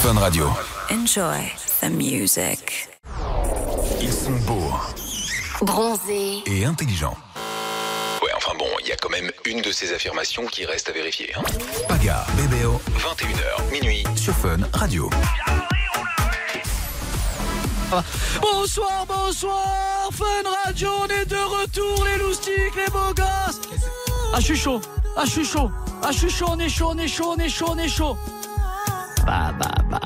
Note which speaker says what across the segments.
Speaker 1: Fun Radio.
Speaker 2: Enjoy the music.
Speaker 1: Ils sont beaux
Speaker 3: Bronzé,
Speaker 1: et intelligents.
Speaker 4: Ouais, enfin bon, il y a quand même une de ces affirmations qui reste à vérifier. Hein.
Speaker 1: Paga, Bébéo,
Speaker 4: 21h, minuit.
Speaker 1: sur Fun Radio.
Speaker 5: Bonsoir, bonsoir, Fun Radio, on est de retour, les loustiques, les beaux gosses. Ah, je suis chaud, ah, je suis chaud, ah, je suis chaud, on est chaud, on est chaud, on est chaud, on est chaud. Bah, bah, bah.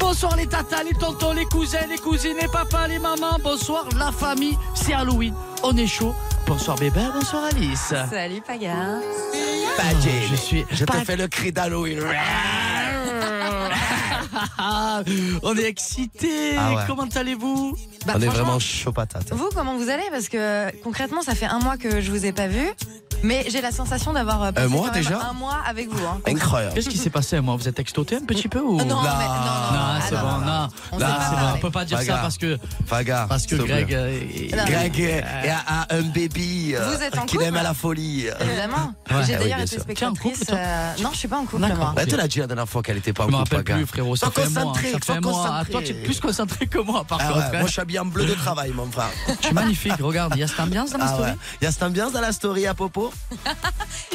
Speaker 5: Bonsoir les tatas, les tontons, les cousins, les cousines, les papas, les mamans. Bonsoir la famille, c'est Halloween, on est chaud. Bonsoir bébé, bonsoir Alice.
Speaker 2: Salut Paga.
Speaker 6: Oh,
Speaker 5: Je suis. Je te fais le cri d'Halloween. Ah, on est excité.
Speaker 6: Ah ouais.
Speaker 5: Comment allez-vous
Speaker 2: Bah,
Speaker 6: on est
Speaker 2: franchement,
Speaker 6: vraiment chaud patate.
Speaker 2: Vous, comment vous allez Parce que concrètement, ça fait un mois que je vous ai pas vu. Mais j'ai la sensation d'avoir euh, passé
Speaker 6: Un mois
Speaker 2: quand même
Speaker 6: déjà
Speaker 2: un mois avec vous. hein.
Speaker 6: Incroyable.
Speaker 5: Qu'est-ce qui s'est passé moi Vous êtes textoté un petit peu ou
Speaker 2: Non, mais- non, non, non,
Speaker 5: Non,
Speaker 2: ah,
Speaker 5: c'est
Speaker 2: non,
Speaker 5: bon,
Speaker 2: non, non.
Speaker 5: non.
Speaker 2: On
Speaker 5: Non,
Speaker 2: s'est pas
Speaker 5: c'est bon,
Speaker 2: parlé.
Speaker 5: on peut pas dire ça
Speaker 6: Bagarre.
Speaker 5: parce que
Speaker 6: Faga.
Speaker 5: parce que
Speaker 6: s'il te plaît.
Speaker 5: Greg euh, est-
Speaker 2: Non,
Speaker 6: Greg euh, et a, a un bébé euh,
Speaker 2: Vous êtes en
Speaker 6: qu'il
Speaker 2: couple
Speaker 6: aime à la folie. Euh,
Speaker 2: Évidemment.
Speaker 5: Ouais.
Speaker 2: J'ai
Speaker 6: Ah oui,
Speaker 2: d'ailleurs
Speaker 6: bien
Speaker 2: été
Speaker 6: sûr.
Speaker 5: T'es en couple,
Speaker 2: spectatrice.
Speaker 5: toi
Speaker 2: euh, Non, je suis pas en couple,
Speaker 5: D'accord.
Speaker 2: moi.
Speaker 6: Elle te l'a dit la dernière fois qu'elle était pas en
Speaker 5: je me
Speaker 6: couple,
Speaker 5: rappelle
Speaker 6: Faga.
Speaker 5: plus frérot, ça
Speaker 6: Sois
Speaker 5: fait un mois,
Speaker 6: concentré,
Speaker 5: ça fait
Speaker 6: sois
Speaker 5: un mois. Ah,
Speaker 6: concentré.
Speaker 5: Toi tu es plus concentré que moi par
Speaker 6: Ah
Speaker 5: contre.
Speaker 6: ouais,
Speaker 5: hein.
Speaker 6: moi je suis habillé en bleu de travail, mon frère.
Speaker 5: Tu es magnifique, regarde, il y a cette ambiance dans la
Speaker 6: Ah
Speaker 5: story.
Speaker 6: ouais. Il y a cette ambiance dans la story à Popo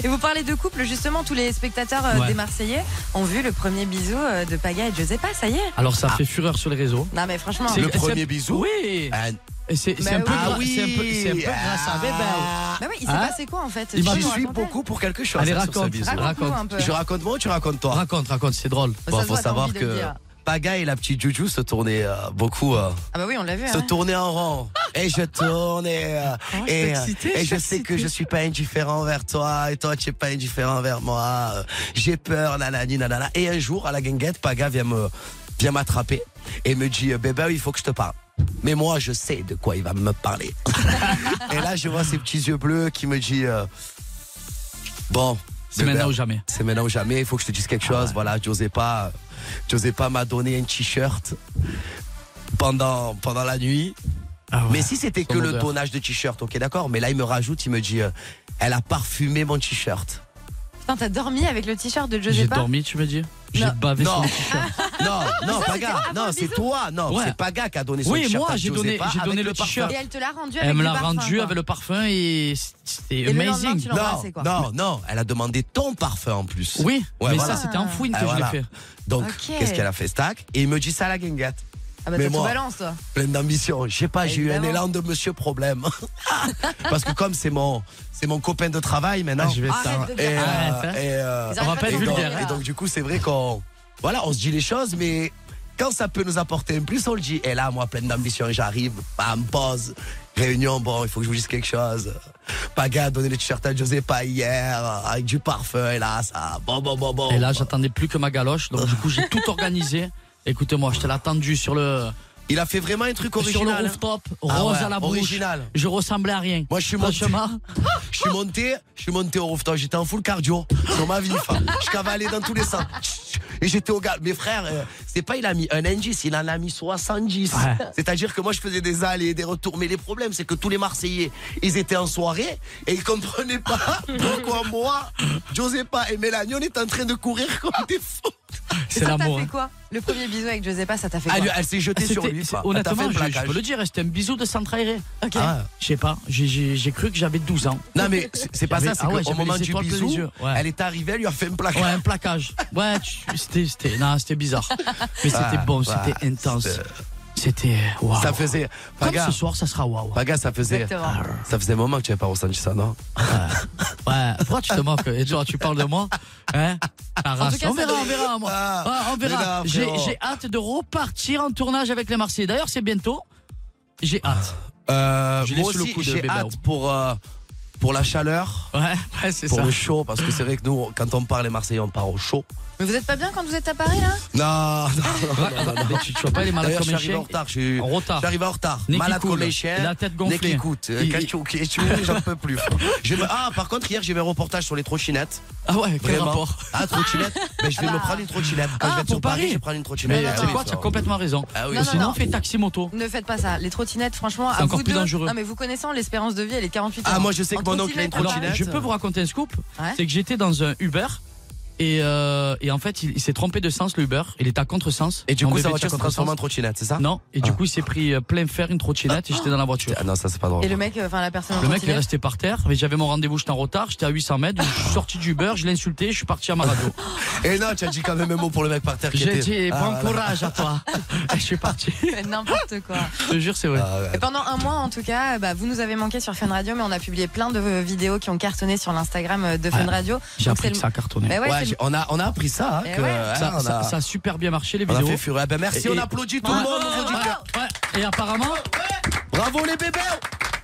Speaker 2: Et vous parlez de couple, justement, tous les spectateurs euh,
Speaker 5: Ouais.
Speaker 2: des Marseillais ont vu le premier bisou euh, de Paga et de Giuseppa, ça y est.
Speaker 5: Alors ça fait fureur sur les réseaux.
Speaker 2: Non, mais franchement. euh,
Speaker 5: C'est-
Speaker 6: Ah. Le
Speaker 5: c'est-
Speaker 6: premier bisou
Speaker 5: Oui.
Speaker 6: Ah,
Speaker 5: Et C'est c'est
Speaker 2: Bah
Speaker 5: un peu
Speaker 2: oui.
Speaker 5: gra-
Speaker 6: ah oui.
Speaker 5: c'est un peu- c'est un peu grâce à Bébé.
Speaker 2: Bah oui, il s'est
Speaker 5: Hein
Speaker 2: passé quoi en fait
Speaker 5: Il
Speaker 2: Je
Speaker 6: Ah.
Speaker 5: m'a
Speaker 6: J'y suis
Speaker 2: racontais.
Speaker 6: beaucoup pour quelque chose.
Speaker 5: Allez,
Speaker 6: hein, sur ce
Speaker 5: raconte.
Speaker 6: bisou.
Speaker 2: Raconte-nous
Speaker 5: Raconte.
Speaker 2: un peu.
Speaker 6: Je raconte moi ou tu racontes toi
Speaker 5: Raconte, raconte, c'est drôle.
Speaker 2: Ça
Speaker 6: Bon,
Speaker 2: se
Speaker 6: faut
Speaker 2: voit, t'as
Speaker 6: savoir
Speaker 2: envie de le
Speaker 6: que
Speaker 2: dire.
Speaker 6: Paga et la petite Juju se tournaient euh, beaucoup. euh,
Speaker 2: Ah bah oui, on l'a vu.
Speaker 6: se
Speaker 2: hein.
Speaker 6: tourner en rond. Et je tourne et, euh,
Speaker 5: Oh, je suis
Speaker 6: et, euh,
Speaker 5: excitée,
Speaker 6: et
Speaker 5: je suis
Speaker 6: je sais que
Speaker 5: excitée.
Speaker 6: je suis pas indifférent vers toi et toi tu es pas indifférent vers moi. Euh, J'ai peur, nanani, nanana. Et un jour, à la guinguette, Paga vient me vient m'attraper et me dit, euh, bébé, il faut que je te parle. Mais moi, je sais de quoi il va me parler. et là, je vois ses petits yeux bleus qui me dit, euh, bon,
Speaker 5: C'est
Speaker 6: bébé,
Speaker 5: maintenant ou jamais. Ah
Speaker 6: c'est maintenant ou jamais, il faut que je te dise quelque chose. Voilà, j'osais pas, j'osais pas m'a donné un t-shirt pendant, pendant la nuit.
Speaker 5: Ah
Speaker 6: Mais si c'était
Speaker 5: Son
Speaker 6: que le
Speaker 5: odeur.
Speaker 6: donnage de t-shirt, ok, d'accord. Mais là, il me rajoute, il me dit, euh, elle a parfumé mon t-shirt.
Speaker 2: Putain, t'as dormi avec le t-shirt de
Speaker 5: J'ai
Speaker 2: Giuseppa
Speaker 5: dormi, tu me dis J'ai
Speaker 2: Non.
Speaker 5: bavé sur
Speaker 6: Non.
Speaker 5: le t-shirt.
Speaker 6: Non, non,
Speaker 2: ça, c'était
Speaker 6: Paga,
Speaker 2: avant
Speaker 6: non,
Speaker 2: le
Speaker 6: c'est
Speaker 2: bisou.
Speaker 6: toi, non,
Speaker 5: Ouais.
Speaker 6: c'est Paga qui a donné son
Speaker 5: Oui,
Speaker 6: t-shirt.
Speaker 5: moi,
Speaker 6: à
Speaker 5: j'ai donné,
Speaker 6: Josepha
Speaker 5: j'ai
Speaker 6: avec
Speaker 5: donné le
Speaker 6: t-shirt.
Speaker 2: Et
Speaker 5: t-shirt.
Speaker 2: elle te l'a rendu avec
Speaker 5: Elle me
Speaker 2: le
Speaker 5: l'a
Speaker 2: parfum,
Speaker 5: rendu
Speaker 2: quoi.
Speaker 5: avec le parfum et c'était
Speaker 2: Et le lendemain,
Speaker 5: amazing.
Speaker 2: tu l'as embrassé, quoi.
Speaker 6: Non, non, non, elle a demandé ton parfum en plus.
Speaker 5: Oui,
Speaker 6: Ouais,
Speaker 5: mais
Speaker 6: voilà.
Speaker 5: ça c'était en fouine que
Speaker 6: Ah,
Speaker 5: je
Speaker 6: voilà.
Speaker 5: l'ai fait.
Speaker 6: Donc,
Speaker 2: Ok.
Speaker 6: qu'est-ce qu'elle a fait, Stack Et il me dit ça à la guinguette.
Speaker 2: Ah bah
Speaker 6: Mais
Speaker 2: t'as tout
Speaker 6: moi-
Speaker 2: balance toi.
Speaker 6: pleine d'ambition. Je sais pas, j'ai eu un
Speaker 2: Évidemment.
Speaker 6: élan de monsieur problème. Parce que comme c'est mon, c'est mon copain de travail maintenant.
Speaker 5: Ah, je vais
Speaker 2: Arrête
Speaker 5: ça.
Speaker 2: de
Speaker 6: et,
Speaker 2: dire.
Speaker 5: Arrête, hein.
Speaker 6: et, euh,
Speaker 2: Ils arrêtent
Speaker 5: on va pas
Speaker 2: de
Speaker 6: et
Speaker 5: être
Speaker 2: dire,
Speaker 6: donc,
Speaker 5: vulgaire.
Speaker 2: là.
Speaker 6: et donc, du coup, c'est vrai qu'on, voilà, on se dit les choses, mais quand ça peut nous apporter un plus, on le dit. Et là, moi, pleine d'ambition, j'arrive, bam, pause. Réunion, bon, il faut que je vous dise quelque chose. Paga a donné le t-shirt à Giuseppa hier, avec du parfum, et là, ça, bon, bon, bon, bon.
Speaker 5: Et là, j'attendais plus que ma galoche, donc du coup, j'ai tout organisé. Écoutez-moi, je t'ai attendu sur le,
Speaker 6: il a fait vraiment un truc
Speaker 5: sur le
Speaker 6: original. hein.
Speaker 5: rooftop, rose
Speaker 6: Ah ouais,
Speaker 5: à la bouche.
Speaker 6: original.
Speaker 5: Je ressemblais à rien.
Speaker 6: Moi, je suis monté.
Speaker 5: Franchement,
Speaker 6: Je suis monté, je suis monté au rooftop, j'étais en full cardio sur ma vie. enfin, Je cavalais dans tous les sens. Et j'étais au gars. Mes frères, euh, c'est pas il a mis un indice, il en a mis 70.
Speaker 5: Ouais.
Speaker 6: C'est-à-dire que moi je faisais des allées et des retours. Mais les problèmes, c'est que tous les Marseillais, ils étaient en soirée et ils comprenaient pas pourquoi moi, Josepa et Mélanie, on est en train de courir comme des fous.
Speaker 5: c'est
Speaker 2: Ça, t'as
Speaker 5: l'amour.
Speaker 2: fait
Speaker 5: hein.
Speaker 2: quoi Le premier bisou avec Giuseppa, ça t'a fait quoi
Speaker 6: Ah, Elle, elle s'est jetée sur
Speaker 5: Ah, C'était-
Speaker 6: lui.
Speaker 5: c'est-
Speaker 6: quoi. Elle t'a fait
Speaker 5: honnêtement,
Speaker 6: le
Speaker 5: je, je
Speaker 6: plaquage.
Speaker 5: peux le dire, c'était un bisou de centre aéré.
Speaker 2: Ok.
Speaker 6: Ah.
Speaker 5: Je sais pas, j'ai- j'ai j'ai cru que j'avais 12 ans.
Speaker 6: Non mais c'est- c'est pas
Speaker 5: J'avais-
Speaker 6: ça, c'est
Speaker 5: ah ouais,
Speaker 6: qu'au
Speaker 5: j'avais
Speaker 6: moment
Speaker 5: les
Speaker 6: du
Speaker 5: étoiles plein les
Speaker 6: bisou,
Speaker 5: yeux, ouais.
Speaker 6: elle est arrivée, elle lui a fait un plaquage.
Speaker 5: Ouais, un plaquage. Ouais, tu- c'était, c'était, non, c'était bizarre. Mais c'était
Speaker 6: Ah,
Speaker 5: bon,
Speaker 6: ouais,
Speaker 5: c'était intense.
Speaker 6: c'était-
Speaker 5: C'était, waouh.
Speaker 6: Ça faisait.
Speaker 5: Comme
Speaker 6: Paga,
Speaker 5: ce soir, ça sera waouh. hein.
Speaker 6: Paga, ça faisait.
Speaker 2: Exactement.
Speaker 6: Ça faisait un moment que tu n'avais pas ressenti ça, non
Speaker 5: Ouais, pourquoi tu te moques Et genre, tu parles de moi hein La race.
Speaker 2: tout cas,
Speaker 5: On verra,
Speaker 2: ça-
Speaker 5: on verra, moi.
Speaker 6: Ah,
Speaker 5: Ouais, on verra.
Speaker 6: mais non,
Speaker 5: J'ai
Speaker 6: frérot.
Speaker 5: j'ai hâte de repartir en tournage avec les Marseillais. D'ailleurs, c'est bientôt. J'ai hâte.
Speaker 6: euh,
Speaker 5: Je l'ai
Speaker 6: Moi
Speaker 5: sous le
Speaker 6: aussi,
Speaker 5: coude,
Speaker 6: j'ai
Speaker 5: Bébao.
Speaker 6: hâte pour, euh, pour la chaleur,
Speaker 5: Ouais, ouais c'est
Speaker 6: pour
Speaker 5: ça.
Speaker 6: le chaud, parce que c'est vrai que nous, quand on parle les Marseillais, on part au chaud.
Speaker 2: Mais vous êtes pas bien quand vous êtes à Paris là
Speaker 6: Non, non, non.
Speaker 5: Mais tu, tu vois pas, il est malade
Speaker 6: D'ailleurs, je suis arrivé
Speaker 5: comme un
Speaker 6: en
Speaker 5: chien.
Speaker 6: retard. Je suis
Speaker 5: En retard.
Speaker 6: je suis arrivé en retard.
Speaker 5: Nez qui
Speaker 6: Malade
Speaker 5: coule.
Speaker 6: comme les chiens.
Speaker 5: La tête
Speaker 6: Nez
Speaker 5: gonflée.
Speaker 6: qui coûte. Euh,
Speaker 5: Il-
Speaker 6: cachou, cachou, j'en peux plus. Je me- Ah, par contre, hier, j'ai vu un reportage sur les trottinettes.
Speaker 5: Ah ouais, quel
Speaker 6: Vraiment.
Speaker 5: rapport
Speaker 6: Ah, trottinette Mais je vais me prendre une trottinette. Quand
Speaker 5: Ah,
Speaker 6: je vais être
Speaker 5: pour
Speaker 6: sur Paris,
Speaker 5: Paris.
Speaker 6: je vais prendre une trottinette.
Speaker 5: Mais
Speaker 6: Ah
Speaker 5: tu
Speaker 6: oui,
Speaker 5: sais quoi, tu as
Speaker 6: frérot.
Speaker 5: complètement raison.
Speaker 6: Ah oui,
Speaker 2: Non, non,
Speaker 5: Sinon,
Speaker 2: non.
Speaker 5: on fait taxi-moto.
Speaker 2: Ne faites pas ça. Les trottinettes, franchement,
Speaker 5: C'est
Speaker 2: à
Speaker 5: encore
Speaker 2: vous
Speaker 5: plus
Speaker 2: deux-
Speaker 5: dangereux.
Speaker 2: Non mais vous connaissant l'espérance de vie, elle est 48 ans.
Speaker 6: Ah, moi, je sais que
Speaker 2: En
Speaker 6: mon oncle a une
Speaker 2: trottinette,
Speaker 5: Alors,
Speaker 6: trottinette.
Speaker 5: je peux vous raconter un scoop
Speaker 2: Ouais.
Speaker 5: C'est que j'étais dans un Uber Et, euh, et en fait, il, il s'est trompé de sens, l'Uber. Il était à contre-sens.
Speaker 6: Et du
Speaker 5: Mon
Speaker 6: coup,
Speaker 5: bébé
Speaker 6: sa
Speaker 5: était à
Speaker 6: voiture se
Speaker 5: contresens.
Speaker 6: transforme en trottinette, c'est ça
Speaker 5: Non, et du
Speaker 6: Ah.
Speaker 5: coup, il s'est pris euh, plein fer une trottinette et j'étais dans la voiture.
Speaker 6: Ah non, ça c'est pas drôle.
Speaker 2: Et le mec, euh, enfin la personne. en
Speaker 5: Le mec est
Speaker 2: trottinette.
Speaker 5: resté par terre, mais j'avais mon rendez-vous, j'étais en retard, j'étais à 800 mètres, je suis sorti du beurre, je l'ai insulté, je suis parti à ma radio.
Speaker 6: Et non, tu as dit quand même un mot pour le mec par terre qui
Speaker 5: J'ai
Speaker 6: était.
Speaker 5: dit,
Speaker 6: Ah,
Speaker 5: bon
Speaker 6: voilà.
Speaker 5: courage à toi. Et je suis parti.
Speaker 2: Mais N'importe quoi.
Speaker 5: Je te jure, c'est vrai.
Speaker 6: Ah, ouais.
Speaker 2: Et pendant un mois, en tout cas, euh, bah, vous nous avez manqué sur Fun Radio, mais on a publié plein de euh, vidéos qui ont cartonné sur l'Instagram euh, de Fun Radio.
Speaker 5: J'ai
Speaker 2: Donc, c'est
Speaker 5: appris que
Speaker 2: le-
Speaker 5: ça a cartonné.
Speaker 2: Bah ouais,
Speaker 6: Ouais,
Speaker 2: c'est le-
Speaker 6: j'ai- on, a, on a appris ça. Hein,
Speaker 2: Eh
Speaker 6: que,
Speaker 2: ouais.
Speaker 6: hein,
Speaker 5: Ça,
Speaker 6: on, a,
Speaker 5: ça- ça a super bien marché, les
Speaker 6: on a
Speaker 5: vidéos.
Speaker 6: fait fureur. Eh ben, merci,
Speaker 5: Et-
Speaker 6: on applaudit tout le
Speaker 5: Bravo,
Speaker 6: monde. on vous dit que-
Speaker 5: ouais. Et apparemment, Ah,
Speaker 6: Bravo les bébés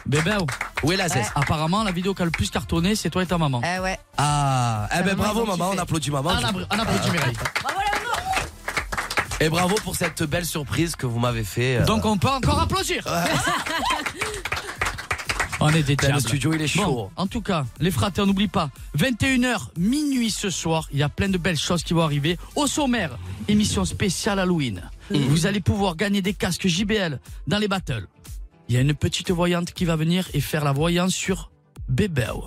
Speaker 5: bébé,
Speaker 6: Où est la zeste
Speaker 5: ben, oh. Eh, apparemment, la vidéo qui a le plus cartonné, c'est toi et ta maman.
Speaker 2: Eh ouais.
Speaker 6: Ah, eh
Speaker 2: Ça,
Speaker 6: ben
Speaker 2: maman,
Speaker 6: bravo
Speaker 2: ils ont
Speaker 6: maman, on
Speaker 2: kiffé.
Speaker 6: applaudit maman. Bah,
Speaker 5: Un abri- un applaudit, Mireille.
Speaker 6: Et bravo pour cette belle surprise que vous m'avez fait. euh,
Speaker 5: Donc on peut encore applaudir. On est des
Speaker 6: putain, le
Speaker 5: diables.
Speaker 6: studio il est
Speaker 5: Bon,
Speaker 6: chaud.
Speaker 5: en tout cas, les fratés, on n'oublie pas, 21h, minuit ce soir, il y a plein de belles choses qui vont arriver. Au sommaire, émission spéciale Halloween.
Speaker 6: Mm.
Speaker 5: Vous allez pouvoir gagner des casques JBL dans les battles. Il y a une petite voyante qui va venir et faire la voyance sur Bébéo.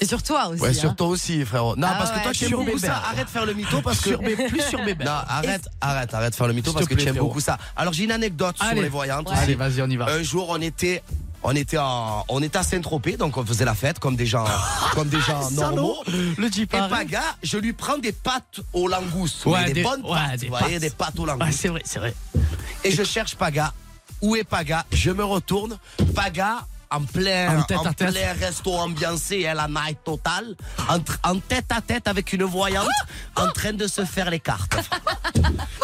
Speaker 2: Et sur toi aussi.
Speaker 6: Ouais,
Speaker 2: hein.
Speaker 6: sur toi aussi frérot. Non,
Speaker 2: Ah
Speaker 6: parce que
Speaker 2: ouais.
Speaker 6: toi tu aimes
Speaker 5: Sur
Speaker 6: beaucoup
Speaker 5: Bébert.
Speaker 6: ça. Arrête de faire le mytho parce que.
Speaker 5: Sur Bé- plus sur Bébéo.
Speaker 6: Non, arrête, arrête, arrête de faire le mytho
Speaker 5: S'il
Speaker 6: parce
Speaker 5: te
Speaker 6: que tu
Speaker 5: plaît,
Speaker 6: aimes
Speaker 5: frérot.
Speaker 6: beaucoup ça. Alors j'ai une anecdote
Speaker 5: Allez.
Speaker 6: sur les voyantes. aussi.
Speaker 5: Allez, vas-y, on y va.
Speaker 6: Un jour, on était. On était, en, on était à Saint-Tropez, donc on faisait la fête comme des gens, comme des gens normaux.
Speaker 5: Le dit
Speaker 6: Et
Speaker 5: pas.
Speaker 6: Paga, je lui prends des pâtes aux langoustes.
Speaker 5: Ouais,
Speaker 6: mais des,
Speaker 5: des-
Speaker 6: bonnes
Speaker 5: ouais,
Speaker 6: pâtes,
Speaker 5: des
Speaker 6: vous voyez,
Speaker 5: pâtes.
Speaker 6: des pâtes aux
Speaker 5: Ouais,
Speaker 6: langoustes.
Speaker 5: c'est vrai, c'est vrai.
Speaker 6: et je cherche Paga. Où est Paga Je me retourne. Paga en plein,
Speaker 5: En tête à tête.
Speaker 6: plein resto ambiancé, elle la night totale, en, tr- en tête à tête avec une voyante en train de se faire les cartes.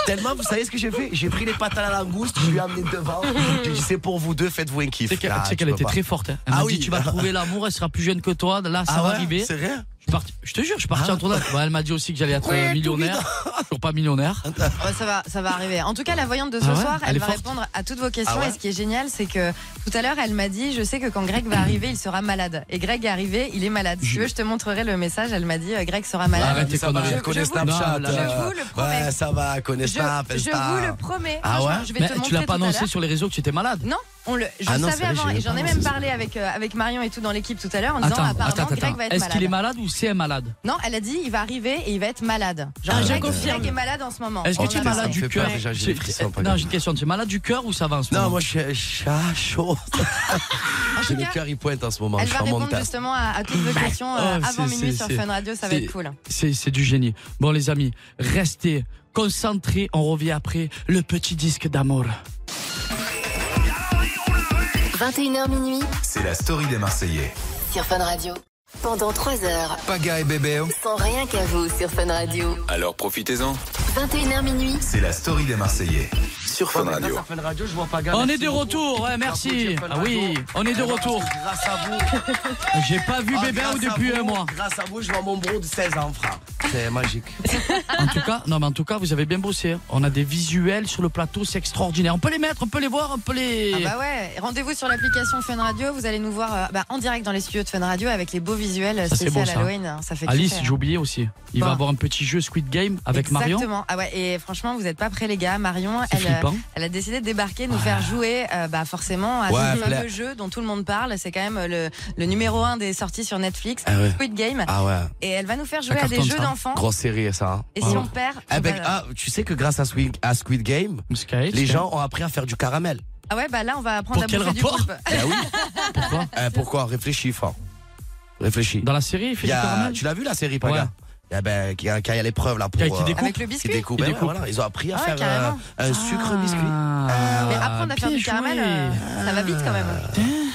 Speaker 6: Tellement, vous savez ce que j'ai fait J'ai pris les pâtes à la langouste, je lui ai amené devant. J'ai dit, c'est pour vous deux, faites-vous un kiff.
Speaker 5: Tu sais qu'elle
Speaker 6: Là,
Speaker 5: tu sais
Speaker 6: Ah, tu
Speaker 5: qu'elle
Speaker 6: peux
Speaker 5: était
Speaker 6: pas.
Speaker 5: très forte. hein. Elle
Speaker 6: Ah
Speaker 5: m'a
Speaker 6: oui.
Speaker 5: dit, tu vas trouver l'amour, elle sera plus jeune que toi. Là, ça
Speaker 6: Ah
Speaker 5: va
Speaker 6: ouais
Speaker 5: arriver.
Speaker 6: C'est Ah. rien
Speaker 5: Je, suis parti- je te jure, je suis parti en tournage. Bah, elle m'a dit aussi que j'allais être euh, millionnaire. Toujours pas millionnaire.
Speaker 2: Ouais, ça va, ça va arriver. En tout cas, la voyante de ce
Speaker 5: Ah ouais
Speaker 2: soir,
Speaker 5: Elle
Speaker 2: elle,
Speaker 5: est
Speaker 2: va
Speaker 5: forte.
Speaker 2: répondre à toutes vos questions.
Speaker 6: Ah ouais
Speaker 2: et ce qui est génial, c'est que tout à l'heure, elle m'a dit, je sais que quand Greg
Speaker 5: Mm.
Speaker 2: va arriver, il sera malade. Et Greg est arrivé, il est malade. Si tu veux, je te montrerai le message. Elle m'a dit, euh, Greg sera malade.
Speaker 5: Arrête tes
Speaker 6: ça va,
Speaker 5: conneries.
Speaker 6: elle connaît
Speaker 2: Je- je vous-
Speaker 6: Snapchat.
Speaker 5: je
Speaker 6: euh,
Speaker 2: vous le promets.
Speaker 6: Ouais, ça va, elle connaît
Speaker 2: je,
Speaker 6: Snap,
Speaker 2: je
Speaker 6: Insta.
Speaker 2: vous le promets.
Speaker 6: Ah
Speaker 2: Franchement,
Speaker 6: ouais
Speaker 2: je vais
Speaker 5: Mais
Speaker 2: te
Speaker 5: tu
Speaker 2: montrer
Speaker 5: l'as pas
Speaker 2: tout à l'heure.
Speaker 5: annoncé sur les réseaux que tu étais malade.
Speaker 2: Non, on le, je
Speaker 6: Ah non, c'est
Speaker 2: savais
Speaker 6: vrai,
Speaker 2: avant et
Speaker 6: j'ai même
Speaker 2: j'en ai
Speaker 6: pas annoncé
Speaker 2: même
Speaker 6: ça.
Speaker 2: parlé avec, euh, avec Marion et tout dans l'équipe tout à l'heure en disant
Speaker 5: Attends,
Speaker 2: apparemment
Speaker 5: attends, attends.
Speaker 2: Greg va être
Speaker 5: Est-ce qu'il est
Speaker 2: malade.
Speaker 5: malade ou c'est un malade
Speaker 2: non, elle a dit il va arriver et il va être malade. Genre
Speaker 5: Ah, je
Speaker 2: Greg,
Speaker 5: confirme.
Speaker 2: Greg est malade en ce moment.
Speaker 5: Est-ce
Speaker 2: On
Speaker 5: que tu es
Speaker 2: a
Speaker 5: malade
Speaker 2: parlé.
Speaker 6: me
Speaker 5: du
Speaker 6: fait
Speaker 5: cœur
Speaker 6: peur, déjà, j'ai des frissons, pas
Speaker 5: Non,
Speaker 6: grave.
Speaker 5: j'ai une question. Tu es malade du cœur ou ça va en ce
Speaker 6: Non,
Speaker 5: moment
Speaker 6: moi je suis chat chaud.
Speaker 2: En tout
Speaker 6: J'ai le
Speaker 2: cas,
Speaker 6: cœur, il pointe en ce moment.
Speaker 2: Elle
Speaker 6: je
Speaker 2: va
Speaker 6: suis en
Speaker 2: répondre
Speaker 6: montagne.
Speaker 2: justement à, à toutes vos questions euh,
Speaker 5: Oh, c'est-
Speaker 2: avant minuit
Speaker 5: c'est-
Speaker 2: sur
Speaker 5: c'est-
Speaker 2: Fun Radio, ça va
Speaker 5: c'est-
Speaker 2: être cool.
Speaker 5: C'est c'est du génie. Bon, les amis, restez concentrés. On revient après le petit disque d'amour.
Speaker 3: 21h minuit
Speaker 1: C'est la story des Marseillais.
Speaker 3: sur Fun Radio. Pendant 3 heures,
Speaker 1: Paga et Bébéo,
Speaker 3: sans rien qu'à vous sur Fun Radio.
Speaker 4: Alors profitez-en.
Speaker 3: 21h minuit
Speaker 1: c'est la story des Marseillais.
Speaker 4: Sur Fun Radio.
Speaker 6: radio, je vois Paga.
Speaker 5: On est de retour, ouais, merci. Ah oui, on est de
Speaker 6: Eh
Speaker 5: retour.
Speaker 6: ben, Grâce à vous.
Speaker 5: J'ai pas vu
Speaker 6: Ah,
Speaker 5: bébé
Speaker 6: grâce
Speaker 5: ou
Speaker 6: à
Speaker 5: depuis
Speaker 6: vous,
Speaker 5: un mois.
Speaker 6: Grâce à vous, je vois mon bro de 16 ans, frère. C'est magique.
Speaker 5: En tout cas, non, mais en tout cas, vous avez bien bossé. hein. On a des visuels sur le plateau, c'est extraordinaire. On peut les mettre, on peut les voir, on peut les.
Speaker 2: Ah bah ouais, rendez-vous sur l'application Fun Radio, vous allez nous voir euh, bah, en direct dans les studios de Fun Radio avec les beaux visuels
Speaker 5: Ça, c'est
Speaker 2: spécial
Speaker 5: beau, ça.
Speaker 2: Halloween, hein, ça fait
Speaker 5: Alice,
Speaker 2: kiffer, hein.
Speaker 5: j'ai oublié aussi. Il va
Speaker 2: Bon.
Speaker 5: avoir un petit jeu Squid Game avec Marion.
Speaker 2: Exactement. Ah ouais, et franchement, vous n'êtes pas prêts, les gars. Marion,
Speaker 5: C'est
Speaker 2: elle, euh,
Speaker 5: flippant.
Speaker 2: elle a décidé de débarquer, nous faire jouer, euh, bah, forcément, à
Speaker 6: Ouais,
Speaker 2: ce fameux
Speaker 6: pla-
Speaker 2: jeu dont tout le monde parle. C'est quand même euh, le, le numéro un des sorties sur Netflix,
Speaker 6: Ah ouais.
Speaker 2: Squid Game.
Speaker 6: Ah ouais.
Speaker 2: Et elle va nous faire jouer à des
Speaker 5: cartonne,
Speaker 2: jeux
Speaker 5: ça.
Speaker 2: d'enfants.
Speaker 6: Grosse série, ça. hein.
Speaker 2: Et
Speaker 5: Ouais.
Speaker 2: si on perd.
Speaker 6: Eh
Speaker 2: on
Speaker 6: ben,
Speaker 2: va-
Speaker 6: ah, tu sais que grâce à Squid, à Squid Game, les
Speaker 5: Skate, skate.
Speaker 6: gens ont appris à faire du caramel.
Speaker 2: Ah ouais, bah là, on va apprendre
Speaker 5: Pour
Speaker 2: à
Speaker 5: quel
Speaker 2: bouffer du
Speaker 5: rapport
Speaker 2: poulpe.
Speaker 5: Ah
Speaker 6: Ben oui.
Speaker 5: Pourquoi
Speaker 6: Eh, pourquoi Réfléchis, frère. Réfléchis.
Speaker 5: Dans la série, il fait
Speaker 6: Il y
Speaker 5: du
Speaker 6: a-
Speaker 5: caramel.
Speaker 6: tu l'as vu la série, Paga Eh ben, quand il y a l'épreuve là pour.
Speaker 5: Qui- qui
Speaker 6: euh,
Speaker 5: découpe.
Speaker 2: Avec le
Speaker 6: qui
Speaker 2: biscuit.
Speaker 6: découpe.
Speaker 5: Qui
Speaker 6: Eh ouais,
Speaker 5: découpe. Ah.
Speaker 6: voilà, Ils ont appris à
Speaker 2: Ah ouais,
Speaker 6: faire euh,
Speaker 2: carrément.
Speaker 6: un sucre biscuit. Ah,
Speaker 2: Mais apprendre à faire
Speaker 5: bien
Speaker 2: du caramel,
Speaker 5: joué.
Speaker 2: euh, ça va vite quand même.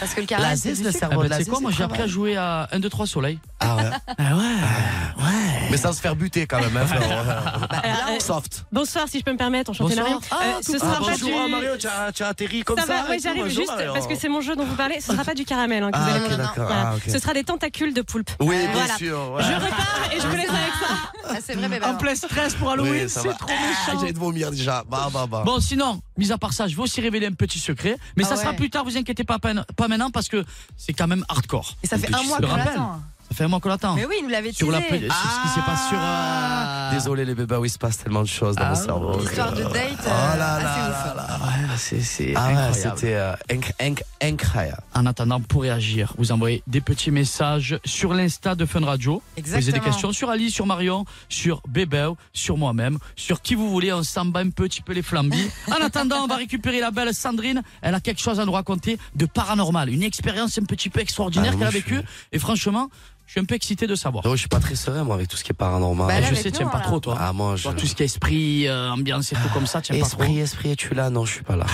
Speaker 2: Parce que le caramel.
Speaker 6: La
Speaker 2: c'est
Speaker 6: zeste,
Speaker 2: du
Speaker 6: le
Speaker 2: sucre.
Speaker 5: Ah
Speaker 6: cerveau
Speaker 5: bah,
Speaker 6: de la
Speaker 5: tu sais quoi,
Speaker 6: zeste,
Speaker 5: moi
Speaker 6: c'est
Speaker 5: j'ai appris à
Speaker 6: travail.
Speaker 5: jouer à 1, 2, 3 soleil.
Speaker 6: Ah ouais.
Speaker 5: Ah ouais.
Speaker 6: Mais sans se faire buter quand même, hein, frère.
Speaker 7: Alors, euh,
Speaker 6: Soft.
Speaker 7: Bonsoir, si je peux me permettre, enchanté
Speaker 5: Bonsoir.
Speaker 7: Marion. Euh,
Speaker 5: Ah,
Speaker 7: ce
Speaker 5: tout-
Speaker 7: sera
Speaker 5: ah,
Speaker 7: pas
Speaker 5: bonjour,
Speaker 7: du.
Speaker 6: ah, Mario, tu as, tu as atterri comme
Speaker 7: ça
Speaker 6: ça.
Speaker 7: va,
Speaker 6: et
Speaker 7: oui,
Speaker 6: tout,
Speaker 7: j'arrive
Speaker 6: bonjour,
Speaker 7: juste
Speaker 6: Mario.
Speaker 7: parce que c'est mon jeu dont vous parlez. Ce sera pas du caramel hein, que vous
Speaker 6: Ah,
Speaker 7: allez
Speaker 6: ok,
Speaker 7: manger.
Speaker 6: d'accord.
Speaker 7: Voilà.
Speaker 6: Ah, ok.
Speaker 7: Ce sera des tentacules de poulpe.
Speaker 6: Oui, bien
Speaker 7: Euh, Voilà.
Speaker 6: sûr.
Speaker 7: Je
Speaker 6: ouais.
Speaker 7: repars et
Speaker 6: Hein
Speaker 7: je vous laisse avec ça.
Speaker 2: Ah, c'est vrai, bébé.
Speaker 5: En plein stress pour Halloween,
Speaker 6: Oui, ça
Speaker 5: c'est
Speaker 6: va.
Speaker 5: trop
Speaker 6: Ah,
Speaker 5: méchant.
Speaker 6: J'ai de vomir déjà. Bah, bah, bah.
Speaker 5: Bon, sinon, mis à part ça, je vais aussi révéler un petit secret. Mais
Speaker 2: Ah
Speaker 5: ça sera
Speaker 2: ouais.
Speaker 5: plus tard, vous inquiétez pas, pas pas maintenant, parce que c'est quand même hardcore.
Speaker 2: Et ça fait
Speaker 5: Tu
Speaker 2: un mois
Speaker 5: te
Speaker 2: qu'on
Speaker 5: rappelles
Speaker 2: l'attend.
Speaker 5: Ça fait un mois qu'on l'attend.
Speaker 2: Mais oui, il nous l'avait
Speaker 5: Sur la
Speaker 2: teasé.
Speaker 5: c'est ce qui s'est passé sur euh,
Speaker 6: Ah. Désolé les bébés, oui, il se passe tellement de choses dans
Speaker 5: Ah,
Speaker 6: mon cerveau.
Speaker 2: Histoire de date,
Speaker 6: Oh
Speaker 2: euh,
Speaker 6: là
Speaker 2: assez
Speaker 6: là
Speaker 2: ouf.
Speaker 6: là là.
Speaker 5: Ouais, c'est- c'est
Speaker 6: Ah ouais,
Speaker 5: incroyable.
Speaker 6: c'était euh, inc- inc- incroyable.
Speaker 5: En attendant, pour réagir, vous envoyez des petits messages sur l'Insta de Fun Radio.
Speaker 2: Exactement.
Speaker 5: Posez des questions sur Ali, sur Marion, sur Bébé, sur moi-même, sur qui vous voulez. On s'en bat un petit peu les flambis. En attendant, on va récupérer la belle Sandrine. Elle a quelque chose à nous raconter de paranormal. Une expérience un petit peu extraordinaire
Speaker 6: Ah,
Speaker 5: qu'elle a
Speaker 6: oui, je
Speaker 5: vécue. Et franchement, je suis un peu excité de savoir.
Speaker 6: Non, je suis pas très serein, moi, avec tout ce qui est paranormal.
Speaker 2: Bah, Elle là, est
Speaker 5: je
Speaker 2: avec
Speaker 5: sais,
Speaker 2: nous,
Speaker 5: tu n'aimes pas
Speaker 2: là.
Speaker 5: trop, toi.
Speaker 6: Ah, moi, je...
Speaker 5: Toi, tout ce qui est esprit, euh, ambiance et tout comme ça, tu n'aimes pas trop.
Speaker 6: Esprit, esprit, es-tu là Non, je suis pas là.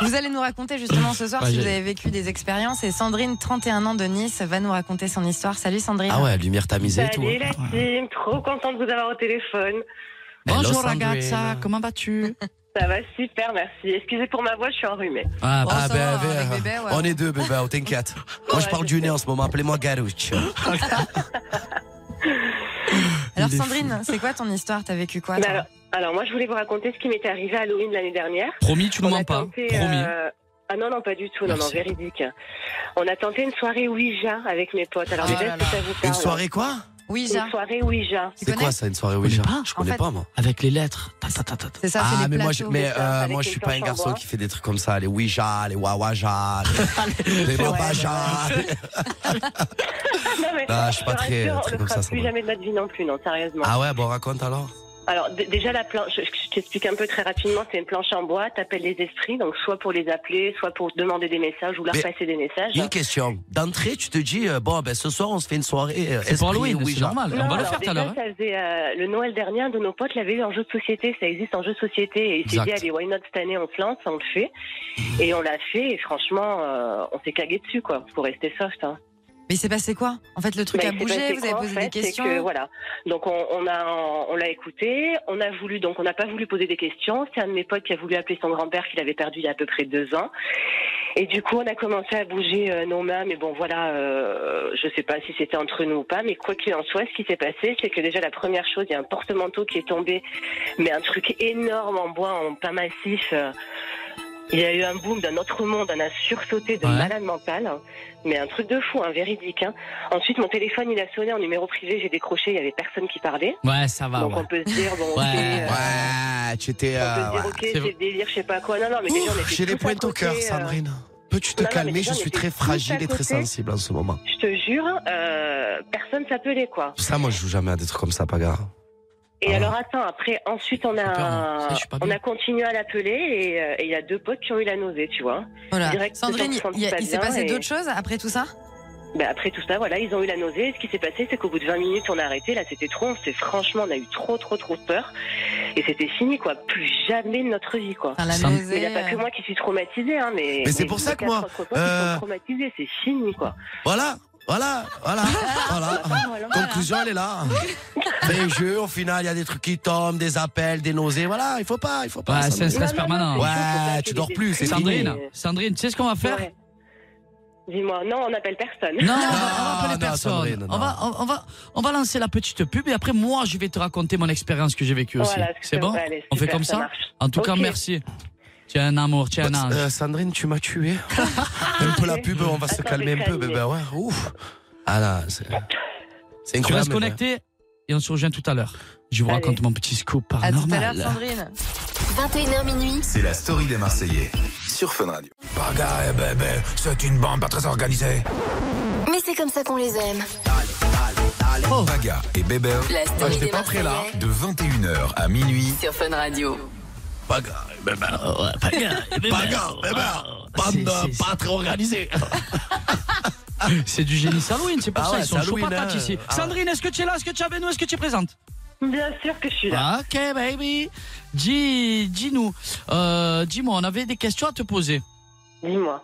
Speaker 2: Vous allez nous raconter justement ce soir
Speaker 5: Ouais,
Speaker 2: si vous
Speaker 5: j'ai-
Speaker 2: avez vécu des expériences. Et Sandrine, 31 ans de Nice, va nous raconter son histoire. Salut Sandrine.
Speaker 6: Ah ouais, lumière tamisée et tout.
Speaker 5: hein.
Speaker 8: Salut la team, trop contente de vous avoir au téléphone.
Speaker 6: Hello,
Speaker 5: Bonjour,
Speaker 6: Sandrine.
Speaker 5: ragazza, comment vas-tu
Speaker 8: Ça va super, merci. Excusez pour ma voix, je suis enrhumée.
Speaker 5: Ah,
Speaker 2: bah, ça
Speaker 6: ben,
Speaker 2: va,
Speaker 6: ben,
Speaker 2: avec bébé, ouais.
Speaker 6: on est deux, bébé, oh, t'inquiète. Moi, je
Speaker 8: Ouais,
Speaker 6: parle
Speaker 8: je
Speaker 6: du nez en ce moment, appelez-moi Garouche.
Speaker 2: Alors
Speaker 5: il est
Speaker 2: Sandrine, c'est quoi ton histoire T'as vécu quoi
Speaker 8: Mais
Speaker 2: toi
Speaker 8: Bah alors, alors, moi, je voulais vous raconter ce qui m'est arrivé à Halloween l'année dernière.
Speaker 5: Promis, tu ne mens pas.
Speaker 8: tenté,
Speaker 5: Promis.
Speaker 8: euh, Ah non, non, pas du tout, non,
Speaker 5: Merci.
Speaker 8: non, véridique. On a tenté une soirée Ouija avec mes potes. Alors,
Speaker 2: Oh
Speaker 8: déjà,
Speaker 2: là
Speaker 8: est-ce que ça vous
Speaker 6: Ah Une
Speaker 8: parle
Speaker 6: soirée quoi
Speaker 2: Oui,
Speaker 8: Une
Speaker 2: Jacques.
Speaker 8: soirée Ouija.
Speaker 2: Tu
Speaker 6: C'est
Speaker 2: connais
Speaker 6: quoi ça, une soirée Ouija
Speaker 5: connais pas.
Speaker 6: Je
Speaker 2: En fait,
Speaker 6: connais pas, moi.
Speaker 5: Avec les lettres. Ta, ta, ta, ta, ta.
Speaker 2: C'est ça,
Speaker 6: Ah,
Speaker 2: c'est les
Speaker 6: mais moi, je,
Speaker 2: plateaux.
Speaker 6: mais,
Speaker 8: c'est
Speaker 6: euh,
Speaker 8: ça, avec
Speaker 6: moi, je
Speaker 8: une
Speaker 6: suis pas un
Speaker 8: planche en
Speaker 6: garçon
Speaker 8: bois.
Speaker 6: qui fait des trucs comme ça, les Ouija, les Wawaja, les, les Babaja.
Speaker 8: Non, mais,
Speaker 6: Ah, je suis pas
Speaker 8: te
Speaker 6: très-
Speaker 8: rassure,
Speaker 6: très
Speaker 8: on ne
Speaker 6: comme
Speaker 8: fera
Speaker 6: ça,
Speaker 8: plus
Speaker 6: Sandra.
Speaker 8: jamais de notre vie non plus, non, sérieusement.
Speaker 6: Ah ouais, bon, raconte alors.
Speaker 8: Alors d- déjà la planche, je, je t'explique un peu très rapidement, c'est une planche en bois, t'appelles les esprits, donc soit pour les appeler, soit pour demander des messages ou leur
Speaker 6: Mais-
Speaker 8: passer des messages.
Speaker 6: Une question. D'entrée, tu te dis, euh, bon, ben, ce soir, on se fait une soirée. euh,
Speaker 5: C'est
Speaker 6: esprit
Speaker 5: pour Halloween, c'est
Speaker 6: Ouija.
Speaker 5: normal.
Speaker 8: Non,
Speaker 5: on va le
Speaker 8: alors,
Speaker 5: faire tout à
Speaker 8: déjà,
Speaker 5: l'heure. hein.
Speaker 8: ça faisait, euh, le Noël dernier, un de nos potes l'avait eu en jeu de société. Ça existe en jeu de société. Et il s'est
Speaker 5: Exact.
Speaker 8: dit, allez, why not cette année, on se lance, on le fait. Et on l'a fait. Et franchement, euh, on s'est cagué dessus, quoi, pour rester soft. hein.
Speaker 2: Mais il s'est passé quoi En fait, le truc
Speaker 8: Bah,
Speaker 2: a
Speaker 8: il s'est
Speaker 2: bougé,
Speaker 8: passé
Speaker 2: vous avez
Speaker 8: quoi, en
Speaker 2: posé
Speaker 8: fait,
Speaker 2: des
Speaker 8: c'est
Speaker 2: questions.
Speaker 8: que, voilà. Donc on, on a, on l'a écouté. On a voulu, donc on n'a pas voulu poser des questions. C'est un de mes potes qui a voulu appeler son grand-père qu'il avait perdu il y a à peu près deux ans. Et du coup, on a commencé à bouger euh, nos mains. Mais bon, voilà, euh, je sais pas si c'était entre nous ou pas. Mais quoi qu'il en soit, ce qui s'est passé, c'est que déjà la première chose, il y a un porte-manteau qui est tombé, mais un truc énorme en bois, en pain massif. euh, il y a eu un boom d'un autre monde, on a sursauté de
Speaker 5: Ouais.
Speaker 8: malade mental, hein. mais un truc de fou, hein, véridique. hein. Ensuite, mon téléphone, il a sonné en numéro privé, j'ai décroché, il y avait personne qui parlait.
Speaker 5: hein. Ouais, ça va.
Speaker 8: Donc
Speaker 5: ouais.
Speaker 8: on peut se dire, bon,
Speaker 5: Ouais.
Speaker 8: ok, euh,
Speaker 6: Ouais, tu étais.
Speaker 8: on peut
Speaker 6: euh,
Speaker 8: se
Speaker 6: ouais.
Speaker 8: dire, ok,
Speaker 5: C'est
Speaker 8: c'est
Speaker 5: vrai.
Speaker 8: le délire, je sais pas quoi. Non, non, mais déjà, on
Speaker 6: Ouh,
Speaker 8: était
Speaker 6: J'ai les
Speaker 8: tous à
Speaker 6: pointes au
Speaker 8: côté,
Speaker 6: cœur,
Speaker 8: euh,
Speaker 6: Sandrine. Peux-tu te
Speaker 8: non, non, mais
Speaker 6: calmer
Speaker 8: déjà,
Speaker 6: Je
Speaker 8: on
Speaker 6: suis
Speaker 8: était
Speaker 6: très
Speaker 8: tous
Speaker 6: fragile
Speaker 8: à
Speaker 6: et très
Speaker 8: côté.
Speaker 6: sensible en ce moment.
Speaker 8: Je te jure, euh, personne s'appelait, quoi.
Speaker 6: Ça, moi, je joue jamais à des trucs comme ça, Paga.
Speaker 8: Et
Speaker 6: Ah. hein.
Speaker 8: alors, attends, après, ensuite, on
Speaker 5: J'ai peur, moi.
Speaker 8: a,
Speaker 5: Ça, je suis pas
Speaker 8: on
Speaker 5: bien.
Speaker 8: a continué à l'appeler et euh, et il y a deux potes qui ont eu la nausée, tu vois.
Speaker 2: Voilà.
Speaker 8: direct,
Speaker 2: Sandrine,
Speaker 8: je sens que
Speaker 2: il, y a-
Speaker 8: ça
Speaker 2: il s'est
Speaker 8: vient
Speaker 2: passé
Speaker 8: et-
Speaker 2: d'autres choses après tout ça
Speaker 8: Bah, après tout ça, voilà, ils ont eu la nausée. Ce qui s'est passé, c'est qu'au bout de 20 minutes, on a arrêté. Là, c'était trop. On s'est franchement, on a eu trop, trop, trop peur. Et c'était fini, quoi. Plus jamais de notre vie, quoi.
Speaker 2: Enfin, la
Speaker 5: Sam-
Speaker 8: Il n'y
Speaker 2: nausée.
Speaker 8: a pas que
Speaker 2: euh,
Speaker 8: moi qui suis traumatisée, hein, mais.
Speaker 6: Mais c'est
Speaker 8: mais
Speaker 6: pour
Speaker 8: les
Speaker 6: ça que
Speaker 8: quatre
Speaker 6: moi,
Speaker 8: autres potes, ils
Speaker 6: euh,
Speaker 8: sont traumatisés, c'est fini, quoi.
Speaker 6: Voilà, voilà, voilà, voilà.
Speaker 8: Voilà.
Speaker 6: Conclusion, elle est là. Des jeux, au final, il y a des trucs qui tombent, des appels, des nausées. Voilà, il faut pas, il faut pas.
Speaker 8: Ah,
Speaker 5: Ouais,
Speaker 6: Sandrine.
Speaker 5: c'est un stress
Speaker 8: Non, non, non,
Speaker 5: permanent.
Speaker 8: c'est
Speaker 6: Ouais,
Speaker 8: chaud, faut pas
Speaker 6: tu
Speaker 8: que
Speaker 6: dors
Speaker 8: les
Speaker 6: plus, c'est
Speaker 8: esprits-
Speaker 5: Sandrine, Sandrine, tu sais ce qu'on va faire
Speaker 8: Ouais. Dis-moi, non, on n'appelle personne.
Speaker 5: Non, on va- on va
Speaker 6: Ah,
Speaker 5: appeler
Speaker 6: non, Sandrine,
Speaker 5: personne.
Speaker 6: non.
Speaker 5: On va, on, on va, on va lancer la petite pub et après, moi, je vais te raconter mon expérience que j'ai vécue aussi.
Speaker 8: Voilà,
Speaker 5: c'est bon
Speaker 8: allez,
Speaker 5: On fait
Speaker 8: super,
Speaker 5: comme ça
Speaker 8: marche.
Speaker 5: En tout cas,
Speaker 8: Ok.
Speaker 5: merci. Tu es un amour, tu es un ange.
Speaker 6: Euh, Sandrine, tu m'as tué. un peu la pub, on va se
Speaker 8: Attends,
Speaker 6: calmer
Speaker 8: je
Speaker 6: un
Speaker 8: vais
Speaker 6: peu.
Speaker 8: calmer.
Speaker 6: Ben ouais, ouf. Ah là, c'est c'est
Speaker 5: Tu
Speaker 6: incroyable.
Speaker 5: restes connecté et on se rejoint tout à l'heure. Je vous
Speaker 8: Allez.
Speaker 5: raconte mon petit scoop
Speaker 2: À tout à l'heure,
Speaker 5: paranormal.
Speaker 2: Sandrine.
Speaker 3: 21h minuit.
Speaker 1: C'est la story des Marseillais sur Fun Radio.
Speaker 9: Paga et bébé, c'est une bande pas très organisée.
Speaker 3: Mais c'est comme ça qu'on les aime.
Speaker 1: Paga et Bébé,
Speaker 3: La story
Speaker 1: Ah, j'étais
Speaker 3: des
Speaker 1: pas prêt là.
Speaker 3: Marseillais.
Speaker 1: De 21h à minuit
Speaker 3: Sur Fun Radio.
Speaker 6: Bagarre,
Speaker 1: eh
Speaker 6: ben ben,
Speaker 5: Oh, Ouais, bagarre, bébé.
Speaker 6: bagarre, ben ben. Bande
Speaker 5: C'est- c'est-
Speaker 6: pas très organisée.
Speaker 5: C'est du génie Halloween, c'est pour
Speaker 6: Ah
Speaker 5: ça
Speaker 6: ouais,
Speaker 5: ils sont
Speaker 6: c'est
Speaker 5: chauds
Speaker 6: Halloween,
Speaker 5: patates
Speaker 6: hein.
Speaker 5: ici.
Speaker 6: Ah.
Speaker 5: Sandrine, est-ce que tu es là Est-ce que tu es avec nous Est-ce que tu es présente
Speaker 8: Bien sûr que je suis là.
Speaker 5: Ok, baby. Dis, dis-nous, euh, dis-moi, on avait des questions à te poser.
Speaker 8: Dis-moi.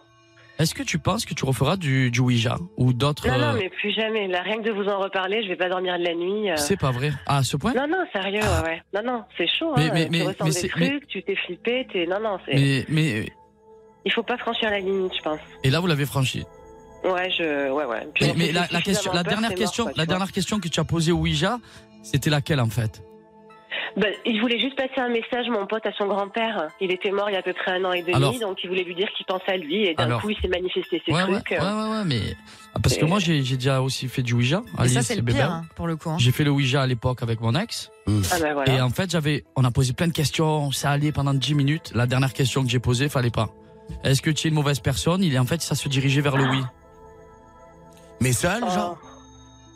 Speaker 5: Est-ce que tu penses que tu referas du, du Ouija ou d'autres
Speaker 8: Non, non,
Speaker 5: euh,
Speaker 8: mais plus jamais. Là, rien que de vous en reparler, je vais pas dormir de la nuit. euh.
Speaker 5: C'est pas vrai. Ah, à ce point
Speaker 8: Non, non, sérieux, ouais, ouais. Non, non, c'est chaud.
Speaker 5: Mais-
Speaker 8: hein.
Speaker 5: mais-
Speaker 8: tu
Speaker 5: mais-
Speaker 8: ressens
Speaker 5: mais c'est-
Speaker 8: des trucs, tu t'es flippé, t'es. Non, non, c'est.
Speaker 5: mais, mais
Speaker 8: Il faut pas franchir la limite, je pense.
Speaker 5: et là vous l'avez franchi.
Speaker 8: Ouais, je. Ouais, ouais. Puis
Speaker 5: Mais,
Speaker 8: en
Speaker 5: mais
Speaker 8: plus,
Speaker 5: la,
Speaker 8: j'ai
Speaker 5: la question,
Speaker 8: suffisamment
Speaker 5: la
Speaker 8: peur,
Speaker 5: dernière
Speaker 8: c'est
Speaker 5: question,
Speaker 8: mort, quoi,
Speaker 5: la
Speaker 8: tu vois.
Speaker 5: dernière question que tu as posée au Ouija, c'était laquelle en fait
Speaker 8: Ben, il voulait juste passer un message, mon pote, à son grand-père. Il était mort il y a à peu près un an et demi,
Speaker 5: Alors
Speaker 8: donc il voulait lui dire qu'il pensait à lui. Et d'un
Speaker 5: Alors
Speaker 8: coup, il s'est manifesté ses
Speaker 5: Ouais, ouais,
Speaker 8: trucs. euh.
Speaker 5: ouais, ouais, ouais, mais. ah, Parce que
Speaker 8: Et-
Speaker 5: moi, j'ai j'ai déjà aussi fait du Ouija. à
Speaker 2: Et ça,
Speaker 5: l'île
Speaker 2: c'est le
Speaker 5: Bébé.
Speaker 2: pire, hein, pour le coup. hein.
Speaker 5: J'ai fait le Ouija à l'époque avec mon ex.
Speaker 8: Ah ben
Speaker 5: Et
Speaker 8: voilà.
Speaker 5: en fait, j'avais, on a posé plein de questions, ça allait pendant 10 minutes. La dernière question que j'ai posée, fallait pas. Est-ce que tu es une mauvaise personne Il est en fait, ça se dirigeait vers le oui.
Speaker 6: Mais seul,
Speaker 8: Oh.
Speaker 6: genre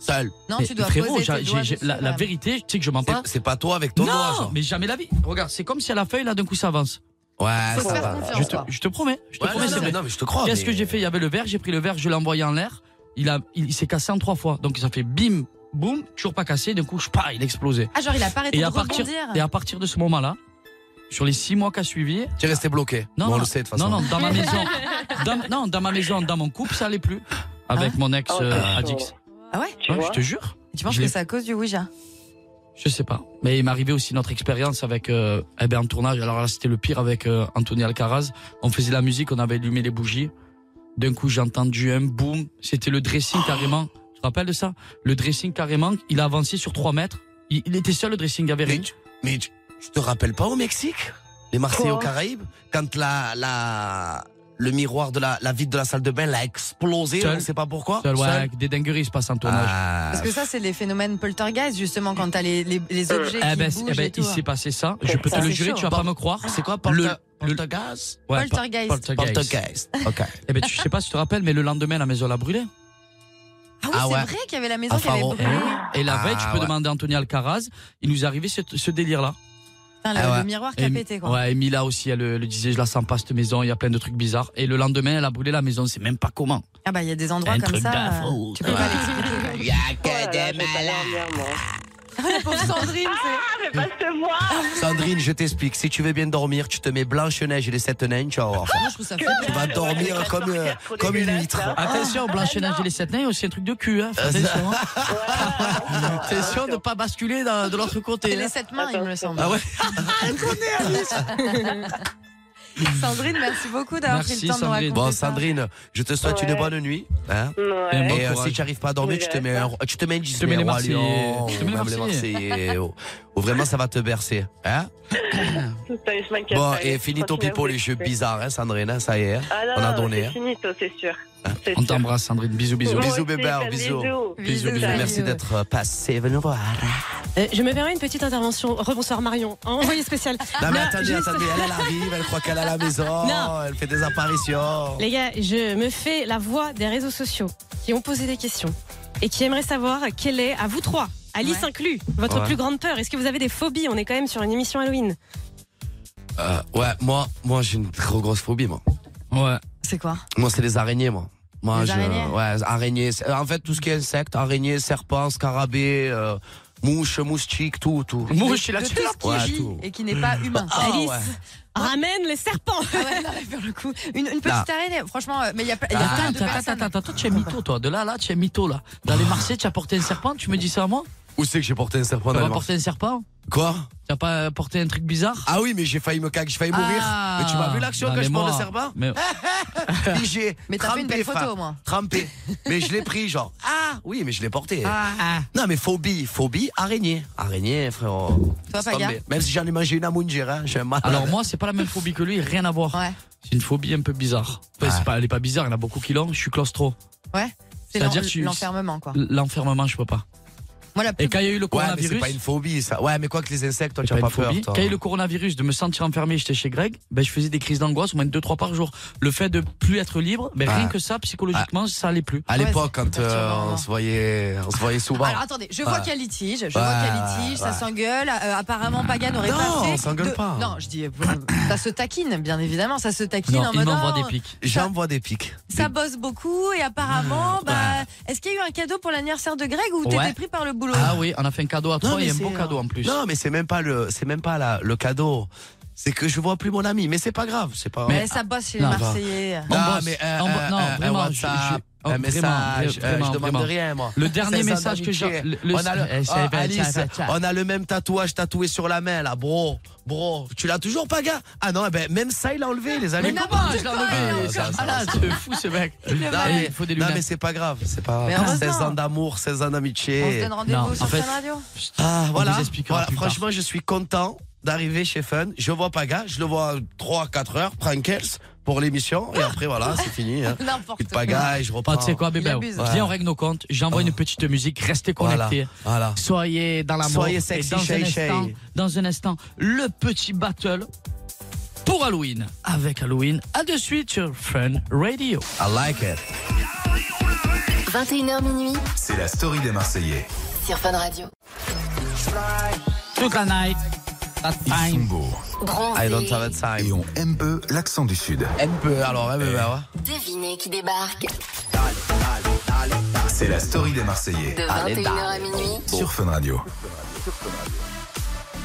Speaker 6: Seul.
Speaker 2: Non,
Speaker 5: Mais
Speaker 2: tu dois
Speaker 5: frérot,
Speaker 2: poser
Speaker 5: j'ai-
Speaker 2: tes
Speaker 5: j'ai-
Speaker 2: doigts
Speaker 5: j'ai-
Speaker 2: dessus,
Speaker 5: la, la
Speaker 2: madame.
Speaker 5: vérité, tu sais que je mens
Speaker 6: C'est-
Speaker 5: pas.
Speaker 6: C'est pas toi avec ton
Speaker 5: non,
Speaker 6: doigt, genre.
Speaker 5: mais jamais la vie. Regarde, c'est comme si à la feuille là d'un coup ça avance.
Speaker 6: Ouais,
Speaker 2: Faut se
Speaker 6: ça
Speaker 2: faire
Speaker 6: va.
Speaker 2: confiance,
Speaker 5: Je te,
Speaker 2: quoi.
Speaker 5: je te promets, je te
Speaker 6: Ouais,
Speaker 5: promets.
Speaker 6: non,
Speaker 5: c'est
Speaker 6: non,
Speaker 5: vrai.
Speaker 6: non, mais je te crois.
Speaker 5: Qu'est-ce
Speaker 6: mais-
Speaker 5: que j'ai fait Il y avait le verre, j'ai pris le verre, je l'ai envoyé en l'air. Il a, il, il s'est cassé en trois fois. Donc ça fait bim, boum, toujours pas cassé. D'un coup, je pars, il a explosé.
Speaker 2: Ah, genre, il a pas arrêté
Speaker 5: Et
Speaker 2: de
Speaker 5: à partir,
Speaker 2: rebondir.
Speaker 5: et à partir de ce moment-là, sur les six mois qu'a suivi,
Speaker 6: Tu es resté bloqué.
Speaker 5: Non,
Speaker 6: Bon, on
Speaker 5: non.
Speaker 6: le sait de toute
Speaker 5: non,
Speaker 6: façon.
Speaker 5: non, dans ma maison, dans, non, dans ma maison, dans mon couple, ça allait plus. Avec mon ex
Speaker 8: Ah ouais,
Speaker 5: euh,
Speaker 8: c'est chaud.
Speaker 5: addict.
Speaker 2: Ah ouais
Speaker 8: Tu
Speaker 5: Ouais,
Speaker 8: vois
Speaker 5: je te jure.
Speaker 2: Tu penses
Speaker 5: Je
Speaker 2: que
Speaker 5: l'ai-
Speaker 2: c'est à cause du Ouija
Speaker 5: Je sais pas. Mais il m'est arrivé aussi notre expérience avec euh, eh ben, un tournage. Alors là, c'était le pire avec euh, Anthony Alcaraz. On faisait la musique, on avait allumé les bougies. D'un coup, j'ai entendu un boom. C'était le dressing
Speaker 6: Oh.
Speaker 5: carrément. Tu te rappelles de ça Le dressing carrément, il a avancé sur 3 mètres. Il, il était seul, le dressing, il y avait
Speaker 6: Mais
Speaker 5: rien.
Speaker 6: tu, mais tu- tu te rappelles pas au Mexique Les Marseillais
Speaker 8: Quoi
Speaker 6: aux Caraïbes Quand la, la, le miroir de la, la vitre de la salle de bain l'a explosé,
Speaker 5: Seul.
Speaker 6: on sait pas pourquoi.
Speaker 5: Seul, ouais,
Speaker 6: Seul.
Speaker 5: avec des dingueries il se passe en tournage.
Speaker 6: Ah,
Speaker 2: Parce que ça, c'est les phénomènes poltergeist, justement, quand t'as les, les, les
Speaker 6: Euh,
Speaker 2: objets
Speaker 5: Eh
Speaker 2: qui
Speaker 5: ben,
Speaker 2: bougent
Speaker 5: eh ben,
Speaker 2: et tout. hein.
Speaker 5: il s'est passé ça. Je
Speaker 8: C'est
Speaker 5: peux te
Speaker 8: ça,
Speaker 5: le
Speaker 2: c'est
Speaker 5: jurer,
Speaker 2: chaud.
Speaker 5: tu vas pas me croire.
Speaker 6: c'est quoi
Speaker 5: Le-
Speaker 6: Poltergeist
Speaker 5: le-
Speaker 6: Poltergeist
Speaker 5: Ouais, pa-
Speaker 2: Poltergeist.
Speaker 6: Poltergeist.
Speaker 5: poltergeist.
Speaker 6: Ok.
Speaker 5: Eh ben, tu sais pas si tu te rappelles, mais le lendemain, la maison l'a brûlé.
Speaker 2: Ah oui,
Speaker 6: Ah
Speaker 2: c'est
Speaker 6: ouais.
Speaker 2: vrai qu'il y avait la maison
Speaker 6: Ah,
Speaker 2: qui avait
Speaker 6: Faro.
Speaker 2: brûlé.
Speaker 5: Et la
Speaker 6: Ah,
Speaker 5: veille, tu peux
Speaker 6: ouais.
Speaker 5: demander à Anthony Alcaraz. Il nous est arrivé ce, ce délire-là.
Speaker 2: Putain, le,
Speaker 6: Ah ouais.
Speaker 2: le miroir qui a
Speaker 5: Et-
Speaker 2: pété, quoi.
Speaker 5: Ouais, et Mila aussi, elle, le- le disait, je la sens pas cette maison, il y a plein de trucs bizarres. Et le lendemain, elle a brûlé la maison, c'est même pas comment.
Speaker 2: Ah bah, il y a des endroits
Speaker 5: Un
Speaker 2: comme
Speaker 5: truc
Speaker 2: ça.
Speaker 5: d'info.
Speaker 2: euh, Tu peux pas l'expliquer.
Speaker 6: Il y a
Speaker 8: Oh là
Speaker 6: que
Speaker 8: là,
Speaker 6: des
Speaker 8: j'ai pas
Speaker 6: malades.
Speaker 8: dormi, moi.
Speaker 2: Pour Sandrine, c'est.
Speaker 8: Ah, mais pas ce mois
Speaker 6: Sandrine, je t'explique. Si tu veux bien dormir, tu te mets Blanche-Neige et les sept nains, tu vas voir.
Speaker 5: Ah,
Speaker 2: Moi, Ah, je trouve ça fou.
Speaker 6: Tu vas dormir comme, euh, comme une
Speaker 2: hein.
Speaker 6: huître.
Speaker 5: Attention,
Speaker 2: Ah,
Speaker 5: Blanche Neige et les sept nains, aussi un truc de cul, hein. Fais Attention, hein. Attention de pas basculer dans- de l'autre
Speaker 2: C'est
Speaker 5: côté.
Speaker 2: les
Speaker 5: hein.
Speaker 2: sept mains, il me semble.
Speaker 5: Ah ouais.
Speaker 2: Sandrine, merci beaucoup d'avoir pris
Speaker 5: Merci,
Speaker 2: le temps de nous
Speaker 5: Sandrine.
Speaker 2: raconter
Speaker 6: Bon,
Speaker 2: ça.
Speaker 6: Sandrine, je te souhaite
Speaker 8: Ouais.
Speaker 6: une bonne nuit. hein.
Speaker 8: Ouais.
Speaker 5: Bon
Speaker 6: Et euh,
Speaker 5: courage.
Speaker 6: si tu arrives pas à dormir,
Speaker 8: Oui,
Speaker 6: tu te
Speaker 8: ouais.
Speaker 6: mets, un- tu te mets une
Speaker 5: te mets
Speaker 6: Disney, Roi
Speaker 5: les Marseillais.
Speaker 6: Lion,
Speaker 5: Tu te mets les
Speaker 6: ou même les
Speaker 5: Marseillais.
Speaker 6: Marseillais, ou- ou vraiment ça va te bercer. Hein
Speaker 8: Putain, je m'inquiète,
Speaker 6: bon,
Speaker 8: allez,
Speaker 6: et fini ton
Speaker 8: continuez à
Speaker 6: pipo,
Speaker 8: vous
Speaker 6: les jeux
Speaker 8: écouter.
Speaker 6: bizarres, hein, Sandrine, hein, ça y est. hein.
Speaker 8: Ah non,
Speaker 6: On a
Speaker 8: non,
Speaker 6: donné,
Speaker 8: C'est
Speaker 6: hein.
Speaker 8: fini, toi, c'est sûr. C'est
Speaker 5: On
Speaker 8: sûr.
Speaker 5: t'embrasse, Sandrine. Bisous, bisous.
Speaker 8: Moi
Speaker 6: Bisous,
Speaker 8: aussi,
Speaker 6: bébé,
Speaker 8: plein de
Speaker 6: bisous.
Speaker 2: Bisous,
Speaker 5: Bisous,
Speaker 2: bisous.
Speaker 6: Merci d'être euh, passé venu voir.
Speaker 7: Euh, je me permets une petite intervention. Rebonsoir Marion, en envoyé spécial.
Speaker 6: Non, mais
Speaker 5: Ah,
Speaker 7: Non,
Speaker 6: attendez,
Speaker 7: juste-
Speaker 6: attendez, elle, elle arrive, elle croit qu'elle est à la maison,
Speaker 7: Non.
Speaker 6: elle fait des apparitions.
Speaker 7: Les gars, je me fais la voix des réseaux sociaux qui ont posé des questions et qui aimeraient savoir quelle est, à vous trois, Alice
Speaker 2: Ouais.
Speaker 7: inclus, votre
Speaker 6: Ouais.
Speaker 7: plus grande peur. Est-ce que vous avez des phobies On est quand même sur une émission Halloween.
Speaker 6: Euh, ouais, moi, moi j'ai une trop grosse phobie, moi.
Speaker 5: Ouais.
Speaker 2: C'est quoi
Speaker 6: Moi, c'est les araignées, moi. Moi,
Speaker 2: Les
Speaker 6: je,
Speaker 2: araignées
Speaker 6: ouais, araignées. c'est- euh, En fait, tout ce qui est insectes, araignées, serpents, scarabées, euh, mouches, moustiques, tout, tout.
Speaker 5: Moi, je suis
Speaker 2: De
Speaker 5: là-dessus.
Speaker 2: tout ce qui
Speaker 6: Ouais,
Speaker 2: vit
Speaker 6: tout.
Speaker 2: et qui n'est pas humain.
Speaker 6: Ah,
Speaker 7: Alice,
Speaker 6: ouais.
Speaker 7: ramène les serpents
Speaker 2: Ah ouais, non, mais pour le coup, une, une petite araignée, franchement, euh, mais il y a, pas- il y a
Speaker 5: Attends,
Speaker 2: plein de
Speaker 5: Ah, attends, attends,
Speaker 2: personnes.
Speaker 5: attends, attends, toi, tu es mytho, toi. De là, là, tu es mytho, là. Dans les Marseilles, tu as porté un serpent, tu me dis ça à moi
Speaker 6: Où c'est que j'ai porté un serpent
Speaker 5: Tu
Speaker 6: dans
Speaker 5: pas
Speaker 6: les mains
Speaker 5: porté un serpent
Speaker 6: Quoi
Speaker 5: Tu pas porté un truc bizarre
Speaker 6: Ah oui, mais j'ai failli me caguer, j'ai failli mourir.
Speaker 5: Ah.
Speaker 6: mais tu m'as vu l'action
Speaker 5: Non,
Speaker 6: quand
Speaker 5: mais
Speaker 6: je prends le
Speaker 5: moi-
Speaker 6: serpent
Speaker 5: mais-
Speaker 6: J'ai
Speaker 2: Mais t'as fait une belle photo, au moins.
Speaker 6: Trempé. Mais je l'ai pris, genre. Ah oui, mais je l'ai porté.
Speaker 2: Ah,
Speaker 6: Non, mais phobie, phobie, araignée. Araignée, frérot.
Speaker 2: Toi, Paga
Speaker 6: Tombé. Même si j'en ai mangé une à Munger, hein, j'ai un mal.
Speaker 5: Alors moi, c'est pas la même phobie que lui, rien à voir.
Speaker 2: Ouais.
Speaker 5: C'est une phobie un peu bizarre. Enfin, c'est
Speaker 6: Ouais.
Speaker 5: pas, elle est pas bizarre, il y en a beaucoup qui l'ont. Je suis claustro.
Speaker 2: C'est
Speaker 5: C'est-à-dire
Speaker 2: l'en-
Speaker 5: que tu-
Speaker 2: l'enfermement, quoi.
Speaker 5: L'enfermement, je peux pas.
Speaker 2: Moi, la plus
Speaker 5: Et quand il y a eu le
Speaker 6: Ouais, mais c'est
Speaker 5: coronavirus,
Speaker 6: pas une phobie, ça. Ouais, mais quoi que les insectes, toi,
Speaker 5: c'est
Speaker 6: tu as
Speaker 5: pas
Speaker 6: pas
Speaker 5: une
Speaker 6: peur.
Speaker 5: phobie.
Speaker 6: toi.
Speaker 5: Quand il y a eu le coronavirus, de me sentir enfermé, j'étais chez Greg, ben, je faisais des crises d'angoisse au moins deux trois par jour. Le fait de plus être libre, ben, rien
Speaker 6: Ouais. Ah.
Speaker 5: que ça, psychologiquement, ça allait plus.
Speaker 6: À
Speaker 2: Ouais,
Speaker 6: l'époque,
Speaker 2: c'est
Speaker 6: quand euh,
Speaker 2: perturbant.
Speaker 6: on se voyait, on se voyait souvent.
Speaker 2: Alors attendez, je vois
Speaker 6: Ouais.
Speaker 2: qu'il y a litige, je
Speaker 6: Ouais,
Speaker 2: vois qu'il y a litige, ça
Speaker 6: Ah. ouais.
Speaker 2: s'engueule. euh, apparemment, Paga n'aurait
Speaker 6: Non,
Speaker 2: pas fait.
Speaker 6: on s'engueule
Speaker 2: de-
Speaker 6: pas.
Speaker 2: Non, je dis, euh, ça se taquine, bien évidemment, ça se taquine
Speaker 5: Non,
Speaker 2: en
Speaker 5: il
Speaker 2: mode.
Speaker 5: m'envoie
Speaker 2: oh,
Speaker 5: des pics.
Speaker 6: J'envoie des pics.
Speaker 2: Ça bosse beaucoup et apparemment, bah, est-ce qu'il y a eu un cadeau pour l'anniversaire de Greg ou
Speaker 5: Ouais.
Speaker 2: t'étais pris par le boulot
Speaker 5: Ah oui, on a fait un cadeau à
Speaker 6: Non,
Speaker 5: trois
Speaker 6: mais
Speaker 5: et un
Speaker 6: c'est- euh,
Speaker 5: beau cadeau en plus.
Speaker 6: Non, mais c'est même pas le, c'est même pas la- le cadeau. C'est que je vois plus mon ami, mais c'est pas grave, c'est pas.
Speaker 2: mais ça bosse chez les
Speaker 5: Non,
Speaker 2: Marseillais.
Speaker 5: On
Speaker 6: Non,
Speaker 5: bosse.
Speaker 6: mais euh,
Speaker 5: On bo-
Speaker 6: euh,
Speaker 5: non,
Speaker 6: euh,
Speaker 5: vraiment,
Speaker 6: WhatsApp,
Speaker 5: Oh,
Speaker 6: un
Speaker 5: vraiment,
Speaker 6: message.
Speaker 5: vra-
Speaker 6: euh,
Speaker 5: vraiment,
Speaker 6: je demande
Speaker 5: vraiment.
Speaker 6: rien, moi.
Speaker 5: Le dernier
Speaker 6: C'est ça,
Speaker 5: message que
Speaker 6: d'amitié.
Speaker 5: j'ai- le- le-
Speaker 6: On a le-
Speaker 5: Eh, c'est
Speaker 6: Ah,
Speaker 5: bien,
Speaker 6: Alice,
Speaker 5: tiens, tiens.
Speaker 6: on a le même tatouage tatoué sur la main, là, bro. Bro, tu l'as toujours pas, gars Ah non, eh ben, même ça, il l'a enlevé, les amis.
Speaker 5: Mais comment je l'ai enlevé
Speaker 6: ça, ça,
Speaker 5: Ah là, c'est fou ce mec.
Speaker 6: Non,
Speaker 5: Eh,
Speaker 6: mais,
Speaker 5: Il faut des
Speaker 6: non, mais
Speaker 5: lunettes.
Speaker 6: c'est pas grave, c'est pas
Speaker 2: Mais
Speaker 6: grave.
Speaker 2: heureusement.
Speaker 6: 16 ans d'amour, 16 ans
Speaker 2: On se
Speaker 6: d'amitié.
Speaker 2: donne
Speaker 5: Non,
Speaker 2: rendez-vous sur
Speaker 5: en fait-
Speaker 2: Fun Radio
Speaker 6: Ah, voilà.
Speaker 5: vous expliquera
Speaker 6: Voilà,
Speaker 5: plus tard.
Speaker 6: franchement, je suis content d'arriver chez Fun. Je vois Paga, je le vois 3-4 heures, prankels pour l'émission, et après, voilà, c'est fini. Hein.
Speaker 2: N'importe
Speaker 6: Plus de
Speaker 2: quoi.
Speaker 6: Paga, et je reprends. Ah.
Speaker 5: Ah, tu sais quoi, bébé,
Speaker 2: Il abuse.
Speaker 5: viens, on règle nos comptes. J'envoie une petite musique, restez
Speaker 6: Voilà,
Speaker 5: connectés.
Speaker 6: voilà.
Speaker 5: Soyez dans la
Speaker 6: Soyez sexy,
Speaker 5: dans,
Speaker 6: chérie,
Speaker 5: un instant,
Speaker 6: chérie.
Speaker 5: dans un instant, le petit battle pour Halloween. Avec Halloween, à de suite sur Fun Radio.
Speaker 6: I like it.
Speaker 3: 21h minuit
Speaker 1: C'est la story des Marseillais.
Speaker 3: sur Fun Radio.
Speaker 5: Toute la night, that
Speaker 1: Ils sont
Speaker 5: time. Oh,
Speaker 1: beaux.
Speaker 3: Bronzé.
Speaker 6: I don't have a
Speaker 1: Et
Speaker 6: time.
Speaker 1: on aime peu l'accent du Sud. Eh,
Speaker 6: Un peu, alors, ouais, ouais, ouais, ouais.
Speaker 3: Devinez qui débarque
Speaker 1: C'est la story des Marseillais.
Speaker 3: de 21h à minuit.
Speaker 1: Sur Fun Radio.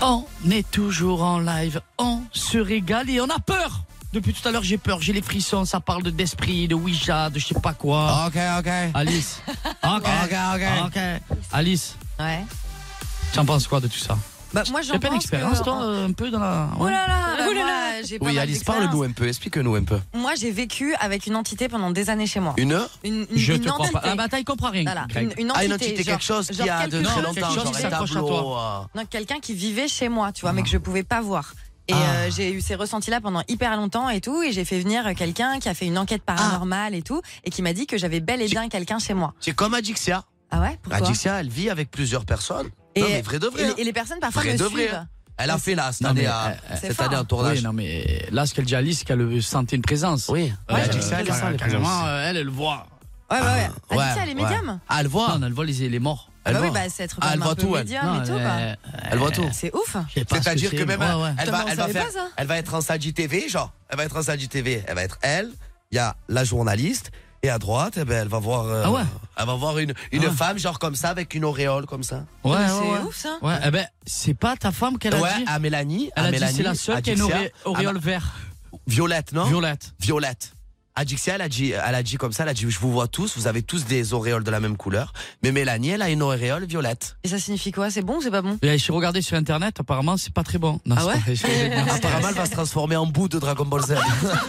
Speaker 5: On est toujours en live, on se régale et on a peur. Depuis tout à l'heure, j'ai peur, j'ai les frissons, ça parle de- d'esprit, de Ouija, de je sais pas quoi.
Speaker 6: Ok, ok.
Speaker 5: Alice. Ok.
Speaker 6: Ok, ok.
Speaker 5: Ok. Alice,
Speaker 2: Ouais.
Speaker 5: tu en penses quoi de tout ça
Speaker 2: Bah, moi,
Speaker 5: J'ai
Speaker 2: j'en
Speaker 5: pas
Speaker 2: pense
Speaker 5: d'expérience,
Speaker 2: que-
Speaker 5: toi, euh, un peu dans la.
Speaker 2: Oh
Speaker 5: ouais.
Speaker 2: là là, bah
Speaker 7: Oh là
Speaker 2: moi,
Speaker 7: là.
Speaker 2: j'ai pas
Speaker 6: Oui,
Speaker 2: mal
Speaker 6: Alice,
Speaker 2: d'expérience.
Speaker 6: parle-nous un peu, explique-nous un peu.
Speaker 2: Moi, j'ai vécu avec une entité pendant des années chez moi.
Speaker 6: Une heure
Speaker 2: Une, une,
Speaker 5: Je
Speaker 2: une
Speaker 5: te crois
Speaker 2: entité.
Speaker 5: pas. Ah bah, t'as, il comprend rien.
Speaker 2: Voilà,
Speaker 5: Greg.
Speaker 2: une, une entité,
Speaker 6: Ah, une entité,
Speaker 2: genre-
Speaker 6: quelque chose qui
Speaker 2: genre
Speaker 6: a de
Speaker 2: quelque
Speaker 6: très
Speaker 2: chose,
Speaker 6: longtemps,
Speaker 5: quelque
Speaker 6: genre
Speaker 5: chose qui
Speaker 6: un
Speaker 5: s'accroche à
Speaker 6: tableau.
Speaker 2: euh. Non, quelqu'un qui vivait chez moi, tu vois, mais que je pouvais pas voir. Et
Speaker 5: Ah.
Speaker 2: euh, j'ai eu ces ressentis-là pendant hyper longtemps et tout, et j'ai fait venir euh, quelqu'un qui a fait une enquête
Speaker 5: Ah.
Speaker 2: paranormale et tout, et qui m'a dit que j'avais bel et bien quelqu'un chez moi.
Speaker 6: euh, C'est comme Adixia.
Speaker 2: Ah ouais Pourquoi
Speaker 6: Adixia, elle vit avec plusieurs personnes.
Speaker 2: et,
Speaker 6: non, mais vrai de
Speaker 2: et,
Speaker 6: vrai.
Speaker 2: les- et les personnes parfois
Speaker 6: Vrai
Speaker 2: me
Speaker 6: de
Speaker 2: suivent.
Speaker 6: vrai, Elle a fait là, cette
Speaker 5: Non,
Speaker 6: année,
Speaker 5: mais,
Speaker 6: à-
Speaker 5: euh,
Speaker 2: c'est
Speaker 6: cette
Speaker 2: fort.
Speaker 6: année en
Speaker 5: Oui,
Speaker 6: tournage.
Speaker 5: non, mais là, ce qu'elle dit à Alice, c'est qu'elle sentait une présence.
Speaker 6: Oui,
Speaker 5: Euh,
Speaker 6: Ouais, Adixia, elle est ça, les
Speaker 5: carrément,
Speaker 6: présences.
Speaker 5: euh, elle, elle voit.
Speaker 2: Ouais, ouais, ouais. Ah,
Speaker 6: Ouais,
Speaker 2: dis ça, elle est
Speaker 6: ouais.
Speaker 2: médium
Speaker 6: Ah, elle voit.
Speaker 5: Non, elle voit les, les morts.
Speaker 2: Ah
Speaker 6: Elle
Speaker 2: bah oui,
Speaker 6: voit.
Speaker 2: bah, c'est être
Speaker 6: Ah,
Speaker 2: quand
Speaker 6: elle
Speaker 2: même
Speaker 6: voit
Speaker 2: un peu
Speaker 6: tout, elle.
Speaker 2: médium et
Speaker 5: Non,
Speaker 2: tout,
Speaker 5: elle-
Speaker 2: bah.
Speaker 6: Elle voit tout.
Speaker 2: C'est ouf.
Speaker 5: je sais pas ce
Speaker 6: C'est-à-dire que,
Speaker 5: c'est.
Speaker 6: même
Speaker 5: Ouais,
Speaker 6: elle-
Speaker 5: ouais.
Speaker 6: elle
Speaker 2: Putain,
Speaker 6: va,
Speaker 2: mais on
Speaker 6: elle va
Speaker 2: savait
Speaker 6: faire,
Speaker 2: pas ça.
Speaker 6: elle va être en Sagi TV, genre, elle va être en Sagi TV, elle va être elle. Il y a la journaliste et à droite, eh ben, elle va voir, euh,
Speaker 5: Ah ouais.
Speaker 6: elle va voir une, une
Speaker 5: Ah ouais.
Speaker 6: femme genre comme ça avec une auréole comme ça.
Speaker 2: Ah,
Speaker 5: Ouais,
Speaker 2: Mais
Speaker 5: ouais, ouais.
Speaker 2: C'est ouf ça.
Speaker 5: Ouais, eh ben, c'est pas ta femme qu'elle a
Speaker 6: ouais,
Speaker 5: dit.
Speaker 6: à Mélanie,
Speaker 5: Elle
Speaker 6: à
Speaker 5: a dit
Speaker 6: Ah, Mélanie,
Speaker 5: c'est la seule qui a une
Speaker 6: Adixia,
Speaker 5: auré- auréole vert.
Speaker 6: à- violette, non
Speaker 5: Violette.
Speaker 6: Violette. Adixia, elle a dit, elle a dit comme ça, elle a dit je vous vois tous, vous avez tous des auréoles de la même couleur, mais Mélanie, elle a une auréole violette.
Speaker 2: Et ça signifie quoi C'est bon ou c'est pas bon
Speaker 5: Et j'ai regardé sur internet, apparemment, c'est pas très bon. Non,
Speaker 2: Ah
Speaker 5: c'est
Speaker 2: ouais
Speaker 5: pas vrai, je vais- non, c'est pas vrai.
Speaker 6: Apparemment, elle va se transformer en bout de Dragon Ball Z.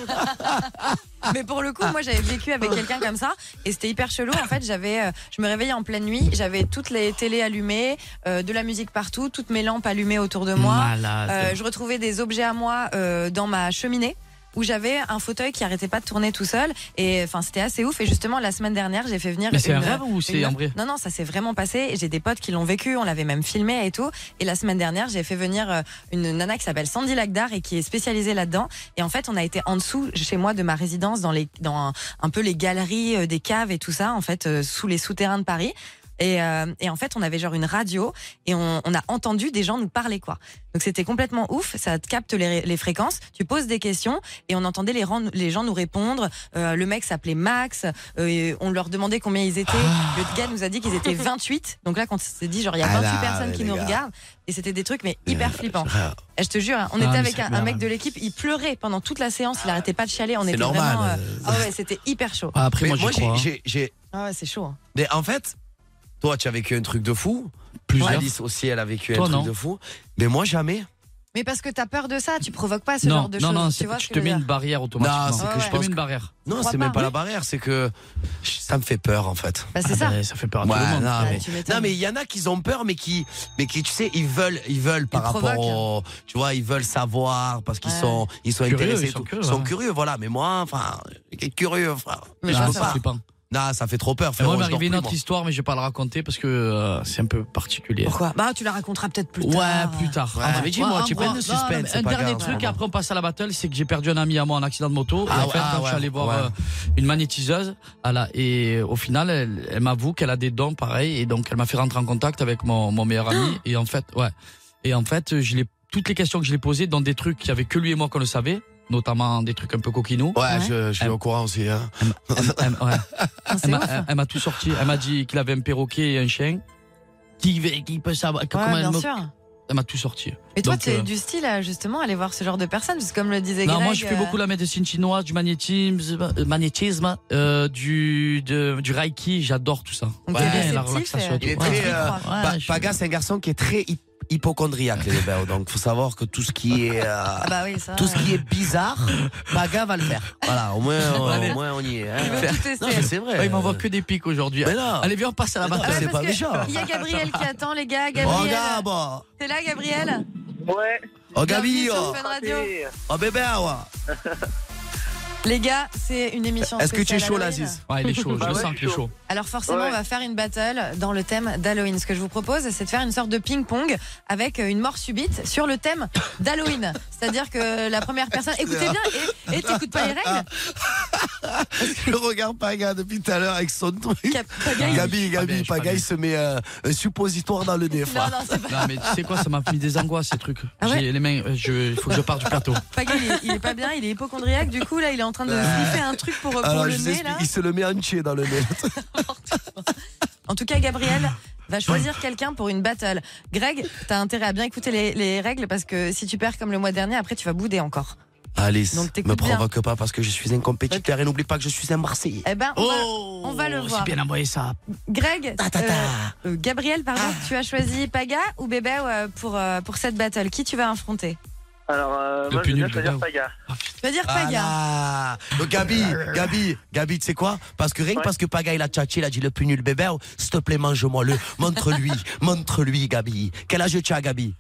Speaker 2: Mais pour le coup, moi j'avais vécu avec quelqu'un comme ça et c'était hyper chelou. En fait, j'avais, euh, je me réveillais en pleine nuit, j'avais toutes les télés allumées, euh, de la musique partout, toutes mes lampes allumées autour de moi.
Speaker 5: Malade.
Speaker 2: Euh, je retrouvais des objets à moi euh, dans ma cheminée où j'avais un fauteuil qui arrêtait pas de tourner tout seul et enfin c'était assez ouf et justement la semaine dernière j'ai fait venir
Speaker 5: Mais c'est un
Speaker 2: une-
Speaker 5: rêve ou c'est
Speaker 2: une-
Speaker 5: en vrai
Speaker 2: non non ça s'est vraiment passé et j'ai des potes qui l'ont vécu on l'avait même filmé et tout et la semaine dernière j'ai fait venir euh, une nana qui s'appelle Sandy Lagdar et qui est spécialisée là-dedans et en fait on a été en dessous chez moi de ma résidence dans les dans un, un peu les galeries euh, des caves et tout ça en fait euh, sous les souterrains de Paris et, euh, et en fait, on avait genre une radio et on, on a entendu des gens nous parler quoi. Donc c'était complètement ouf. Ça te capte les, les fréquences. Tu poses des questions et on entendait les, ren- les gens nous répondre. Euh, le mec s'appelait Max. euh, et on leur demandait combien ils étaient.
Speaker 5: Ah.
Speaker 2: Le gars nous a dit qu'ils étaient 28. Donc là, quand on s'est dit genre il y a
Speaker 6: Ah
Speaker 2: 28
Speaker 6: là,
Speaker 2: personnes
Speaker 6: mais
Speaker 2: qui
Speaker 6: les
Speaker 2: nous
Speaker 6: gars.
Speaker 2: regardent et c'était des trucs mais hyper flippants.
Speaker 6: Ah,
Speaker 2: Et je te jure, hein, on
Speaker 5: Euh, Ah, mais
Speaker 2: était avec
Speaker 5: c'est
Speaker 2: un, un
Speaker 5: normal.
Speaker 2: mec de l'équipe. Il pleurait pendant toute la séance. Il arrêtait pas de chialer. On
Speaker 6: C'est
Speaker 2: était
Speaker 6: normal,
Speaker 2: vraiment. euh,
Speaker 6: euh,
Speaker 2: ah ouais, c'était hyper chaud.
Speaker 5: Ah, Après,
Speaker 6: Mais
Speaker 5: moi, j'y
Speaker 6: j'ai-
Speaker 5: crois. hein.
Speaker 6: j'ai- j'ai
Speaker 2: Ah ouais, c'est chaud. hein.
Speaker 6: Mais en fait, toi, tu as vécu un truc de fou.
Speaker 5: Plusieurs.
Speaker 6: Alice aussi, elle a vécu
Speaker 5: Toi,
Speaker 6: un
Speaker 5: non.
Speaker 6: truc de fou. Mais moi, jamais.
Speaker 2: Mais parce que t'as peur de ça, tu provoques pas Ah, ce
Speaker 5: non,
Speaker 2: genre de
Speaker 5: non,
Speaker 2: choses.
Speaker 5: non,
Speaker 2: tu
Speaker 5: c'est
Speaker 2: vois
Speaker 5: que
Speaker 2: ce
Speaker 5: je
Speaker 2: que
Speaker 5: te
Speaker 2: je veux
Speaker 5: mets
Speaker 2: dire
Speaker 5: une barrière automatiquement.
Speaker 6: Non, c'est
Speaker 2: que
Speaker 5: je
Speaker 2: je
Speaker 5: te
Speaker 6: pense
Speaker 5: mets une
Speaker 6: que-
Speaker 5: barrière.
Speaker 6: Non,
Speaker 2: crois
Speaker 6: c'est même
Speaker 2: pas.
Speaker 6: pas la barrière, c'est que ça me fait peur, en fait.
Speaker 2: Bah, c'est
Speaker 5: Ah
Speaker 2: ça.
Speaker 5: ben, ça fait peur à tout
Speaker 6: Ouais,
Speaker 5: le monde.
Speaker 6: non,
Speaker 2: Ouais,
Speaker 6: mais...
Speaker 2: tu m'étonnes.
Speaker 6: Non mais il y en a qui ont peur mais qui mais qui tu sais ils veulent ils veulent par
Speaker 2: Ils
Speaker 6: rapport
Speaker 2: provoquent.
Speaker 6: au- tu vois ils veulent savoir parce qu'ils
Speaker 2: Ouais.
Speaker 6: sont ils sont
Speaker 5: Curieux,
Speaker 6: intéressés
Speaker 5: ils sont
Speaker 6: et tout.
Speaker 5: curieux, hein.
Speaker 6: Ils sont
Speaker 5: ouais.
Speaker 6: curieux voilà mais moi enfin curieux frère.
Speaker 2: Mais
Speaker 6: Je
Speaker 2: je
Speaker 5: Ah,
Speaker 2: vois
Speaker 6: peux
Speaker 5: c'est
Speaker 2: ça.
Speaker 6: pas.
Speaker 5: flippant.
Speaker 6: Non, ça fait trop peur
Speaker 5: Et
Speaker 6: frère.
Speaker 5: moi, il m'est arrivé une autre histoire, mais je vais pas la raconter parce que euh, c'est un peu particulier.
Speaker 2: Pourquoi Bah, tu la raconteras peut-être plus tard.
Speaker 5: Ouais, plus tard.
Speaker 6: Ouais,
Speaker 5: Ah, bah,
Speaker 6: mais dis-moi,
Speaker 5: ouais,
Speaker 6: tu
Speaker 5: en
Speaker 6: prends
Speaker 5: gros,
Speaker 6: le
Speaker 5: non, non,
Speaker 6: suspense,
Speaker 5: mais
Speaker 6: c'est
Speaker 5: Un
Speaker 6: pas
Speaker 5: dernier
Speaker 6: grave,
Speaker 5: truc,
Speaker 6: vraiment.
Speaker 5: après on passe à la battle, c'est que j'ai perdu un ami à moi en accident de moto. et
Speaker 6: Ah
Speaker 5: en
Speaker 6: ouais,
Speaker 5: fait,
Speaker 6: ah
Speaker 5: quand je
Speaker 6: ouais,
Speaker 5: suis allé voir
Speaker 6: ouais.
Speaker 5: euh, une magnétiseuse, elle a, et au final, elle, elle m'avoue qu'elle a des dons pareil, et donc elle m'a fait rentrer en contact avec mon, mon meilleur ami. Et en fait, ouais. Et en fait, je l'ai, toutes les questions que je l'ai posées dans des trucs qui avaient que lui et moi qu'on le savait, notamment des trucs un peu coquinous.
Speaker 6: Ouais, Je, je suis au courant aussi hein.
Speaker 5: Elle- elle- ouais.
Speaker 2: Ah, c'est
Speaker 5: Elle m'a-
Speaker 2: ouf.
Speaker 5: elle- elle m'a tout sorti. Elle m'a dit qu'il avait un perroquet et un chien. Qui, qui peut savoir
Speaker 2: Ouais,
Speaker 5: comment elle
Speaker 2: bien
Speaker 5: me-
Speaker 2: sûr.
Speaker 5: elle m'a tout sorti.
Speaker 2: Mais toi,
Speaker 5: Donc,
Speaker 2: tu es
Speaker 5: euh,
Speaker 2: du style à justement aller voir ce genre de personnes, parce que comme le disait
Speaker 5: Non,
Speaker 2: Greg,
Speaker 5: moi je fais
Speaker 2: euh,
Speaker 5: beaucoup la médecine chinoise, du magnétisme, euh, magnétisme euh, du, de- du reiki, j'adore tout ça.
Speaker 2: Donc,
Speaker 5: Ouais,
Speaker 2: t'es réceptif,
Speaker 5: la relaxation et tout.
Speaker 6: Il est
Speaker 5: Ouais.
Speaker 6: très, euh,
Speaker 2: Ouais,
Speaker 5: Ouais,
Speaker 6: Pa-
Speaker 5: je suis-
Speaker 6: Paga, c'est un garçon qui est très hy- hypochondriaque, les bébés. Donc, faut savoir que tout ce qui est. euh,
Speaker 2: Ah bah oui, ça.
Speaker 6: Tout ce qui est bizarre, Paga va le faire. Voilà, au moins, euh, au moins on y est. hein.
Speaker 2: veut tout tester.
Speaker 6: Non, mais c'est vrai.
Speaker 5: Ouais, il m'envoie que des pics aujourd'hui.
Speaker 6: Mais non.
Speaker 5: Allez, viens, on passe à la
Speaker 6: Mais non,
Speaker 5: matinale.
Speaker 2: ouais,
Speaker 6: c'est
Speaker 2: parce
Speaker 6: pas
Speaker 2: que
Speaker 6: méchant.
Speaker 2: euh, Il y a Gabriel qui attend, les gars.
Speaker 6: Oh,
Speaker 2: Gabriel.
Speaker 6: Gabo
Speaker 2: T'es là, Gabriel
Speaker 8: Ouais.
Speaker 2: Bienvenue
Speaker 6: Oh, Gabi
Speaker 2: sur
Speaker 6: Oh,
Speaker 2: Fun Radio.
Speaker 6: oh, bébé ouais.
Speaker 2: Les gars, c'est une émission
Speaker 6: Est-ce que tu es
Speaker 2: spéciale
Speaker 6: chaud,
Speaker 2: Halloween.
Speaker 6: l'Aziz
Speaker 5: Ouais, il est chaud, je
Speaker 8: Bah
Speaker 5: le
Speaker 8: ouais,
Speaker 5: sens
Speaker 8: je
Speaker 5: qu'il est
Speaker 8: suis
Speaker 5: chaud.
Speaker 2: Alors forcément,
Speaker 8: Ouais.
Speaker 2: on va faire une battle dans le thème d'Halloween. Ce que je vous propose, c'est de faire une sorte de ping-pong avec euh, une mort subite sur le thème d'Halloween. C'est-à-dire que la première personne... Écoutez bien, et- et t'écoutes pas les règles
Speaker 6: Je regarde Paga depuis tout à l'heure avec son truc.
Speaker 2: Cap- Pagaille.
Speaker 6: Gabi,
Speaker 5: Ah, bien, je
Speaker 6: Gabi,
Speaker 5: suis pas
Speaker 6: Paga, il
Speaker 5: bien.
Speaker 6: se met euh, un suppositoire dans le nez.
Speaker 2: Non,
Speaker 6: frère.
Speaker 2: non, c'est pas...
Speaker 5: Non, mais tu sais quoi, ça m'a mis des angoisses, ces trucs.
Speaker 2: Ah ouais
Speaker 5: J'ai les mains, euh, je, il faut que je parte du plateau.
Speaker 2: Pagaille, il, est- il est pas bien, il est hypochondriaque. Du coup, là, il est en train de sniffer un truc pour, pour
Speaker 6: Euh, Alors,
Speaker 2: le
Speaker 6: je vous
Speaker 2: nez,
Speaker 6: explique,
Speaker 2: là.
Speaker 6: il se le met entier dans le nez.
Speaker 2: En tout cas, Gabriel va choisir quelqu'un pour une battle. Greg, t'as intérêt à bien écouter les, les règles parce que si tu perds comme le mois dernier, après, tu vas bouder encore.
Speaker 6: Alice,
Speaker 2: Donc, t'écoutes
Speaker 6: me provoque pas parce que je suis un compétiteur et n'oublie pas que je suis un Marseillais.
Speaker 2: Eh ben, on va- on va le
Speaker 5: c'est
Speaker 2: voir.
Speaker 5: bien envoyé ça.
Speaker 2: Greg,
Speaker 6: Oh, Ta, ta, Ah. ta.
Speaker 2: euh, euh, Gabriel, pardon, tu as choisi Paga ou Bébé euh, pour, euh, pour cette battle. Qui tu vas affronter
Speaker 8: Alors, euh,
Speaker 5: Le
Speaker 8: moi, je
Speaker 5: plus
Speaker 8: veux bien
Speaker 5: nul,
Speaker 8: choisir
Speaker 5: le
Speaker 8: Paga.
Speaker 2: Tu vas dire
Speaker 6: Ah
Speaker 2: Paga.
Speaker 6: Voilà. Donc Gabi, Gabi, Gabi, tu sais quoi Parce que rien que
Speaker 8: Ouais.
Speaker 6: parce que Paga il a tchatché, il a dit le plus nul bébé, oh, s'il te plaît mange-moi le, montre-lui, montre-lui Gabi. Quel âge tu as Gabi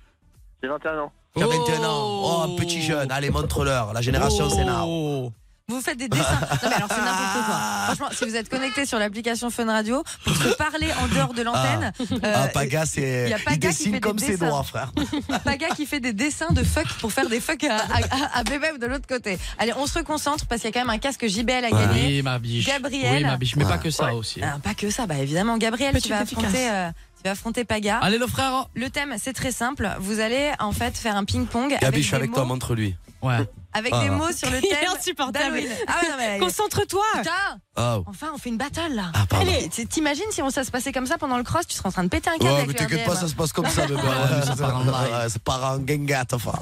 Speaker 8: J'ai 21 ans.
Speaker 6: Tu as 21 ans. Oh, un petit jeune, allez montre-leur, la génération c'est là.
Speaker 2: Oh. Vous faites des dessins. Non, mais alors, c'est n'importe quoi. Franchement, si vous êtes connecté sur l'application Fun Radio, pour se parler en dehors de l'antenne, euh,
Speaker 6: Ah, Paga,
Speaker 2: il y
Speaker 6: c'est.
Speaker 2: a Paga qui fait
Speaker 6: Il dessine
Speaker 2: des
Speaker 6: comme ses
Speaker 2: dessins.
Speaker 6: doigts, frère. Oh.
Speaker 2: Paga qui fait des dessins de fuck pour faire des fuck à, à, à- à Bébé de l'autre côté. Allez, on se reconcentre parce qu'il y a quand même un casque JBL à gagner.
Speaker 5: Oui, ma biche.
Speaker 2: Gabriel.
Speaker 5: Oui, ma biche, mais pas que ça aussi.
Speaker 2: Ah, pas que ça, bah évidemment, Gabriel, tu
Speaker 7: Petite
Speaker 2: vas,
Speaker 7: efficace.
Speaker 2: affronter, euh, tu vas affronter Paga.
Speaker 5: Allez, le frère.
Speaker 2: Le thème, c'est très simple. Vous allez en fait faire un ping-pong avec,
Speaker 6: Gabi, je
Speaker 2: des,
Speaker 6: suis avec
Speaker 2: mots,
Speaker 6: toi, montre-lui.
Speaker 5: Ouais.
Speaker 2: avec
Speaker 6: Ah.
Speaker 2: des mots sur le
Speaker 7: Il est
Speaker 2: thème
Speaker 7: insupportable.
Speaker 2: d'Halloween. Ah ouais, non, mais
Speaker 7: Concentre-toi.
Speaker 2: putain,
Speaker 6: Oh.
Speaker 2: enfin, on fait une battle là.
Speaker 6: Ah, pardon.
Speaker 2: Allez, tu- T'imagines si on ça se passait comme ça pendant le cross, tu serais en train de péter un câble
Speaker 6: Ouais,
Speaker 2: avec
Speaker 6: mais
Speaker 2: le
Speaker 6: t'inquiète
Speaker 2: RDM.
Speaker 6: pas, ça se passe comme ça, bébé.
Speaker 5: mais ça part en live.
Speaker 6: Ouais, C'est pas un guinguette, enfin.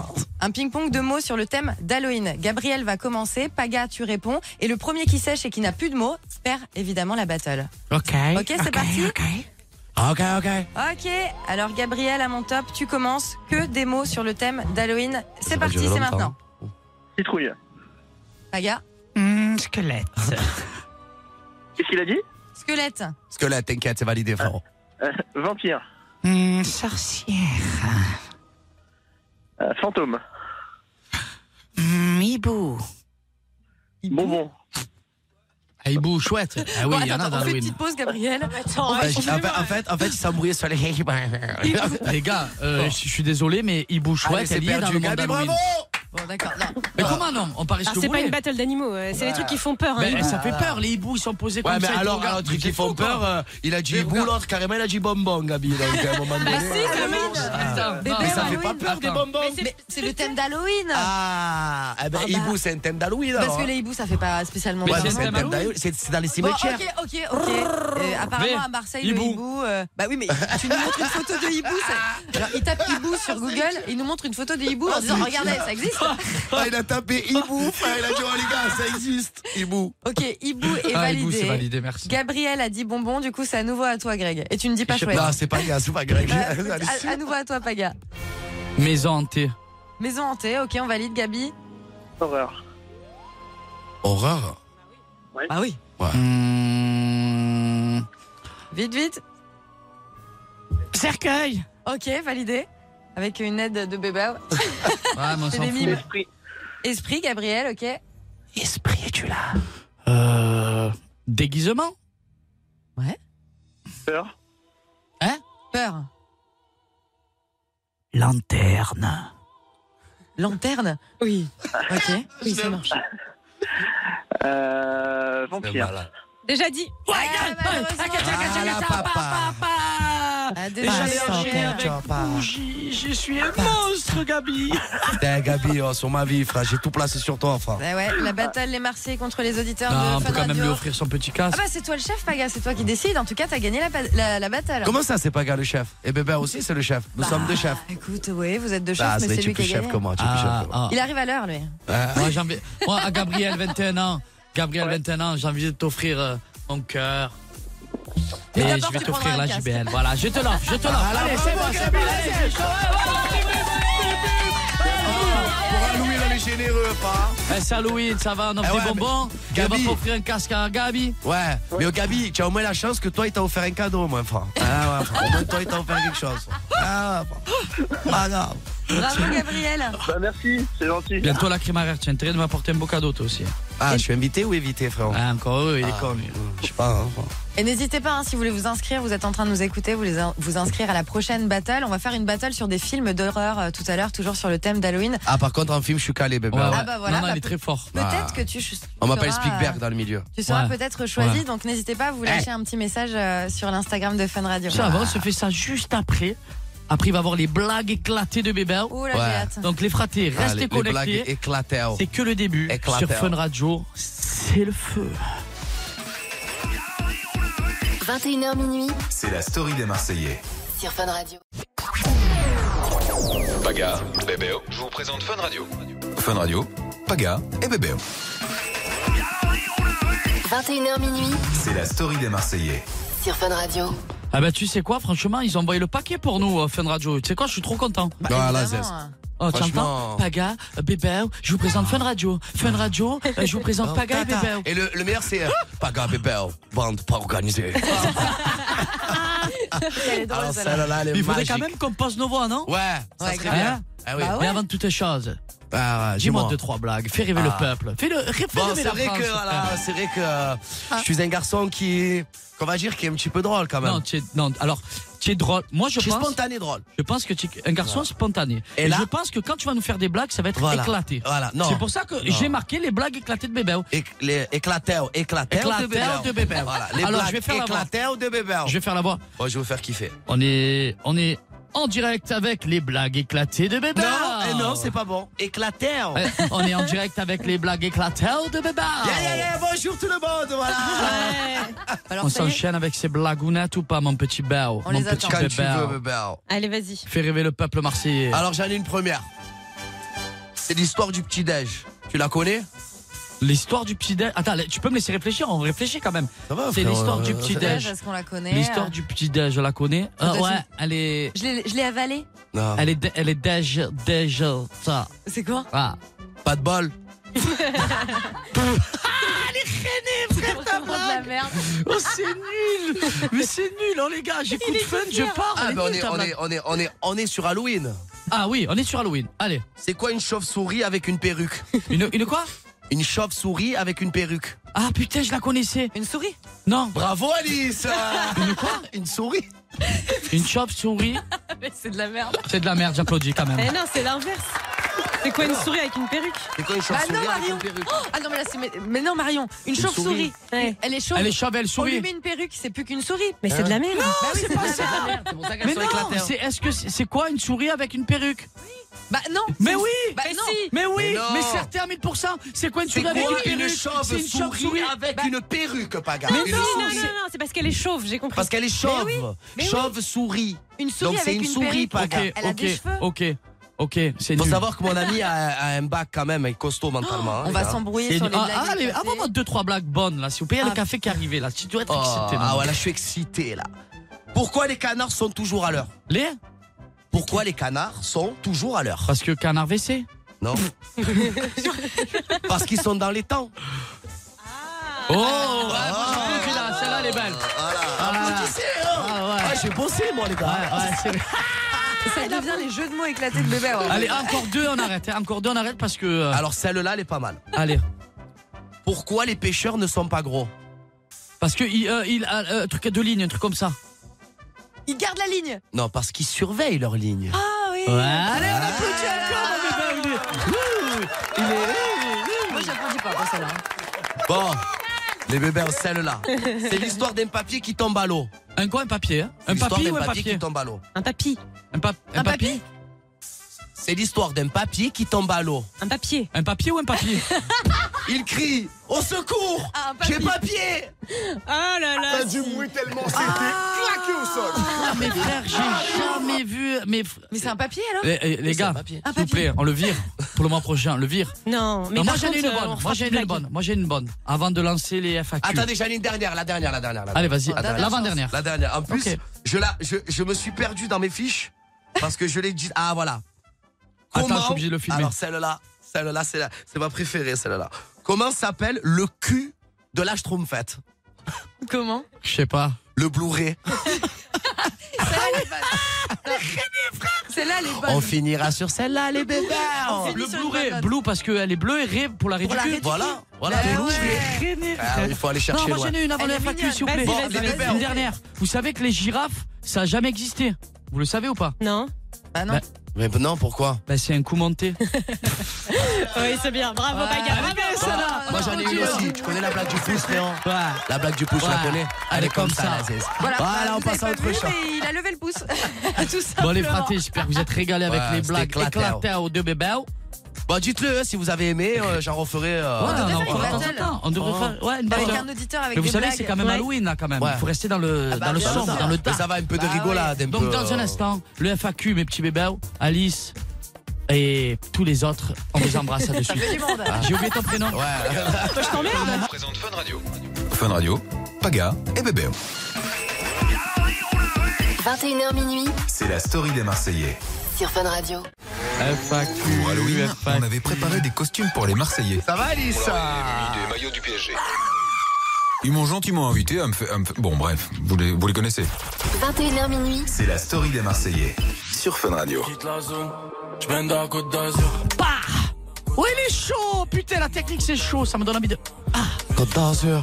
Speaker 2: Un ping-pong de mots sur le thème d'Halloween. Gabriel va commencer, Paga, tu réponds, et le premier qui sèche et qui n'a plus de mots perd évidemment la battle.
Speaker 5: Ok.
Speaker 2: Ok, c'est parti
Speaker 6: Ah, Ok, ok.
Speaker 2: Ok, alors Gabriel, à mon top, tu commences que des mots sur le thème d'Halloween. C'est
Speaker 6: va
Speaker 2: parti,
Speaker 6: durer
Speaker 2: c'est
Speaker 6: longtemps.
Speaker 2: maintenant.
Speaker 8: Citrouille.
Speaker 2: Paga,
Speaker 5: Hmm, squelette.
Speaker 8: Qu'est-ce qu'il a dit
Speaker 2: squelette,
Speaker 6: Parce que là, t'inquiète, c'est validé, frérot.
Speaker 8: Euh, Vampire.
Speaker 5: Hmm, sorcière.
Speaker 6: Ah.
Speaker 8: Euh, fantôme.
Speaker 2: Hmm,
Speaker 5: hibou.
Speaker 6: Ah
Speaker 8: Bonbon.
Speaker 5: Ah, hibou, chouette. Ah oui,
Speaker 2: Bon,
Speaker 5: il y en
Speaker 2: attends,
Speaker 5: a
Speaker 2: attends, on fait une
Speaker 5: d'Halloween.
Speaker 2: petite pause,
Speaker 8: Ah,
Speaker 2: Gabriel.
Speaker 6: En fait, en fait, en fait, il s'embrouillait sur les.
Speaker 5: Les gars, euh, je je suis désolé, mais hibou,
Speaker 6: Allez,
Speaker 5: chouette,
Speaker 6: c'est
Speaker 5: elle y est dans
Speaker 6: perdu,
Speaker 5: le monde
Speaker 6: Gabi,
Speaker 5: d'Halloween.
Speaker 6: bravo
Speaker 2: Bon, d'accord. non.
Speaker 5: Mais comment non On parie ce que vous
Speaker 7: Alors, Ah. c'est pas
Speaker 5: voulez. Bah,
Speaker 7: une battle d'animaux, euh, c'est les trucs qui font peur. hein.
Speaker 5: Mais ça fait peur, les hiboux, ils sont posés
Speaker 6: Ouais,
Speaker 5: comme
Speaker 6: mais
Speaker 5: ça. ils te
Speaker 6: alors,
Speaker 5: regardent.
Speaker 6: un
Speaker 5: Mais
Speaker 6: truc
Speaker 5: c'est
Speaker 6: qui font
Speaker 5: fou, quoi.
Speaker 6: peur, euh, il a dit hibou, l'autre, carrément, il a dit bonbon, Gabi. Donc, à un moment
Speaker 2: Bah,
Speaker 10: Ah,
Speaker 6: donné. hein. euh,
Speaker 5: Putain,
Speaker 2: Mais
Speaker 5: non,
Speaker 2: ben,
Speaker 6: Ah, Mais ça fait
Speaker 5: non.
Speaker 6: pas
Speaker 2: Halloween,
Speaker 6: peur, des
Speaker 5: attends.
Speaker 6: bonbons
Speaker 2: Mais c'est le thème d'Halloween.
Speaker 6: Ah, eh ben,
Speaker 2: Ah bah.
Speaker 6: hibou, c'est un thème d'Halloween,
Speaker 2: Parce
Speaker 6: alors.
Speaker 2: que les hiboux, ça fait pas spécialement
Speaker 5: Mais
Speaker 6: Ouais,
Speaker 2: peur.
Speaker 5: c'est
Speaker 6: mais c'est
Speaker 5: un
Speaker 6: un
Speaker 5: thème
Speaker 6: thème
Speaker 5: d'Halloween.
Speaker 6: d'Halloween, c'est c'est dans les
Speaker 2: Bon,
Speaker 6: cimetières.
Speaker 2: ok, ok, ok. Euh, apparemment,
Speaker 5: Mais,
Speaker 2: à Marseille,
Speaker 5: hibou.
Speaker 2: le hibou. euh, bah oui, mais tu nous montres une photo de hibou. c'est- Genre, il tape hibou sur Google, il nous montre une photo de hibou en disant Regardez, ça existe.
Speaker 6: Ah, il a tapé hibou, frère, il a dit, oh les gars, ça existe, hibou.
Speaker 2: Ok, hibou est
Speaker 5: Ah,
Speaker 2: validé.
Speaker 5: hibou, c'est validé, merci.
Speaker 2: Gabriel a dit bonbon, du coup, c'est à nouveau à toi, Greg. Et tu ne dis pas
Speaker 5: Je sais
Speaker 2: chouette.
Speaker 6: Non, c'est pas grave, c'est pas grave.
Speaker 2: Euh, à, à nouveau à toi, Paga.
Speaker 5: Maison hantée.
Speaker 2: Maison hantée, ok, on valide, Gabi.
Speaker 8: Horreur.
Speaker 6: Horreur.
Speaker 2: Ah oui.
Speaker 5: Hmm. Mmh.
Speaker 2: Vite, vite.
Speaker 5: Cercueil.
Speaker 2: Ok, validé. Avec une aide de bébé.
Speaker 5: Ouais, mais on
Speaker 2: C'est
Speaker 5: s'en
Speaker 2: des
Speaker 5: fout.
Speaker 2: mimes.
Speaker 8: Esprit.
Speaker 2: Esprit, Gabriel, ok.
Speaker 6: Esprit, es-tu là
Speaker 5: Euh, déguisement.
Speaker 8: Peur.
Speaker 5: Hein
Speaker 2: Peur.
Speaker 5: Lanterne.
Speaker 2: Lanterne Oui. Ok, oui, ça marche.
Speaker 8: Euh,
Speaker 6: C'est
Speaker 8: vampire.
Speaker 6: malade.
Speaker 7: Déjà dit. Ah,
Speaker 2: Ouais, malheureusement.
Speaker 6: Ah, la papa.
Speaker 5: là.
Speaker 2: Ah,
Speaker 5: Et
Speaker 2: désolé,
Speaker 5: j'allais
Speaker 2: Sandra.
Speaker 5: acheter avec
Speaker 6: Pas.
Speaker 5: bougie. Je suis un monstre, Gabi.
Speaker 6: Putain, Gabi, oh, sur ma vie, frère, j'ai tout placé sur toi, frère.
Speaker 2: Bah ouais, la bataille les Marseillais contre les auditeurs
Speaker 6: Bah, Ah,
Speaker 5: Non, on
Speaker 2: de
Speaker 5: peut
Speaker 2: Fun
Speaker 5: quand même
Speaker 2: Radio.
Speaker 5: lui offrir son petit
Speaker 2: Ah
Speaker 5: casque.
Speaker 2: bah c'est toi le chef, Paga, c'est toi qui décide. En tout cas, t'as gagné la, ba- la, la bataille.
Speaker 6: Comment ça, c'est pas gars le chef Et bébé aussi, c'est le chef. Nous
Speaker 2: Bah,
Speaker 6: sommes deux chefs.
Speaker 2: Écoute, oui, vous êtes deux chefs,
Speaker 6: Ah,
Speaker 2: mais
Speaker 6: c'est
Speaker 2: c'est
Speaker 6: tu es
Speaker 2: lui qui
Speaker 6: plus
Speaker 2: a
Speaker 6: chef
Speaker 2: gagné.
Speaker 6: que moi, tu es plus
Speaker 5: Ah,
Speaker 6: chef que moi.
Speaker 5: ah.
Speaker 2: Il arrive à l'heure, lui.
Speaker 5: Euh, Moi, j'ai envie- moi, à Gabriel, 21 ans, Gabriel, 21 ans, j'ai envie de t'offrir euh, mon cœur.
Speaker 2: Mais
Speaker 5: Et
Speaker 2: d'abord,
Speaker 5: je vais
Speaker 2: tu
Speaker 5: t'offrir
Speaker 2: prendras
Speaker 5: la
Speaker 2: le casque.
Speaker 5: JBL. Voilà, je te l'offre, ah. je te l'offre. Allez, c'est bon, c'est bon. allez.
Speaker 6: Pour un Louis, là, il est généreux, pas
Speaker 5: Eh, c'est Halloween, ça va, on offre
Speaker 6: Eh ouais,
Speaker 5: des
Speaker 6: mais-
Speaker 5: bonbons. Et on va
Speaker 6: Gabi.
Speaker 5: t'offrir un casque à Gabi.
Speaker 6: Ouais, mais oh, Gabi, tu as au moins la chance que toi, il t'a offert un cadeau, moi, frère. Ah, ouais, frère. Au moins, toi, il t'a offert quelque chose. Ah, frère. Ah, non.
Speaker 2: Bravo, Gabriel.
Speaker 11: Bah merci, c'est gentil.
Speaker 5: Bientôt la crème arrière, tu as intérêt de m'apporter un beau cadeau, toi aussi.
Speaker 6: Ah, je suis invité ou évité, frère
Speaker 5: Ah, encore eux, il est con, lui.
Speaker 6: Je sais pas, hein, frère.
Speaker 2: Et n'hésitez pas, hein, si vous voulez vous inscrire, vous êtes en train de nous écouter, vous voulez vous inscrire à la prochaine battle. On va faire une battle sur des films d'horreur euh, tout à l'heure, toujours sur le thème d'Halloween.
Speaker 6: Ah, par contre, en film, je suis calé, bébé. Ah,
Speaker 5: Ouais,
Speaker 6: ouais.
Speaker 5: ouais.
Speaker 2: bah voilà,
Speaker 5: non, non,
Speaker 2: bah,
Speaker 5: il est très fort.
Speaker 2: Peut-être que tu.
Speaker 6: On m'appelle
Speaker 2: seras,
Speaker 6: Spielberg
Speaker 2: euh,
Speaker 6: dans le milieu.
Speaker 2: Tu seras
Speaker 5: Ouais.
Speaker 2: peut-être choisi,
Speaker 5: Ouais.
Speaker 2: donc n'hésitez pas à vous lâcher un petit message euh, sur l'Instagram de Fun Radio.
Speaker 5: Ça va, on se fait ça juste après. Après, il va avoir les blagues éclatées de bébé.
Speaker 2: Ouh là,
Speaker 6: Ouais.
Speaker 2: j'ai hâte.
Speaker 5: Donc, les fratés,
Speaker 6: Ah, les-
Speaker 5: restez
Speaker 6: les blagues
Speaker 5: connectés.
Speaker 6: éclatées. oh.
Speaker 5: C'est que le début
Speaker 6: Éclateur.
Speaker 5: sur Fun Radio. C'est le feu.
Speaker 3: 21h minuit
Speaker 1: C'est la story des Marseillais.
Speaker 3: sur Fun Radio.
Speaker 4: Paga, Bébéo, je vous présente Fun Radio.
Speaker 1: Fun Radio, Paga et Bébé.
Speaker 3: 21h minuit
Speaker 1: C'est la story des Marseillais.
Speaker 3: sur Fun Radio.
Speaker 5: Ah bah tu sais quoi, franchement, ils ont envoyé le paquet pour nous, euh, Fun Radio. Tu sais quoi, je suis trop content.
Speaker 2: Bah,
Speaker 6: Non, là,
Speaker 2: évidemment,
Speaker 6: c'est-
Speaker 2: hein.
Speaker 5: Oh,
Speaker 6: Franchement. Ah.
Speaker 5: t'entends Paga, euh, Bébert, je vous présente Fun Radio. Fun Radio, euh, je vous présente Paga et
Speaker 6: Oh,
Speaker 5: Ah
Speaker 6: Tata.
Speaker 5: Bébert.
Speaker 6: Et le, le meilleur, c'est euh, Paga Bébel, bande pas organisée.
Speaker 2: Elle est drôle,
Speaker 6: Alors,
Speaker 2: celle-là.
Speaker 6: celle-là, elle Ah. est
Speaker 5: Il faudrait
Speaker 6: magique.
Speaker 5: quand même qu'on passe nos voix, non
Speaker 6: Ouais, ça
Speaker 2: Ouais,
Speaker 6: serait
Speaker 2: grave.
Speaker 6: bien. Ah oui.
Speaker 2: Bah ouais.
Speaker 5: Mais avant toute chose,
Speaker 6: Ah, ouais,
Speaker 5: dis-moi
Speaker 6: dis-moi.
Speaker 5: deux, trois blagues. Fais rêver
Speaker 6: Ah.
Speaker 5: le peuple. Fais le, fais
Speaker 6: Bon,
Speaker 5: rêver
Speaker 6: c'est
Speaker 5: la
Speaker 6: vrai
Speaker 5: France.
Speaker 6: que, voilà, c'est vrai que
Speaker 5: Ah.
Speaker 6: euh, je suis un garçon qui est, qu'on va dire, qui est un petit peu drôle quand même.
Speaker 5: Non, tu es, non, alors, tu es drôle. Moi, je
Speaker 6: je suis
Speaker 5: pense,
Speaker 6: spontané drôle.
Speaker 5: je pense que tu es un garçon spontané.
Speaker 6: Et
Speaker 5: Et
Speaker 6: là-
Speaker 5: je pense que quand tu vas nous faire des blagues, ça va être
Speaker 6: Voilà.
Speaker 5: éclaté.
Speaker 6: Voilà, non.
Speaker 5: C'est pour ça que j'ai marqué les blagues éclatées de Bébert.
Speaker 6: Éclateo, éclateo
Speaker 5: Éclateo
Speaker 6: de Bébert.
Speaker 5: de Bébert.
Speaker 6: Voilà, les
Speaker 5: Alors,
Speaker 6: blagues
Speaker 5: je vais faire la voix.
Speaker 6: éclateo de Bébert.
Speaker 5: Je vais faire la voix.
Speaker 6: Bon, je vais vous faire kiffer.
Speaker 5: On est, on est en direct avec les blagues éclatées de Bébé.
Speaker 6: eh non, c'est pas bon. Éclateo.
Speaker 5: Euh, Ah. On est en direct avec les blagues éclatées de Bébé.
Speaker 6: Yeah, yeah, yeah, bonjour tout le monde, voilà.
Speaker 5: Eh, on
Speaker 2: Alors, ça y est,
Speaker 5: s'enchaîne avec ces blagounettes ou pas, mon petit Béo
Speaker 2: On
Speaker 5: Mon
Speaker 2: les
Speaker 5: petit
Speaker 2: attend.
Speaker 6: Quand tu veux,
Speaker 5: Bébé.
Speaker 6: Bébert.
Speaker 7: Allez, vas-y.
Speaker 5: Fais rêver le peuple marseillais.
Speaker 6: Alors j'en ai une première. C'est l'histoire du petit déj. Tu la connais
Speaker 5: L'histoire du petit déj. Attends, tu peux me laisser réfléchir On réfléchit quand même. C'est l'histoire
Speaker 6: euh,
Speaker 5: du petit
Speaker 2: ouais,
Speaker 5: déj.
Speaker 2: parce qu'on la connaît.
Speaker 5: L'histoire du petit déj, je la connais. Ah,
Speaker 2: doit
Speaker 5: ouais,
Speaker 2: être-
Speaker 5: elle est,
Speaker 2: Je l'ai je l'ai avalé.
Speaker 6: Non.
Speaker 5: elle est, dé- elle est déj, déj, ça.
Speaker 2: C'est quoi
Speaker 5: Ah.
Speaker 6: Pas de bol.
Speaker 5: Ah,
Speaker 2: de la merde.
Speaker 5: Oh, c'est nul. Mais c'est nul, hein, les gars. J'écoute fun, je pars.
Speaker 6: Ah,
Speaker 5: Elle est
Speaker 6: ben on
Speaker 5: nulle,
Speaker 6: est,
Speaker 5: ta
Speaker 6: on,
Speaker 5: blague.
Speaker 6: est, on, est, on, est, on est sur Halloween.
Speaker 5: Ah oui, on est sur Halloween. Allez,
Speaker 6: C'est quoi une chauve-souris avec une perruque
Speaker 5: une, une quoi
Speaker 6: Une chauve-souris avec une perruque.
Speaker 5: Ah putain, je la connaissais.
Speaker 2: Une souris
Speaker 5: Non,
Speaker 6: Bravo Alice
Speaker 5: une quoi
Speaker 6: Une souris
Speaker 5: Une chauve-souris.
Speaker 2: C'est de la merde.
Speaker 5: C'est de la merde, j'applaudis quand même.
Speaker 7: Eh non, c'est l'inverse. C'est quoi une souris avec une perruque
Speaker 6: C'est quoi une
Speaker 2: Bah
Speaker 6: chauve-souris
Speaker 2: non,
Speaker 6: avec une
Speaker 2: Marion.
Speaker 6: perruque
Speaker 2: Oh, ah non, mais là, c'est. Mais, mais non, Marion, une, chauve-souris.
Speaker 7: Ouais.
Speaker 2: Elle est chauve.
Speaker 5: Elle est chauve, elle
Speaker 2: On lui
Speaker 5: sourit.
Speaker 2: met une perruque, c'est plus qu'une souris.
Speaker 7: Mais c'est de la merde.
Speaker 2: Bah oui, c'est pas ça.
Speaker 5: Mais non, c'est- est-ce que c'est c'est quoi une souris avec une perruque
Speaker 2: Bah non.
Speaker 5: Mais oui
Speaker 2: Bah non.
Speaker 5: Mais oui
Speaker 6: Mais non.
Speaker 5: Mais certain à 1000%, c'est quoi une
Speaker 6: C'est
Speaker 5: souris
Speaker 6: quoi
Speaker 5: avec une
Speaker 6: une
Speaker 5: perruque C'est une
Speaker 6: chauve-souris
Speaker 5: chauve-souris
Speaker 6: avec une perruque, Paga
Speaker 5: Mais
Speaker 6: Une
Speaker 5: non,
Speaker 7: Non, non,
Speaker 6: souris.
Speaker 7: non, non, c'est parce qu'elle est chauve, j'ai compris.
Speaker 6: Parce qu'elle est chauve.
Speaker 2: mais oui.
Speaker 6: Chauve-souris.
Speaker 2: Une souris
Speaker 6: Donc c'est
Speaker 2: avec
Speaker 6: une
Speaker 2: une,
Speaker 6: souris,
Speaker 2: perruque.
Speaker 6: Paga.
Speaker 5: Ok,
Speaker 2: Elle a
Speaker 5: ok,
Speaker 2: des cheveux.
Speaker 5: ok, ok, c'est
Speaker 6: Faut
Speaker 5: nul.
Speaker 6: savoir que mon ami a, a un bac quand même, il est costaud mentalement. hein,
Speaker 2: On
Speaker 6: les
Speaker 2: va
Speaker 6: gars.
Speaker 2: s'embrouiller
Speaker 5: Ah, C'est
Speaker 2: sur
Speaker 5: nul.
Speaker 2: les
Speaker 5: Ah,
Speaker 2: blagues.
Speaker 5: ah, allez,
Speaker 2: éclatées.
Speaker 5: avant votre deux trois blagues bonnes là, s'il vous plaît, il y a le
Speaker 2: Ah.
Speaker 5: café qui est arrivé là, tu dois être
Speaker 6: Oh,
Speaker 5: excité.
Speaker 6: ah
Speaker 5: non
Speaker 6: ouais, là, je suis excité là. Pourquoi les canards sont toujours à l'heure
Speaker 5: Les
Speaker 6: Pourquoi les canards sont toujours à l'heure
Speaker 5: Parce que canard WC.
Speaker 6: Non Parce qu'ils sont dans les temps.
Speaker 5: Oh, ouais, franchement,
Speaker 6: Ah.
Speaker 5: celui-là, celle-là elle est belle.
Speaker 6: Voilà.
Speaker 5: Ah.
Speaker 6: Applaudissez, hein.
Speaker 5: Ah ouais.
Speaker 6: Ah, j'ai bossé moi les gars.
Speaker 5: Ouais, ouais, c'est
Speaker 2: Ça devient les jeux de mots éclatés de bébé. ouais.
Speaker 5: Allez, encore deux, on arrête. hein. Encore deux, on arrête parce que. euh,
Speaker 6: Alors celle-là elle est pas mal.
Speaker 5: allez.
Speaker 6: Pourquoi les pêcheurs ne sont pas gros
Speaker 5: Parce que il, euh, il a euh, un truc à deux lignes, un truc comme ça.
Speaker 2: Il garde la ligne.
Speaker 6: Non, parce qu'ils surveillent leur ligne.
Speaker 2: Ah oui.
Speaker 5: Allez, on applaudit encore, mon bébé. Il est. Ouh,
Speaker 2: Moi, j'applaudis pas pour celle-là.
Speaker 6: Bon, les bébés, celle-là. C'est l'histoire d'un papier qui tombe à l'eau.
Speaker 5: Un quoi, un papier hein Un
Speaker 6: L'histoire
Speaker 5: papier
Speaker 6: d'un
Speaker 5: ou un
Speaker 6: papier
Speaker 5: papier
Speaker 6: qui tombe à l'eau.
Speaker 7: Un papy.
Speaker 5: un, pa- un
Speaker 2: Un
Speaker 5: papier
Speaker 2: papy
Speaker 6: C'est l'histoire d'un papier qui tombe à l'eau.
Speaker 7: Un papier.
Speaker 5: Un papier ou un papier
Speaker 6: Il crie Au secours
Speaker 2: Ah, un
Speaker 6: J'ai
Speaker 2: papier.
Speaker 6: papier Ah,
Speaker 7: Oh là là. si.
Speaker 9: tellement c'était claqué au sol.
Speaker 5: Ah, mais frère, j'ai jamais vu. Mais fr-
Speaker 2: Mais c'est un papier alors
Speaker 5: les, les- Eh, les
Speaker 6: C'est un
Speaker 5: gars,
Speaker 6: papier.
Speaker 2: Un
Speaker 5: s'il vous
Speaker 2: papier.
Speaker 5: plaît, on le vire pour le mois prochain, on le vire.
Speaker 7: Non, mais
Speaker 5: Non, moi
Speaker 7: par
Speaker 5: j'en ai une
Speaker 7: contre, euh, on
Speaker 5: bonne.
Speaker 7: fera
Speaker 5: Moi j'ai
Speaker 7: plus
Speaker 5: une
Speaker 7: de blagues.
Speaker 5: bonne. Moi j'ai une bonne. Avant de lancer les FAQ.
Speaker 6: Attendez, j'en ai une dernière, la dernière, la dernière. La dernière.
Speaker 5: Allez, vas-y.
Speaker 6: La dernière.
Speaker 5: L'avant-dernière.
Speaker 6: La dernière. En plus,
Speaker 5: Ok.
Speaker 6: je, la, je, je me suis perdu dans mes fiches parce que je l'ai dit. Ah voilà.
Speaker 5: Attends, je suis obligé de le filmer.
Speaker 6: Alors celle-là, celle-là, c'est la- c'est ma préférée, celle-là. Comment s'appelle le cul de la Schtroumpfette
Speaker 2: Comment
Speaker 5: Je sais pas.
Speaker 6: Le Blu-ray.
Speaker 5: Ah,
Speaker 2: C'est là les bonnes.
Speaker 6: On finira sur celle-là, les bébés.
Speaker 2: On finit
Speaker 5: Le
Speaker 2: sur une
Speaker 5: Blu-ray,
Speaker 2: bonne
Speaker 5: blue parce qu'elle est bleue et ré pour la
Speaker 6: Voilà,
Speaker 5: réduction.
Speaker 6: voilà, voilà.
Speaker 2: Ben
Speaker 6: le
Speaker 2: ouais.
Speaker 6: Blu-ray. Ah, il faut aller
Speaker 5: Non,
Speaker 6: chercher
Speaker 5: moi
Speaker 6: loin.
Speaker 5: j'en ai une avant
Speaker 2: Elle
Speaker 5: le
Speaker 2: est
Speaker 5: FAQ,
Speaker 2: mignonne.
Speaker 5: s'il vous plaît.
Speaker 2: Vas-y,
Speaker 6: vas-y,
Speaker 5: Bon,
Speaker 6: vas-y,
Speaker 5: une
Speaker 6: vas-y.
Speaker 5: dernière. Vous savez que les girafes, ça a jamais existé. Vous le savez ou pas
Speaker 7: Non.
Speaker 2: Bah non.
Speaker 5: Bah,
Speaker 6: Mais non, pourquoi
Speaker 5: Bah, c'est un coup monté.
Speaker 7: Oui, c'est bien. Bravo,
Speaker 2: Ouais.
Speaker 7: Baga. Bravo.
Speaker 5: bien, Ah ça, là.
Speaker 6: Moi j'en ai une aussi. Tu connais la blague du pouce, Léon La blague du pouce, je la
Speaker 5: Ouais.
Speaker 6: connais.
Speaker 5: Elle est comme ça.
Speaker 6: la zeste.
Speaker 2: Voilà,
Speaker 6: Voilà, on
Speaker 2: vous avez
Speaker 6: passe à
Speaker 2: pas
Speaker 6: autre
Speaker 2: vu,
Speaker 6: chose.
Speaker 2: mais Il a levé le pouce. Tout ça.
Speaker 5: Bon, les fratés, j'espère que vous êtes régalés avec
Speaker 6: Ouais,
Speaker 5: les
Speaker 6: c'était
Speaker 5: blagues
Speaker 6: éclaté, hein.
Speaker 5: éclatées aux deux bébés.
Speaker 6: Bah dites-le hein, si vous avez aimé, euh, j'en referai. euh,
Speaker 5: Ouais,
Speaker 2: devrait
Speaker 5: non,
Speaker 2: faire
Speaker 5: on
Speaker 2: une
Speaker 5: attend,
Speaker 2: battle.
Speaker 5: attends, on devrait
Speaker 6: Oh.
Speaker 5: faire ouais, une
Speaker 2: Avec
Speaker 5: battle.
Speaker 2: un auditeur avec
Speaker 5: Mais vous
Speaker 2: des
Speaker 5: savez,
Speaker 2: blagues.
Speaker 5: c'est quand même
Speaker 2: Ouais.
Speaker 5: Halloween là, quand même.
Speaker 6: Ouais.
Speaker 5: Il faut rester dans le,
Speaker 6: Ah bah,
Speaker 5: Euh, dans le
Speaker 6: bien
Speaker 5: sombre,
Speaker 6: sûr.
Speaker 5: dans le
Speaker 6: Mais
Speaker 5: dark.
Speaker 6: ça va un peu de
Speaker 2: Bah
Speaker 6: rigolade, un peu,
Speaker 5: Donc dans un
Speaker 6: euh,
Speaker 5: instant, le FAQ, mes petits bébés, Alice et tous les autres, on vous embrasse
Speaker 2: Ça
Speaker 5: à dessus.
Speaker 2: fait du monde.
Speaker 5: J'ai oublié ton prénom.
Speaker 6: Ouais.
Speaker 4: Présente Fun Radio.
Speaker 1: Fun Radio, Paga et Bébé.
Speaker 3: 21h minuit
Speaker 1: C'est la story des Marseillais.
Speaker 3: sur Fun Radio.
Speaker 5: FAQ,
Speaker 1: Pour Halloween, on avait préparé des costumes pour les Marseillais.
Speaker 6: Ça va Alice
Speaker 4: Voilà, et lui, des maillots du PSG.
Speaker 1: Ils m'ont gentiment invité à me faire. à me fa- Bon, bref, vous les, vous les connaissez.
Speaker 3: 21h minuit
Speaker 1: C'est la story des Marseillais. Sur Fun Radio.
Speaker 5: Oh, il est chaud Putain, la technique, c'est chaud, ça me donne envie de...
Speaker 6: Côte d'Azur,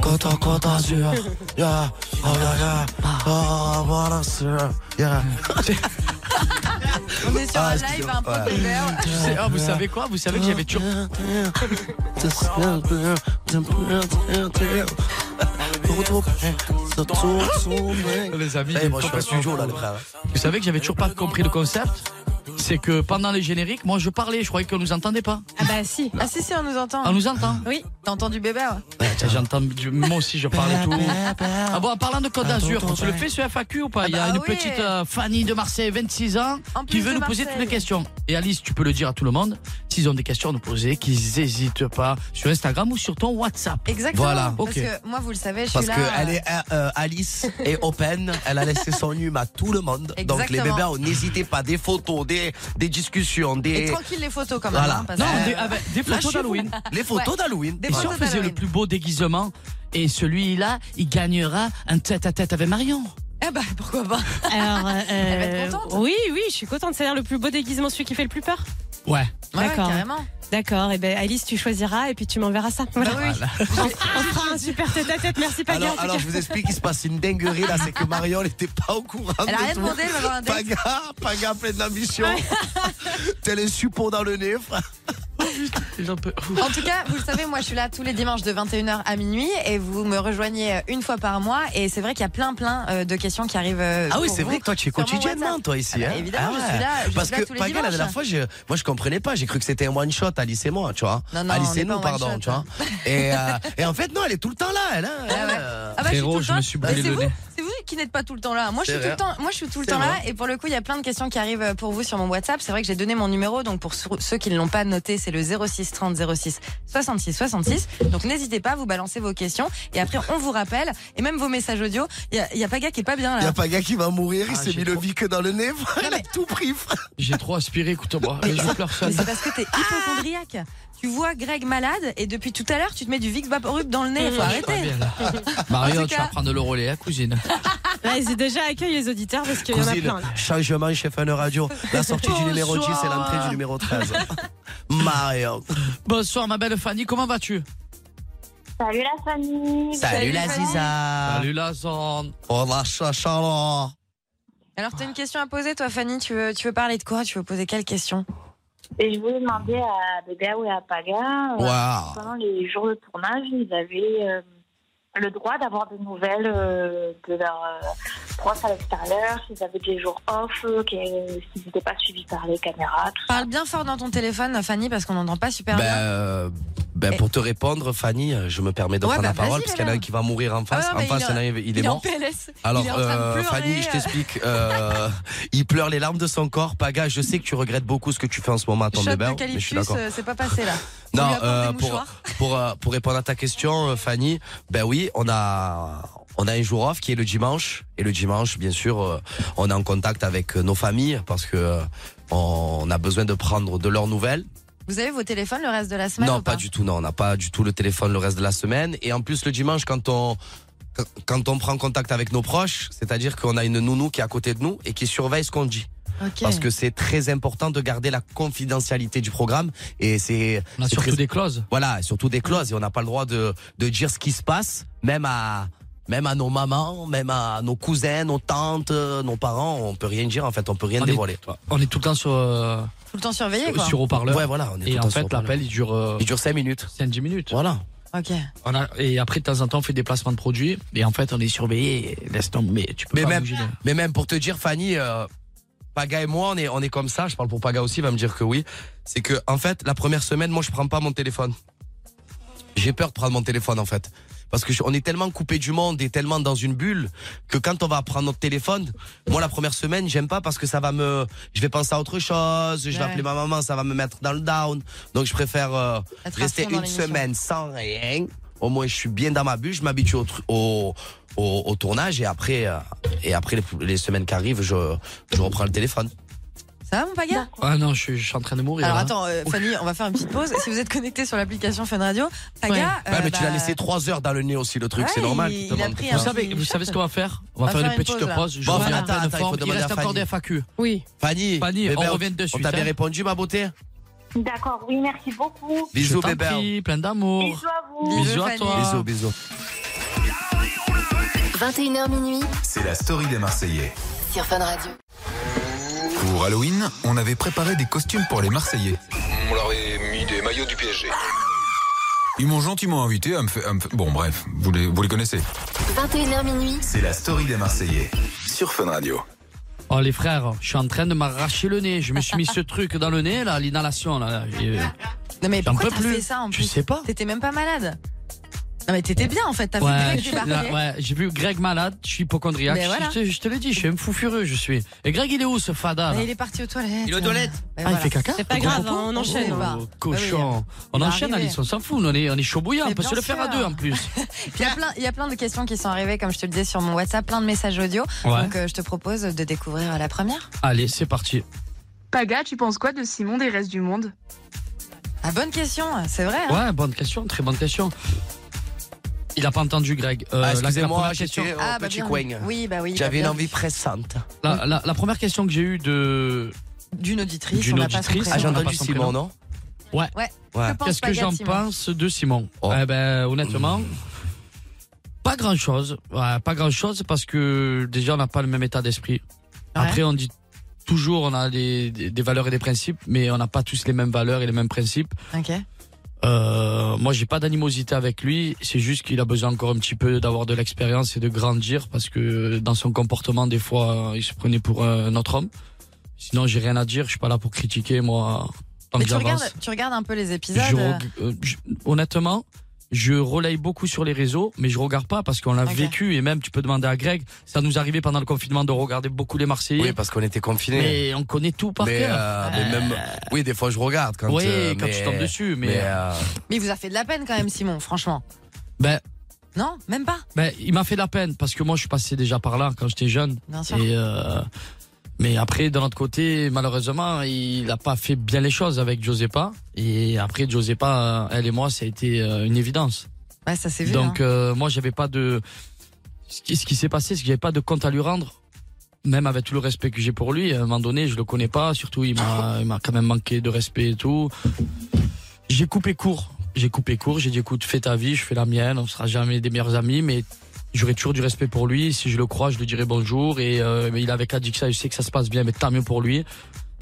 Speaker 6: Côte en Côte d'Azur, yeah, oh yeah, yeah,
Speaker 5: Ah.
Speaker 6: oh voilà sûr, yeah.
Speaker 2: On est sur
Speaker 6: Ah,
Speaker 2: un
Speaker 6: excusez-moi.
Speaker 2: live, un peu
Speaker 6: Ouais.
Speaker 2: couvert.
Speaker 5: C'est- ah, vous savez quoi Vous savez que j'avais toujours... Les amis,
Speaker 6: Eh, moi je fais un studio là les frères.
Speaker 5: vous savez que j'avais toujours pas compris le concept c'est que pendant les génériques, moi je parlais, je croyais qu'on nous entendait pas.
Speaker 7: Ah bah si.
Speaker 2: Ah si si, on nous entend.
Speaker 5: On nous entend
Speaker 7: Oui.
Speaker 2: T'as entendu bébé ouais
Speaker 5: Bah, J'entends, du- moi aussi je parle et tout.
Speaker 2: bah,
Speaker 5: Ah bon, en parlant de Côte d'Azur, on se le fait ce FAQ ou pas Il y a
Speaker 2: Ah bah
Speaker 5: une
Speaker 2: oui.
Speaker 5: petite euh, Fanny de Marseille, 26 ans,
Speaker 2: En
Speaker 5: qui
Speaker 2: plus de
Speaker 5: veut nous poser
Speaker 2: Marseille.
Speaker 5: toutes les questions. Et Alice, tu peux le dire à tout le monde, s'ils ont des questions à nous poser, qu'ils n'hésitent pas sur Instagram ou sur ton WhatsApp.
Speaker 2: Exactement.
Speaker 6: Voilà,
Speaker 2: Parce
Speaker 5: ok.
Speaker 2: que moi, vous le savez, je
Speaker 6: Parce
Speaker 2: suis là.
Speaker 6: qu'elle
Speaker 2: euh,
Speaker 6: est euh, Alice et open, elle a laissé son hume à tout le monde. Donc les
Speaker 2: Exactement.
Speaker 6: bébés, on n'hésitez pas, des photos, des, des discussions,
Speaker 2: Et
Speaker 6: des...
Speaker 2: tranquille les photos quand même.
Speaker 6: Voilà.
Speaker 2: hein, parce
Speaker 5: Non,
Speaker 2: que-
Speaker 5: des, avec des photos d'Halloween.
Speaker 6: Les photos
Speaker 2: Ouais.
Speaker 6: d'Halloween.
Speaker 2: Des
Speaker 5: Et si on
Speaker 2: photos
Speaker 5: faisait le
Speaker 2: d'Halloween.
Speaker 5: plus beau déguisement et celui-là, il gagnera un tête-à-tête avec Marion.
Speaker 2: Eh bah, pourquoi pas
Speaker 7: Alors, euh,
Speaker 2: Elle va être contente.
Speaker 7: Oui, oui, je suis contente. C'est-à-dire le plus beau déguisement, celui qui fait le plus peur.
Speaker 5: Ouais.
Speaker 2: Ouais,
Speaker 7: D'accord.
Speaker 2: carrément. Bah
Speaker 7: D'accord. Et ben Alice, tu choisiras et puis tu m'enverras ça. Voilà. On, on fera un super tête-à-tête. Merci Paga. en
Speaker 6: Alors,
Speaker 7: tout
Speaker 6: alors
Speaker 7: cas.
Speaker 6: je vous explique, il se passe une dinguerie là, c'est que Marion n'était pas au courant.
Speaker 2: Elle a
Speaker 6: de
Speaker 2: rien
Speaker 6: tout.
Speaker 2: demandé, elle va avoir un date.
Speaker 6: Paga, Paga pleine d'ambition. Tel un suppôt dans le nez, frère.
Speaker 5: J'en peux-
Speaker 2: En tout cas, vous le savez, moi je suis là tous les dimanches de 21h à minuit et vous me rejoignez euh, une fois par mois. Et c'est vrai qu'il y a plein plein euh, de questions qui arrivent. euh,
Speaker 6: Ah oui,
Speaker 2: pour
Speaker 6: c'est vrai
Speaker 2: vous
Speaker 6: que toi, tu es
Speaker 2: sur mon
Speaker 6: quotidiennement,
Speaker 2: WhatsApp.
Speaker 6: toi, ici.
Speaker 2: Ah bah,
Speaker 6: hein.
Speaker 2: évidemment,
Speaker 6: Ah
Speaker 2: je suis
Speaker 6: ouais.
Speaker 2: là, je suis
Speaker 6: Parce
Speaker 2: là
Speaker 6: que,
Speaker 2: tous les
Speaker 6: Paga, la dernière
Speaker 2: dimanches.
Speaker 6: fois, je, moi, je comprenais pas. J'ai cru que c'était un one-shot, Alice et moi, tu vois.
Speaker 2: Non, non,
Speaker 6: Alice
Speaker 2: on
Speaker 6: et
Speaker 2: est pas
Speaker 6: nous,
Speaker 2: en
Speaker 6: pardon,
Speaker 2: one-shot,
Speaker 6: tu vois. Et, euh, et en fait, non, elle est tout le temps là, elle. hein.
Speaker 2: Ah ouais.
Speaker 6: Elle, euh,
Speaker 2: Ah bah, je suis
Speaker 5: Frérot,
Speaker 2: tout le
Speaker 5: je me
Speaker 2: temps-
Speaker 5: suis
Speaker 2: Bah,
Speaker 5: brûlé
Speaker 2: c'est
Speaker 5: le
Speaker 2: vous-
Speaker 5: nez.
Speaker 2: C'est vous qui n'êtes pas tout le temps là. Moi, je
Speaker 6: C'est
Speaker 2: suis tout le
Speaker 6: vrai.
Speaker 2: temps. Moi, je suis tout le
Speaker 6: C'est
Speaker 2: temps là.
Speaker 6: vrai.
Speaker 2: Et pour le coup, il y a plein de questions qui arrivent euh, pour vous sur mon WhatsApp. C'est vrai que j'ai donné mon numéro. Donc pour ceux ceux qui ne l'ont pas noté, c'est le 06 30 06 66 66. Donc n'hésitez pas, vous balancez vos questions. Et après, on vous rappelle. Et même vos messages audio. Il y a- il y a Paga qui est pas bien
Speaker 6: Il y
Speaker 2: là.
Speaker 6: a Paga qui va mourir, il
Speaker 5: Ah,
Speaker 6: s'est
Speaker 5: j'ai
Speaker 6: mis le
Speaker 5: trop-
Speaker 6: vic dans le nez, frère. Il a tout pris, frère.
Speaker 5: J'ai trop aspiré, écoute-moi. Je pleure
Speaker 2: Mais
Speaker 5: seul.
Speaker 2: c'est parce que t'es
Speaker 5: Ah.
Speaker 2: hypochondriaque. Tu vois Greg malade et depuis tout à l'heure, tu te mets du Vicks Vaporub dans le nez. Faut
Speaker 5: Ah, je suis pas
Speaker 2: arrêter.
Speaker 5: bien, là. Marion,
Speaker 2: En tout
Speaker 5: tu
Speaker 2: cas-
Speaker 5: vas prendre le relais, hein, cousine.
Speaker 7: Vas-y, déjà accueille les auditeurs parce qu'il y en a plein. là.
Speaker 6: changement chez Fun Radio. La sortie du numéro 10 et l'entrée du numéro 13. Marion.
Speaker 5: Bonsoir, ma belle Fanny, comment vas-tu
Speaker 11: Salut la famille.
Speaker 6: Salut la Ziza.
Speaker 5: Salut la zone.
Speaker 6: Oh la chachala.
Speaker 2: Alors, t'as une question à poser, toi, Fanny. Tu veux, tu veux parler de quoi Tu veux poser quelle question
Speaker 11: Et je voulais demander à Bébé et à Paga, euh,
Speaker 6: Waouh.
Speaker 11: pendant les jours de tournage, ils avaient euh, le droit d'avoir des nouvelles euh, de leurs euh, proches à l'extérieur, s'ils avaient des jours off, euh, que- s'ils n'étaient pas suivis par les caméras, tout
Speaker 2: Parle bien fort dans ton téléphone, Fanny, parce qu'on n'entend pas super
Speaker 5: Bah.
Speaker 6: Ben,
Speaker 2: bien.
Speaker 6: euh, ben, pour te répondre, Fanny, euh, je me permets de
Speaker 2: Ouais,
Speaker 6: prendre
Speaker 2: bah,
Speaker 6: la parole
Speaker 2: vas-y,
Speaker 6: parce qu'il y en a un
Speaker 2: Lélène.
Speaker 6: qui va mourir en face.
Speaker 2: Ah non,
Speaker 6: en
Speaker 2: mais il
Speaker 6: face, il y en a un, il est mort.
Speaker 2: en PLS.
Speaker 6: Alors,
Speaker 2: il est en train de
Speaker 6: euh,
Speaker 2: pleurer,
Speaker 6: Fanny, je
Speaker 2: euh.
Speaker 6: t'explique. euh, il pleure les larmes de son corps. Paga, je sais que tu regrettes beaucoup ce que tu fais en ce moment à ton
Speaker 2: Shot
Speaker 6: bébé. hein, Mais je
Speaker 2: d'eucalyptus,
Speaker 6: suis d'accord.
Speaker 2: euh, c'est pas passé là. On lui
Speaker 6: Non,
Speaker 2: apporte
Speaker 6: euh,
Speaker 2: des
Speaker 6: pour,
Speaker 2: mouchoirs.
Speaker 6: pour, euh, pour répondre à ta question, euh, Fanny, ben oui, on a, on a un jour off qui est le dimanche. Et le dimanche, bien sûr, euh, on est en contact avec euh, nos familles parce que euh, on a besoin de prendre de leurs nouvelles.
Speaker 2: Vous avez vos téléphones le reste de la semaine
Speaker 6: Non,
Speaker 2: ou
Speaker 6: pas du tout. Non, on n'a pas du tout le téléphone le reste de la semaine. Et en plus, le dimanche, quand on quand on prend contact avec nos proches, c'est-à-dire qu'on a une nounou qui est à côté de nous et qui surveille ce qu'on dit,
Speaker 2: Ok.
Speaker 6: parce que c'est très important de garder la confidentialité du programme et c'est
Speaker 5: On a
Speaker 6: c'est
Speaker 5: surtout
Speaker 6: très-
Speaker 5: des clauses.
Speaker 6: voilà et surtout des clauses et on n'a pas le droit de de dire ce qui se passe, même à même à nos mamans, même à nos cousins, nos tantes, euh, nos parents, on peut rien dire en fait, on peut rien
Speaker 5: On est-
Speaker 6: dévoiler.
Speaker 5: On est tout le temps sur, euh,
Speaker 2: Tout le temps surveillé quoi.
Speaker 5: sur haut-parleur.
Speaker 6: Ouais, voilà. On est tout
Speaker 5: et
Speaker 6: le
Speaker 5: en
Speaker 6: temps sur
Speaker 5: fait,
Speaker 6: haut-parleur.
Speaker 5: l'appel, il dure
Speaker 6: il dure 5 minutes.
Speaker 5: 5-10 minutes.
Speaker 6: Voilà.
Speaker 2: Ok.
Speaker 5: On a- et après, de temps en temps, on fait des placements de produits. Et en fait, on est surveillé. Laisse tomber. Mais tu peux
Speaker 6: Mais
Speaker 5: pas
Speaker 6: même-
Speaker 5: bouger de-
Speaker 6: Mais même pour te dire, Fanny, euh, Paga et moi, on est, on est comme ça. Je parle pour Paga aussi, il va me dire que oui. C'est que, en fait, la première semaine, moi, je prends pas mon téléphone. J'ai peur de prendre mon téléphone, en fait. Parce que je- on est tellement coupé du monde et tellement dans une bulle que quand on va prendre notre téléphone, moi la première semaine j'aime pas parce que ça va me, je vais penser à autre chose, je vais
Speaker 2: Ouais.
Speaker 6: appeler ma maman, ça va me mettre dans le down. Donc je préfère euh,
Speaker 2: Être à
Speaker 6: rester
Speaker 2: fond dans
Speaker 6: une
Speaker 2: l'émission.
Speaker 6: semaine sans rien. Au moins je suis bien dans ma bulle, je m'habitue au, tru- au, au, au tournage et après euh, et après les, les semaines qui arrivent, je, je reprends le téléphone.
Speaker 2: Ça va mon paga
Speaker 5: Ah non, je suis, je suis en train de mourir. hein.
Speaker 2: Alors
Speaker 5: là.
Speaker 2: attends, euh, Fanny, on va faire une petite pause. Si vous êtes connecté sur l'application Fun Radio, Paga.
Speaker 5: Ouais.
Speaker 6: Ouais, mais tu l'as laissé trois heures dans le nez aussi le truc,
Speaker 2: euh, bah, Ouais,
Speaker 6: c'est normal.
Speaker 2: il-
Speaker 6: te
Speaker 2: il a
Speaker 6: demande
Speaker 2: pris
Speaker 6: de
Speaker 2: un
Speaker 6: faire.
Speaker 5: Vous
Speaker 2: Alors,
Speaker 5: savez,
Speaker 2: il-
Speaker 5: vous savez ce qu'on va faire On va faire, une petite
Speaker 2: pause, là.
Speaker 5: pause. Je
Speaker 6: Bon,
Speaker 5: reviens en
Speaker 6: attends,
Speaker 5: pleine
Speaker 6: attends, il faut
Speaker 5: forme. Il
Speaker 6: demander
Speaker 5: reste
Speaker 6: à
Speaker 5: encore
Speaker 6: Fanny.
Speaker 5: des FAQ.
Speaker 7: Oui.
Speaker 6: Fanny,
Speaker 5: Fanny,
Speaker 6: bébé,
Speaker 5: on revient de
Speaker 6: On
Speaker 5: suite,
Speaker 6: t'a bien
Speaker 5: hein.
Speaker 6: répondu ma beauté.
Speaker 11: ça. D'accord, oui, merci beaucoup.
Speaker 6: Bisous
Speaker 5: Je t'en
Speaker 6: bébé.
Speaker 5: prie, plein d'amour.
Speaker 11: Bisous à vous.
Speaker 2: Bisous,
Speaker 5: Bisous à
Speaker 2: Fanny.
Speaker 5: toi.
Speaker 6: Bisous bisous.
Speaker 3: 21h minuit
Speaker 4: C'est la story des Marseillais.
Speaker 3: sur Fun Radio.
Speaker 1: Pour Halloween, on avait préparé des costumes pour les Marseillais.
Speaker 4: On leur a mis des maillots du PSG.
Speaker 1: Ils m'ont gentiment invité à me faire... à me fa- Bon, bref, vous les, vous les connaissez.
Speaker 3: 21h minuit
Speaker 4: C'est la story des Marseillais. Sur Fun Radio.
Speaker 5: Oh les frères, je suis en train de m'arracher le nez. Je me suis mis ce truc dans le nez là, l'inhalation là. Et-
Speaker 2: Non mais
Speaker 5: J'en
Speaker 2: pourquoi
Speaker 5: peux
Speaker 2: t'as
Speaker 5: plus.
Speaker 2: fait ça en
Speaker 5: Je
Speaker 2: plus
Speaker 5: sais pas.
Speaker 2: T'étais même pas malade. Non mais t'étais bien en fait. T'as
Speaker 5: Ouais,
Speaker 2: fait
Speaker 5: je-
Speaker 2: direct débarquer.
Speaker 5: là, ouais, j'ai vu Greg malade, je suis hypochondriaque.
Speaker 2: Mais
Speaker 5: Je-
Speaker 2: voilà.
Speaker 5: Je, je te l'ai dit, je suis un fou furieux, je suis. Et Greg, il est où ce fada là
Speaker 2: Mais Il est parti aux toilettes.
Speaker 6: Il est aux toilettes.
Speaker 2: Ben
Speaker 5: Ah, il
Speaker 2: voilà.
Speaker 5: fait caca
Speaker 7: C'est pas grave, hein, on
Speaker 2: Oh,
Speaker 7: enchaîne.
Speaker 2: bah.
Speaker 5: Oh, cochon.
Speaker 2: Il
Speaker 5: On
Speaker 2: va
Speaker 5: enchaîne,
Speaker 2: arriver.
Speaker 5: Alice, on s'en fout. On est, on est chaud bouillant,
Speaker 2: Mais
Speaker 5: on peut se
Speaker 2: bien
Speaker 5: le faire à
Speaker 2: sûr.
Speaker 5: deux en plus.
Speaker 2: Il y, a plein, il y a plein de questions qui sont arrivées, comme je te le disais, sur mon WhatsApp, plein de messages audio.
Speaker 5: Ouais.
Speaker 2: Donc euh, je te propose de découvrir la première.
Speaker 5: Allez, c'est parti.
Speaker 12: Paga, tu penses quoi de Simon des restes du monde
Speaker 2: Ah, bonne question, c'est vrai. hein.
Speaker 5: Ouais, bonne question, très bonne question. Il a pas entendu Greg. Euh,
Speaker 6: Ah,
Speaker 5: la- la
Speaker 6: Excusez-moi,
Speaker 5: première question.
Speaker 6: j'étais
Speaker 2: Ah,
Speaker 6: au
Speaker 2: bah,
Speaker 6: petit
Speaker 2: bien.
Speaker 6: coin.
Speaker 2: Oui, bah oui. bah,
Speaker 6: J'avais une
Speaker 2: bien.
Speaker 6: envie pressante.
Speaker 5: La, la- la première question que j'ai eue de.
Speaker 2: D'une auditrice.
Speaker 5: D'une
Speaker 2: on n'a pas son
Speaker 5: auditrice.
Speaker 2: prénom.
Speaker 6: Ah, j'ai
Speaker 5: on n'a
Speaker 6: entendu
Speaker 5: pas son
Speaker 6: Simon,
Speaker 5: prénom.
Speaker 6: non
Speaker 5: Ouais.
Speaker 2: Ouais.
Speaker 6: Ouais.
Speaker 2: Que pense
Speaker 5: Qu'est-ce que
Speaker 2: Paga
Speaker 5: j'en
Speaker 2: Simon
Speaker 5: pense de Simon
Speaker 6: Oh.
Speaker 5: Eh ben, honnêtement, pas grand-chose. Ouais, pas grand-chose parce que déjà, on n'a pas le même état d'esprit. Après, on dit toujours, on a des, des- des valeurs et des principes, mais on n'a pas tous les mêmes valeurs et les mêmes principes.
Speaker 2: Ok.
Speaker 5: Euh, moi, j'ai pas d'animosité avec lui. C'est juste qu'il a besoin encore un petit peu d'avoir de l'expérience et de grandir parce que dans son comportement, des fois, il se prenait pour un autre homme. Sinon, j'ai rien à dire. Je suis pas là pour critiquer, moi. Tant
Speaker 2: Mais
Speaker 5: que
Speaker 2: tu
Speaker 5: j'avance.
Speaker 2: regardes, tu regardes un peu les épisodes.
Speaker 5: Je
Speaker 2: euh,
Speaker 5: reg- euh, je- honnêtement, je relaye beaucoup sur les réseaux, mais je regarde pas parce qu'on l'a
Speaker 2: Ok.
Speaker 5: vécu et même tu peux demander à Greg. Ça nous arrivait pendant le confinement de regarder beaucoup les Marseillais,
Speaker 6: Oui, parce qu'on était confinés.
Speaker 5: mais on connaît tout par
Speaker 6: mais,
Speaker 5: cœur.
Speaker 6: euh, mais même, oui, des fois je regarde quand,
Speaker 5: oui,
Speaker 6: euh,
Speaker 5: quand
Speaker 6: mais-
Speaker 5: tu tombes dessus, mais,
Speaker 6: Mais, euh,
Speaker 2: Mais il vous a fait de la peine quand même, Simon, franchement.
Speaker 5: ben,
Speaker 2: Non, même pas.
Speaker 5: ben, il m'a fait de la peine parce que moi je suis passé déjà par là quand j'étais jeune.
Speaker 2: Bien sûr.
Speaker 5: Et euh, mais après, de notre côté, malheureusement, il n'a pas fait bien les choses avec Josepa. Et après, Josepa, euh, elle et moi, ça a été euh, une évidence.
Speaker 2: Ouais, ça s'est vu.
Speaker 5: Donc,
Speaker 2: hein.
Speaker 5: euh, moi, j'avais pas de. Ce qui, ce qui s'est passé, c'est que j'avais pas de compte à lui rendre. Même avec tout le respect que j'ai pour lui, à un moment donné, je le connais pas. Surtout, il m'a, il m'a quand même manqué de respect et tout. J'ai coupé court. J'ai coupé court. J'ai dit, écoute, fais ta vie, je fais la mienne. On sera jamais des meilleurs amis, mais j'aurai toujours du respect pour lui. Si je le crois, je lui dirai bonjour. Et euh, mais il avait qu'à dire que ça. Je sais que ça se passe bien, mais tant mieux pour lui.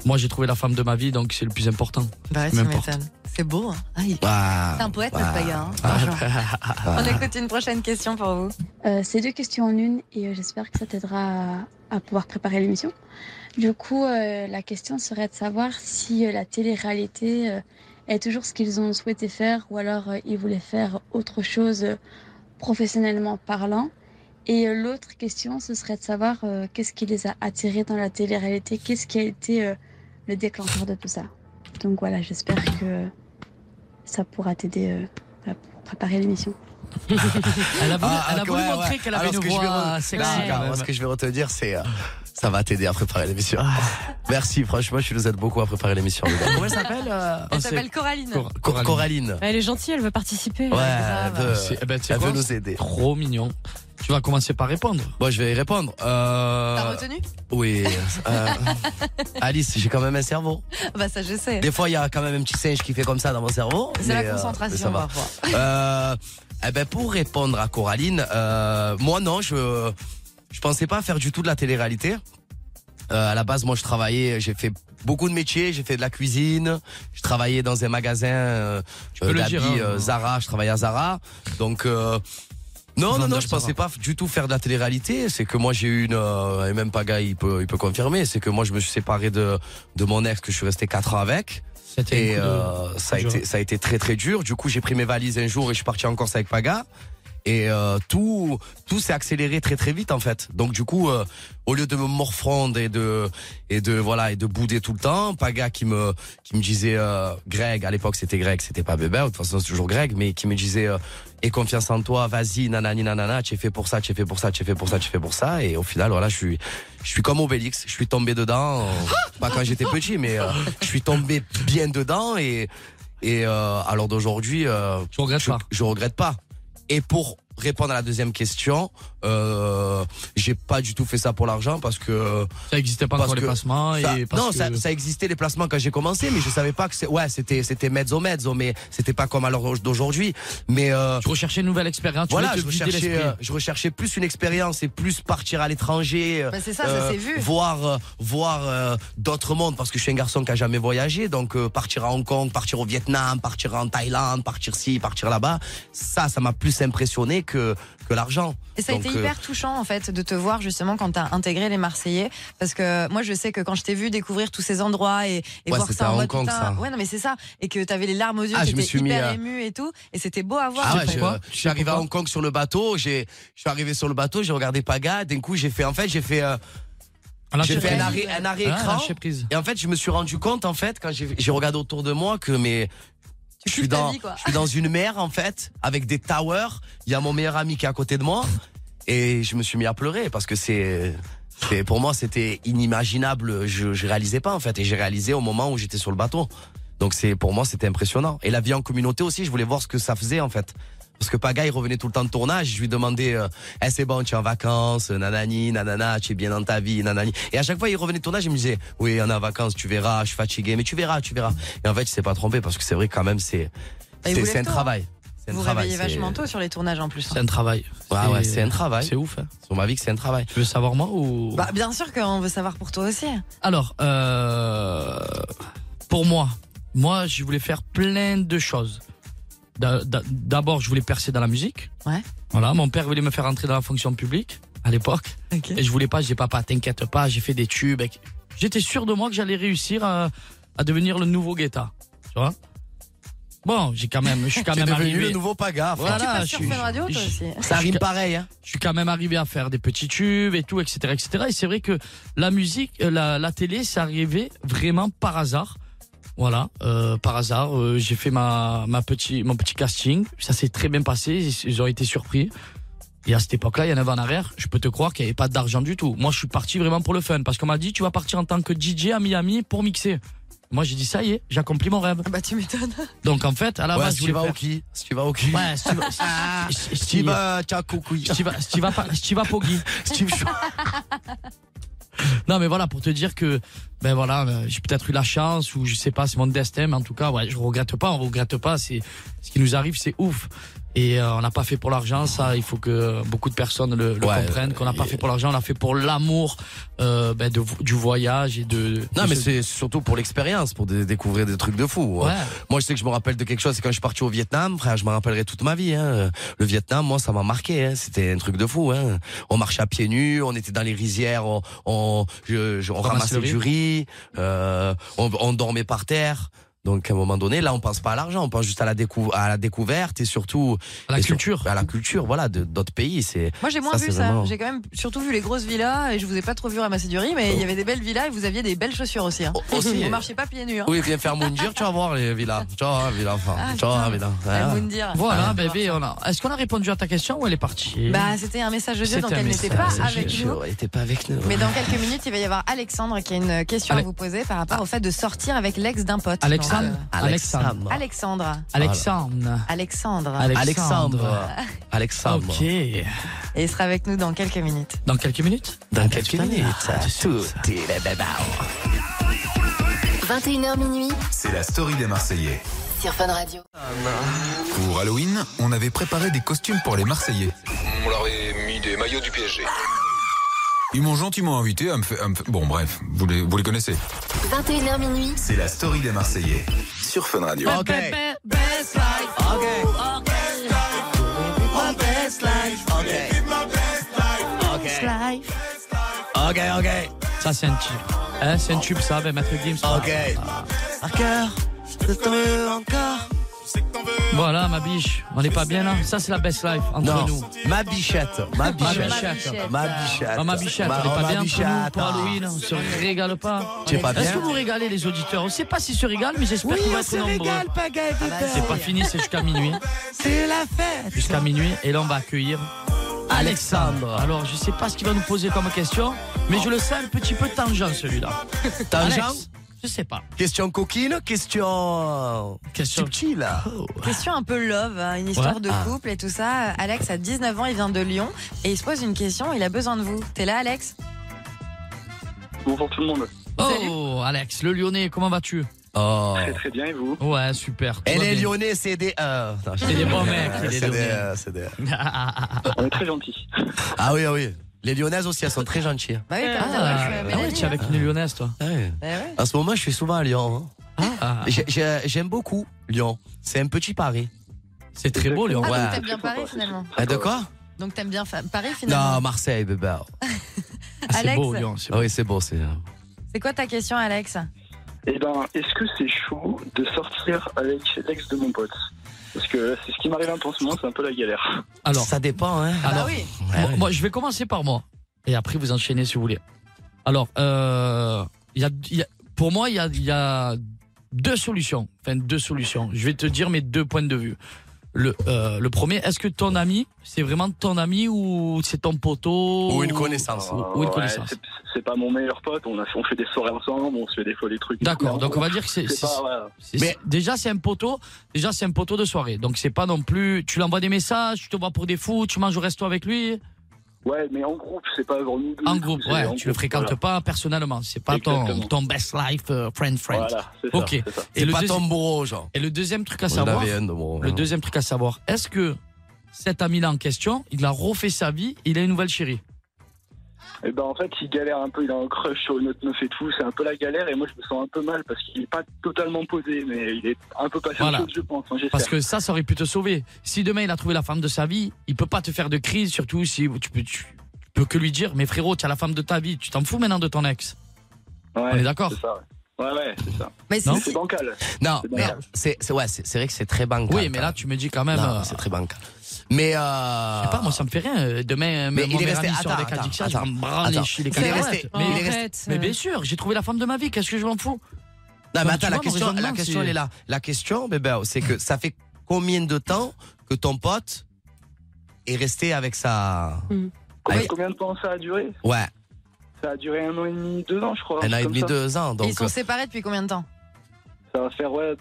Speaker 5: Moi, j'ai trouvé la femme de ma vie, donc c'est le plus important.
Speaker 2: Bah ouais,
Speaker 5: Peu
Speaker 2: tu
Speaker 5: importe.
Speaker 2: m'étonnes. C'est beau. hein. Ah, il-
Speaker 5: Waouh,
Speaker 6: Bah,
Speaker 2: C'est un poète, notre
Speaker 5: waouh.
Speaker 2: Paga. hein.
Speaker 5: Ah,
Speaker 2: Franchement.
Speaker 5: bah.
Speaker 2: On écoute une prochaine question pour vous.
Speaker 13: Euh, c'est deux questions en une et euh, j'espère que ça t'aidera à, à pouvoir préparer l'émission. Du coup, euh, la question serait de savoir si euh, la télé-réalité euh, est toujours ce qu'ils ont souhaité faire ou alors euh, ils voulaient faire autre chose euh, professionnellement parlant. Et euh, l'autre question, ce serait de savoir euh, qu'est-ce qui les a attirés dans la télé-réalité, qu'est-ce qui a été euh, le déclencheur de tout ça. Donc voilà, j'espère que ça pourra t'aider euh, voilà, pour préparer l'émission.
Speaker 5: Elle a voulu,
Speaker 6: Ah,
Speaker 5: elle a
Speaker 6: ah,
Speaker 5: voulu
Speaker 6: ouais,
Speaker 5: montrer
Speaker 6: ouais.
Speaker 5: qu'elle avait
Speaker 6: Alors, ce
Speaker 5: une
Speaker 6: que je vais
Speaker 5: voix
Speaker 6: re-
Speaker 5: sexy.
Speaker 6: Non,
Speaker 5: quand
Speaker 6: non,
Speaker 5: même.
Speaker 6: Ce que je vais te dire, c'est. euh, Ça va t'aider à préparer l'émission. Merci, franchement, je nous aide beaucoup à préparer l'émission. les gars.
Speaker 5: Ah. Comment elle s'appelle euh,
Speaker 7: Elle
Speaker 5: on sait-
Speaker 7: s'appelle Coraline.
Speaker 5: Cor-
Speaker 6: Cor- Coraline.
Speaker 7: Elle est gentille, elle veut participer.
Speaker 6: Ouais,
Speaker 7: grave.
Speaker 6: elle veut,
Speaker 5: C'est- eh ben, tu sais
Speaker 6: elle veut
Speaker 5: quoi
Speaker 6: nous aider.
Speaker 5: Trop mignon. Tu vas commencer par répondre.
Speaker 6: Bon, je vais y répondre. Euh,
Speaker 2: T'as retenu
Speaker 6: oui. euh, Alice, j'ai quand même un cerveau.
Speaker 2: Bah ça je sais.
Speaker 6: Des fois, il y a quand même un petit singe qui fait comme ça dans mon cerveau.
Speaker 2: C'est
Speaker 6: mais,
Speaker 2: la
Speaker 6: euh,
Speaker 2: concentration
Speaker 6: mais ça va.
Speaker 2: parfois.
Speaker 6: Euh, eh ben pour répondre à Coraline, euh, moi non, je je pensais pas faire du tout de la télé-réalité. Euh, à la base, moi, je travaillais, j'ai fait beaucoup de métiers, j'ai fait de la cuisine, je travaillais dans un magasin euh,
Speaker 5: peux
Speaker 6: euh,
Speaker 5: le
Speaker 6: d'habits
Speaker 5: dire, hein.
Speaker 6: euh, Zara, je travaillais à Zara, donc. euh, non, non, non,
Speaker 5: Vendeur
Speaker 6: je pensais pas du tout faire de la télé-réalité. C'est que moi, j'ai eu une, euh, et même Paga, il peut, il peut confirmer, c'est que moi, je me suis séparé de, de mon ex que je suis resté 4 ans avec.
Speaker 5: C'était
Speaker 6: Et
Speaker 5: un coup de-
Speaker 6: euh, ça, a
Speaker 5: dur.
Speaker 6: été, ça a été très très dur. Du coup, j'ai pris mes valises un jour et je suis parti en Corse avec Paga. Et euh, tout, tout s'est accéléré très très vite en fait. Donc du coup, euh, au lieu de me morfondre et de et de voilà et de bouder tout le temps, Paga qui me qui me disait euh, Greg, à l'époque c'était Greg, c'était pas Bébé, de toute façon c'est toujours Greg, mais qui me disait euh, et confiance en toi, vas-y, nanani nanana, tu es fait pour ça, tu es fait pour ça, tu es fait pour ça, tu es fait pour ça. Et au final, voilà, je suis je suis comme Obélix, je suis tombé dedans, euh, pas quand j'étais petit, mais euh, je suis tombé bien dedans et et euh, alors d'aujourd'hui, euh,
Speaker 5: Tu regrettes
Speaker 6: je,
Speaker 5: pas.
Speaker 6: je regrette pas. Et pour répondre à la deuxième question, euh, j'ai pas du tout fait ça pour l'argent parce que
Speaker 5: Ça existait pas
Speaker 6: parce
Speaker 5: encore les
Speaker 6: que
Speaker 5: placements.
Speaker 6: ça-
Speaker 5: et parce
Speaker 6: non,
Speaker 5: que-
Speaker 6: ça, ça existait les placements quand j'ai commencé, mais je savais pas que c'est ouais c'était c'était mezzo mezzo, mais c'était pas comme à l'heure d'aujourd'hui. Mais euh,
Speaker 5: Tu recherchais une nouvelle expérience. Tu
Speaker 6: voilà,
Speaker 5: voulais
Speaker 6: je
Speaker 5: te vider
Speaker 6: recherchais,
Speaker 5: l'esprit.
Speaker 6: euh, je recherchais plus une expérience et plus partir à l'étranger. euh,
Speaker 2: Bah, c'est ça, ça s'est vu.
Speaker 6: Voir, euh, voir euh, d'autres mondes parce que je suis un garçon qui a jamais voyagé. Donc euh, partir à Hong Kong, partir au Vietnam, partir en Thaïlande, partir ci, partir là-bas. Ça, ça m'a plus impressionné que que l'argent.
Speaker 2: Et ça a
Speaker 6: Donc,
Speaker 2: été
Speaker 6: euh,
Speaker 2: hyper touchant en fait de te voir justement quand t'as intégré les Marseillais parce que moi je sais que quand je t'ai vu découvrir tous ces endroits et, et
Speaker 6: Ouais,
Speaker 2: voir
Speaker 6: c'était
Speaker 2: ça en
Speaker 6: à Hong
Speaker 2: mode
Speaker 6: Kong,
Speaker 2: putain,
Speaker 6: ça.
Speaker 2: ouais non mais c'est ça et que t'avais les larmes aux yeux,
Speaker 6: Ah, je me
Speaker 2: t'étais
Speaker 6: suis mis
Speaker 2: hyper
Speaker 6: à-
Speaker 2: ému et tout et c'était beau à voir.
Speaker 6: Ah
Speaker 2: en
Speaker 6: ouais,
Speaker 2: fait.
Speaker 6: je,
Speaker 5: pourquoi
Speaker 6: je suis arrivé à Hong Kong sur le bateau. J'ai, je suis arrivé sur le bateau, j'ai regardé Paga. D'un coup, j'ai fait, en fait, j'ai fait, euh,
Speaker 5: Un lâcher
Speaker 6: j'ai fait un
Speaker 5: prise.
Speaker 6: arrêt, un arrêt
Speaker 5: Ah, un
Speaker 6: écran.
Speaker 5: lâcher prise.
Speaker 6: Et en fait, je me suis rendu compte, en fait, quand j'ai j'ai regardé autour de moi, que mes. Je suis,
Speaker 2: kiffes ta
Speaker 6: dans,
Speaker 2: vie, quoi.
Speaker 6: je suis dans une mer, en fait, avec des towers. Il y a mon meilleur ami qui est à côté de moi. Et je me suis mis à pleurer parce que c'est. c'est- Pour moi, c'était inimaginable. Je, je réalisais pas, en fait. Et j'ai réalisé au moment où j'étais sur le bateau. Donc, c'est pour moi, c'était impressionnant. Et la vie en communauté aussi, je voulais voir ce que ça faisait, en fait. Parce que Paga, il revenait tout le temps de tournage. Je lui demandais, euh, Eh, c'est bon, tu es en vacances, euh, nanani, nanana, tu es bien dans ta vie, nanani. Et à chaque fois, il revenait de tournage, il me disait, oui, on est en vacances, tu verras, je suis fatigué, mais tu verras, tu verras. Et en fait, il s'est pas trompé parce que c'est vrai, quand même, c'est,
Speaker 2: Bah, il
Speaker 6: c'est,
Speaker 2: vous lève
Speaker 6: c'est un
Speaker 2: tôt, hein.
Speaker 6: travail. C'est un
Speaker 2: Vous
Speaker 6: travail.
Speaker 2: réveillez
Speaker 6: c'est-
Speaker 2: vachement tôt sur les tournages en plus. hein.
Speaker 5: C'est un travail.
Speaker 6: Ouais, ouais, c'est un travail.
Speaker 5: C'est ouf. hein.
Speaker 6: Sur ma vie que c'est un travail.
Speaker 5: Tu veux savoir moi ou
Speaker 2: Bah bien sûr qu'on veut savoir pour toi aussi.
Speaker 6: Ah,
Speaker 5: Alors, euh, pour moi, moi, je voulais faire plein de choses. D'a- d'a- D'abord, je voulais percer dans la musique.
Speaker 2: Ouais.
Speaker 5: Voilà, mon père voulait me faire entrer dans la fonction publique à l'époque,
Speaker 2: Ok.
Speaker 5: et je voulais pas. J'ai dit, papa, t'inquiète pas, j'ai fait des tubes. et- J'étais sûr de moi que j'allais réussir à, à devenir le nouveau Guetta. Tu vois Bon, j'ai quand même, je suis quand
Speaker 6: T'es
Speaker 5: même
Speaker 6: devenu
Speaker 5: arrivé.
Speaker 6: le nouveau Paga. frère.
Speaker 5: Voilà,
Speaker 2: tu passes
Speaker 5: je
Speaker 2: sur
Speaker 5: suis-
Speaker 2: Fun Radio toi
Speaker 5: je-
Speaker 2: aussi.
Speaker 6: Ça rime pareil, hein.
Speaker 5: je suis quand même arrivé à faire des petits tubes et tout, etc., etc. Et c'est vrai que la musique, euh, la, la télé, c'est arrivé vraiment par hasard. Voilà, euh, par hasard, euh, j'ai fait ma, ma petit, mon petit casting. Ça s'est très bien passé. Ils, ils ont été surpris. Et à cette époque-là, il y en avait en arrière. Je peux te croire qu'il n'y avait pas d'argent du tout. Moi, je suis parti vraiment pour le fun parce qu'on m'a dit tu vas partir en tant que DJ à Miami pour mixer. Moi, j'ai dit ça y est, j'accomplis mon rêve.
Speaker 2: Ah Bah tu m'étonnes.
Speaker 5: Donc en fait, à la
Speaker 6: ouais,
Speaker 5: base,
Speaker 6: si
Speaker 5: je
Speaker 6: tu
Speaker 5: voulais
Speaker 6: vas au
Speaker 5: faire-
Speaker 6: qui? Si tu vas au qui?
Speaker 5: Ouais, si tu vas-
Speaker 6: Ah.
Speaker 5: si- si- si-
Speaker 6: Si tu vas, t'as coucouille.
Speaker 5: Steve, Steve, Apa- Steve Apoggi. Non, mais voilà, pour te dire que, ben voilà, euh, j'ai peut-être eu la chance, ou je sais pas, c'est mon destin, mais en tout cas, ouais, je regrette pas, on regrette pas, c'est, ce qui nous arrive, c'est ouf. Et euh, on n'a pas fait pour l'argent, ça, il faut que beaucoup de personnes le, le
Speaker 6: Ouais,
Speaker 5: comprennent, qu'on n'a pas fait pour l'argent, on l'a fait pour l'amour euh, ben, de- du voyage et de...
Speaker 6: Non,
Speaker 5: de
Speaker 6: mais
Speaker 5: ce-
Speaker 6: c'est surtout pour l'expérience, pour dé- découvrir des trucs de fou. hein.
Speaker 5: Ouais.
Speaker 6: Moi, je sais que je me rappelle de quelque chose, c'est quand je suis parti au Vietnam, frère, je me rappellerai toute ma vie. hein. Le Vietnam, moi, ça m'a marqué. hein. C'était un truc de fou. hein. On marchait à pieds nus, on était dans les rizières, on, on, je- je- on ramassait
Speaker 5: Ramassait le
Speaker 6: du riz, euh, on, on dormait par terre. Donc à un moment donné, là, on pense pas à l'argent, on pense juste à la, décou- à la découverte et surtout à la culture, à la culture, voilà, de- d'autres pays. C'est
Speaker 2: Moi j'ai moins vu
Speaker 6: c'est
Speaker 2: ça.
Speaker 6: vraiment-
Speaker 2: J'ai quand même surtout vu les grosses villas et je vous ai pas trop vu ramasser du riz, mais il y avait des belles villas et vous aviez des belles chaussures aussi. Hein.
Speaker 6: Oh, aussi.
Speaker 2: On marchait pas pieds nus. hein.
Speaker 6: Oui, viens faire Moundir, tu vas voir les villas. Tu vas voir, villas, enfin,
Speaker 2: Ah,
Speaker 6: tu vas voir, villas. Hein
Speaker 2: Ah,
Speaker 6: Ouais.
Speaker 2: Moundir.
Speaker 5: Voilà,
Speaker 2: Ah.
Speaker 5: bébé, on a... est-ce qu'on a répondu à ta question ou elle est partie
Speaker 2: Bah, c'était un message de jeu,
Speaker 5: C'était
Speaker 2: donc
Speaker 5: un
Speaker 2: elle n'était pas
Speaker 5: message de
Speaker 2: avec
Speaker 5: jeu.
Speaker 2: nous.
Speaker 6: Elle était pas avec nous.
Speaker 2: Mais dans quelques minutes, il va y avoir Alexandre qui a une question
Speaker 5: Allez.
Speaker 2: à vous poser par rapport au fait de sortir avec l'ex d'un pote.
Speaker 5: Alexandre
Speaker 2: Donc, euh,
Speaker 5: Alexandre
Speaker 2: Alexandre.
Speaker 5: Alexandre
Speaker 2: Alexandre.
Speaker 5: Alexandre.
Speaker 6: Alexandre.
Speaker 5: Ok. Et
Speaker 2: il sera avec nous dans quelques minutes.
Speaker 5: Dans quelques minutes
Speaker 6: Dans quelques minutes. Tout est la baba.
Speaker 3: 21h minuit
Speaker 1: C'est la story des Marseillais.
Speaker 3: sur Fun Radio.
Speaker 1: Pour Halloween, on avait préparé des costumes pour les Marseillais.
Speaker 4: On leur avait mis des maillots du PSG.
Speaker 1: Ils m'ont gentiment invité à me faire... à me faire- Bon, bref, vous les, vous les connaissez.
Speaker 3: 21h minuit
Speaker 1: C'est la story des Marseillais. Sur Fun Radio.
Speaker 3: Ok.
Speaker 5: Best life.
Speaker 9: Best life.
Speaker 5: Best
Speaker 2: life.
Speaker 6: Ok, ok.
Speaker 5: Ça, c'est un tube. Hein, c'est un tube, ça, ben, Maître Gims.
Speaker 6: Ok. Par cœur, je t'en veux encore.
Speaker 5: Voilà, ma biche. On n'est pas bien là. Ça, c'est la best life entre
Speaker 6: Non,
Speaker 5: nous.
Speaker 6: ma bichette, ma bichette, ma bichette.
Speaker 5: Ah, ma bichette,
Speaker 6: Ma-
Speaker 5: on n'est
Speaker 6: ma
Speaker 5: pas bien entre nous
Speaker 6: bichette,
Speaker 5: pour
Speaker 6: ah.
Speaker 5: Halloween. On se régale pas.
Speaker 6: Tu es pas
Speaker 5: Est-ce
Speaker 6: bien
Speaker 5: que vous régalez les auditeurs On ne sait pas s'ils se régalent, mais j'espère qu'on va être nombreux. Ah bah, C'est pas fini, c'est jusqu'à minuit.
Speaker 6: C'est la fête.
Speaker 5: Jusqu'à minuit. Et là, on va accueillir Alexandre. Alors, je sais pas ce qu'il va nous poser comme question, mais je le sens un petit peu tangent, celui-là.
Speaker 6: Tangent
Speaker 5: Alex, Je sais pas.
Speaker 6: Question coquine, question.
Speaker 5: Question. Oh.
Speaker 6: Subtile.
Speaker 2: Question un peu love, hein, une histoire
Speaker 6: Ouais.
Speaker 2: de
Speaker 6: Ah.
Speaker 2: couple et tout ça. Alex a 19 ans, il vient de Lyon et il se pose une question, il a besoin de vous. T'es là Alex
Speaker 14: Bonjour tout le monde.
Speaker 5: Oh, Alex, le lyonnais, comment vas-tu
Speaker 6: Oh.
Speaker 14: Très très bien et vous
Speaker 5: Ouais, super.
Speaker 6: Elle est
Speaker 5: lyonnaise.
Speaker 6: lyonnais, c'est des. euh, non, je-
Speaker 5: C'est des bons mecs, il est
Speaker 6: C'est des.
Speaker 5: lyonnais.
Speaker 6: euh, c'est des-
Speaker 14: On est très gentils.
Speaker 6: Ah oui, ah oui. Les lyonnaises aussi, elles sont très gentilles. Ah
Speaker 2: Bah oui, comme ça, moi, je
Speaker 5: Ah,
Speaker 2: suis à
Speaker 5: ah ouais,
Speaker 2: Mélanie,
Speaker 5: tu es avec une lyonnaise, toi. Ah.
Speaker 6: Ouais.
Speaker 2: Bah ouais.
Speaker 6: En ce moment, je suis souvent à Lyon. hein. J'ai- j'ai- J'aime beaucoup Lyon. C'est un petit Paris.
Speaker 5: C'est très beau, Lyon.
Speaker 2: Ah,
Speaker 6: Ouais.
Speaker 2: donc t'aimes bien Paris finalement.
Speaker 6: Ah, de quoi
Speaker 2: Donc t'aimes bien fa- Paris
Speaker 6: Non, Ah,
Speaker 2: finalement. Ah,
Speaker 6: Marseille, bébé. Ah,
Speaker 2: Alex,
Speaker 6: Oui, c'est beau, c'est. euh.
Speaker 2: c'est quoi ta question Alex
Speaker 14: Eh ben, est-ce que c'est chaud de sortir avec l'ex de mon pote Parce que c'est ce qui m'arrive un peu en ce moment, c'est un peu la galère.
Speaker 5: Alors,
Speaker 6: ça dépend, hein.
Speaker 5: Alors,
Speaker 2: oui.
Speaker 5: moi, moi, je vais commencer par moi. Et après, vous enchaînez si vous voulez. Alors, euh, il y a- il y a- pour moi, il y a, il y a deux solutions. Enfin, deux solutions. Je vais te dire mes deux points de vue. Le, euh, le premier, est-ce que ton ami, c'est vraiment ton ami ou c'est ton poteau
Speaker 6: Ou une connaissance.
Speaker 5: Ou, ou une
Speaker 14: Euh, Ouais,
Speaker 5: connaissance.
Speaker 14: c'est- C'est pas mon meilleur pote, on, a, on fait des soirées ensemble, on se fait des fois des trucs.
Speaker 5: D'accord,
Speaker 14: Mais
Speaker 5: donc on va dire que c'est.
Speaker 14: C'est
Speaker 5: c'est-
Speaker 14: pas, voilà.
Speaker 5: c'est- déjà c'est un poteau, déjà c'est un poteau de soirée. Donc c'est pas non plus. Tu l'envoies des messages, tu te vois pour des fous, tu manges au resto avec lui.
Speaker 14: Ouais, mais en groupe, c'est pas vraiment nous deux.
Speaker 5: En groupe,
Speaker 14: C'est
Speaker 5: ouais,
Speaker 14: en
Speaker 5: tu le
Speaker 14: groupe,
Speaker 5: fréquentes
Speaker 14: voilà.
Speaker 5: pas personnellement, c'est pas ton,
Speaker 14: Exactement.
Speaker 5: ton best life euh, friend friend.
Speaker 14: Voilà, c'est ça,
Speaker 5: ok.
Speaker 14: c'est ça.
Speaker 5: Et
Speaker 6: C'est
Speaker 5: le
Speaker 6: pas
Speaker 5: deuxi-
Speaker 6: ton bourreau, genre.
Speaker 5: Et le deuxième truc à
Speaker 6: On
Speaker 5: savoir,
Speaker 6: avait un de bourreau,
Speaker 5: le
Speaker 6: hein.
Speaker 5: deuxième truc à savoir, est-ce que cet ami-là en question, il a refait sa vie, il a une nouvelle chérie.
Speaker 14: Et ben en fait, il galère un peu, il a un crush sur une autre meuf et tout, c'est un peu la galère. Et moi, je me sens un peu mal parce qu'il est pas totalement posé, mais il est un peu patient,
Speaker 5: Voilà.
Speaker 14: je pense. hein, j'espère.
Speaker 5: Parce que ça, ça aurait pu te sauver. Si demain il a trouvé la femme de sa vie, il peut pas te faire de crise, surtout si tu peux, tu peux que lui dire, mais frérot, tu as la femme de ta vie, tu t'en fous maintenant de ton ex. On est d'accord.
Speaker 14: C'est ça, ouais. Ouais, ouais, c'est ça.
Speaker 2: Mais
Speaker 5: si-
Speaker 14: Mais c'est bancal.
Speaker 6: Non,
Speaker 14: C'est
Speaker 6: mais
Speaker 14: bancal.
Speaker 6: c'est c'est- ouais, c'est c'est vrai que c'est très bancal.
Speaker 5: Oui, mais là tu me dis quand même.
Speaker 6: Non,
Speaker 5: euh,
Speaker 6: c'est très bancal. Mais euh...
Speaker 5: Je sais pas, moi ça me fait rien. Euh, Demain,
Speaker 6: Mais
Speaker 5: mon
Speaker 6: il est
Speaker 5: meilleur
Speaker 6: resté-
Speaker 5: ami sort
Speaker 6: attends,
Speaker 5: avec
Speaker 6: attends,
Speaker 5: Addiction,
Speaker 6: attends,
Speaker 5: je vais me branler,
Speaker 6: attends.
Speaker 5: je suis les
Speaker 6: Il est
Speaker 5: cacahuètes.
Speaker 6: resté-
Speaker 5: Mais,
Speaker 6: il est resté-
Speaker 5: mais bien sûr, j'ai trouvé la femme de ma vie, qu'est-ce que je m'en fous
Speaker 6: Non,
Speaker 5: Comme
Speaker 6: mais
Speaker 5: tu
Speaker 6: attends,
Speaker 5: vois,
Speaker 6: la
Speaker 5: mon
Speaker 6: question, la
Speaker 5: raisonnement,
Speaker 6: question
Speaker 5: c'est-
Speaker 6: elle est là. La question, bébé, c'est que ça fait combien de temps que ton pote est resté avec sa.
Speaker 14: Combien, combien de temps ça a duré
Speaker 6: Ouais,
Speaker 14: Ça a duré un an et demi, deux ans, je crois.
Speaker 6: un an et
Speaker 14: comme
Speaker 6: demi,
Speaker 14: ça.
Speaker 6: deux ans.
Speaker 2: Ils
Speaker 6: Ah, Donc, euh,
Speaker 2: sont séparés depuis combien de temps
Speaker 14: Ça va faire, ouais,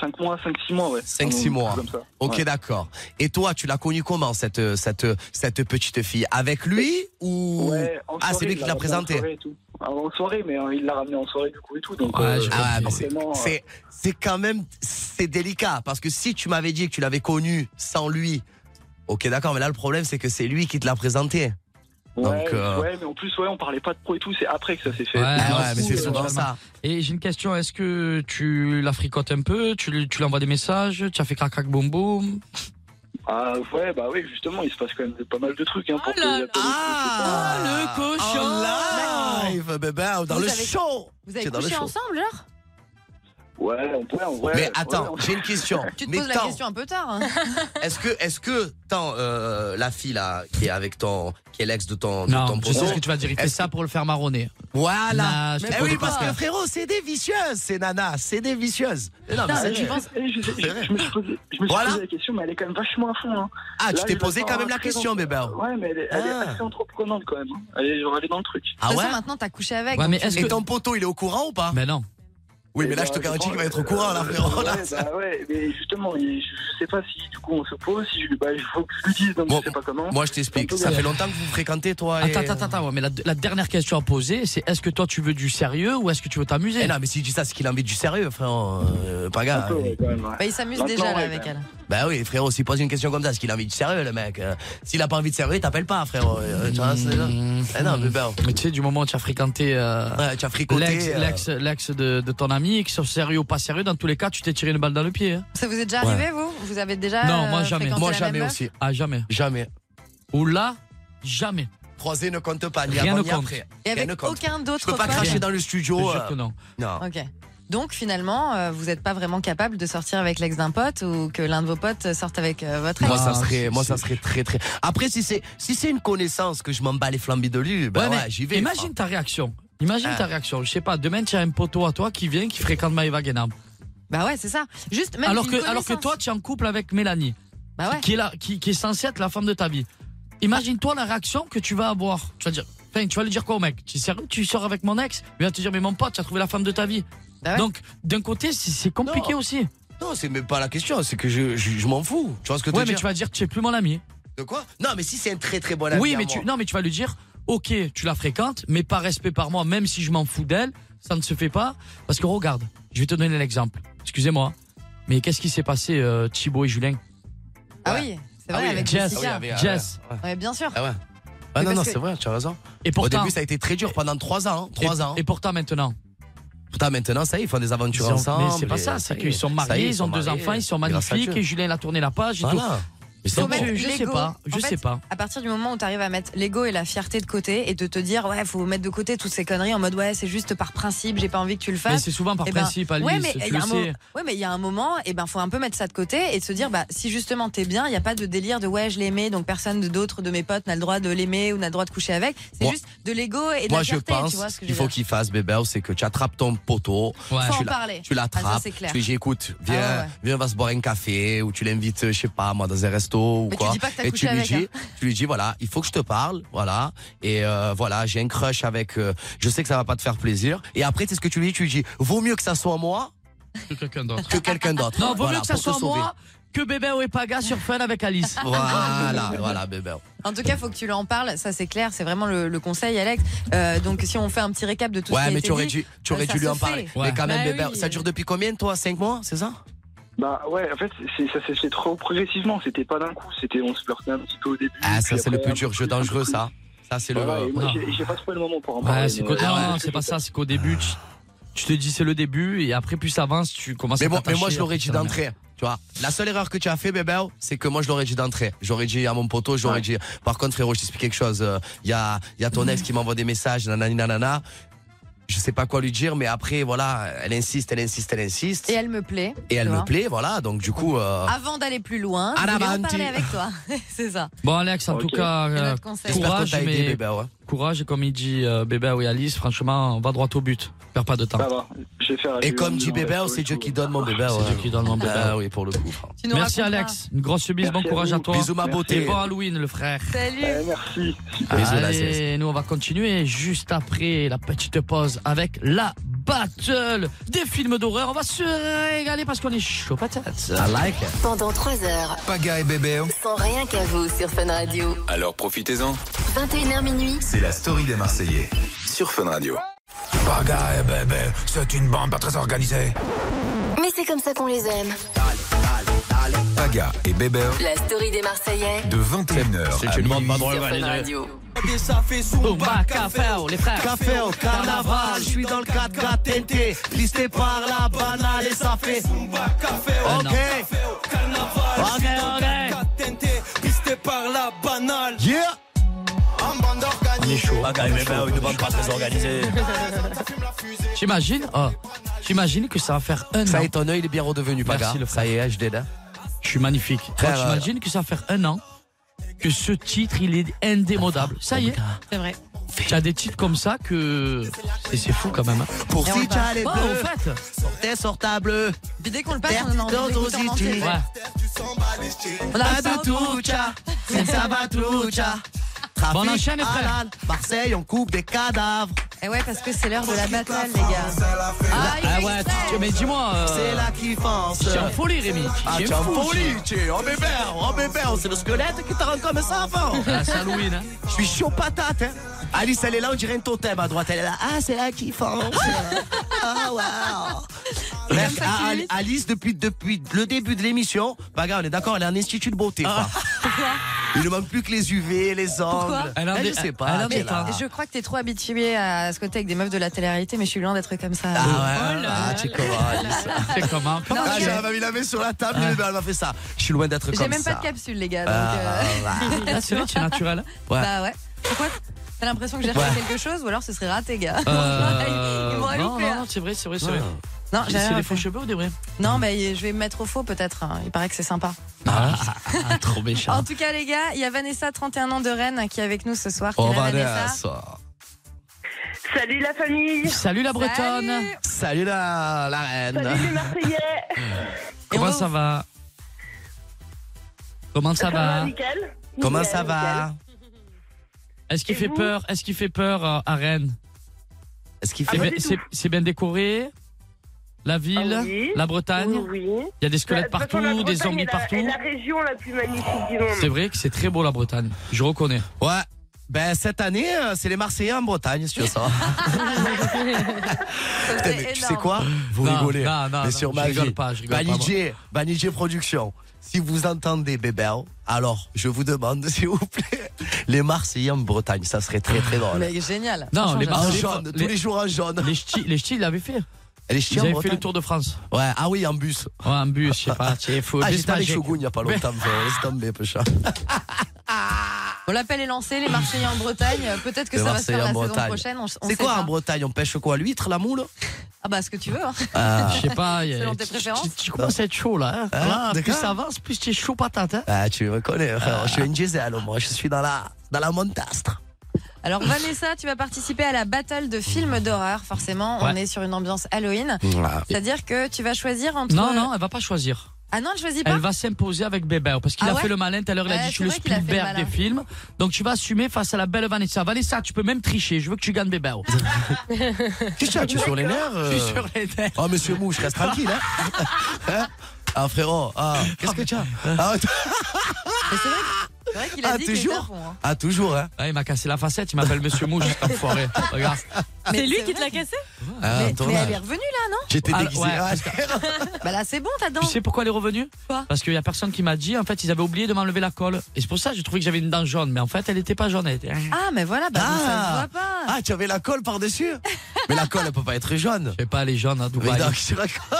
Speaker 14: cinq mois, cinq, six mois, ouais.
Speaker 6: 5 six
Speaker 14: Un-
Speaker 6: mois.
Speaker 14: Comme ça.
Speaker 6: Ok,
Speaker 14: Ouais.
Speaker 6: d'accord. Et toi, tu l'as connue comment, cette, cette, cette petite fille Avec lui ou.
Speaker 14: Ouais, en
Speaker 6: ah, c'est
Speaker 14: soirée,
Speaker 6: lui
Speaker 14: il
Speaker 6: qui
Speaker 14: l'a
Speaker 6: l'a
Speaker 14: ramené en
Speaker 6: présenté.
Speaker 14: soirée et tout. Ah, En soirée, mais hein, il l'a ramené en soirée, du coup, et tout. Donc,
Speaker 5: Ouais,
Speaker 14: euh,
Speaker 5: je-
Speaker 6: Ah, ouais, mais c'est-
Speaker 14: forcément, euh,
Speaker 6: c'est c'est quand même c'est c'est délicat parce que si tu m'avais dit que tu l'avais connu sans lui, ok, d'accord, mais là, le problème, c'est que c'est lui qui te l'a présenté.
Speaker 14: Ouais,
Speaker 6: Donc, euh,
Speaker 14: ouais, mais en plus, ouais, on parlait pas de pro et tout, c'est après que ça s'est fait.
Speaker 5: Ouais,
Speaker 6: ouais,
Speaker 14: euh,
Speaker 6: mais c'est souvent ça.
Speaker 5: Et j'ai une question, est-ce que tu la fricotes un peu Tu lui tu lui envoies des messages Tu as fait crac crac boum boum
Speaker 14: Ah, ouais, bah oui, justement, il se passe quand même pas mal de trucs. Hein, pour que les appels-
Speaker 5: Ah, le cochon
Speaker 6: en Oh, live, bébé,
Speaker 2: Oh,
Speaker 6: dans
Speaker 2: Vous
Speaker 6: le
Speaker 2: avez-
Speaker 6: show.
Speaker 2: Vous avez
Speaker 6: C'est dans le
Speaker 2: couché
Speaker 6: show.
Speaker 2: ensemble, genre
Speaker 14: Ouais, on pourrait, on pourrait.
Speaker 6: mais attends, j'ai une question.
Speaker 2: Tu te
Speaker 6: mais
Speaker 2: poses la
Speaker 6: tant,
Speaker 2: question un peu tard. hein.
Speaker 6: Est-ce que, est-ce que, tant euh, la fille là qui est avec ton, qui est l'ex de ton, de ton
Speaker 5: Non, je
Speaker 6: poteau,
Speaker 5: sais ce que tu vas dire. Il fait ça pour le faire marronner.
Speaker 6: Voilà.
Speaker 5: Nah, je te
Speaker 6: mais
Speaker 5: connais
Speaker 6: oui,
Speaker 5: pas.
Speaker 6: parce que frérot, c'est des vicieuses, c'est nana, c'est des vicieuses. Mais non, mais
Speaker 2: Non,
Speaker 6: c'est
Speaker 2: tu
Speaker 6: vrai.
Speaker 2: penses-
Speaker 14: Eh, Je, je- je- je me suis, posé, je me suis
Speaker 6: Voilà.
Speaker 14: posé la question, mais elle est quand même vachement à fond. Hein.
Speaker 6: Ah, tu
Speaker 14: Là,
Speaker 6: t'es
Speaker 14: je
Speaker 6: posé
Speaker 14: la
Speaker 6: quand
Speaker 14: sens
Speaker 6: même la
Speaker 14: très
Speaker 6: question,
Speaker 14: dans-
Speaker 6: bébé.
Speaker 14: Ouais, mais elle est, elle est
Speaker 6: Ah.
Speaker 14: assez entreprenante quand même. hein. Elle est, genre, elle est dans le truc.
Speaker 6: Ah
Speaker 2: De toute
Speaker 6: ouais
Speaker 2: façon, maintenant, t'as couché avec.
Speaker 5: Ouais,
Speaker 2: donc
Speaker 5: mais
Speaker 2: tu-
Speaker 5: est-ce
Speaker 6: Et
Speaker 5: que.
Speaker 6: ton poteau, il est au courant ou pas
Speaker 5: Mais non.
Speaker 6: Oui, mais là,
Speaker 14: Eh
Speaker 6: je te
Speaker 14: ben,
Speaker 6: garantis
Speaker 14: pense-
Speaker 6: qu'il va être au courant, là, frérot.
Speaker 14: Ouais,
Speaker 6: là.
Speaker 14: bah ouais, mais justement, il- je sais pas si du coup on se pose, si je, bah, il faut que je lui dise, donc
Speaker 6: Bon,
Speaker 14: je sais pas comment.
Speaker 6: Moi, je t'explique. Ça fait longtemps que vous vous fréquentez, toi. et-
Speaker 5: Attends, attends, attends, ouais, mais la, la dernière question à poser, c'est est-ce que toi tu veux du sérieux ou est-ce que tu veux t'amuser
Speaker 6: Eh non, mais si tu dis ça, c'est qu'il a envie du sérieux, frérot. Euh, pas
Speaker 14: Un
Speaker 6: gars.
Speaker 14: peu, ouais, quand même, ouais.
Speaker 2: Bah, il s'amuse
Speaker 14: Maintenant,
Speaker 2: déjà là
Speaker 14: ouais,
Speaker 2: avec
Speaker 14: bah.
Speaker 2: elle.
Speaker 6: Bah oui, frérot, s'il pose une question comme ça, c'est qu'il a envie du sérieux, le mec. Euh, S'il a pas envie de sérieux, il t'appelle pas, frérot. Euh, tu vois, c'est ça.
Speaker 5: Mmh.
Speaker 6: Eh non, mais bon.
Speaker 5: Mais tu sais, du moment où tu as fréquenté euh,
Speaker 6: Ouais, tu as fricoté.
Speaker 5: l'ex-
Speaker 6: euh,
Speaker 5: l'ex l'ex de, de ton ami, que ce soit sérieux ou pas sérieux, dans tous les cas, tu t'es tiré une balle dans le pied. hein.
Speaker 2: Ça vous est déjà
Speaker 6: Ouais.
Speaker 2: arrivé, vous Vous avez déjà.
Speaker 5: Non, moi,
Speaker 2: euh,
Speaker 5: jamais.
Speaker 2: fréquenté
Speaker 6: Moi,
Speaker 2: la même
Speaker 6: jamais
Speaker 2: meuf
Speaker 6: aussi.
Speaker 5: À jamais.
Speaker 6: Jamais.
Speaker 5: Ou là, jamais.
Speaker 6: Croiser ne compte pas, ni
Speaker 5: Rien
Speaker 6: avant
Speaker 5: ne
Speaker 6: ni
Speaker 5: compte.
Speaker 6: après.
Speaker 2: Et
Speaker 6: Rien ne
Speaker 2: avec
Speaker 6: compte.
Speaker 2: aucun
Speaker 6: Je
Speaker 2: d'autre
Speaker 6: peux pas
Speaker 2: pote
Speaker 6: cracher dans le
Speaker 5: Je te
Speaker 6: studio.
Speaker 5: jure
Speaker 6: euh,
Speaker 5: que non. Ah,
Speaker 6: Non.
Speaker 2: Ok. Donc finalement, euh, vous n'êtes pas vraiment capable de sortir avec l'ex d'un pote ou que l'un de vos potes sorte avec euh, votre ex.
Speaker 6: Moi, ça
Speaker 5: Ah,
Speaker 6: serait,
Speaker 5: c'est-
Speaker 6: moi, ça
Speaker 5: c'est-
Speaker 6: serait très, très. Après, si c'est, si c'est une connaissance que je m'en bats les flambis de
Speaker 2: Eh
Speaker 6: lui,
Speaker 2: ben
Speaker 6: bah ouais,
Speaker 5: mais
Speaker 6: j'y
Speaker 2: hein.
Speaker 6: vais.
Speaker 5: Imagine ta réaction. Imagine
Speaker 6: Ah.
Speaker 5: ta réaction. Je sais pas, demain, tu as un poteau à toi qui vient, qui fréquente Maëva Guénam.
Speaker 2: Bah ouais, c'est ça. Juste même
Speaker 5: Alors
Speaker 2: une
Speaker 5: que, alors que
Speaker 2: connaissance.
Speaker 5: toi, tu es en couple avec Mélanie,
Speaker 2: Bah ouais.
Speaker 5: qui, est là, qui, qui est censée être la femme de ta vie. Imagine-toi la réaction que tu vas avoir. Tu vas dire, enfin, tu vas lui dire quoi au mec Tu es sérieux Tu sors avec mon ex Il va te dire, mais mon pote, tu as trouvé la femme de ta vie.
Speaker 2: Bah ouais.
Speaker 5: Donc, d'un côté, c'est- c'est compliqué
Speaker 6: Non.
Speaker 5: aussi.
Speaker 6: Non, c'est même pas la question, c'est que je, je, je m'en fous. Tu vois ce que
Speaker 5: Ouais,
Speaker 6: te
Speaker 5: mais
Speaker 6: dire
Speaker 5: tu vas dire, tu es plus mon ami.
Speaker 6: De quoi Non, mais si c'est un très très bon ami.
Speaker 5: Oui,
Speaker 6: à
Speaker 5: mais
Speaker 6: moi.
Speaker 5: tu, non, mais tu vas lui dire, ok, tu la fréquentes, mais par respect par moi, même si je m'en fous d'elle, ça ne se fait pas. Parce que regarde, je vais te donner l'exemple. Excusez-moi. Mais qu'est-ce qui s'est passé, euh, Thibaut et Julien
Speaker 2: Ah oui, c'est
Speaker 6: Ah
Speaker 2: vrai
Speaker 6: oui,
Speaker 2: avec
Speaker 5: Jess.
Speaker 6: Ah oui,
Speaker 2: Jessica.
Speaker 6: avec- ah
Speaker 5: Jess.
Speaker 6: ouais, ouais.
Speaker 2: Ouais, bien sûr.
Speaker 6: Ah ouais. Ah non,
Speaker 2: parce
Speaker 6: non,
Speaker 2: que-
Speaker 6: c'est vrai, tu as raison.
Speaker 5: Et pourtant,
Speaker 6: Au début, ça a été très dur pendant 3 ans. 3
Speaker 5: et,
Speaker 6: ans.
Speaker 5: et pourtant maintenant.
Speaker 6: Putain, maintenant, ça y est, ils font des aventures
Speaker 5: Ils ont-
Speaker 6: ensemble.
Speaker 5: mais c'est pas
Speaker 6: et-
Speaker 5: ça,
Speaker 6: ça
Speaker 5: c'est
Speaker 6: y est,
Speaker 5: qu'ils sont
Speaker 6: ça y est,
Speaker 5: mariés,
Speaker 6: ils
Speaker 5: ils ont
Speaker 6: sont
Speaker 5: deux
Speaker 6: mariés,
Speaker 5: enfants, ils sont
Speaker 6: grâce à
Speaker 5: magnifiques
Speaker 6: Dieu.
Speaker 5: et Julien a tourné la page et tout.
Speaker 6: Voilà. Mais c'est
Speaker 5: Donc,
Speaker 6: bon.
Speaker 2: mettre
Speaker 5: je, je sais
Speaker 2: l'ego.
Speaker 5: pas, je
Speaker 2: En
Speaker 5: sais
Speaker 2: fait,
Speaker 5: pas.
Speaker 2: À partir du moment où tu arrives à mettre l'ego et la fierté de côté et de te dire ouais, faut mettre de côté toutes ces conneries en mode ouais, c'est juste par principe, j'ai pas envie que tu le
Speaker 5: Mais
Speaker 2: fasses.
Speaker 5: c'est souvent par
Speaker 2: Eh ben,
Speaker 5: principe à lui,
Speaker 2: ouais, mais
Speaker 5: c'est-
Speaker 2: il
Speaker 5: tu
Speaker 2: y a
Speaker 5: le
Speaker 2: un moment-
Speaker 5: sais.
Speaker 2: ouais, mais il y a un moment, et ben, faut un peu mettre ça de côté et de se dire, bah, si justement t'es bien, il n'y a pas de délire de ouais, je l'aimais, donc personne d'autre de mes potes n'a le droit de l'aimer ou n'a le droit de coucher avec. C'est
Speaker 6: Moi-
Speaker 2: juste de l'ego et de
Speaker 6: Moi,
Speaker 2: la
Speaker 6: je
Speaker 2: fierté, tu vois
Speaker 6: pense
Speaker 2: ce que je
Speaker 6: qu'il
Speaker 2: veux
Speaker 6: faut
Speaker 2: dire.
Speaker 6: qu'il fasse, bébé, c'est que tu attrapes ton poteau.
Speaker 5: Ouais.
Speaker 2: Faut en
Speaker 6: tu la-
Speaker 2: parler.
Speaker 6: Tu
Speaker 2: Ah, ça,
Speaker 6: l'attrapes,
Speaker 2: c'est clair.
Speaker 6: tu lui dis écoute, viens,
Speaker 2: Ah ouais, ouais.
Speaker 6: viens, on va se boire un café, ou tu l'invites, je sais pas, moi, dans un resto ou
Speaker 2: Mais tu
Speaker 6: quoi.
Speaker 2: dis pas que t'as
Speaker 6: et
Speaker 2: couché
Speaker 6: tu lui
Speaker 2: avec, hein.
Speaker 6: dis, tu lui dis, voilà, il faut que je te parle, voilà, et euh, voilà, j'ai un crush avec, euh, je sais que ça va pas te faire plaisir. Et après, tu sais ce que tu lui dis, tu lui dis, vaut mieux que ça soit moi
Speaker 5: quelqu'un d'autre.
Speaker 6: que quelqu'un d'autre.
Speaker 5: Non, vaut
Speaker 6: Voilà,
Speaker 5: mieux que ça
Speaker 6: pour te
Speaker 5: soit
Speaker 6: sauver.
Speaker 5: moi que Bébé et Paga sur Fun avec Alice.
Speaker 6: Voilà, voilà, bébé.
Speaker 2: En tout cas, faut que tu lui en parles, ça c'est clair, c'est vraiment le, le conseil, Alex. Euh, donc, si on fait un petit récap de tout ce qui
Speaker 6: Ouais,
Speaker 2: a
Speaker 6: mais
Speaker 2: été
Speaker 6: tu aurais
Speaker 2: dit, euh,
Speaker 6: dû, tu aurais
Speaker 2: ça
Speaker 6: dû lui
Speaker 2: se
Speaker 6: en
Speaker 2: fait.
Speaker 6: parler. Mais quand même,
Speaker 7: Bah
Speaker 6: bébé,
Speaker 7: oui.
Speaker 6: ça dure depuis combien, toi 5 mois, c'est ça
Speaker 14: Bah ouais, en fait, c'est- ça s'est fait trop progressivement, c'était pas d'un coup, c'était on se flirtait un petit peu au début.
Speaker 6: Ah,
Speaker 14: puis
Speaker 6: ça, c'est le
Speaker 14: après,
Speaker 6: plus dur, jeu dangereux, ça. Ça,
Speaker 5: Ah,
Speaker 6: c'est le. Ah.
Speaker 14: Voilà, et moi,
Speaker 5: Non.
Speaker 14: j'ai- j'ai pas trouvé le moment pour en parler.
Speaker 5: Ouais, c'est
Speaker 14: mais-
Speaker 5: qu'au- non, c'est pas ça, c'est qu'au début, tu, tu te dis c'est le début et après plus ça avance, tu commences
Speaker 6: Mais
Speaker 5: à
Speaker 6: bon, mais
Speaker 5: t'attacher,
Speaker 6: moi je l'aurais
Speaker 5: après,
Speaker 6: dit
Speaker 5: c'est la
Speaker 6: d'entrée. Tu vois, la seule erreur que tu as fait, bébé, c'est que moi je l'aurais dit d'entrée. J'aurais dit à mon poteau, j'aurais
Speaker 14: Ouais.
Speaker 6: dit. Par contre, frérot, je t'explique quelque chose. Il y a, y a ton ex qui m'envoie des messages, nanani, nanana. Je sais pas quoi lui dire, mais après, voilà, elle insiste, elle insiste, elle insiste.
Speaker 2: Et elle me plaît.
Speaker 6: Et elle
Speaker 2: tu
Speaker 6: me
Speaker 2: vois. Ah.
Speaker 6: plaît, voilà. Donc du coup, euh,
Speaker 2: Avant d'aller plus loin, je
Speaker 6: À la
Speaker 2: voulais en
Speaker 6: vente.
Speaker 2: parler avec toi. c'est ça.
Speaker 5: merde. Bon, Alex, en
Speaker 14: Ok.
Speaker 5: tout cas,
Speaker 2: C'est
Speaker 5: euh,
Speaker 2: notre conseil.
Speaker 6: j'espère qu'on
Speaker 5: courage,
Speaker 6: t'a aidé,
Speaker 5: mais-
Speaker 6: bébé. ouais.
Speaker 5: courage et comme il dit euh, Bébé et Alice, franchement, on va droit au but. Perds pas de temps.
Speaker 14: Ça va, je vais faire. je
Speaker 6: Et
Speaker 14: vais
Speaker 6: comme dit
Speaker 14: en
Speaker 6: bébé,
Speaker 14: rester
Speaker 6: c'est
Speaker 14: au
Speaker 6: Dieu
Speaker 14: chaud.
Speaker 6: qui donne mon bébé.
Speaker 5: C'est
Speaker 6: ouais.
Speaker 5: Dieu qui donne mon bébé.
Speaker 6: Ah oui, pour le coup. frère.
Speaker 2: Tu nous
Speaker 5: Merci
Speaker 2: raconteras.
Speaker 5: Alex, une grosse bise,
Speaker 14: Merci
Speaker 5: bon
Speaker 14: à
Speaker 5: courage
Speaker 14: vous.
Speaker 5: à toi.
Speaker 6: Bisous ma
Speaker 14: Merci.
Speaker 5: Et
Speaker 6: beauté.
Speaker 5: bon Halloween le frère.
Speaker 2: Salut.
Speaker 14: Ouais, merci.
Speaker 6: Bisous, la sieste.
Speaker 5: Allez, nous on va continuer juste après la petite pause avec la battle des films d'horreur. On va se régaler parce qu'on est chaud patate.
Speaker 6: I like it.
Speaker 3: Pendant 3 heures,
Speaker 1: Paga et bébé,
Speaker 3: sans rien qu'à vous sur Fun Radio.
Speaker 4: Alors profitez-en,
Speaker 3: 21h minuit,
Speaker 1: c'est la story des Marseillais.
Speaker 4: sur Fun Radio.
Speaker 1: Paga et bébé, c'est une bande pas très organisée.
Speaker 3: Mais c'est comme ça qu'on les aime.
Speaker 1: Paga et Bébert
Speaker 3: La story des Marseillais.
Speaker 1: de 21h à minuit.
Speaker 3: sur Fun Radio.
Speaker 9: Ça fait
Speaker 6: bah,
Speaker 9: Zumba,
Speaker 5: caféo, les frères.
Speaker 9: Caféo, carnaval, je suis dans le 4 4 TNT. Listé par la banale et ça fait Zumba, caféo.
Speaker 6: Ah,
Speaker 5: non.
Speaker 9: Ok. Carnaval, je suis dans le 4 TNT. Listé par la banale.
Speaker 6: Yeah.
Speaker 9: En bande
Speaker 6: On est
Speaker 9: organisée.
Speaker 6: chaud. Ah, quand même, ben, une bande pas très organisée.
Speaker 5: J'imagine, oh, j'imagine que ça va faire un
Speaker 6: Ça
Speaker 5: an.
Speaker 6: y est, ton œil, il est bien redevenu,
Speaker 5: Merci,
Speaker 6: Paga.
Speaker 5: le
Speaker 6: Ça y est, HD là.
Speaker 5: Je suis magnifique.
Speaker 6: Frère,
Speaker 5: Moi, j'imagine que ça va faire un an que ce titre, il est indémodable.
Speaker 6: Ah,
Speaker 5: Ça y est.
Speaker 2: Ah,
Speaker 7: C'est vrai.
Speaker 5: Tu as des titres comme ça que. Et c'est fou quand même. hein.
Speaker 6: Pour
Speaker 2: Eh,
Speaker 5: Et on
Speaker 6: si
Speaker 5: le
Speaker 6: tu as les
Speaker 5: bat.
Speaker 6: bleus.
Speaker 5: Ouais, en fait.
Speaker 6: T'es sur ta bleue.
Speaker 2: Mais dès qu'on le passe, on a envie de l'écouter en entier.
Speaker 5: Ouais.
Speaker 2: On a ça autour.
Speaker 6: Batoucha, c'est ça Batoucha. Trafic
Speaker 5: Bon, on enchaîne, les frères.
Speaker 6: halal. Marseille, on coupe des cadavres.
Speaker 2: Et Eh ouais, parce que c'est l'heure de la battle, les gars. Ah, il
Speaker 5: Ah
Speaker 2: fait
Speaker 5: ouais,
Speaker 2: exprès.
Speaker 5: tu- mais dis-moi. euh,
Speaker 6: C'est la kiffance.
Speaker 5: Tu es en folie, Rémi.
Speaker 6: Ah,
Speaker 5: Tu es
Speaker 6: tu es en
Speaker 5: fou,
Speaker 6: folie, tu es en bébé, en bébé. C'est le squelette qui te rend comme ça avant.
Speaker 5: Ah, c'est Halloween, hein.
Speaker 6: Je suis chaud patate. Hein. Alice, elle est là, on dirait un totem à droite. Elle est là. Ah, c'est la kiffance. Ah, wow. Mec,
Speaker 7: ça que tu
Speaker 6: Ah, Al-
Speaker 7: imites.
Speaker 6: Alice, depuis, depuis le début de l'émission, Baga, on est d'accord, elle est un institut de beauté. quoi.
Speaker 5: Ah.
Speaker 6: Il ne manque plus que les UV, les ongles.
Speaker 5: Elle en
Speaker 6: Eh,
Speaker 5: est-
Speaker 6: je sais
Speaker 5: elle en
Speaker 6: pas.
Speaker 5: est
Speaker 6: tu es
Speaker 5: pas.
Speaker 6: là.
Speaker 5: Ah.
Speaker 2: Je crois que t'es trop habitué à ce côté avec des meufs de la télé-réalité, mais je suis loin d'être comme ça.
Speaker 6: Ah ouais, ah, tu es comment, Alice
Speaker 5: C'est comment
Speaker 2: Non,
Speaker 6: Ah,
Speaker 2: je-
Speaker 6: j'ai la mamie lavée sur la table, mais elle m'a fait ça. Je suis loin d'être comme ça.
Speaker 2: J'ai même pas de capsule, les gars. Donc,
Speaker 6: Ah,
Speaker 2: euh,
Speaker 6: ouais.
Speaker 5: Ah, c'est vrai, tu es naturel.
Speaker 6: ouais.
Speaker 2: Bah ouais. Pourquoi T'as l'impression que j'ai raté quelque chose ou alors ce serait raté, gars
Speaker 5: Euh,
Speaker 2: Ils m'ont
Speaker 5: non, non,
Speaker 2: loupé, hein.
Speaker 5: non, c'est vrai, c'est vrai,
Speaker 6: Ah.
Speaker 5: c'est vrai.
Speaker 2: Non, j'ai
Speaker 5: C'est
Speaker 2: rien
Speaker 5: des
Speaker 2: fait.
Speaker 5: faux cheveux ou des vrais
Speaker 2: Non, mais je vais me mettre au faux peut-être. hein. Il paraît que c'est sympa.
Speaker 5: ah, trop
Speaker 2: En
Speaker 5: méchant.
Speaker 2: tout cas, les gars, il y a Vanessa, 31 ans de Rennes, qui est avec nous ce soir.
Speaker 6: On
Speaker 5: Oh,
Speaker 2: Quelle est
Speaker 6: va aller à ça.
Speaker 8: Salut la famille.
Speaker 5: Salut la Bretonne.
Speaker 2: Salut.
Speaker 6: Salut la, la
Speaker 8: Salut
Speaker 6: reine.
Speaker 8: les Marseillais.
Speaker 5: Comment
Speaker 2: Et on
Speaker 5: ça va Comment ça va
Speaker 8: Nickel.
Speaker 6: Comment
Speaker 8: Nickel,
Speaker 6: ça va
Speaker 5: Est-ce qu'il
Speaker 8: Et
Speaker 5: fait
Speaker 8: vous
Speaker 5: peur Est-ce qu'il fait peur euh, à Rennes
Speaker 6: Est-ce qu'il
Speaker 2: Ah,
Speaker 5: C'est
Speaker 6: fait
Speaker 5: bien-
Speaker 8: pas du tout.
Speaker 5: C'est c'est bien décoré. La ville,
Speaker 8: Ah oui.
Speaker 5: la
Speaker 8: nickel.
Speaker 5: Bretagne.
Speaker 8: Oui. oui. Bah,
Speaker 5: Il y a des squelettes
Speaker 8: De toute façon,
Speaker 5: partout,
Speaker 8: la
Speaker 5: des
Speaker 8: Bretagne
Speaker 5: zombies
Speaker 8: est la-
Speaker 5: partout.
Speaker 8: est la région la plus magnifique du
Speaker 5: C'est
Speaker 8: monde.
Speaker 5: vrai que c'est très beau la Bretagne. Je reconnais.
Speaker 6: Ouais. Ben cette année, euh, c'est les Marseillais en Bretagne, si tu veux ça.
Speaker 2: Ça,
Speaker 6: Putain,
Speaker 2: c'est
Speaker 6: mais tu
Speaker 2: énorme.
Speaker 6: sais quoi Vous
Speaker 5: Non,
Speaker 6: rigolez. hein.
Speaker 5: non, non,
Speaker 6: mais
Speaker 5: non,
Speaker 6: sur
Speaker 5: je
Speaker 6: ma
Speaker 5: rigole
Speaker 6: vie.
Speaker 5: pas, je rigole pas, moi.
Speaker 6: Banijé, Banijé Production. Si vous entendez Bébert, alors je vous demande, s'il vous plaît, les Marseillais en Bretagne. Ça serait très très drôle.
Speaker 2: Mais génial.
Speaker 5: Oh, Non,
Speaker 2: Franchement,
Speaker 5: les
Speaker 2: j'adore.
Speaker 6: En
Speaker 5: Marseillais-
Speaker 6: jaune,
Speaker 5: les-
Speaker 6: tous les jours en jaune.
Speaker 5: Les ch'tis, les ch'tis, ils l'avaient fait.
Speaker 6: Elle est
Speaker 5: Ils
Speaker 6: chiante en
Speaker 5: avaient fait
Speaker 6: Bretagne.
Speaker 5: le Tour de France.
Speaker 6: Ouais, ah oui, en bus.
Speaker 5: Ouais, un bus, je sais pas. tu sais, faut
Speaker 6: Ah, j'étais avec
Speaker 5: démager.
Speaker 6: Shogun il n'y a pas longtemps. frère. Laisse tomber, Pécha.
Speaker 2: Bon, l'appel est lancé, les Marseillais en Bretagne. euh, Peut-être que
Speaker 6: Les
Speaker 2: ça va se faire
Speaker 6: Marseillais
Speaker 2: la
Speaker 6: en
Speaker 2: saison
Speaker 6: Bretagne.
Speaker 2: prochaine. on- on
Speaker 6: C'est
Speaker 2: sait
Speaker 6: quoi
Speaker 5: hein,
Speaker 2: pas.
Speaker 6: en Bretagne On pêche quoi L'huître, la moule
Speaker 2: Ah bah ce que tu veux. hein.
Speaker 6: ah.
Speaker 5: Je sais pas. y a-
Speaker 2: Selon tes
Speaker 5: tu-
Speaker 2: préférences.
Speaker 5: Tu, tu commences à être chaud là. hein.
Speaker 6: Ah,
Speaker 5: Là, plus
Speaker 6: d'accord.
Speaker 5: ça avance, plus tu es chaud patate. hein.
Speaker 6: Ah, tu me connais, frère. Je suis une diesel, moi. Je suis dans la, dans la montastre.
Speaker 2: Alors Vanessa, tu vas participer à la battle de films d'horreur. Forcément, on
Speaker 5: Ouais.
Speaker 2: est sur une ambiance Halloween. C'est-à-dire que tu vas choisir entre. euh,
Speaker 5: Non, non, elle va pas choisir.
Speaker 2: Ah non, elle choisis pas.
Speaker 5: Elle va s'imposer avec Bébert parce qu'il
Speaker 2: Ah
Speaker 5: a
Speaker 2: ouais
Speaker 5: fait le malin tout à l'heure. Il a
Speaker 2: Ouais,
Speaker 5: dit Je suis
Speaker 2: c'est
Speaker 5: le
Speaker 2: vrai qu'il a fait le
Speaker 5: Spielberg
Speaker 2: malin.
Speaker 5: des films. Donc tu vas assumer face à la belle Vanessa. Vanessa, tu peux même tricher. Je veux que tu gagnes Bébert.
Speaker 6: Qu'est-ce que tu as, tu es sur les nerfs euh
Speaker 5: Je suis sur les nerfs.
Speaker 6: Oh, monsieur Mouche, reste tranquille, hein. Hein Ah, frérot, ah, qu'est-ce que tu as ah, t-
Speaker 2: Mais c'est vrai que- c'est vrai qu'il a
Speaker 6: Ah,
Speaker 2: dit qu'il
Speaker 6: toujours
Speaker 2: était à fond, hein.
Speaker 6: ah, toujours, hein.
Speaker 5: Ah, il m'a cassé la facette. Il m'appelle Monsieur Mouche, cet enfoiré. Regarde.
Speaker 7: C'est lui qui te
Speaker 2: vrai
Speaker 7: l'a cassé
Speaker 6: Ah,
Speaker 2: Mais, mais
Speaker 6: tournage.
Speaker 2: elle est revenue là,
Speaker 6: J'étais
Speaker 5: Ah,
Speaker 6: déguisé.
Speaker 5: ouais,
Speaker 6: Ah,
Speaker 2: non Bah là, c'est bon, ta dent.
Speaker 5: Tu sais pourquoi elle est revenue
Speaker 2: Pourquoi
Speaker 5: Parce qu'il y a personne qui m'a dit, en fait, ils avaient oublié de m'enlever la colle. Et c'est pour ça que j'ai trouvé que j'avais une dent jaune. Mais en fait, elle n'était pas jaune. Elle était... Je
Speaker 2: Ah, mais voilà, bah
Speaker 6: Ah.
Speaker 2: ça ne voit pas.
Speaker 6: ah, tu avais la colle par-dessus Mais la colle, elle peut pas être jaune.
Speaker 5: sais pas, les jaunes à
Speaker 6: Mais
Speaker 5: Dubaï.
Speaker 6: donc, c'est la colle.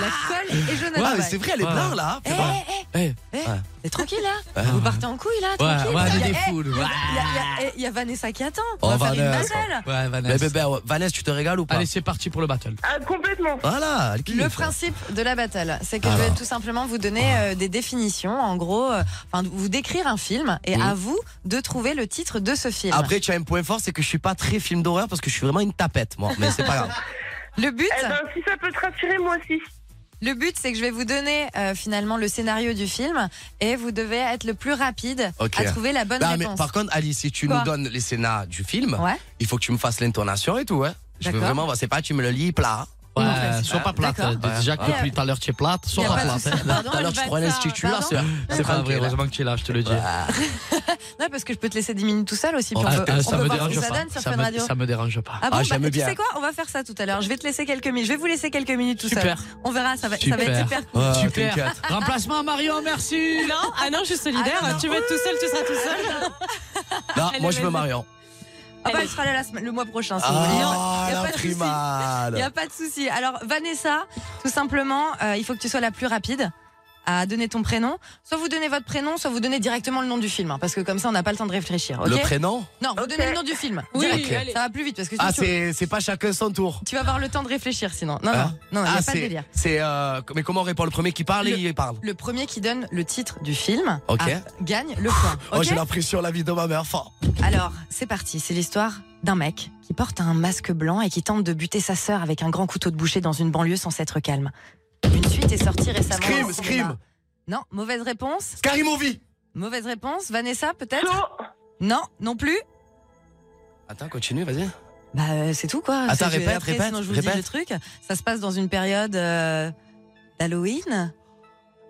Speaker 2: La colle et jaune à
Speaker 6: Ouais, mais
Speaker 2: Dubaï.
Speaker 6: c'est vrai, elle est
Speaker 5: Ouais.
Speaker 6: blanche, là.
Speaker 2: Eh, eh, eh,
Speaker 5: Eh,
Speaker 2: eh,
Speaker 6: Ouais.
Speaker 2: t'es tranquille là Vous partez en couille là
Speaker 5: ouais,
Speaker 2: tranquille
Speaker 5: ouais,
Speaker 2: Il
Speaker 5: il
Speaker 2: y a-
Speaker 5: est
Speaker 2: eh,
Speaker 5: full. Ouais,
Speaker 2: il y a- il y a- eh, il y a Vanessa qui attend.
Speaker 6: Oh,
Speaker 2: On va faire une
Speaker 6: Vanessa.
Speaker 2: battle.
Speaker 5: ouais,
Speaker 6: Mais
Speaker 5: Vanessa.
Speaker 6: bébé, ouais, Vanessa, tu te régales ou pas
Speaker 5: Allez, c'est parti pour le battle.
Speaker 8: Ah, complètement.
Speaker 6: Voilà, elle
Speaker 2: Le
Speaker 6: kiffe.
Speaker 2: principe de la battle, c'est que je vais
Speaker 6: Alors.
Speaker 2: tout simplement vous donner euh, des définitions, en gros, euh, enfin, vous décrire un film et à vous de trouver le titre de ce film.
Speaker 6: Après, tu as un point fort, c'est que je suis pas très film d'horreur parce que je suis vraiment une tapette, moi. Mais c'est pas grave.
Speaker 2: Le but,
Speaker 8: Eh ben, si ça peut te rassurer, moi aussi.
Speaker 2: le but, c'est que je vais vous donner euh, finalement le scénario du film et vous devez être le plus rapide
Speaker 6: Ok.
Speaker 2: à trouver la bonne
Speaker 6: Non, mais
Speaker 2: réponse.
Speaker 6: par contre, Ali, si tu
Speaker 2: Quoi
Speaker 6: nous donnes les scénarios du film,
Speaker 2: Ouais.
Speaker 6: il faut que tu me fasses l'intonation et tout, hein. Je veux
Speaker 2: D'accord.
Speaker 6: vraiment, voir, c'est pas, tu me le lis plat.
Speaker 5: Ouais,
Speaker 6: en fait,
Speaker 5: sois pas plate.
Speaker 6: d'accord.
Speaker 5: euh, Déjà que
Speaker 6: Ouais.
Speaker 5: depuis tout à l'heure tu es plate, sois
Speaker 6: Y a
Speaker 5: pas
Speaker 6: pas de
Speaker 5: plate.
Speaker 6: souci.
Speaker 5: hein.
Speaker 6: Pardon,
Speaker 5: Tout à l'heure
Speaker 2: le
Speaker 5: tu prenais
Speaker 2: bâtard.
Speaker 5: ce tu là,
Speaker 2: Pardon.
Speaker 5: c'est c'est pas vrai. Heureusement que tu es là, je te le dis.
Speaker 2: Ouais, parce que je peux te laisser 10 minutes tout seul aussi. Puis
Speaker 5: Ah,
Speaker 2: on peut,
Speaker 5: ah,
Speaker 2: on
Speaker 5: ça
Speaker 2: peut
Speaker 5: me
Speaker 2: voir ce
Speaker 5: dérange
Speaker 2: que ça
Speaker 5: pas.
Speaker 2: donne sur
Speaker 5: Ça
Speaker 2: Fun
Speaker 5: me-
Speaker 2: Radio.
Speaker 5: ça me dérange pas.
Speaker 2: Ah bon, bah,
Speaker 5: j'aime
Speaker 2: tu
Speaker 5: bien.
Speaker 2: sais quoi On va faire ça tout à l'heure. Je vais te laisser quelques minutes. Je vais vous laisser quelques minutes tout
Speaker 5: Super.
Speaker 2: seul. On verra, ça va, ça va être super cool.
Speaker 5: Super. Remplacement Marion, merci.
Speaker 7: Non, ah non, je suis solidaire.
Speaker 2: Ah non, non.
Speaker 7: Tu vas être tout seul, tu seras tout seul.
Speaker 6: Non,
Speaker 2: Elle
Speaker 6: moi
Speaker 2: est
Speaker 6: je veux
Speaker 2: belle.
Speaker 6: Marion.
Speaker 2: Ah bah, elle sera là la semaine- le mois prochain. si vous voulez. Y a
Speaker 6: Ah,
Speaker 2: pas- y a
Speaker 6: la
Speaker 2: pas de souci.
Speaker 6: primale.
Speaker 2: Il n'y a pas de souci. Alors, Vanessa, tout simplement, euh, il faut que tu sois la plus rapide à donner ton prénom. Soit vous donnez votre prénom, soit vous donnez directement le nom du film. hein, parce que comme ça, on n'a pas le temps de réfléchir. ok
Speaker 6: Le prénom
Speaker 2: Non, vous donnez le nom du film.
Speaker 6: Oui,
Speaker 2: Direct.
Speaker 6: Ok. allez.
Speaker 2: Ça va plus vite. Parce que sinon,
Speaker 6: Ah,
Speaker 2: tu-
Speaker 6: c'est c'est pas chacun son tour.
Speaker 2: tu vas avoir le temps de réfléchir sinon. Non,
Speaker 6: Hein
Speaker 2: non, non, il n'y a
Speaker 6: Ah,
Speaker 2: pas de
Speaker 6: c'est-
Speaker 2: délire.
Speaker 6: C'est. euh, mais comment répond le premier qui parle et
Speaker 2: Le-
Speaker 6: il parle
Speaker 2: Le premier qui donne le titre du film
Speaker 6: Ok.
Speaker 2: ah, gagne le point.
Speaker 6: Oh,
Speaker 2: ok
Speaker 6: j'ai l'impression la vie de ma mère. Fort.
Speaker 2: Alors, c'est parti. C'est l'histoire d'un mec qui porte un masque blanc et qui tente de buter sa sœur avec un grand couteau de boucher dans une banlieue sans s'être calme. Une suite est sortie récemment. au cinéma.
Speaker 6: Scream, scream.
Speaker 2: Non, mauvaise réponse.
Speaker 6: Scary Movie.
Speaker 2: Mauvaise réponse. Vanessa, peut-être Non, non plus.
Speaker 6: Ah,
Speaker 2: Ah,
Speaker 6: Attends, continue, vas-y.
Speaker 2: Bah, euh, c'est tout quoi.
Speaker 6: Attends,
Speaker 2: C'est- je-
Speaker 6: répète,
Speaker 2: après,
Speaker 6: répète,
Speaker 2: sinon je vous dis
Speaker 6: répète.
Speaker 2: le truc. Ça se passe dans une période euh, d'Halloween.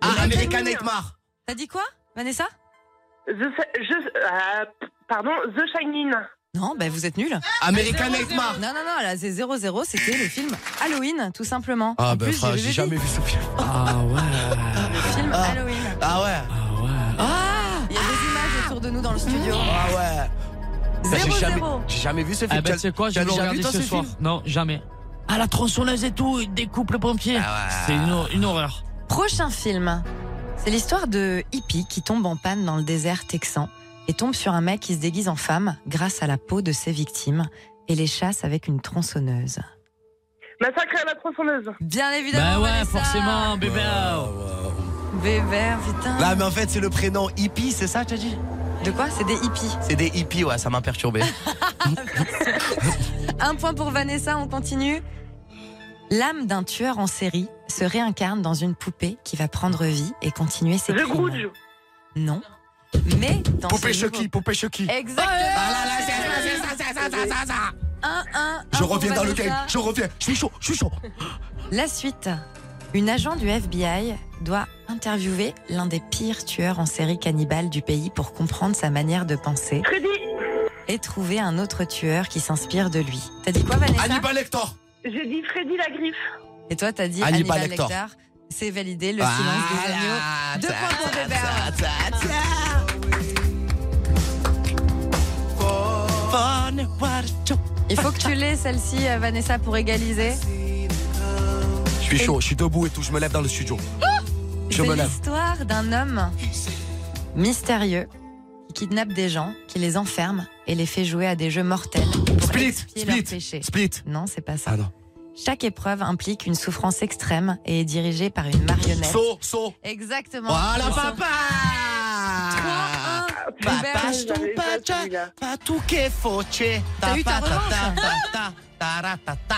Speaker 6: Ah, American
Speaker 2: Halloween.
Speaker 6: Nightmare.
Speaker 2: T'as dit quoi, Vanessa
Speaker 8: The, je, euh, pardon, The Shining.
Speaker 2: Non, ben vous êtes nul.
Speaker 6: American Nightmare.
Speaker 2: Non, non, non, là c'est 0-0, c'était le film Halloween, tout simplement.
Speaker 6: Ah,
Speaker 2: En
Speaker 6: bah,
Speaker 2: plus,
Speaker 6: frère,
Speaker 2: j'ai
Speaker 6: j'ai
Speaker 2: dit-
Speaker 6: jamais vu ce film.
Speaker 5: Ah ouais.
Speaker 2: Le film Halloween.
Speaker 6: Ah ouais.
Speaker 2: Ah Il y a des images autour de nous dans le studio.
Speaker 6: Ah ouais. Bah, j'ai jamais, j'ai jamais vu ce film.
Speaker 5: Eh ben,
Speaker 6: Tu as-
Speaker 5: c'est quoi,
Speaker 6: tu
Speaker 5: je
Speaker 6: as
Speaker 5: vais le
Speaker 6: déjà vu
Speaker 5: regarder
Speaker 6: toi
Speaker 5: ce
Speaker 6: ce
Speaker 5: soir.
Speaker 6: film
Speaker 5: Non, jamais. Ah, la tronçonneuse et tout, il découpe le pompier. C'est une, hor- une horreur.
Speaker 2: Prochain film. C'est l'histoire de hippie qui tombe en panne dans le désert texan et tombe sur un mec qui se déguise en femme grâce à la peau de ses victimes et les chasse avec une tronçonneuse.
Speaker 8: Massacre à la tronçonneuse.
Speaker 2: Bien
Speaker 5: Bah
Speaker 2: évidemment.
Speaker 5: ouais,
Speaker 2: Vanessa.
Speaker 5: forcément, bébé.
Speaker 2: Bébert, putain.
Speaker 6: Là, mais en fait, c'est le prénom hippie, c'est ça, t'as dit
Speaker 2: De quoi C'est des hippies.
Speaker 6: C'est des hippies, ouais, ça m'a perturbé.
Speaker 2: Un point pour Vanessa, on continue. L'âme d'un tueur en série se réincarne dans une poupée qui va prendre vie et continuer ses
Speaker 8: The
Speaker 2: crimes.
Speaker 8: Grudge.
Speaker 2: Non. Mais dans
Speaker 6: Poupée
Speaker 2: ce Eh, nouveau-
Speaker 6: Chucky, poupée Chucky.
Speaker 2: Exactement.
Speaker 6: Ah
Speaker 2: Un, un,
Speaker 6: Je
Speaker 2: un pour
Speaker 6: reviens dans le
Speaker 2: Vanessa.
Speaker 6: game, je reviens. Je suis chaud, je suis chaud.
Speaker 2: La suite. Une agent du FBI doit interviewer l'un des pires tueurs en série cannibales du pays pour comprendre sa manière de penser
Speaker 8: Freddy.
Speaker 2: et trouver un autre tueur qui s'inspire de lui. T'as dit quoi, Vanessa
Speaker 6: Hannibal Lector.
Speaker 8: J'ai dit Freddy la griffe.
Speaker 2: Et toi, t'as dit
Speaker 6: Hannibal
Speaker 2: Hannibal,
Speaker 6: Lecter.
Speaker 2: Lecter. C'est validé, le silence des agneaux. Deux points pour Weber. Il faut que tu l'aies, celle-ci, euh, Vanessa, pour égaliser.
Speaker 6: Je suis chaud, je suis debout et tout, je me lève dans le studio. Je
Speaker 2: C'est
Speaker 6: me lève.
Speaker 2: l'histoire d'un homme mystérieux qui kidnappe des gens, qui les enferme et les fait jouer à des jeux mortels pour
Speaker 6: Split,
Speaker 2: expier
Speaker 6: split,
Speaker 2: leurs péchés.
Speaker 6: split.
Speaker 2: Non, c'est pas ça.
Speaker 6: Ah non.
Speaker 2: Chaque épreuve implique une souffrance extrême et est dirigée par une marionnette.
Speaker 6: Saut, saut.
Speaker 2: Exactement.
Speaker 6: Voilà,
Speaker 2: Saut.
Speaker 6: papa.
Speaker 2: 3-1.
Speaker 6: Ah, Papa,
Speaker 2: Weber.
Speaker 6: je ton pacha, pas tout qu'est fauché.
Speaker 2: T'as eu ta
Speaker 6: Ta, ta,
Speaker 2: revanche
Speaker 6: ta, ta, ta, ta, ta, ta.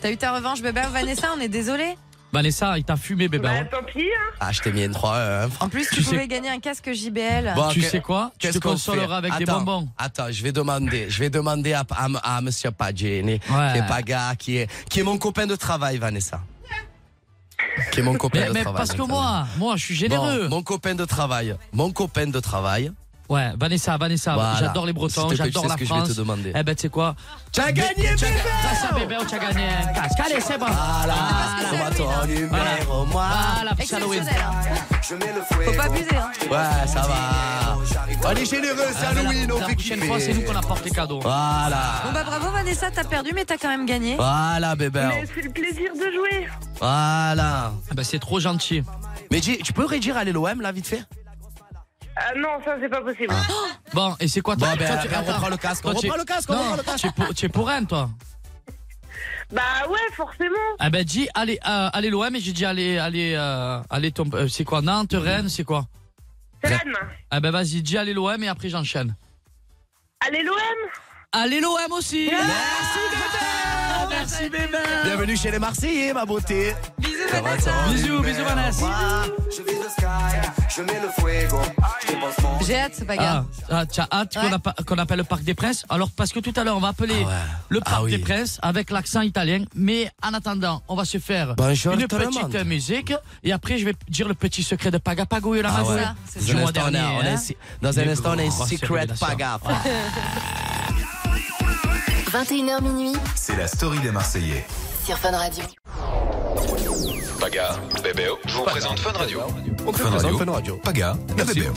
Speaker 2: T'as eu ta revanche, bébé ou Vanessa, on est désolé.
Speaker 5: Vanessa, il t'a fumé, bébé.
Speaker 8: Bah, tant pis, hein.
Speaker 6: Ah, je t'ai mis une 3 euh,
Speaker 2: En plus, tu,
Speaker 5: Tu sais-
Speaker 2: pouvais gagner un casque JBL.
Speaker 6: Bon,
Speaker 5: tu
Speaker 6: que-
Speaker 5: sais quoi Tu te
Speaker 6: qu'est-ce qu'on fait
Speaker 5: consoleras avec des
Speaker 6: Attends,
Speaker 5: bonbons.
Speaker 6: Attends, je vais demander, je vais demander à, à, à Monsieur Pagini, qui est Paga, qui est, qui est mon copain de travail, Vanessa. Qui est mon copain
Speaker 5: Mais,
Speaker 6: de
Speaker 5: mais
Speaker 6: travail.
Speaker 5: parce que
Speaker 6: Vanessa.
Speaker 5: moi, moi, je suis
Speaker 6: Bon,
Speaker 5: généreux.
Speaker 6: mon copain de travail, mon copain de travail.
Speaker 5: Ouais, Vanessa, Vanessa,
Speaker 6: Voilà.
Speaker 5: j'adore les
Speaker 6: S'il
Speaker 5: Bretons,
Speaker 6: te plaît,
Speaker 5: j'adore
Speaker 6: tu sais
Speaker 5: la
Speaker 6: ce que je vais
Speaker 5: France.
Speaker 6: te demander.
Speaker 5: Eh ben, tu sais quoi
Speaker 6: Tu as gagné, bébé
Speaker 5: Ça, ça, bébé, tu as gagné un casque. Allez, c'est bon.
Speaker 6: Voilà,
Speaker 2: Parce que
Speaker 6: envoie
Speaker 2: c'est
Speaker 6: ton numéro, moi.
Speaker 5: Voilà, puis c'est Halloween.
Speaker 2: Exceptionnel. hein. Faut pas abuser. hein.
Speaker 6: Ouais, ça va. On est généreux, c'est
Speaker 5: Ah, ben,
Speaker 6: Halloween,
Speaker 5: la,
Speaker 6: on
Speaker 5: la
Speaker 6: fait
Speaker 5: prochaine
Speaker 6: kiffer.
Speaker 5: fois, c'est nous qu'on apporte les cadeaux.
Speaker 2: Bon
Speaker 6: Voilà.
Speaker 2: bah bravo Vanessa, t'as perdu mais t'as quand même gagné.
Speaker 6: Voilà,
Speaker 8: Mais
Speaker 6: bébé.
Speaker 8: c'est le plaisir de jouer.
Speaker 6: Voilà.
Speaker 5: Ah ben, c'est trop gentil.
Speaker 6: Mais dis, tu peux réduire à l'OM, là, vite fait
Speaker 8: Ah non, ça c'est pas possible.
Speaker 5: Bon, et c'est quoi
Speaker 6: Bon,
Speaker 5: toi
Speaker 6: ben,
Speaker 5: toi, tu-
Speaker 6: on
Speaker 5: attends,
Speaker 6: reprend le casque, on
Speaker 5: toi, tu-
Speaker 6: reprend le casque, on
Speaker 5: Non,
Speaker 6: reprend le casque.
Speaker 5: Tu es pour- tu es pour Rennes, toi
Speaker 8: Bah ouais, forcément.
Speaker 5: Ah ben, dis, allez, euh, allez l'OM et j'ai dit, allez, allez, euh, allez, ton- euh, c'est quoi Nantes, Rennes, c'est quoi
Speaker 8: C'est l'âne.
Speaker 5: Ah ben, vas-y, dis, allez l'OM et après j'enchaîne.
Speaker 8: Allez Ah l'OM.
Speaker 5: Allez l'OM aussi
Speaker 6: Merci, bébé
Speaker 5: Merci bébé
Speaker 6: Bienvenue chez les Marseillais, ma beauté.
Speaker 2: Bisous Vanessa.
Speaker 5: Bisous, bisous, Vanessa.
Speaker 9: Je vis le sky, je mets le fuego. Je dépense mon
Speaker 2: J'ai hâte, c'est pas
Speaker 5: Ah,
Speaker 2: grave.
Speaker 5: ah, tu as hâte qu'on
Speaker 2: Ouais.
Speaker 5: appa- qu'on appelle le Parc des Princes. Alors, parce que tout à l'heure, on va appeler
Speaker 6: Ah
Speaker 5: le Parc des Princes avec l'accent italien. Mais en attendant, on va se faire
Speaker 6: Bonjour
Speaker 5: une
Speaker 6: tout le
Speaker 5: petite
Speaker 6: monde.
Speaker 5: musique. Et après, je vais dire le petit secret de Paga Pago et la
Speaker 6: Ah
Speaker 5: radio
Speaker 6: ouais. Dans
Speaker 5: du
Speaker 6: un
Speaker 5: mois
Speaker 6: instant, on a-
Speaker 5: dernier.
Speaker 6: on a un
Speaker 5: hein.
Speaker 6: si- dans un
Speaker 5: Des
Speaker 6: instant, on a un
Speaker 5: grosses
Speaker 6: secret
Speaker 5: révélations.
Speaker 6: Paga.
Speaker 5: Ah.
Speaker 3: 21h minuit
Speaker 4: C'est la story des Marseillais.
Speaker 3: sur Fun Radio.
Speaker 4: Paga, Bébéo, je vous présente Fun Radio.
Speaker 6: On te
Speaker 4: Fun
Speaker 6: présente
Speaker 4: Radio.
Speaker 6: Fun Radio.
Speaker 4: Paga, Bébéo.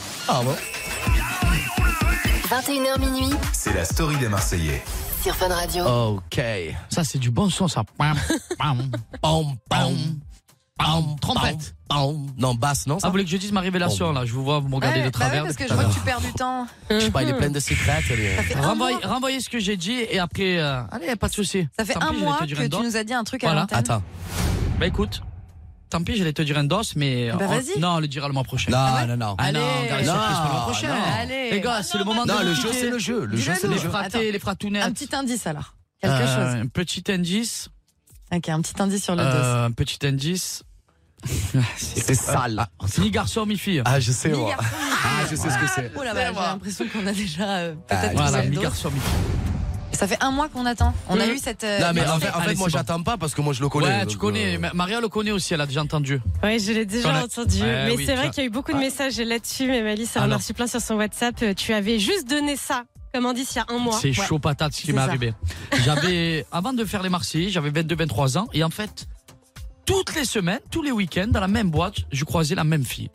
Speaker 3: 21h minuit
Speaker 4: C'est la story des Marseillais.
Speaker 3: sur Fun Radio.
Speaker 5: Oh.
Speaker 6: Ok.
Speaker 5: Ça, c'est du bon son, ça. Pam, pam, pam, pam, pam, trompette.
Speaker 6: Non, basse, non
Speaker 5: Ah, vous voulez que je dise ma révélation, là Je vous vois, vous me regardez
Speaker 2: Ouais,
Speaker 5: de
Speaker 2: bah oui,
Speaker 5: travers.
Speaker 2: parce que je
Speaker 5: depuis tout
Speaker 2: vois
Speaker 5: à
Speaker 2: que
Speaker 5: l'heure.
Speaker 2: tu perds du temps.
Speaker 6: Je sais pas, il est plein de secrets. lui.
Speaker 2: un
Speaker 5: Renvoyez,
Speaker 2: mois.
Speaker 5: renvoyez ce que j'ai dit et après. euh, Allez, pas de souci.
Speaker 2: Ça fait
Speaker 5: Tant
Speaker 2: un
Speaker 5: pis, je vais
Speaker 2: mois
Speaker 5: te
Speaker 2: que
Speaker 5: dire
Speaker 2: tu
Speaker 5: un dos.
Speaker 2: nous as dit un truc à
Speaker 5: Voilà.
Speaker 2: l'antenne.
Speaker 6: Attends.
Speaker 5: Bah écoute, tant pis, j'allais te dire un dos, mais. euh,
Speaker 2: Bah,
Speaker 5: on-
Speaker 2: vas-y. Ah
Speaker 5: Non, on le dira le mois prochain.
Speaker 6: Non, non, non.
Speaker 5: Allez, on garde la
Speaker 6: Non,
Speaker 5: surprise pour le mois prochain.
Speaker 6: non.
Speaker 2: Euh, Allez. Ah bah,
Speaker 5: Les gars, c'est le moment de.
Speaker 6: Non, le
Speaker 5: vous
Speaker 6: jeu,
Speaker 5: quitter.
Speaker 6: c'est le jeu. Le jeu, c'est le
Speaker 5: Les
Speaker 6: jeu.
Speaker 5: fratés, les fratounettes.
Speaker 2: Un petit indice alors. Quelque
Speaker 5: Euh,
Speaker 2: chose.
Speaker 5: Un petit indice.
Speaker 2: Ok, un petit indice sur le dos.
Speaker 5: euh, Un petit indice.
Speaker 6: C'est sale.
Speaker 5: Ni garçon, ni fille.
Speaker 6: Ah, je sais,
Speaker 2: Ni
Speaker 6: moi.
Speaker 2: garçon, ni
Speaker 6: Ah, je sais ce que c'est.
Speaker 2: Oh là là, j'ai l'impression qu'on a déjà euh,
Speaker 6: Ah,
Speaker 2: peut-être
Speaker 5: Voilà,
Speaker 2: trouvé
Speaker 5: ni
Speaker 2: le dos.
Speaker 5: garçon, ni fille. Mm.
Speaker 2: Ça fait un mois qu'on attend. On a
Speaker 5: Mhm.
Speaker 2: eu cette. euh,
Speaker 6: Non, mais en
Speaker 5: Allez,
Speaker 6: fait, en fait,
Speaker 5: c'est
Speaker 6: moi,
Speaker 5: bon.
Speaker 6: j'attends pas parce que moi, je le connais.
Speaker 5: Ouais,
Speaker 6: donc,
Speaker 5: tu connais.
Speaker 6: euh,
Speaker 5: Ma- Maria le connaît aussi, elle a déjà entendu.
Speaker 7: Oui, je l'ai déjà
Speaker 5: Voilà.
Speaker 7: entendu.
Speaker 5: Ouais,
Speaker 7: mais
Speaker 5: oui,
Speaker 7: c'est vrai
Speaker 5: ça-
Speaker 7: qu'il y a eu beaucoup de
Speaker 5: Ouais.
Speaker 7: messages là-dessus. Mais Malice en a
Speaker 5: Alors.
Speaker 7: reçu plein sur son WhatsApp. Euh, Tu avais juste donné ça comme indice il y a un mois.
Speaker 5: C'est
Speaker 7: Ouais.
Speaker 5: chaud patate ce qui
Speaker 2: C'est
Speaker 5: m'est
Speaker 2: ça.
Speaker 5: arrivé. J'avais, avant de faire les Marseillais, j'avais 22-23 ans et en fait, toutes les semaines, tous les week-ends, dans la même boîte, je croisais la même fille.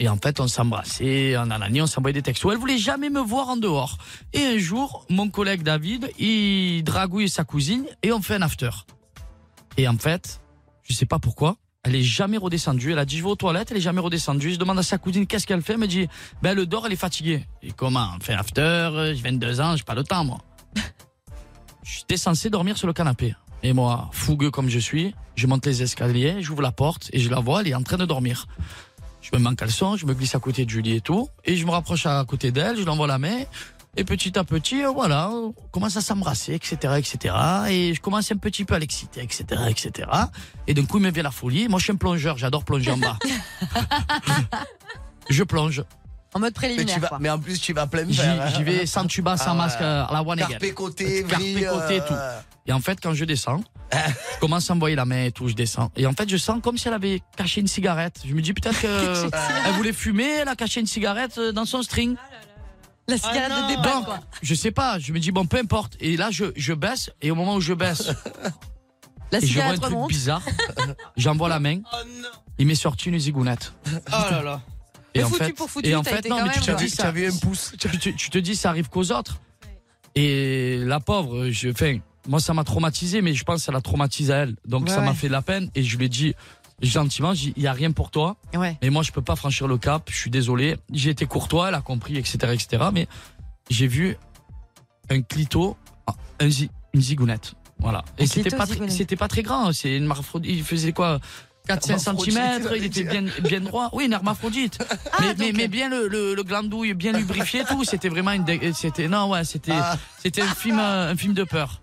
Speaker 5: Et en fait, on s'embrassait, on en on s'envoyait des textos. Elle voulait jamais me voir en dehors. Et un jour, mon collègue David, il dragouille sa cousine et on fait un after. Et en fait, je sais pas pourquoi, elle est jamais redescendue. Elle a dit je vais aux toilettes, elle est jamais redescendue. Je demande à sa cousine qu'est-ce qu'elle fait, elle me dit ben le dort, elle est fatiguée. Et comment On fait after, euh, j'ai 22 ans, j'ai pas le temps moi. J'étais censé dormir sur le canapé. Et moi, fougueux comme je suis, je monte les escaliers, j'ouvre la porte et je la vois, elle est en train de dormir. Je me mets en caleçon, je me glisse à côté de Julie et tout, et je me rapproche à côté d'elle, je l'envoie la main, et petit à petit, euh, voilà, on commence à s'embrasser, etc., etc. Et je commence un petit peu à l'exciter, etc., etc. Et d'un coup, il me vient la folie. Moi, je suis un plongeur, j'adore plonger en bas. je plonge.
Speaker 2: En mode
Speaker 6: mais, tu
Speaker 2: préliminaire.
Speaker 6: vas-
Speaker 2: quoi.
Speaker 6: mais en plus, tu vas plein me
Speaker 5: J'y
Speaker 6: faire. hein.
Speaker 5: j'y vais sans tuba, sans
Speaker 6: Ah ouais.
Speaker 5: masque, euh, à la one again.
Speaker 6: Carpe côté, euh,
Speaker 5: Carpe côté et tout. Et en fait, quand je descends, je commence à envoyer la main et tout, je descends. Et en fait, je sens comme si elle avait caché une cigarette. Je me dis peut-être qu'elle voulait fumer, elle a caché une cigarette euh, dans son string.
Speaker 2: Ah La
Speaker 6: Ah
Speaker 2: cigarette de
Speaker 5: Bon,
Speaker 2: débat, quoi.
Speaker 5: je sais pas, je me dis bon, peu importe. Et là, je, je baisse, et au moment où je baisse,
Speaker 2: La
Speaker 5: et je vois un
Speaker 2: cigarette
Speaker 5: truc
Speaker 2: remonte.
Speaker 5: bizarre, j'envoie la main, il m'est sorti une zigounette.
Speaker 9: Oh là là.
Speaker 5: Et
Speaker 2: Mais
Speaker 5: en
Speaker 2: foutu
Speaker 5: fait,
Speaker 2: pour foutu,
Speaker 5: et en
Speaker 2: t'as
Speaker 5: fait,
Speaker 2: été
Speaker 5: non,
Speaker 2: quand
Speaker 5: mais tu
Speaker 2: même, hein.
Speaker 5: te
Speaker 2: quoi.
Speaker 5: dis,
Speaker 6: Tu
Speaker 5: ça,
Speaker 6: avais un pouce.
Speaker 5: tu, tu- tu te dis, ça arrive qu'aux autres. Et la pauvre, je, enfin, moi, ça m'a traumatisé, mais je pense que ça la traumatise à elle. Donc,
Speaker 2: Ouais,
Speaker 5: ça m'a
Speaker 2: ouais.
Speaker 5: fait de la peine. Et je lui ai dit, gentiment, j'ai dit, il n'y a rien pour toi.
Speaker 2: Ouais.
Speaker 5: Mais moi, je peux pas franchir le cap. Je suis désolé. J'ai été courtois, elle a compris, etc., etc. Mais j'ai vu un clito, ah, un zi- une zigounette. Voilà.
Speaker 2: Un
Speaker 5: Et c'était
Speaker 2: clito
Speaker 5: pas, très-
Speaker 2: zigounette.
Speaker 5: c'était pas très grand. C'est une hermaphrodite. Il faisait quoi? 4-5
Speaker 6: Hermaphrodite,
Speaker 5: cm,
Speaker 6: il avait
Speaker 5: il était
Speaker 6: dit.
Speaker 5: bien, bien droit. Oui, une hermaphrodite.
Speaker 2: Ah,
Speaker 5: mais, mais,
Speaker 2: euh,
Speaker 5: mais bien le, le, le glandouille, bien lubrifié et tout. C'était vraiment une. dé- euh, C'était, non, ouais, c'était,
Speaker 6: Ah.
Speaker 5: c'était un film, euh, un film de peur.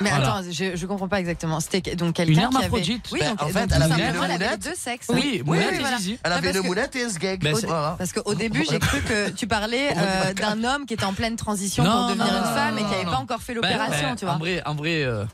Speaker 2: Mais
Speaker 5: Voilà.
Speaker 2: attends, je, je comprends pas exactement. C'était que- donc
Speaker 5: Une
Speaker 2: quelqu'un qui avait.
Speaker 5: hermaphrodite.
Speaker 2: Oui,
Speaker 6: Ben,
Speaker 2: donc,
Speaker 6: en
Speaker 2: donc,
Speaker 6: fait,
Speaker 2: tout
Speaker 6: elle avait
Speaker 2: simplement, elle
Speaker 6: une
Speaker 2: avait les
Speaker 6: moulette.
Speaker 2: deux sexes.
Speaker 5: Oui,
Speaker 2: oui,
Speaker 5: moulette et
Speaker 2: voilà.
Speaker 5: zizi.
Speaker 6: Elle
Speaker 2: Ah,
Speaker 6: avait
Speaker 2: parce
Speaker 6: le
Speaker 2: que-
Speaker 6: moulette et un sgeg.
Speaker 5: Ben, c'est-
Speaker 6: Voilà.
Speaker 2: Parce qu'au début, j'ai cru que tu parlais euh, d'un homme qui était en pleine transition
Speaker 5: Non,
Speaker 2: pour devenir une
Speaker 5: non, non,
Speaker 2: femme et qui
Speaker 5: non,
Speaker 2: n'avait
Speaker 5: non.
Speaker 2: pas encore fait
Speaker 5: Ben,
Speaker 2: l'opération,
Speaker 5: ouais,
Speaker 2: tu vois.
Speaker 5: En vrai, en vrai, euh,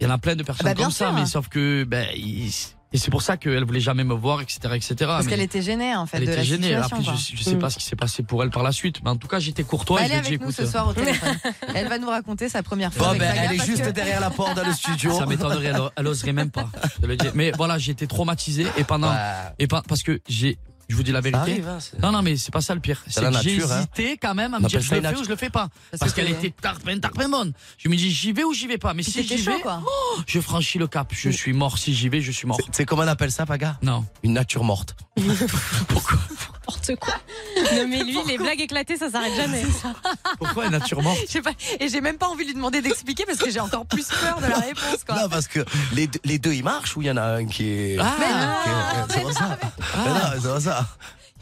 Speaker 5: il y en a plein de personnes
Speaker 2: Bah, bien
Speaker 5: comme ça,
Speaker 2: sûr.
Speaker 5: mais sauf que ben, il- et c'est pour ça qu'elle voulait jamais me voir, etc., etc.
Speaker 2: Parce
Speaker 5: mais
Speaker 2: qu'elle était gênée, en fait,
Speaker 5: elle
Speaker 2: de
Speaker 5: était
Speaker 2: la
Speaker 5: gênée.
Speaker 2: situation.
Speaker 5: Après,
Speaker 2: quoi. Mm.
Speaker 5: je, je sais pas ce qui s'est passé pour elle par la suite, mais en tout cas, j'étais courtois.
Speaker 2: Bah,
Speaker 5: et euh.
Speaker 2: elle
Speaker 5: je
Speaker 2: est
Speaker 5: lui ai dit,
Speaker 2: avec nous ce
Speaker 5: écoute,
Speaker 2: soir au téléphone. elle va nous raconter sa première fois
Speaker 6: Bon,
Speaker 2: avec
Speaker 6: ben,
Speaker 2: Saga
Speaker 6: elle est
Speaker 2: parce
Speaker 6: juste
Speaker 2: que-
Speaker 6: derrière la porte dans le studio.
Speaker 5: Ça m'étonnerait, elle, elle oserait même pas de le dire. Mais voilà, j'étais traumatisé et pendant
Speaker 6: Ouais.
Speaker 5: et pas parce que j'ai, je vous dis la vérité.
Speaker 6: Ça arrive, hein, c'est-
Speaker 5: Non, non, mais c'est pas ça le pire. C'est
Speaker 6: la
Speaker 5: que j'ai
Speaker 6: nature, hein.
Speaker 5: hésité quand même à
Speaker 6: On
Speaker 5: me dire
Speaker 6: appelle
Speaker 5: je
Speaker 6: ça
Speaker 5: le
Speaker 6: une
Speaker 5: fais
Speaker 6: nature.
Speaker 5: ou je le fais pas.
Speaker 2: Parce
Speaker 5: Parce,
Speaker 2: que-
Speaker 5: qu'elle était tarpin, tarpin bonne. Je me dis j'y vais ou j'y vais pas. Mais
Speaker 2: Puis
Speaker 5: si
Speaker 2: C'était
Speaker 5: j'y
Speaker 2: chaud,
Speaker 5: vais, oh,
Speaker 2: quoi.
Speaker 5: je franchis le cap. Je suis mort. Si j'y vais, je suis mort.
Speaker 6: C'est- C'est comment on appelle ça, Paga
Speaker 5: Non.
Speaker 6: Une nature morte.
Speaker 7: N'importe quoi. Non, mais lui, les blagues éclatées, ça s'arrête jamais.
Speaker 5: Pourquoi une nature morte
Speaker 2: Je sais pas. Et j'ai même pas envie de lui demander d'expliquer parce que j'ai encore plus peur de la réponse, quoi.
Speaker 6: Non, parce que les, deux- les deux, ils marchent ou il y en a un qui est.
Speaker 5: Ah,
Speaker 2: Mais non,
Speaker 6: qui est- c'est pas ça. Ben non, c'est pas ça.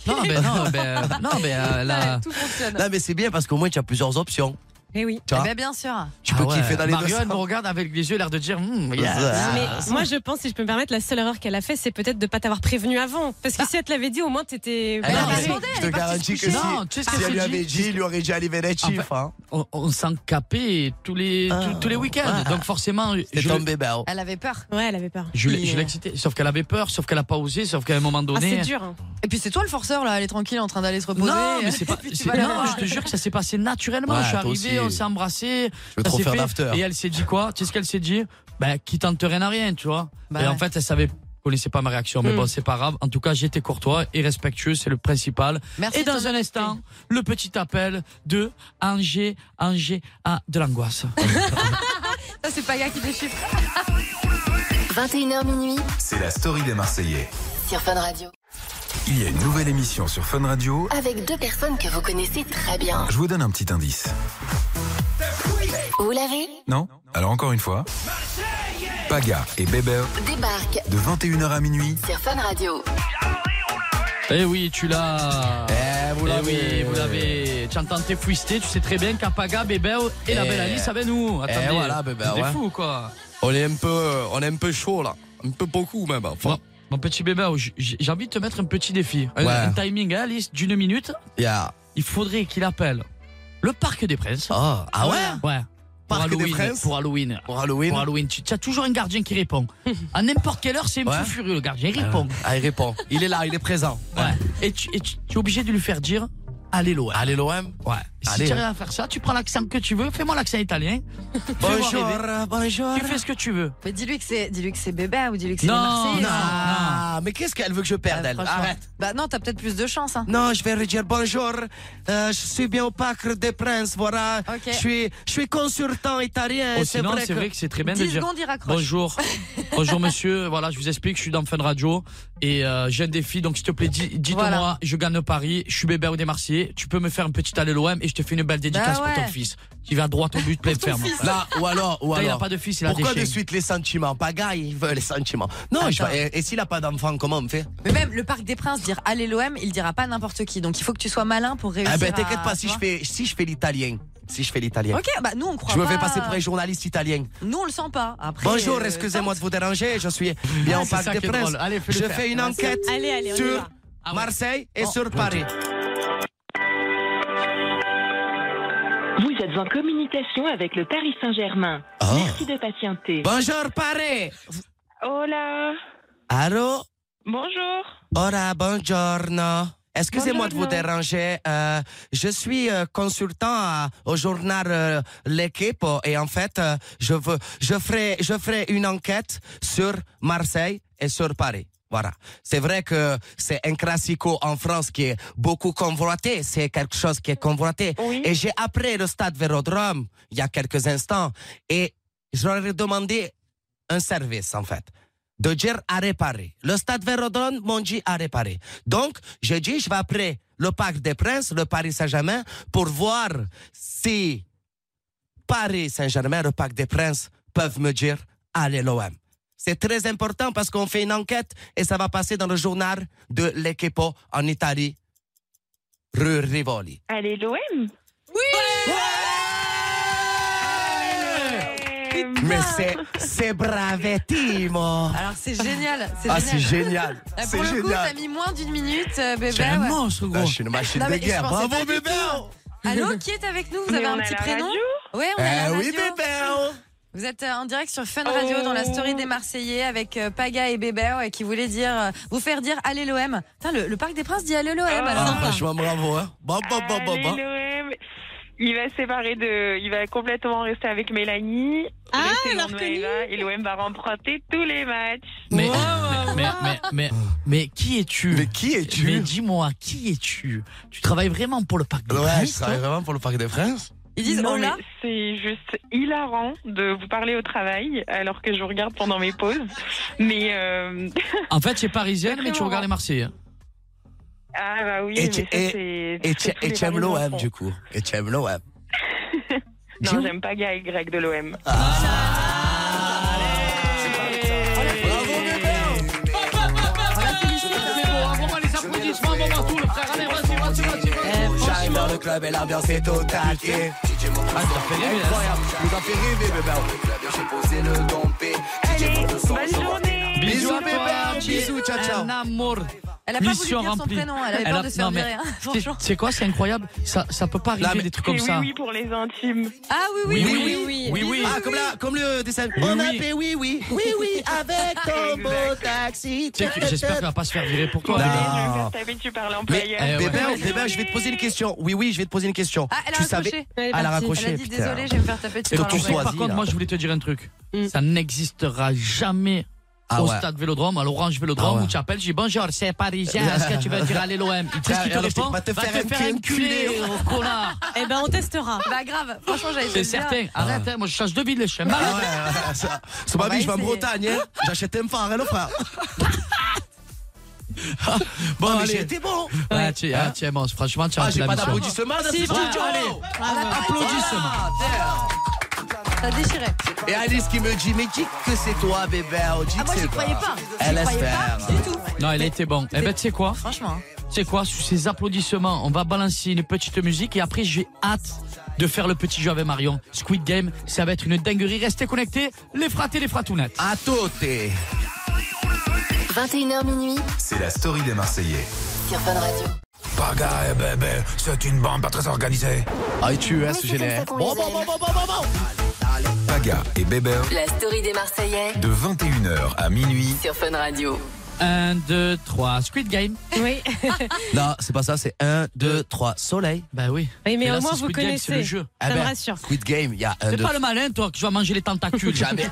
Speaker 5: non, ben non, ben, euh, non, ben, euh,
Speaker 2: ouais,
Speaker 5: là,
Speaker 2: tout fonctionne.
Speaker 6: Non, mais c'est bien parce qu'au moins tu as plusieurs options.
Speaker 7: Eh oui.
Speaker 6: Tu vois
Speaker 2: Eh ben, bien sûr.
Speaker 6: Tu peux kiffer dans les deux
Speaker 5: Ah Marion
Speaker 6: sens.
Speaker 5: me regarde avec les yeux, l'air de dire. Hmm, yes.
Speaker 6: Ah.
Speaker 7: Mais moi, je pense, si je peux me permettre, la seule erreur qu'elle a fait, c'est peut-être de pas t'avoir prévenu avant. Parce que si elle te l'avait dit, au moins, t'étais.
Speaker 6: Ah non,
Speaker 7: préparée.
Speaker 6: mais je te garantis que si,
Speaker 5: coucher. Non, tu sais ce
Speaker 6: si
Speaker 5: qu'elle
Speaker 6: elle lui
Speaker 5: s'est
Speaker 6: avait
Speaker 5: dit
Speaker 6: dit, il lui aurait dit allez venez
Speaker 5: En
Speaker 6: chief.
Speaker 5: fait, Ah, bah, on, on s'en capait tous les, tous, tous les week-ends.
Speaker 6: Ah.
Speaker 5: Donc forcément,
Speaker 6: C'est
Speaker 5: je
Speaker 6: ton
Speaker 5: l'ai-
Speaker 6: bébé. hein.
Speaker 2: Elle euh. avait peur.
Speaker 7: Ouais, elle avait peur.
Speaker 5: Je l'ai
Speaker 2: Et,
Speaker 5: je l'ai excité. Sauf qu'elle avait peur, sauf qu'elle a pas osé, sauf qu'à un moment
Speaker 7: Ah,
Speaker 5: donné.
Speaker 7: c'est dur. hein.
Speaker 2: Et puis c'est toi le forceur là, elle est tranquille en train d'aller se reposer.
Speaker 5: Non, mais c'est pas.
Speaker 2: Puis tu
Speaker 5: c'est-
Speaker 2: vas la
Speaker 5: non,
Speaker 2: voir.
Speaker 5: je te jure que ça s'est passé naturellement.
Speaker 6: Ouais,
Speaker 5: je suis
Speaker 6: toi
Speaker 5: arrivé,
Speaker 6: aussi.
Speaker 5: on s'est embrassé.
Speaker 6: veux trop faire l'after.
Speaker 5: Et elle s'est dit quoi Tu sais ce qu'elle s'est dit Ben, qui tente rien à rien, tu vois.
Speaker 2: Bah
Speaker 5: et en
Speaker 2: ouais.
Speaker 5: fait, elle savait. Connaissait pas ma réaction, mais
Speaker 7: Hmm.
Speaker 5: bon, c'est pas grave. En tout cas, j'étais courtois et respectueux, c'est le principal.
Speaker 2: Merci
Speaker 5: et
Speaker 2: de
Speaker 5: dans
Speaker 2: ton
Speaker 5: un instant, le petit appel de Angers, Angers à de l'angoisse.
Speaker 2: Ça, c'est pas gars qui déchiffre.
Speaker 3: 21h minuit
Speaker 4: C'est la story des Marseillais.
Speaker 3: sur Fun Radio.
Speaker 4: Il y a une nouvelle émission sur Fun Radio.
Speaker 3: Avec deux personnes que vous connaissez très bien.
Speaker 4: Je vous donne un petit indice.
Speaker 3: Vous l'avez
Speaker 4: Non Alors encore une fois. Paga et Bébert
Speaker 3: Débarque
Speaker 4: de 21h à minuit.
Speaker 3: sur Fun Radio.
Speaker 5: Eh oui, tu l'as.
Speaker 6: Eh, vous
Speaker 5: Eh
Speaker 6: l'avez.
Speaker 5: oui, vous l'avez. Tu entends tes fouistés, tu sais très bien qu'Apaga, Bébéo et la
Speaker 6: Eh.
Speaker 5: belle Alice avec nous. Attendez,
Speaker 6: voilà, Bébéo,
Speaker 5: C'était
Speaker 6: ouais.
Speaker 5: fou, quoi.
Speaker 6: On est un peu, euh, on est un peu chaud là, un peu beaucoup même. Enfin,
Speaker 5: Mon, mon petit Bébéo, j- j- j'ai envie de te mettre un petit défi. Un,
Speaker 6: Ouais. Ah.
Speaker 5: un Ah, timing, hein, Alice, d'une minute.
Speaker 6: yeah.
Speaker 5: Il faudrait qu'il appelle le Parc des Princes.
Speaker 6: Oh, ah ouais.
Speaker 5: Ouais. Pour
Speaker 6: Parc des
Speaker 5: Halloween,
Speaker 6: Princes
Speaker 5: pour Halloween.
Speaker 6: Pour Halloween.
Speaker 5: Pour Halloween. Tu tu as toujours un gardien qui répond. À n'importe quelle heure, c'est
Speaker 6: Ouais.
Speaker 5: un petit furieux, le gardien. Il répond.
Speaker 6: Ah, il répond. Il est là, il est présent.
Speaker 5: Ouais. Et tu, et tu- tu es obligé de lui faire dire Allez l'OM.
Speaker 6: Allez l'OM.
Speaker 5: Ouais.
Speaker 6: Allez,
Speaker 5: si
Speaker 6: ouais.
Speaker 5: tu arrives à faire ça, tu prends l'accent que tu veux. Fais-moi l'accent italien. Fais-moi
Speaker 6: Bonjour,
Speaker 5: rêver.
Speaker 6: bonjour.
Speaker 5: Tu fais ce que tu veux.
Speaker 2: Mais dis-lui que c'est, dis-lui que c'est bébé ou dis-lui que c'est
Speaker 5: Non,
Speaker 2: les Marseillais.
Speaker 5: non.
Speaker 2: hein.
Speaker 6: Ah, mais qu'est-ce qu'elle veut que je perde
Speaker 2: Ouais,
Speaker 6: elle
Speaker 2: franchement.
Speaker 6: Arrête.
Speaker 2: Bah non, t'as peut-être plus de chance. Hein.
Speaker 6: Non, je vais lui dire bonjour. euh, je suis bien au Parc des Princes, voilà.
Speaker 2: Ok.
Speaker 6: Je suis, je suis consultant italien.
Speaker 5: Oh,
Speaker 6: c'est
Speaker 5: sinon,
Speaker 6: vrai
Speaker 5: c'est
Speaker 6: que-
Speaker 5: vrai que c'est très bien de
Speaker 2: 10
Speaker 5: dire
Speaker 2: secondes, il raccroche.
Speaker 5: bonjour, bonjour monsieur. Voilà, je vous explique, je suis dans Fun Radio et euh, j'ai un défi. Donc, s'il te plaît, dis- dites-moi,
Speaker 2: Voilà.
Speaker 5: je gagne le pari, je suis bébé ou des Marseillais. Tu peux me faire un petit aller l'OM et je te fais une belle dédicace
Speaker 2: Bah ouais.
Speaker 5: pour ton fils. Tu vas droit au but, plein de ferme.
Speaker 6: Là, ou alors, ou
Speaker 5: Là, il
Speaker 6: alors.
Speaker 5: a pas de fils, il a
Speaker 6: Pourquoi
Speaker 5: des
Speaker 6: de
Speaker 5: chiens.
Speaker 6: suite les sentiments Pas gars, il veut les sentiments. Non, je
Speaker 2: Attends.
Speaker 6: vais- et, et s'il a pas d'enfant, comment on fait
Speaker 2: Mais même le Parc des Princes, dire allez l'OM, il dira pas n'importe qui. Donc il faut que tu sois malin pour réussir.
Speaker 6: Eh ben,
Speaker 2: à-
Speaker 6: t'inquiète pas, si
Speaker 2: tu
Speaker 6: je fais, si je fais l'italien, si je fais l'italien,
Speaker 2: vois. Ok, bah nous on croit
Speaker 6: je me
Speaker 2: pas.
Speaker 6: fais passer
Speaker 5: euh,
Speaker 6: pour un journaliste italien.
Speaker 2: Nous on le sent pas. Après,
Speaker 6: Bonjour,
Speaker 2: euh,
Speaker 6: excusez-moi de vous déranger, je suis bien
Speaker 5: Ouais,
Speaker 6: au
Speaker 5: Ah, c'est
Speaker 6: Parc
Speaker 5: ça
Speaker 6: des
Speaker 5: qui est
Speaker 6: Princes.
Speaker 5: drôle. Allez, fais-le
Speaker 6: je
Speaker 5: faire.
Speaker 6: fais une enquête
Speaker 7: Allez, allez, on y
Speaker 6: sur
Speaker 7: va.
Speaker 5: Ah ouais.
Speaker 6: Marseille et sur Paris.
Speaker 15: Vous êtes en communication avec le Paris Saint-Germain.
Speaker 6: Ah.
Speaker 15: Merci de patienter.
Speaker 6: Bonjour Paris.
Speaker 15: Hola.
Speaker 6: Allô
Speaker 15: Bonjour.
Speaker 6: Ora, buongiorno. Excusez-moi de vous
Speaker 15: Buongiorno.
Speaker 6: déranger. euh, je suis euh, consultant à- au journal euh, L'équipe euh, et en fait, euh, je, veux, je, ferai, je ferai une enquête sur Marseille et sur Paris. Voilà. C'est vrai que c'est un classico en France qui est beaucoup convoité. C'est quelque chose qui est convoité.
Speaker 15: Oui.
Speaker 6: Et j'ai appris le stade Vélodrome il y a quelques instants et j'aurais demandé un service en fait de dire à réparer. Le stade Vérodrome m'ont dit à réparer. Donc, je dis, je vais après le Parc des Princes, le Paris Saint-Germain, pour voir si Paris Saint-Germain, le Parc des Princes, peuvent me dire, allez l'OM. C'est très important parce qu'on fait une enquête et ça va passer dans le journal de l'Equipo en Italie, Rue Rivoli.
Speaker 15: Allez, l'OM.
Speaker 6: Mais c'est, c'est bravettimo.
Speaker 2: Alors c'est génial. C'est
Speaker 6: Ah,
Speaker 2: génial.
Speaker 6: c'est génial.
Speaker 2: Ah,
Speaker 6: C'est
Speaker 2: pour le coup, t'as
Speaker 6: génial.
Speaker 2: mis moins d'une minute, euh,
Speaker 5: C'est
Speaker 2: bébé.
Speaker 5: un
Speaker 2: ouais.
Speaker 5: monstre,
Speaker 6: Ah,
Speaker 5: gros.
Speaker 6: je suis une machine
Speaker 2: Non,
Speaker 6: de
Speaker 2: mais je
Speaker 6: guerre.
Speaker 2: pensais
Speaker 6: Bravo,
Speaker 2: pas du hein.
Speaker 6: bébé.
Speaker 2: Allô, qui est avec nous Vous
Speaker 15: Mais
Speaker 2: avez
Speaker 15: on
Speaker 2: un
Speaker 15: a
Speaker 2: petit
Speaker 15: la
Speaker 2: prénom
Speaker 15: radio
Speaker 2: Ouais, on a
Speaker 6: Eh
Speaker 2: la
Speaker 6: oui,
Speaker 2: radio.
Speaker 6: bébé.
Speaker 2: Vous êtes euh, en direct sur Fun Radio
Speaker 15: Oh.
Speaker 2: dans la story des Marseillais avec euh, Paga et Bébé ouais, qui voulaient dire euh, vous faire dire allez l'OM. Putain, le, le Parc des Princes dit allez l'OM. alors.
Speaker 6: Ah, franchement, bravo, hein. Bon, bon, bon, bon, bon.
Speaker 15: Allez, l'OM. Il va se séparer de. Il va complètement rester avec Mélanie.
Speaker 7: Ah,
Speaker 15: Rester
Speaker 7: elle a
Speaker 15: loin de
Speaker 7: reconnu.
Speaker 15: Maëva, Et l'OM va remporter tous les matchs.
Speaker 5: Mais, mais, mais, mais, mais, mais qui es-tu
Speaker 6: Mais qui es-tu
Speaker 5: Mais dis-moi, qui es-tu Tu travailles vraiment pour le Parc des
Speaker 6: Ouais, je
Speaker 5: Princes
Speaker 6: travaille vraiment pour le Parc des Princes.
Speaker 2: Ils disent
Speaker 15: Non,
Speaker 2: hola.
Speaker 15: mais C'est juste hilarant de vous parler au travail alors que je vous regarde pendant mes pauses. Mais. euh,
Speaker 5: En fait, c'est parisienne,
Speaker 15: C'est
Speaker 5: mais tu
Speaker 15: marrant.
Speaker 5: regardes les Marseillais.
Speaker 15: Ah, bah oui,
Speaker 6: Et
Speaker 15: mais
Speaker 6: tu-
Speaker 15: ça,
Speaker 6: et-
Speaker 15: c'est.
Speaker 6: Et
Speaker 15: c'est
Speaker 6: tu
Speaker 15: tous
Speaker 6: et
Speaker 15: les
Speaker 6: tu aimes
Speaker 15: Parisiens
Speaker 6: l'OM,
Speaker 15: font.
Speaker 6: du coup. Et tu aimes l'OM.
Speaker 15: Non, j'aime pas Gaël Grec de l'OM.
Speaker 5: On la félicite, mais bon, un moment les applaudissements, un moment tout, le frère. Allez, vas-y, vas-y, vas-y.
Speaker 2: Eh,
Speaker 6: J'adore le club et l'ambiance est totale. yeah. Ah, t'as fait rêver, Incroyable, nous a fait rêver, bébé. J'ai posé le dompé. Allez, bonne journée. Bisous, Ah,
Speaker 5: à toi,
Speaker 6: bébé. Bisous, ciao, ciao.
Speaker 5: Un amour.
Speaker 2: Elle a pas voulu dire son prénom, elle avait peur de se faire
Speaker 5: non, mais
Speaker 2: virer, hein.
Speaker 5: c'est- C'est quoi, c'est incroyable. Ça, ça peut pas arriver Eh des trucs comme ça.
Speaker 15: pour les intimes.
Speaker 2: Ah
Speaker 5: oui, Oui, oui, oui, oui. oui, oui.
Speaker 6: Ah, comme, là, comme le dessin.
Speaker 5: Oui,
Speaker 6: On a
Speaker 5: oui.
Speaker 6: fait oui, oui. Oui, oui, avec ton beau taxi.
Speaker 5: Tu sais que J'espère qu'elle va pas se faire virer pour toi.
Speaker 6: Non.
Speaker 15: T'avais tu par
Speaker 6: Mais,
Speaker 15: l'employeur.
Speaker 6: euh, bébé, bébé, je vais te poser une question. Oui, oui, je vais te poser une question.
Speaker 2: Ah, elle a
Speaker 6: tu
Speaker 2: raccroché.
Speaker 6: savais.
Speaker 2: Elle est
Speaker 6: Elle a
Speaker 2: partie.
Speaker 6: raccroché.
Speaker 2: Elle a dit,
Speaker 6: putain.
Speaker 2: désolée, je vais me faire taper dessus
Speaker 5: Et
Speaker 2: par
Speaker 5: tu sais,
Speaker 2: l'envers.
Speaker 5: par contre, moi, je voulais te dire un truc. Ça n'existera jamais
Speaker 6: Mm. Ah
Speaker 5: au
Speaker 6: ouais.
Speaker 5: stade Vélodrome, à l'Orange Vélodrome,
Speaker 6: Ah ouais.
Speaker 5: où tu appelles, je dis bonjour, c'est parisien, est-ce que tu veux dire aller l'OM Tu sais ce qu'il te
Speaker 6: Alors, je te-
Speaker 5: répond
Speaker 6: va te faire enculer,
Speaker 5: oh connard
Speaker 7: Eh ben, on testera.
Speaker 2: Bah grave, franchement, j'avais
Speaker 5: C'est certain, arrête, hein, moi je change de ville, je suis
Speaker 6: Ah
Speaker 5: malade.
Speaker 6: ouais, ça- C'est
Speaker 2: On
Speaker 6: ma
Speaker 2: va
Speaker 6: vie, je vais en
Speaker 2: essayer.
Speaker 6: Bretagne. hein. J'achète un phare, hein, le frère.
Speaker 5: Bon,
Speaker 6: Ah, mais
Speaker 5: allez.
Speaker 6: j'ai été bon.
Speaker 5: Ah, tu ah, tu es bon, franchement, tu as
Speaker 6: Ah,
Speaker 5: rempli
Speaker 6: j'ai
Speaker 5: la
Speaker 6: pas
Speaker 5: mission.
Speaker 6: d'applaudissements dans
Speaker 5: Si,
Speaker 6: ce
Speaker 5: bravo,
Speaker 6: studio.
Speaker 5: allez. Applaudissements.
Speaker 2: Ça déchirait.
Speaker 6: Et Alice qui me dit, mais qui que c'est toi, bébé oh, dis
Speaker 2: Ah,
Speaker 6: que
Speaker 2: moi,
Speaker 6: c'est
Speaker 2: j'y croyais
Speaker 6: toi.
Speaker 2: pas.
Speaker 6: Elle
Speaker 2: J'y
Speaker 6: laisse
Speaker 2: croyais
Speaker 6: faire.
Speaker 2: pas du tout.
Speaker 5: Non, il a été bon. Eh ben, tu sais quoi
Speaker 2: Franchement.
Speaker 6: hein.
Speaker 5: C'est quoi Sous ces applaudissements, on va balancer une petite musique et après j'ai hâte de faire le petit jeu avec Marion. Squid Game, ça va être une dinguerie. Restez connectés, les fratés, les fratounettes.
Speaker 6: À toutes
Speaker 3: 21h minuit
Speaker 4: C'est la story des Marseillais.
Speaker 3: sur Fun Radio.
Speaker 4: Pagaille, bébé, c'est une bande pas très organisée.
Speaker 6: Ah, il tue, hein, ce
Speaker 3: C'est comme
Speaker 6: génère.
Speaker 3: ça qu'on les aime.
Speaker 4: Paga et bébé,
Speaker 3: La story des Marseillais
Speaker 4: de 21h à minuit.
Speaker 3: sur Fun Radio.
Speaker 5: 1, 2, 3, Ah, Squid Game.
Speaker 7: Oui.
Speaker 6: Non, c'est pas ça, c'est 1, 2, 3, soleil.
Speaker 5: Bah oui.
Speaker 7: Oui, mais
Speaker 5: Et là,
Speaker 7: au moins,
Speaker 5: c'est
Speaker 7: vous
Speaker 5: Squid Game, c'est
Speaker 7: connaissez.
Speaker 5: le jeu.
Speaker 6: Ah
Speaker 7: Ça me
Speaker 6: ben.
Speaker 7: rassure.
Speaker 6: Squid Game, il y a 1,
Speaker 5: Fais
Speaker 6: 2,
Speaker 5: pas le malin, toi, que tu vas manger les tentacules.
Speaker 6: Jamais.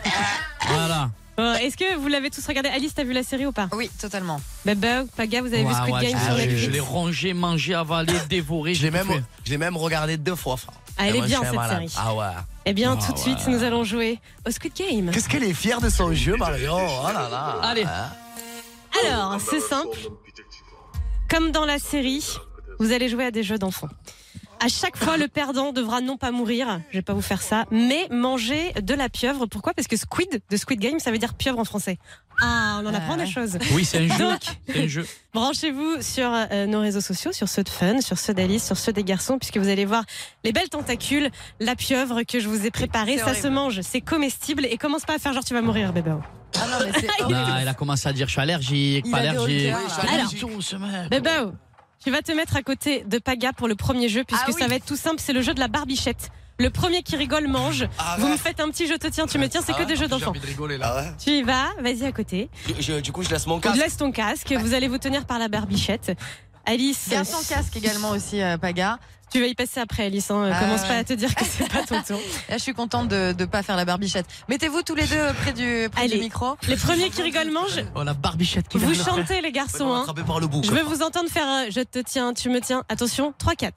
Speaker 5: Voilà.
Speaker 7: Euh, Est-ce que vous l'avez tous regardé Alice, t'as vu la série ou pas
Speaker 2: Oui, totalement.
Speaker 7: Baba, Paga, vous avez vu
Speaker 5: Ouais,
Speaker 7: Squid
Speaker 5: ouais,
Speaker 7: Game
Speaker 5: je-
Speaker 7: sur
Speaker 5: je-
Speaker 7: Netflix
Speaker 5: Je l'ai rongé, mangé, avalé, dévoré.
Speaker 6: Je l'ai
Speaker 5: j'ai tout
Speaker 6: même,
Speaker 5: fait.
Speaker 6: je l'ai même regardé deux fois, frère.
Speaker 7: Ah, elle est
Speaker 6: Et moi,
Speaker 7: bien,
Speaker 6: je suis un
Speaker 7: cette
Speaker 6: malade.
Speaker 7: série.
Speaker 6: Ah ouais.
Speaker 7: Eh bien,
Speaker 6: Ah
Speaker 7: tout de
Speaker 6: ouais.
Speaker 7: suite, nous allons jouer au Squid Game.
Speaker 6: Qu'est-ce qu'elle est fière de son jeu, Marion Oh là là
Speaker 5: Allez.
Speaker 7: Alors, c'est simple. Comme dans la série, vous allez jouer à des jeux d'enfants. À chaque fois, le perdant devra non pas mourir, je vais pas vous faire ça, mais manger de la pieuvre. Pourquoi Parce que squid de Squid Game, ça veut dire pieuvre en français. Ah, on en apprend
Speaker 2: ouais.
Speaker 7: des choses.
Speaker 5: Oui, c'est un jeu.
Speaker 7: Donc,
Speaker 5: C'est un jeu.
Speaker 7: Branchez-vous sur euh, nos réseaux sociaux, sur ceux de Fun, sur ceux d'Alice, sur ceux des garçons, puisque vous allez voir les belles tentacules, la pieuvre que je vous ai préparée.
Speaker 2: C'est
Speaker 7: Ça
Speaker 2: horrible.
Speaker 7: se mange, c'est comestible et commence pas à faire genre tu vas mourir, bébé.
Speaker 2: Ah non, mais c'est
Speaker 5: Non,
Speaker 2: horrible.
Speaker 5: elle a commencé à dire je suis allergique,
Speaker 2: Il
Speaker 5: pas
Speaker 2: a des
Speaker 5: allergique.
Speaker 2: hauteurs, là.
Speaker 5: Je suis
Speaker 7: Alors.
Speaker 5: allergique, tout, ce
Speaker 2: Ah,
Speaker 5: mec.
Speaker 7: Bébé, tu vas te mettre à côté de Paga pour le premier jeu, puisque
Speaker 2: Ah oui.
Speaker 7: ça va être tout simple, c'est le jeu de la barbichette. Le premier qui rigole mange.
Speaker 2: Ah,
Speaker 7: Vous me faites un petit je te tiens, tu me tiens, c'est que des jeux d'enfants.
Speaker 5: de rigoler
Speaker 6: Ah ouais
Speaker 7: Tu y vas, vas-y à côté.
Speaker 6: Je- je- Du coup, je laisse mon
Speaker 7: Tu
Speaker 6: casque.
Speaker 7: laisses ton casque, vous allez vous tenir par la barbichette. Alice,
Speaker 2: Garde ton casque également aussi, euh, Paga.
Speaker 7: tu vas y passer après, Alice. hein.
Speaker 2: Ah
Speaker 7: Commence
Speaker 2: ouais.
Speaker 7: pas à te dire que c'est pas ton tour.
Speaker 2: Là, je suis contente de ne pas faire la barbichette. Mettez-vous tous les deux près du, près du
Speaker 7: Allez.
Speaker 2: micro.
Speaker 7: Les premiers qui rigolent mangent.
Speaker 5: Oh la barbichette qui
Speaker 7: Vous
Speaker 5: vient de-
Speaker 7: chantez, les garçons. hein.
Speaker 6: Attrapé par le bout.
Speaker 7: Je veux vous entendre faire un je te tiens, tu me tiens. Attention, 3-4.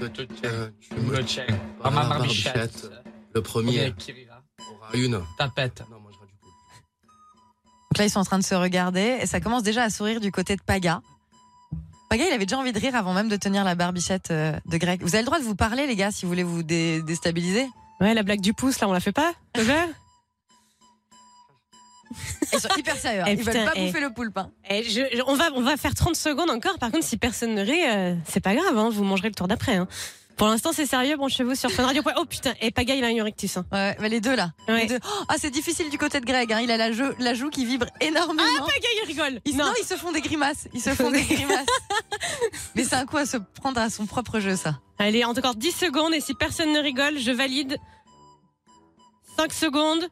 Speaker 16: Je te tiens, tu me tiens.
Speaker 5: Par ma
Speaker 16: Par la
Speaker 5: barbichette.
Speaker 16: Le
Speaker 5: Premier
Speaker 16: premier
Speaker 5: qui rira.
Speaker 16: aura une.
Speaker 5: Tapette.
Speaker 16: Non, moi, je rajoute une.
Speaker 2: Donc là, ils sont en train de se regarder et ça commence déjà à sourire du côté de Paga. Paga, il avait déjà envie de rire avant même de tenir la barbichette euh, de Greg. Vous avez le droit de vous parler, les gars, si vous voulez vous dé- déstabiliser.
Speaker 7: Ouais, la blague du pouce, là, on la fait pas déjà
Speaker 2: Ils sont hyper sérieux. hein.
Speaker 7: Eh,
Speaker 2: Ils veulent
Speaker 7: putain,
Speaker 2: pas
Speaker 7: eh.
Speaker 2: bouffer le poulpe. hein.
Speaker 7: Eh, je- je- on, va, on va faire 30 secondes encore. Par contre, si personne ne rit, euh, c'est pas grave, hein, vous mangerez le tour d'après. hein. Pour l'instant, c'est sérieux, branchez-vous sur Fun Radio. Oh putain, et Paga, il a un rectus. Hein.
Speaker 2: Ouais, mais les deux là.
Speaker 7: Ouais.
Speaker 2: Les deux. Oh, ah, c'est difficile du côté de Greg. hein. Il a la, jeu- la joue qui vibre énormément.
Speaker 7: Ah, Paga, il rigole.
Speaker 2: Ils- non. ils se font des grimaces. Ils se font des grimaces. Mais c'est un coup à se prendre à son propre jeu, ça.
Speaker 7: Allez, encore 10 secondes, et si personne ne rigole, je valide. 5 secondes.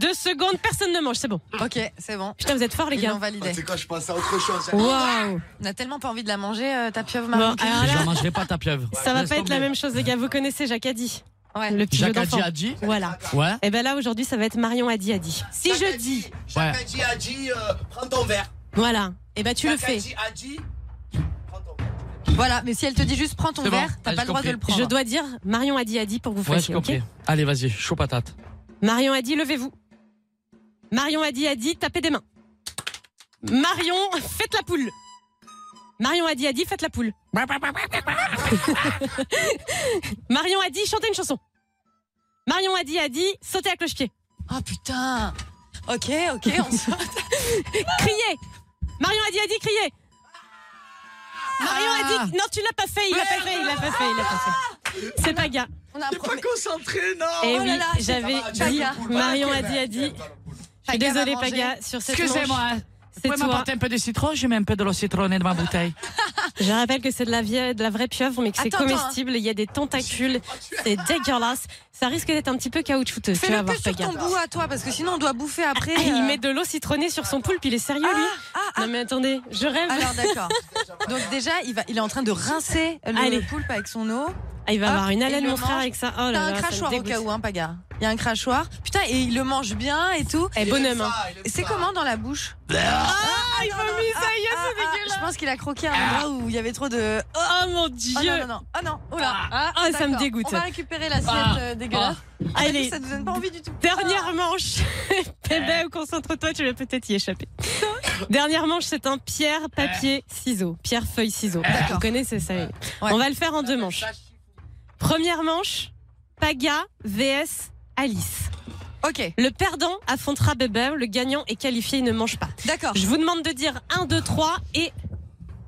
Speaker 7: 2 secondes, personne ne mange, c'est bon.
Speaker 2: Ok, c'est bon.
Speaker 7: Putain, vous êtes forts, les
Speaker 2: Ils
Speaker 7: gars.
Speaker 2: l'ont validé.
Speaker 6: quoi, je pense à autre chose.
Speaker 7: Waouh.
Speaker 2: On a tellement pas envie de la manger, euh, ta pieuvre
Speaker 7: Bon,
Speaker 2: Marie.
Speaker 7: hein. alors
Speaker 5: Je
Speaker 7: là,
Speaker 5: la mangerai pas ta pieuvre.
Speaker 7: ça va
Speaker 5: Laisse
Speaker 7: pas être la
Speaker 5: tomber.
Speaker 7: même chose, les gars. Vous connaissez Jacques Addy,
Speaker 2: Ouais.
Speaker 7: le petit jeu
Speaker 5: Jacques Adji
Speaker 7: d'enfant.
Speaker 5: a dit
Speaker 7: Voilà.
Speaker 5: Ouais.
Speaker 7: Et ben là, aujourd'hui, ça va être Marion Addy Addy. Si je dis,
Speaker 5: Ouais.
Speaker 6: Jacques Adji a dit, euh, prends ton verre.
Speaker 7: voilà.
Speaker 2: Eh
Speaker 7: Et ben tu le
Speaker 6: Jacques
Speaker 7: fais.
Speaker 6: Adji a dit, prends ton verre.
Speaker 2: Voilà, mais si elle te dit juste prends ton
Speaker 5: C'est bon.
Speaker 2: verre, t'as pas
Speaker 5: Ah, j'ai
Speaker 2: le droit
Speaker 5: compris.
Speaker 2: de le prendre.
Speaker 7: Je dois dire Marion Addy Addy pour que vous
Speaker 5: Ouais,
Speaker 7: fassiez,
Speaker 5: j'ai
Speaker 7: ok
Speaker 5: compris. Allez, vas-y, chaud patate.
Speaker 7: Marion Addy, levez-vous. Marion Addy Addy, tapez des mains. Marion, faites la poule. Marion Addy Addy, faites la poule. Marion Addy, chantez une chanson. Marion Addy Addy, sautez à cloche-pied.
Speaker 2: Ah putain Ok, ok, on se...
Speaker 7: Criez Marion Addy Addy, criez Marion a
Speaker 2: Ah.
Speaker 7: dit non, tu l'as pas fait, il l'a pas fait, il l'a pas fait, il l'a pas fait. C'est Paga.
Speaker 2: On a
Speaker 7: pas
Speaker 5: concentré, non.
Speaker 7: Et
Speaker 5: Oh là
Speaker 7: oui,
Speaker 5: là, c'est
Speaker 7: j'avais
Speaker 5: pas mal,
Speaker 7: dit
Speaker 5: Paga.
Speaker 7: Marion a
Speaker 5: Paga,
Speaker 7: dit a dit. Je suis
Speaker 5: Paga va
Speaker 7: désolée
Speaker 5: manger.
Speaker 7: Paga sur cette
Speaker 5: Excusez-moi. hein.
Speaker 7: manche,
Speaker 5: Vous
Speaker 7: C'est
Speaker 5: pouvez
Speaker 7: toi.
Speaker 5: m'apporter un peu de citron J'ai mis un peu de l'eau citronnée dans ma bouteille.
Speaker 7: Je rappelle que c'est de la vieille, de la vraie pieuvre, mais que c'est
Speaker 2: Attends, attends,
Speaker 7: comestible. Il y a des tentacules, c'est dégueulasse. Ça risque d'être un petit peu caoutchouteux. tu
Speaker 2: Fais
Speaker 7: vas
Speaker 2: le
Speaker 7: voir,
Speaker 2: plus sur
Speaker 7: Paga.
Speaker 2: ton bout à toi, parce que sinon on doit bouffer après.
Speaker 7: Et Il
Speaker 2: euh. Ah,
Speaker 7: met de l'eau citronnée sur son poulpe, il est sérieux lui Non mais attendez, je rêve.
Speaker 2: Alors d'accord. Donc déjà, il, va, il est en train de rincer le
Speaker 7: Allez.
Speaker 2: poulpe avec son eau.
Speaker 7: Ah, il va
Speaker 2: Hop,
Speaker 7: avoir une
Speaker 2: et
Speaker 7: haleine
Speaker 2: il le
Speaker 7: mon frère
Speaker 2: mange.
Speaker 7: avec ça. Oh
Speaker 2: T'as
Speaker 7: là là,
Speaker 2: un
Speaker 7: ça me
Speaker 2: crachoir au
Speaker 7: dégoûte.
Speaker 2: cas où, hein, Paga. Il y a un crachoir. Putain, et il le mange bien et tout.
Speaker 7: Eh, bonhomme, hein.
Speaker 2: C'est comment dans la bouche
Speaker 7: Ah,
Speaker 2: il vomit, ça y est, c'est dégueulasse. Je pense qu'il a croqué à un endroit où il y avait trop de.
Speaker 7: Oh, mon dieu
Speaker 2: Oh non, non, non. Oh non, oh là.
Speaker 7: Ah, ah, ça
Speaker 2: d'accord.
Speaker 7: me dégoûte.
Speaker 2: On va récupérer l'assiette
Speaker 7: Ah.
Speaker 2: euh, dégueulasse.
Speaker 7: Ah.
Speaker 2: Ah,
Speaker 7: Allez.
Speaker 2: Ça nous donne pas envie du tout.
Speaker 7: Dernière manche. Bébé, concentre-toi, tu vas peut-être y échapper. Dernière manche, c'est un pierre, papier, ciseaux. Pierre, feuille, ciseaux. Vous connaissez ça. oui. On va le faire en deux manches. Première manche, Paga vs Alice.
Speaker 2: Ok.
Speaker 7: Le perdant affrontera Bébé, le gagnant est qualifié, il ne mange pas.
Speaker 2: D'accord.
Speaker 7: Je vous demande de dire 1, 2, 3 et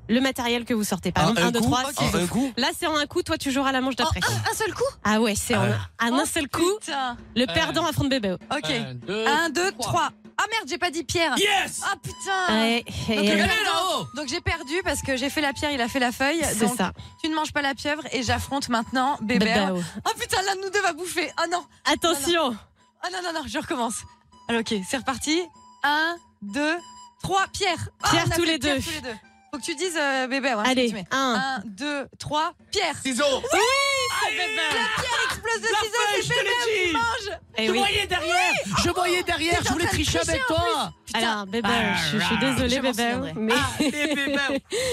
Speaker 7: le matériel que vous sortez. Par
Speaker 2: En
Speaker 7: exemple,
Speaker 2: un
Speaker 7: 1, 2,
Speaker 2: coup
Speaker 7: 3,
Speaker 2: Ok. En un coup
Speaker 7: Là, c'est en un coup, toi, tu joueras la manche d'après.
Speaker 2: Un seul coup
Speaker 7: Ah ouais, c'est en
Speaker 2: Ah ouais.
Speaker 7: en un
Speaker 2: Oh,
Speaker 7: seul coup.
Speaker 2: putain.
Speaker 7: Le perdant affronte Bébé.
Speaker 2: Ok. 1, 2, 3. Ah merde, j'ai pas dit pierre.
Speaker 7: Yes
Speaker 2: Ah putain.
Speaker 7: Ouais,
Speaker 2: Donc,
Speaker 7: et-
Speaker 2: le
Speaker 7: Elle est
Speaker 2: perdant-
Speaker 7: là-haut.
Speaker 2: donc j'ai perdu parce que j'ai fait la pierre, il a fait la feuille.
Speaker 7: C'est
Speaker 2: Donc,
Speaker 7: ça.
Speaker 2: Tu ne manges pas la pieuvre et j'affronte maintenant bébé.
Speaker 7: Bébé.
Speaker 2: Oh putain, l'un de nous deux va bouffer. Oh non.
Speaker 7: Attention.
Speaker 2: Oh non, non, non, je recommence. Alors ok, c'est reparti. 1, 2, 3, pierre. Ah,
Speaker 7: Pierre
Speaker 2: on a
Speaker 7: tous
Speaker 2: fait
Speaker 7: les
Speaker 2: pierre
Speaker 7: deux.
Speaker 2: tous les deux. Faut que tu dises euh, bébé. Ouais,
Speaker 7: Allez,
Speaker 2: 1, 2, 3, pierre.
Speaker 7: Ciseaux.
Speaker 2: Oui,
Speaker 7: c'est
Speaker 2: bébé. La pierre explose de
Speaker 5: La feuille,
Speaker 2: ciseaux,
Speaker 5: je
Speaker 2: c'est
Speaker 5: te
Speaker 2: bébé
Speaker 5: l'ai
Speaker 2: qui
Speaker 5: dit.
Speaker 2: mange.
Speaker 7: Eh
Speaker 5: je
Speaker 7: oui.
Speaker 5: voyais derrière Je voyais derrière,
Speaker 2: T'étais en
Speaker 5: je
Speaker 7: Ah,
Speaker 5: voulais
Speaker 2: train de
Speaker 5: tricher
Speaker 2: tricher
Speaker 5: avec
Speaker 2: en
Speaker 5: toi
Speaker 2: bah,
Speaker 7: Alors, Bébé,
Speaker 5: Ah,
Speaker 7: je, je suis
Speaker 5: ah,
Speaker 7: désolée,
Speaker 5: je m'en
Speaker 2: hein.
Speaker 7: Bébé.
Speaker 5: souviendrai.
Speaker 7: Mais...
Speaker 5: Ah, bébé, bébé.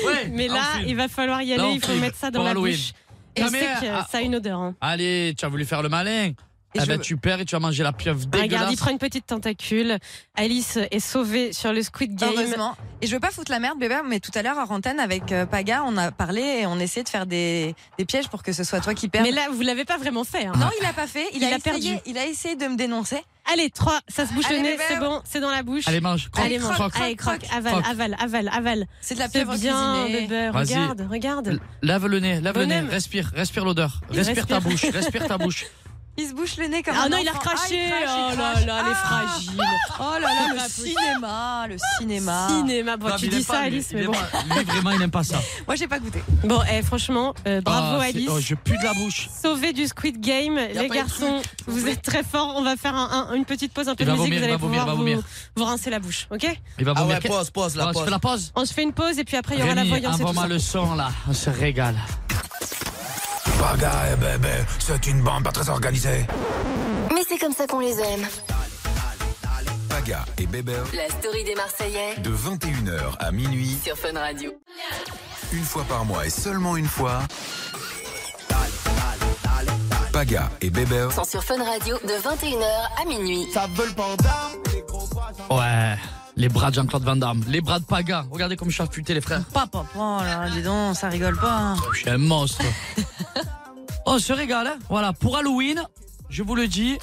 Speaker 5: Ouais,
Speaker 7: mais là,
Speaker 5: enfume.
Speaker 7: il va falloir y aller,
Speaker 5: Là, on
Speaker 7: il faut
Speaker 5: fume
Speaker 7: mettre ça dans
Speaker 5: pour
Speaker 7: la
Speaker 5: Halloween.
Speaker 7: bouche. Et
Speaker 5: Ta
Speaker 7: je sais
Speaker 5: mère
Speaker 7: que
Speaker 5: a-
Speaker 7: ça a une odeur. hein.
Speaker 5: Allez, tu as voulu faire le malin.
Speaker 7: Et
Speaker 5: Ah
Speaker 7: je-
Speaker 5: ben, tu perds et tu vas manger la pieuvre
Speaker 7: Regarde, il
Speaker 5: dégueulasse.
Speaker 7: prend une petite tentacule. Alice est sauvée sur le Squid Game.
Speaker 2: Heureusement. Et je veux pas foutre la merde, bébé, mais tout à l'heure, à Rantaine, avec euh, Paga, on a parlé et on essayait de faire des, des pièges pour que ce soit toi qui perds.
Speaker 7: Mais là, vous l'avez pas vraiment fait. hein.
Speaker 2: non, il a pas fait. Il,
Speaker 7: Il
Speaker 2: a,
Speaker 7: a
Speaker 2: essayé,
Speaker 7: perdu.
Speaker 2: Il a essayé de me dénoncer.
Speaker 7: Allez, trois, ça se bouche
Speaker 2: Allez,
Speaker 7: le nez,
Speaker 2: bébé.
Speaker 7: c'est bon, c'est dans la bouche.
Speaker 5: Allez, mange, croque,
Speaker 7: Allez, mange.
Speaker 5: croque,
Speaker 7: Allez, croque,
Speaker 5: croque,
Speaker 7: avale,
Speaker 5: croque.
Speaker 7: avale, avale, avale.
Speaker 2: C'est de la
Speaker 7: C'est
Speaker 2: pieuvre
Speaker 7: bien,
Speaker 2: cuisinée.
Speaker 7: bébé.
Speaker 5: Vas-y.
Speaker 7: Regarde, regarde.
Speaker 5: L- Lave le nez, lave le nez,
Speaker 7: Bonhomme.
Speaker 5: respire, respire l'odeur.
Speaker 7: Il
Speaker 5: Respire ta bouche,
Speaker 7: respire.
Speaker 5: respire ta bouche.
Speaker 2: Il se bouche le nez comme
Speaker 7: Ah
Speaker 2: un
Speaker 7: non, il a
Speaker 2: enfant. Ah,
Speaker 7: recraché.
Speaker 2: il crache, il
Speaker 7: oh là
Speaker 2: crache.
Speaker 7: là, elle est
Speaker 2: Ah.
Speaker 7: fragile.
Speaker 2: Oh là là,
Speaker 7: C'est
Speaker 2: le
Speaker 7: pas possible.
Speaker 2: cinéma, le
Speaker 7: Ah.
Speaker 2: cinéma.
Speaker 7: Cinéma. Bon,
Speaker 5: Non,
Speaker 7: tu
Speaker 5: mais il
Speaker 7: dis
Speaker 5: aime
Speaker 7: ça,
Speaker 5: pas, lui.
Speaker 7: Alice,
Speaker 5: Il
Speaker 7: mais
Speaker 5: aime
Speaker 7: bon.
Speaker 5: pas. Lui, vraiment, il n'aime pas ça.
Speaker 2: Moi, j'ai pas goûté.
Speaker 7: Bon, eh, franchement, euh, bravo
Speaker 5: Ah, c'est-
Speaker 7: Alice.
Speaker 5: oh, je pue de la bouche.
Speaker 7: Sauvé du Squid Game,
Speaker 5: pas eu
Speaker 7: les
Speaker 5: de
Speaker 7: garçons, vous êtes très forts. On va faire un- un- une petite pause, un peu
Speaker 5: Il
Speaker 7: de
Speaker 5: va
Speaker 7: musique.
Speaker 5: vomir, il
Speaker 7: vous allez
Speaker 5: va vomir,
Speaker 7: pouvoir
Speaker 5: il va
Speaker 7: vous,
Speaker 5: vomir.
Speaker 7: vous rincer la bouche, ok
Speaker 5: Il va
Speaker 6: Ah
Speaker 5: vomir.
Speaker 6: ouais, pause, pause, la
Speaker 5: On se
Speaker 6: pause.
Speaker 5: fait la pause.
Speaker 7: On se fait une pause et puis après il y aura la
Speaker 5: Rémi,
Speaker 7: voyance et tout
Speaker 5: envoie-moi
Speaker 7: ça.
Speaker 5: le son là, on se régale.
Speaker 1: Paga et bébé, c'est une bande pas très organisée.
Speaker 3: Mais c'est comme ça qu'on les aime.
Speaker 1: Paga et bébé,
Speaker 3: La story des Marseillais
Speaker 1: de 21h à minuit,
Speaker 3: sur Fun Radio.
Speaker 1: une fois par mois et seulement une fois. Paga et bébé,
Speaker 3: Sont sur Fun Radio de 21h à minuit.
Speaker 9: Ça veut le panda
Speaker 5: Ouais, les bras de Jean-Claude Van Damme, les bras de Paga. Regardez comme je suis affûté, les frères.
Speaker 2: Papa, oh là, dis donc, ça rigole pas. hein.
Speaker 5: Je suis un monstre. on se régale, hein. Voilà, pour Halloween, je vous le dis,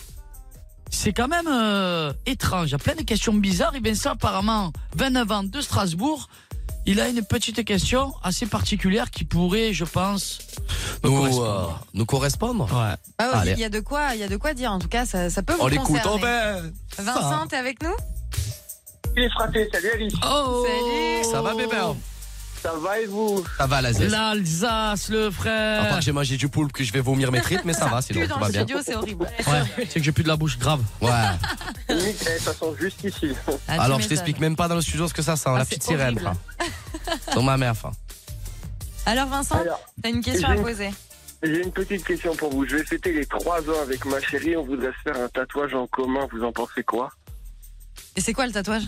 Speaker 5: c'est quand même euh, étrange. Il y a plein de questions bizarres. Et Vincent, apparemment, 29 ans de Strasbourg, il a une petite question assez particulière qui pourrait, je pense, nous
Speaker 6: Nous, euh,
Speaker 5: correspondre.
Speaker 6: nous correspondre
Speaker 5: Ouais.
Speaker 2: Ah ouais,
Speaker 6: Allez.
Speaker 2: il y a de quoi, il y a de quoi dire. En tout cas, ça, ça peut vous
Speaker 6: On l'écoute, on
Speaker 2: concerner.
Speaker 6: va.
Speaker 2: Vincent, t'es avec nous
Speaker 14: Les frappés, salut Alice.
Speaker 5: Oh
Speaker 2: Salut.
Speaker 6: Ça va, bébé
Speaker 14: Ça va et vous
Speaker 6: Ça va, la zeste.
Speaker 5: L'Alsace, le
Speaker 6: À part
Speaker 5: frère.
Speaker 6: que j'ai mangé du poulpe que je vais vomir mes tripes, mais ça va, sinon
Speaker 2: Plus
Speaker 6: tout
Speaker 2: dans
Speaker 6: va
Speaker 2: le
Speaker 6: bien.
Speaker 2: studio, c'est horrible.
Speaker 5: Ouais, c'est que j'ai plus de la bouche grave.
Speaker 6: Ouais.
Speaker 14: Nickel, de toute façon, Eh, juste ici.
Speaker 2: Ah, tu
Speaker 6: Alors, je
Speaker 2: m'étonnes. Ah,
Speaker 6: t'explique même pas dans le studio ce que ça sent, la
Speaker 2: c'est
Speaker 6: petite sirène.
Speaker 2: horrible.
Speaker 6: enfin. Dans ma mère, enfin.
Speaker 2: Alors Vincent,
Speaker 14: Alors,
Speaker 2: t'as une question à
Speaker 14: j'ai-
Speaker 2: poser.
Speaker 14: j'ai une petite question pour vous. Je vais fêter les 3 ans avec ma chérie. On voudrait se faire un tatouage en commun. Vous en pensez quoi
Speaker 2: Et c'est quoi le tatouage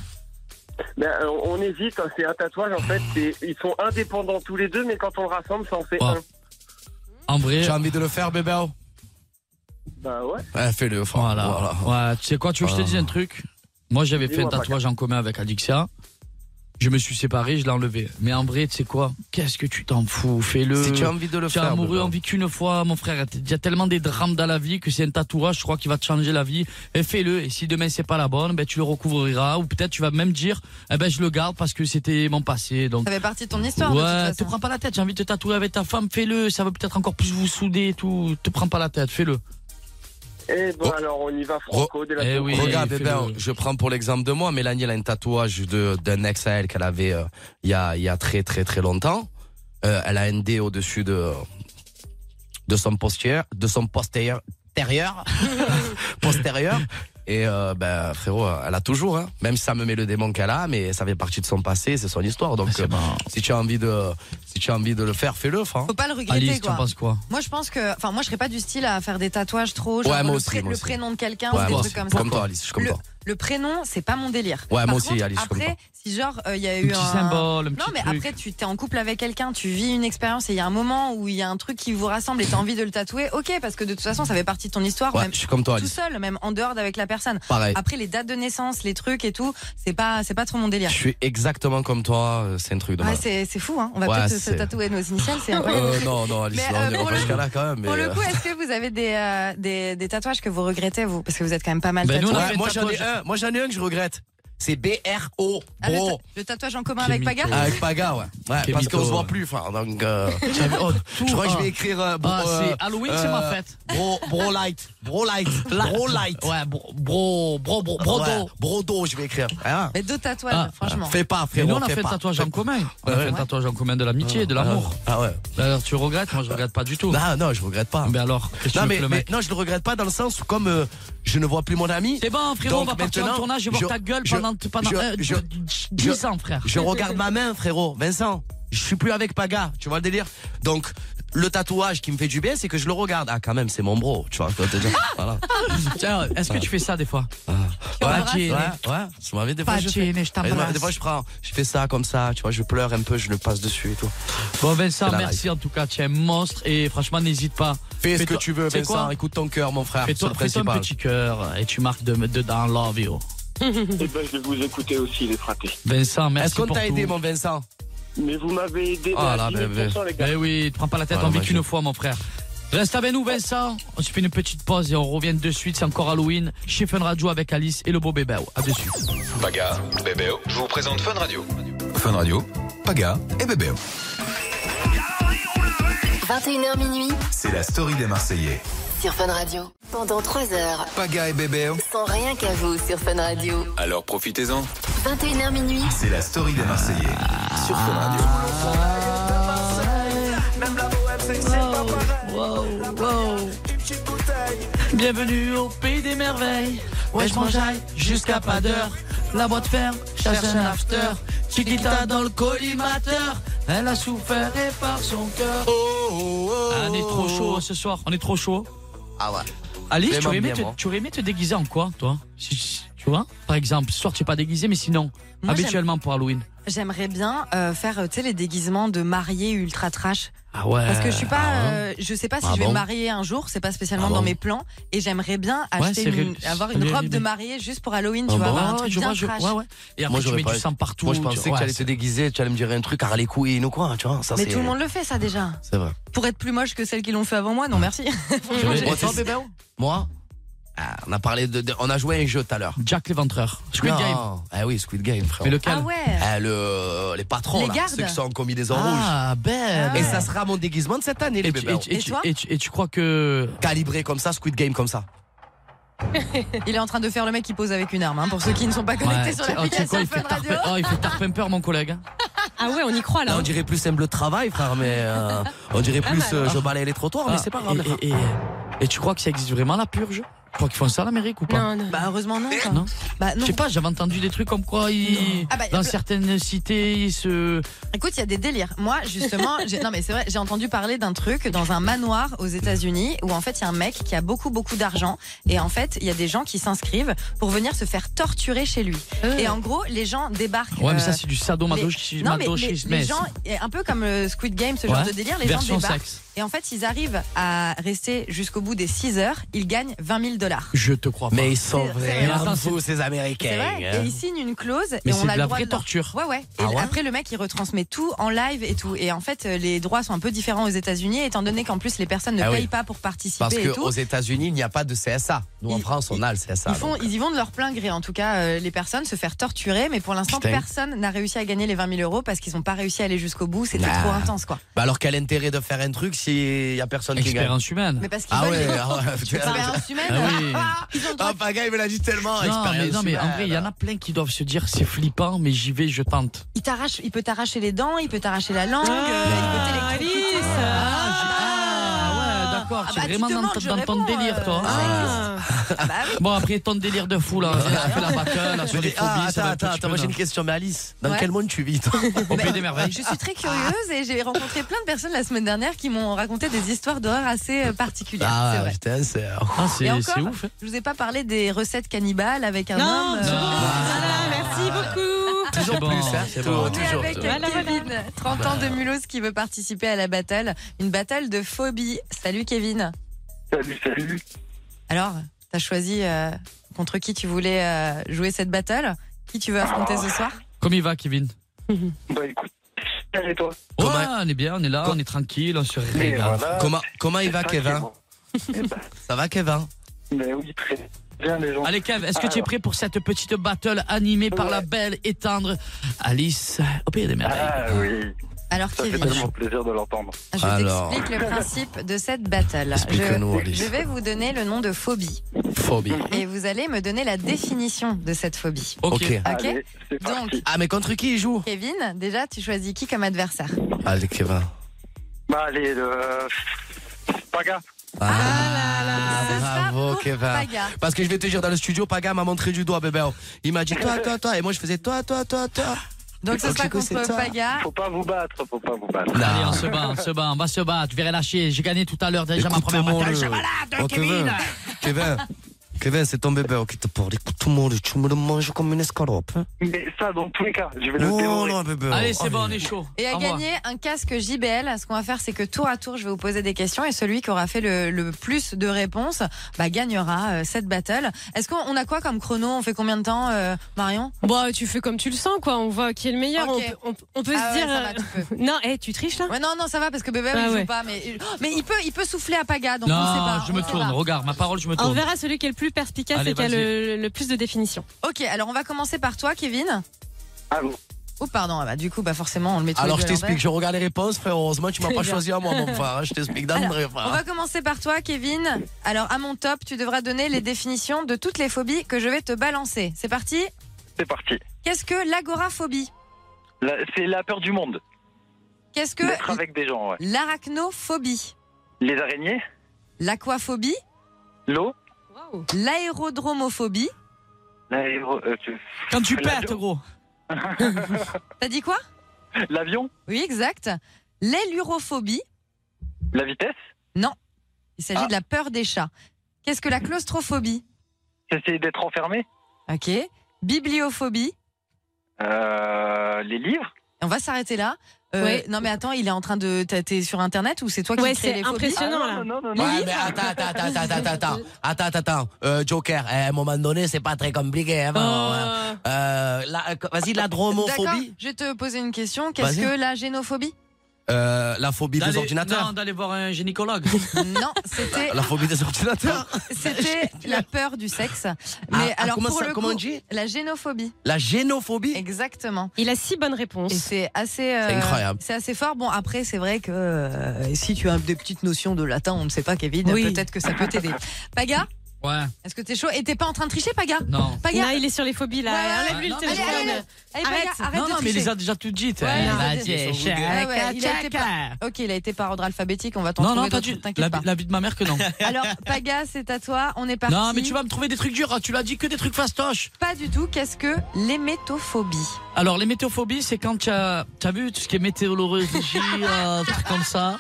Speaker 14: ben, euh, On hésite. hein. C'est un tatouage, en fait. c'est- Ils sont indépendants tous les deux, mais quand on le rassemble, ça en fait
Speaker 5: Ouais.
Speaker 14: un.
Speaker 5: En vrai.
Speaker 6: J'ai envie de le faire, bébé.
Speaker 14: Bah ouais.
Speaker 6: Ouais, fais-le, enfin.
Speaker 5: Voilà. Ouais, tu sais quoi, tu veux que je te dise un truc Moi, j'avais fait un
Speaker 14: Dis-moi,
Speaker 5: tatouage en commun avec Alixia. Je me suis séparé, je l'ai enlevé. Mais en vrai, tu sais quoi Qu'est-ce que tu t'en fous Fais-le.
Speaker 6: Si tu as envie de le
Speaker 5: Tu as
Speaker 6: faire,
Speaker 5: amoureux,
Speaker 6: Bouba.
Speaker 5: envie qu'une fois, mon frère. Il y a tellement des drames dans la vie que c'est un tatouage, je crois, qui va te changer la vie. Et fais-le. Et si demain c'est pas la bonne, ben tu le recouvriras. Ou peut-être tu vas même dire, eh ben je le garde parce que c'était mon passé. Donc.
Speaker 2: Ça fait partie de ton histoire. de toute
Speaker 5: Ouais,
Speaker 2: façon.
Speaker 5: te prends pas la tête. J'ai envie de te tatouer avec ta femme, fais-le. Ça va peut-être encore plus vous souder et tout. Te prends pas la tête, fais-le.
Speaker 14: Eh ben alors, on y va, Franco, dès la
Speaker 5: Eh oui,
Speaker 6: Regarde,
Speaker 5: fais-le.
Speaker 6: Bébert, ben, je prends pour l'exemple de moi. Mélanie, elle a un tatouage de- d'un ex à elle qu'elle avait euh, il y, a, il y a très très très longtemps. Euh, elle a un dé au-dessus de, de son postérieur, de son postérieur, térieur, postérieur. Et euh, ben frérot, elle a toujours, hein. même si ça me met le démon qu'elle a, mais ça fait partie de son passé, c'est son histoire. Donc euh, si tu as envie de, si tu as envie de le faire, fais-le, hein. Franck.
Speaker 2: Faut pas le regretter, Alice, quoi. t'en penses
Speaker 5: quoi
Speaker 2: Moi, je pense que. Enfin, moi, je serais pas du style à faire des tatouages trop. Genre
Speaker 6: Ouais, moi
Speaker 2: le,
Speaker 6: aussi,
Speaker 2: pré-
Speaker 6: moi
Speaker 2: le
Speaker 6: aussi.
Speaker 2: prénom de quelqu'un,
Speaker 6: Ouais,
Speaker 2: ou des
Speaker 6: moi
Speaker 2: trucs
Speaker 6: aussi.
Speaker 2: comme ça.
Speaker 6: Comme toi, Alice, je suis comme
Speaker 2: le,
Speaker 6: toi.
Speaker 2: le prénom, c'est pas mon délire.
Speaker 6: Ouais,
Speaker 2: Par
Speaker 6: moi aussi,
Speaker 2: contre,
Speaker 6: Alice, je suis comme
Speaker 2: Après, si genre, euh, il y a eu
Speaker 5: petit
Speaker 2: un.
Speaker 5: symbole, un
Speaker 2: non,
Speaker 5: petit
Speaker 2: mais
Speaker 5: truc.
Speaker 2: après, tu t'es en couple avec quelqu'un, tu vis une expérience et il y a un moment où il y a un truc qui vous rassemble et t'as envie de le tatouer, ok, parce que de toute façon, ça fait partie de ton histoire.
Speaker 6: Ouais,
Speaker 2: même
Speaker 6: je suis comme toi,
Speaker 2: Tout
Speaker 6: Alice.
Speaker 2: seul, même en dehors d'avec la personne.
Speaker 6: Pareil.
Speaker 2: Après, les dates de naissance, les trucs et tout, c'est pas, c'est pas trop mon délire.
Speaker 6: Je suis exactement comme toi, euh, c'est un truc de
Speaker 2: Ouais,
Speaker 6: malade.
Speaker 2: c'est c'est fou, hein. On va
Speaker 6: Ouais,
Speaker 2: peut-être se
Speaker 6: c'est-
Speaker 2: tatouer nos initiales, c'est incroyable.
Speaker 6: Euh, non, non, Alice,
Speaker 2: Mais,
Speaker 6: non,
Speaker 2: euh,
Speaker 6: on
Speaker 2: pour
Speaker 6: ira pas
Speaker 2: le-
Speaker 6: jusqu'à là quand même. mais,
Speaker 2: Pour le
Speaker 6: euh,
Speaker 2: coup, est-ce que vous avez des, euh, des, des tatouages que vous regrettez, vous Parce que vous êtes quand même pas mal
Speaker 6: Ben, nous, on
Speaker 2: tatoués.
Speaker 6: a fait Ouais, moi, un j'en ai tatouage. un. Moi, j'en ai un que je regrette. C'est BRO.
Speaker 2: Ah, le,
Speaker 6: Bro.
Speaker 2: ta- le tatouage en commun avec Paga
Speaker 6: Avec Paga, ouais. Ouais,
Speaker 5: Quel
Speaker 6: parce
Speaker 5: mytho,
Speaker 6: qu'on se voit
Speaker 5: ouais.
Speaker 6: plus, frère. Donc, euh, je crois que je vais écrire. euh, bro,
Speaker 5: Ah,
Speaker 6: euh,
Speaker 5: c'est Halloween, c'est ma
Speaker 6: euh,
Speaker 5: fête.
Speaker 6: Bro, bro light. Bro light. Bro light.
Speaker 5: Ouais, bro, bro, bro, bro, brodo.
Speaker 6: Ouais, brodo, je vais écrire. Hein
Speaker 2: Mais deux tatouages,
Speaker 5: Ah.
Speaker 2: franchement.
Speaker 6: Fais pas,
Speaker 5: Mais
Speaker 6: frérot.
Speaker 5: nous, on a
Speaker 6: fais
Speaker 5: fait un
Speaker 6: pas.
Speaker 5: tatouage en commun. On a
Speaker 6: Ouais.
Speaker 5: fait un tatouage en commun de l'amitié, de l'amour.
Speaker 6: Ah ouais.
Speaker 5: Bah, Alors, tu regrettes Moi, je regrette pas du tout.
Speaker 6: Non, non, je regrette pas.
Speaker 5: Mais alors, qu'est-ce que
Speaker 6: Non,
Speaker 5: tu veux
Speaker 6: mais,
Speaker 5: que le
Speaker 6: mais-
Speaker 5: mec-
Speaker 6: non, je le regrette pas dans le sens où, comme euh, je ne vois plus mon ami.
Speaker 5: C'est bon, frérot,
Speaker 6: donc
Speaker 5: on va partir en
Speaker 6: maintenant,
Speaker 5: tournage, je vais voir ta gueule pendant- pendant, euh,
Speaker 6: je-
Speaker 5: 10
Speaker 6: je-
Speaker 5: ans, frère.
Speaker 6: Je regarde ma main, frérot, Vincent. Je suis plus avec Paga, tu vois le délire. Donc, le tatouage qui me fait du bien, c'est que je le regarde. Ah, quand même, c'est mon bro, tu vois. je dois te dire. Voilà.
Speaker 5: Tiens, est-ce que tu fais ça des fois
Speaker 6: Ouais,
Speaker 5: embrasse.
Speaker 6: ouais, ouais. Je m'en vais des fois. Je fais,
Speaker 5: Pacini, je t'embrasse.
Speaker 6: Des fois- des fois, je prends, je fais ça comme ça, tu vois, je pleure un peu, je le passe dessus et tout.
Speaker 5: Bon,
Speaker 6: C'est
Speaker 5: Vincent,
Speaker 6: la
Speaker 5: merci en tout cas. Tu es un monstre et franchement, n'hésite pas.
Speaker 6: Fais ce que
Speaker 5: Fais-toi-
Speaker 6: tu veux,
Speaker 5: tu sais
Speaker 6: Vincent.
Speaker 5: quoi
Speaker 6: Écoute ton cœur, mon frère. C'est
Speaker 5: Fais-toi
Speaker 6: le
Speaker 5: fais-toi un
Speaker 6: principal.
Speaker 5: petit cœur et tu marques de- dedans Love You.
Speaker 14: Eh ben, je vais vous écouter aussi, les fratés.
Speaker 5: Vincent, merci
Speaker 6: Est-ce qu'on
Speaker 5: pour
Speaker 6: t'a
Speaker 5: tout.
Speaker 6: aidé, mon Vincent
Speaker 14: Mais vous m'avez aidé.
Speaker 5: Ah
Speaker 14: à
Speaker 5: là,
Speaker 14: 10
Speaker 5: mais,
Speaker 14: 000%, les gars.
Speaker 5: mais oui, te prends pas la tête,
Speaker 6: Ah,
Speaker 5: on vit
Speaker 6: moi,
Speaker 5: qu'une fois, mon frère. Reste avec nous, Vincent. On se fait une petite pause et on revient de suite. C'est encore Halloween chez Fun Radio avec Alice et le beau bébé. À dessus.
Speaker 4: Paga, Bébéo, je vous présente Fun Radio.
Speaker 1: Fun Radio, Paga et Bébéo.
Speaker 3: 21h minuit
Speaker 1: C'est la story des Marseillais.
Speaker 3: sur Fun Radio. Pendant 3 heures,
Speaker 1: Paga et Bébéo.
Speaker 3: sans rien qu'à vous sur Fun Radio.
Speaker 1: Alors profitez-en.
Speaker 3: 21h minuit
Speaker 1: C'est la story des Marseillais
Speaker 4: Ah.
Speaker 1: sur Fun Radio.
Speaker 5: Wow, wow. Bienvenue au pays des merveilles. Ouais, je m'enjaille jusqu'à pas d'heure. La boîte ferme, cherche un after. Chiquita dans le collimateur. Elle a souffert et par son cœur.
Speaker 6: Oh,
Speaker 5: Ah, on est trop chaud ce soir. On est trop chaud.
Speaker 6: Ah ouais.
Speaker 5: Alice, tu
Speaker 6: Vraiment
Speaker 5: aurais, aimé
Speaker 6: bien,
Speaker 5: te,
Speaker 6: moi.
Speaker 5: tu aurais aimé te déguiser en quoi, toi Si- si- Tu vois Par exemple, ce soir, tu n'es pas déguisé, mais sinon,
Speaker 2: Moi,
Speaker 5: habituellement pour Halloween.
Speaker 2: J'aimerais bien euh, faire, euh, tu sais, les déguisements de mariée ultra trash.
Speaker 5: Ah ouais.
Speaker 2: Parce que je suis pas,
Speaker 5: Ah ouais.
Speaker 2: euh, je sais pas si
Speaker 5: Ah
Speaker 2: je vais
Speaker 5: bon
Speaker 2: me marier un jour, c'est pas spécialement
Speaker 5: Ah bon
Speaker 2: dans mes plans, et j'aimerais bien
Speaker 5: Ouais,
Speaker 2: acheter
Speaker 5: c'est ré-
Speaker 2: une- avoir
Speaker 5: c'est
Speaker 2: une
Speaker 5: bien
Speaker 2: robe de
Speaker 5: l'idée.
Speaker 2: mariée juste pour Halloween,
Speaker 5: Ah
Speaker 2: tu vois,
Speaker 5: bon,
Speaker 2: avoir un
Speaker 5: ouais,
Speaker 2: truc
Speaker 5: je
Speaker 2: bien
Speaker 5: vois, je-
Speaker 2: trash.
Speaker 5: ouais, ouais. Et après,
Speaker 6: Moi,
Speaker 5: tu
Speaker 6: j'aurais
Speaker 5: mets
Speaker 6: pas
Speaker 5: du
Speaker 6: eu.
Speaker 5: sang partout,
Speaker 6: Moi, je
Speaker 5: tu-
Speaker 6: pensais que
Speaker 5: ouais,
Speaker 6: tu allais
Speaker 5: c'est-
Speaker 6: te déguiser, tu allais me dire un truc, Harley Quinn ou quoi, tu vois. Ça,
Speaker 2: Mais
Speaker 6: c'est-
Speaker 2: tout le monde le fait ça déjà.
Speaker 6: C'est vrai.
Speaker 2: Pour être plus moche que celles qui l'ont fait avant moi, non merci. Franchement,
Speaker 6: vais-
Speaker 2: j'ai-
Speaker 6: Moi, c'est- Moi Ah, on a parlé de, de- on a joué à un jeu tout à l'heure.
Speaker 5: Jack l'éventreur. Squid
Speaker 6: Non.
Speaker 5: Game.
Speaker 6: Ah oui, Squid Game, frère.
Speaker 5: Mais lequel
Speaker 2: Ah ouais.
Speaker 6: Ah, le, les patrons,
Speaker 2: Les
Speaker 6: là,
Speaker 2: gardes.
Speaker 6: ceux qui sont commis des rouges.
Speaker 5: Ah, ben.
Speaker 6: Et ça sera mon déguisement de cette année, les
Speaker 5: Et tu,
Speaker 6: bébés.
Speaker 5: et tu- et tu- et tu- et tu crois que.
Speaker 6: Calibré comme ça, Squid Game comme ça.
Speaker 2: Il est en train de faire le mec qui pose avec une arme. hein, pour ceux qui ne sont pas connectés
Speaker 5: Ouais,
Speaker 2: sur
Speaker 5: tu- oh, tu sais
Speaker 2: l'application
Speaker 5: quoi, il fait
Speaker 2: Fun Radio.
Speaker 5: tarpin- oh, il fait tarpimper, mon collègue. hein.
Speaker 7: Ah ouais, on y croit
Speaker 6: Là,
Speaker 7: là.
Speaker 6: on dirait plus simple travail, frère, mais euh, on dirait
Speaker 7: Pas
Speaker 6: plus
Speaker 7: mal.
Speaker 6: euh, je balaye les trottoirs, mais
Speaker 5: Ah,
Speaker 6: c'est pas grave.
Speaker 5: Et, et- et- et tu crois que ça existe vraiment la purge Tu crois qu'ils font ça en Amérique ou pas
Speaker 7: Non, non.
Speaker 2: Bah heureusement non. quoi.
Speaker 5: Non.
Speaker 2: Bah non.
Speaker 5: Je sais pas, j'avais entendu des trucs comme quoi ils,
Speaker 2: Ah bah, y a
Speaker 5: dans
Speaker 2: ple-
Speaker 5: certaines cités, ils se.
Speaker 2: Écoute, il y a des délires. Moi, Ah, justement, j'ai- non mais c'est vrai, j'ai entendu parler d'un truc dans un manoir aux États-Unis où en fait il y a un mec qui a beaucoup beaucoup d'argent et en fait il y a des gens qui s'inscrivent pour venir se faire torturer chez lui.
Speaker 7: Euh.
Speaker 2: Et en gros, les gens débarquent.
Speaker 5: Ouais, mais
Speaker 2: euh,
Speaker 5: ça c'est du
Speaker 2: les-
Speaker 5: sadomasochisme.
Speaker 2: non mais les, les
Speaker 5: mais
Speaker 2: gens, un peu comme euh, Squid Game, ce
Speaker 5: Ouais.
Speaker 2: genre de délire, les
Speaker 5: Version
Speaker 2: gens débarquent.
Speaker 5: sexe.
Speaker 2: Et en fait, ils arrivent à rester jusqu'au bout des 6 heures. Ils gagnent 20 000 dollars.
Speaker 5: Je te crois pas.
Speaker 6: Mais ils sont
Speaker 2: C'est- c'est
Speaker 6: vraiment
Speaker 2: vrai.
Speaker 6: fous, ces
Speaker 2: C'est
Speaker 6: Américains.
Speaker 2: vrai. Et ils signent une clause
Speaker 6: Hein. Mais
Speaker 2: et
Speaker 6: c'est
Speaker 2: on a
Speaker 6: de
Speaker 2: le
Speaker 6: la
Speaker 2: droit
Speaker 6: vraie
Speaker 2: de leur-
Speaker 6: torture.
Speaker 2: Ouais ouais. Et
Speaker 6: Ah ouais
Speaker 2: après le mec il retransmet tout en live et tout. Et en fait euh, les droits sont un peu différents aux États-Unis étant donné qu'en plus les personnes ne
Speaker 6: Ah oui.
Speaker 2: payent pas pour participer
Speaker 6: Parce
Speaker 2: et tout.
Speaker 6: qu'aux États-Unis, il n'y a pas de CSA. Nous, en France, on a le CSA.
Speaker 2: Ils, font, ils y vont de leur plein gré, en tout cas, euh, les personnes se faire torturer, mais pour l'instant,
Speaker 6: Putain.
Speaker 2: personne n'a réussi à gagner les 20 000 euros parce qu'ils n'ont pas réussi à aller jusqu'au bout, c'était
Speaker 6: Nah.
Speaker 2: trop intense, quoi.
Speaker 6: Bah alors quel intérêt de faire un truc s'il n'y a personne
Speaker 5: Expérience
Speaker 6: qui gagne
Speaker 5: humaine.
Speaker 2: Mais parce qu'ils
Speaker 6: Ah
Speaker 2: veulent-
Speaker 6: ouais, ah ouais,
Speaker 2: Tu
Speaker 6: putain.
Speaker 2: parles à un humain,
Speaker 5: Ah
Speaker 2: là
Speaker 5: oui.
Speaker 6: Ah, Paga, il me l'a dit tellement.
Speaker 5: Non, mais,
Speaker 6: expérience
Speaker 5: non, mais en
Speaker 6: humaine.
Speaker 5: vrai, il y en a plein qui doivent se dire c'est flippant, mais j'y vais, je tente.
Speaker 2: Il, t'arrache- il peut t'arracher les dents, il peut t'arracher la langue, euh, Ah, il peut t'électrocuter.
Speaker 5: Ah, d'accord,
Speaker 2: Ah
Speaker 5: tu
Speaker 2: bah, tu
Speaker 5: es vraiment dans,
Speaker 2: demandes,
Speaker 5: ton-
Speaker 2: je
Speaker 5: dans ton
Speaker 2: réponds, euh, Ah,
Speaker 5: délire, toi. hein.
Speaker 6: Ah. bah
Speaker 5: Bon, après ton délire de hein, fou, là, fais la bacane, là, sur
Speaker 6: Mais-
Speaker 5: les
Speaker 6: ah,
Speaker 5: phobies,
Speaker 6: attends,
Speaker 5: ça va
Speaker 6: attends,
Speaker 5: être
Speaker 6: attends, moi j'ai une question, mais Alice, dans
Speaker 2: Ouais.
Speaker 6: quel monde tu vis toi
Speaker 5: Au pays des merveilles.
Speaker 2: Je suis très curieuse et j'ai rencontré plein de personnes la semaine dernière qui m'ont raconté des histoires d'horreur assez euh, particulières. c'est
Speaker 6: Ah
Speaker 2: vrai.
Speaker 6: putain, c'est. hein.
Speaker 5: Ah,
Speaker 2: Et encore, Je vous ai pas parlé des recettes cannibales avec un
Speaker 7: Non,
Speaker 2: homme.
Speaker 7: c'est
Speaker 2: euh,
Speaker 7: bon. Voilà, merci beaucoup.
Speaker 6: Toujours
Speaker 5: bon,
Speaker 6: plus, hein,
Speaker 5: c'est
Speaker 6: tout-
Speaker 5: bon.
Speaker 2: On est
Speaker 6: toujours.
Speaker 2: avec euh,
Speaker 6: toujours.
Speaker 7: Voilà, Bah.
Speaker 2: Kevin, 30 ans de Mulhouse qui veut participer à la battle. Une battle de phobie. Salut Kevin.
Speaker 14: Salut, salut.
Speaker 2: Alors, t'as choisi euh, contre qui tu voulais euh, jouer cette battle Qui tu veux affronter ce soir
Speaker 5: Comment il va, Kevin
Speaker 14: Bah écoute, et toi
Speaker 5: Ouais, on est bien, on est là, on est tranquille, on se
Speaker 14: Et
Speaker 5: régale.
Speaker 14: voilà.
Speaker 6: Comment, comment il va,
Speaker 14: C'est ça qui est
Speaker 6: Kevin
Speaker 14: bon.
Speaker 6: Ça va, Kevin
Speaker 14: Mais oui, très bien les gens.
Speaker 5: Allez Kev, est-ce que tu es prêt pour cette petite battle animée par la belle et tendre Alice au pays des merveilles
Speaker 14: Ah oui,
Speaker 2: Alors
Speaker 14: ça fait
Speaker 2: Kevin,
Speaker 14: tellement plaisir de l'entendre. Ah,
Speaker 2: Ah, je
Speaker 5: Alors.
Speaker 2: t'explique le principe de cette battle.
Speaker 6: Ah. Explique-nous,
Speaker 2: Je,
Speaker 6: Alice.
Speaker 2: je vais vous donner le nom de phobie
Speaker 6: Phobie.
Speaker 2: et vous allez me donner la définition de cette phobie.
Speaker 6: Ok.
Speaker 2: Ok
Speaker 14: Allez, c'est
Speaker 2: Donc,
Speaker 14: parti.
Speaker 6: Ah, mais contre qui il joue
Speaker 2: Kevin, déjà, tu choisis qui comme adversaire
Speaker 6: Allez, Kevin.
Speaker 14: Bah allez, le... Paga.
Speaker 6: Ah,
Speaker 2: Ah
Speaker 6: Bravo,
Speaker 2: pour
Speaker 6: Kevin.
Speaker 2: Paga.
Speaker 6: Parce que je vais te dire, dans le studio, Paga m'a montré du doigt, bébé. Il m'a dit toi, toi, toi. Et moi, je faisais toi, toi, toi, toi.
Speaker 2: Donc, ce
Speaker 6: Ok,
Speaker 2: sera
Speaker 6: c'est
Speaker 2: contre
Speaker 6: ça.
Speaker 2: Paga.
Speaker 14: Faut pas vous battre, faut pas vous battre.
Speaker 5: Allez, on se bat, on se bat, on va se battre. Je vais relâcher, j'ai gagné tout à l'heure déjà ma première
Speaker 6: Écoute-moi,
Speaker 5: bataille.
Speaker 6: le-
Speaker 5: Je suis malade,
Speaker 6: Oh,
Speaker 5: Kevin
Speaker 6: Kevin, Kevin, c'est ton bébé qui te parle. Écoute-moi, tu me le manges comme une escalope. hein.
Speaker 14: Mais ça, dans tous les cas, je vais le
Speaker 6: Oh
Speaker 14: dévorer.
Speaker 6: non, bébé.
Speaker 5: Allez, c'est
Speaker 6: Oh,
Speaker 5: bon, on
Speaker 6: mais-
Speaker 5: est chaud.
Speaker 2: Et à
Speaker 5: Au revoir.
Speaker 2: gagner un casque JBL, ce qu'on va faire, c'est que tour à tour, je vais vous poser des questions et celui qui aura fait le, le plus de réponses bah, gagnera euh, cette battle. Est-ce qu'on on a quoi comme chrono On fait combien de temps, euh, Marion
Speaker 7: Bon, Bah, tu fais comme tu le sens, quoi. On voit qui est le meilleur.
Speaker 2: Ok.
Speaker 7: On peut- On, peut- on peut
Speaker 2: Ah
Speaker 7: se
Speaker 2: ouais,
Speaker 7: dire.
Speaker 2: ça va,
Speaker 7: euh,
Speaker 2: tu peux.
Speaker 7: Non, eh, tu triches là
Speaker 2: Ouais, non, non, ça va parce que bébé,
Speaker 7: Ah
Speaker 2: il
Speaker 7: ouais.
Speaker 2: joue pas. Mais, mais il, peut, il peut souffler à Paga, donc on sait
Speaker 5: Non,
Speaker 2: pas.
Speaker 5: je
Speaker 2: on
Speaker 5: me
Speaker 2: sait
Speaker 5: tourne,
Speaker 2: pas.
Speaker 5: regarde, ma parole, je me
Speaker 7: On
Speaker 5: tourne.
Speaker 7: verra celui qui est le plus perspicace
Speaker 5: Allez,
Speaker 7: et qui a
Speaker 5: vas-y.
Speaker 7: le, le plus de définition.
Speaker 2: Ok, alors on va commencer par toi, Kevin.
Speaker 14: Ah bon
Speaker 2: Oh, pardon, ah bah, du coup, bah, forcément, on le met tous les
Speaker 6: Alors,
Speaker 2: deux
Speaker 6: je
Speaker 2: à l'envère.
Speaker 6: t'explique, je regarde les réponses, frère. Heureusement, tu m'as pas choisi à moi, mon frère. hein. Je t'explique dans le
Speaker 2: On va commencer par toi, Kevin. Alors, à mon top, tu devras donner les définitions de toutes les phobies que je vais te balancer. C'est parti
Speaker 14: C'est parti.
Speaker 2: Qu'est-ce que l'agoraphobie
Speaker 14: La- C'est la peur du monde,
Speaker 2: Qu'est-ce que
Speaker 14: d'être avec des gens, ouais.
Speaker 2: l'arachnophobie
Speaker 14: Les araignées,
Speaker 2: L'aquaphobie
Speaker 14: l'eau,
Speaker 2: L'aérodromophobie
Speaker 14: la- euh, tu-
Speaker 5: Quand tu
Speaker 14: L'avion.
Speaker 5: pètes, gros.
Speaker 2: T'as dit quoi
Speaker 14: l'avion,
Speaker 2: Oui, exact. L'élurophobie
Speaker 14: la vitesse.
Speaker 2: Il s'agit
Speaker 14: Ah.
Speaker 2: de la peur des chats. Qu'est-ce que la claustrophobie
Speaker 14: Essayer d'être enfermé.
Speaker 2: Ok. Bibliophobie
Speaker 14: Euh, les livres.
Speaker 2: On va s'arrêter là. Euh,
Speaker 7: Ouais.
Speaker 2: Non mais attends, il est en train de... t'as- T'es sur Internet ou c'est toi qui
Speaker 7: Ouais,
Speaker 2: crée
Speaker 7: c'est
Speaker 2: les phobies
Speaker 7: impressionnant
Speaker 14: non,
Speaker 7: là.
Speaker 14: non, non.
Speaker 6: Ouais, mais attends, attends, attends, attends, attends, attends, attends, attends, attends. Euh, Joker, eh, à un moment donné, c'est pas très compliqué. hein, vraiment, hein.
Speaker 7: Euh,
Speaker 6: Euh, la- euh, vas-y, la
Speaker 2: D'accord,
Speaker 6: dromophobie.
Speaker 2: je vais te poser une question. Qu'est-ce
Speaker 6: Vas-y.
Speaker 2: que la génophobie
Speaker 6: Euh, la phobie des
Speaker 5: D'aller- Non,
Speaker 6: ordinateurs.
Speaker 5: d'aller voir un gynécologue.
Speaker 2: Non, c'était
Speaker 6: La phobie des ordinateurs.
Speaker 2: c'était la peur du sexe. Mais
Speaker 6: Ah,
Speaker 2: alors
Speaker 6: comment
Speaker 2: pour
Speaker 6: ça-
Speaker 2: le
Speaker 6: comment
Speaker 2: coup,
Speaker 6: on dit
Speaker 2: la génophobie.
Speaker 6: La génophobie.
Speaker 2: Exactement.
Speaker 7: Il a six bonnes
Speaker 2: Et
Speaker 7: réponses.
Speaker 2: c'est assez, euh,
Speaker 6: C'est incroyable.
Speaker 2: c'est assez fort. Bon, après, c'est vrai que euh, si tu as des petites notions de latin, on ne sait pas, Kevin,
Speaker 7: Oui.
Speaker 2: peut-être que ça peut t'aider. Paga,
Speaker 5: Ouais,
Speaker 2: est-ce que t'es chaud Et t'es pas en train de tricher, Paga
Speaker 5: non.
Speaker 2: Paga,
Speaker 7: Là, il est sur les phobies là.
Speaker 2: Ouais, ouais,
Speaker 7: Enlève-lui
Speaker 5: ouais,
Speaker 7: le
Speaker 5: non, mais-
Speaker 7: téléphone.
Speaker 2: Allez, Allez,
Speaker 7: Arrête.
Speaker 2: Paga, arrête
Speaker 5: non,
Speaker 2: de
Speaker 5: non, mais
Speaker 2: tricher.
Speaker 5: il les a déjà toutes dites.
Speaker 2: Ouais,
Speaker 5: hein.
Speaker 2: ouais,
Speaker 5: Vas-y,
Speaker 2: Ah ouais,
Speaker 5: chacun.
Speaker 2: ouais, il a été par- Ok, il a été par ordre alphabétique, on va t'en
Speaker 5: Non,
Speaker 2: trouver
Speaker 5: non, t'as
Speaker 2: d'autres,
Speaker 5: dit
Speaker 2: t'inquiète
Speaker 5: la,
Speaker 2: pas.
Speaker 5: la vie de ma mère que non.
Speaker 2: Alors, Paga, c'est à toi, on est parti.
Speaker 5: non, mais tu vas me trouver des trucs durs. Ah, Tu l'as dit que des trucs fastoches.
Speaker 2: Pas du tout, qu'est-ce que l'hémétophobie
Speaker 5: Alors, les météophobies, c'est quand tu as, t'as vu tout ce qui est météorologie, euh, trucs comme ça.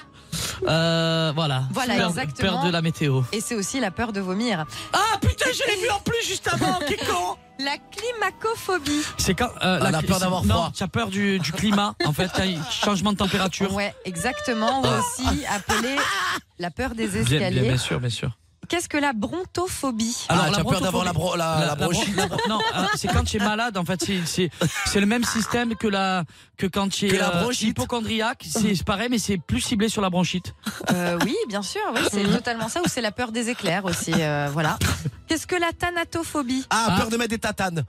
Speaker 5: Euh, voilà.
Speaker 2: Voilà,
Speaker 5: Peur-
Speaker 2: exactement.
Speaker 5: Peur de la météo.
Speaker 2: Et c'est aussi la peur de vomir.
Speaker 5: Ah putain, je l'ai vu en plus juste avant, qui con
Speaker 2: La climacophobie.
Speaker 5: C'est quand euh,
Speaker 6: On a peur d'avoir froid.
Speaker 5: Non, tu as peur du, du climat, en fait, hein, t'as un changement de température.
Speaker 2: Ouais, exactement.
Speaker 5: Ah.
Speaker 2: Aussi appelée la peur des
Speaker 5: Bien- bien,
Speaker 2: escaliers.
Speaker 5: bien sûr, bien sûr.
Speaker 2: Qu'est-ce que la brontophobie
Speaker 5: Alors,
Speaker 6: tu as peur d'avoir la bro-
Speaker 5: bronchophobie-
Speaker 6: la- la bronchite.
Speaker 5: bron- la bron- non, hein, c'est quand tu es malade, en fait, c'est- c'est c'est le même système que la que quand tu
Speaker 6: Que
Speaker 5: es
Speaker 6: la
Speaker 5: euh,
Speaker 6: bronchite.
Speaker 5: hypochondriaque, c'est c'est pareil mais c'est plus ciblé sur la bronchite.
Speaker 2: Euh, Oui, bien sûr. oui, c'est totalement ça. Ou c'est la peur des éclairs aussi. euh, voilà. Qu'est-ce que la thanatophobie
Speaker 6: Ah, peur de mettre des tatanes.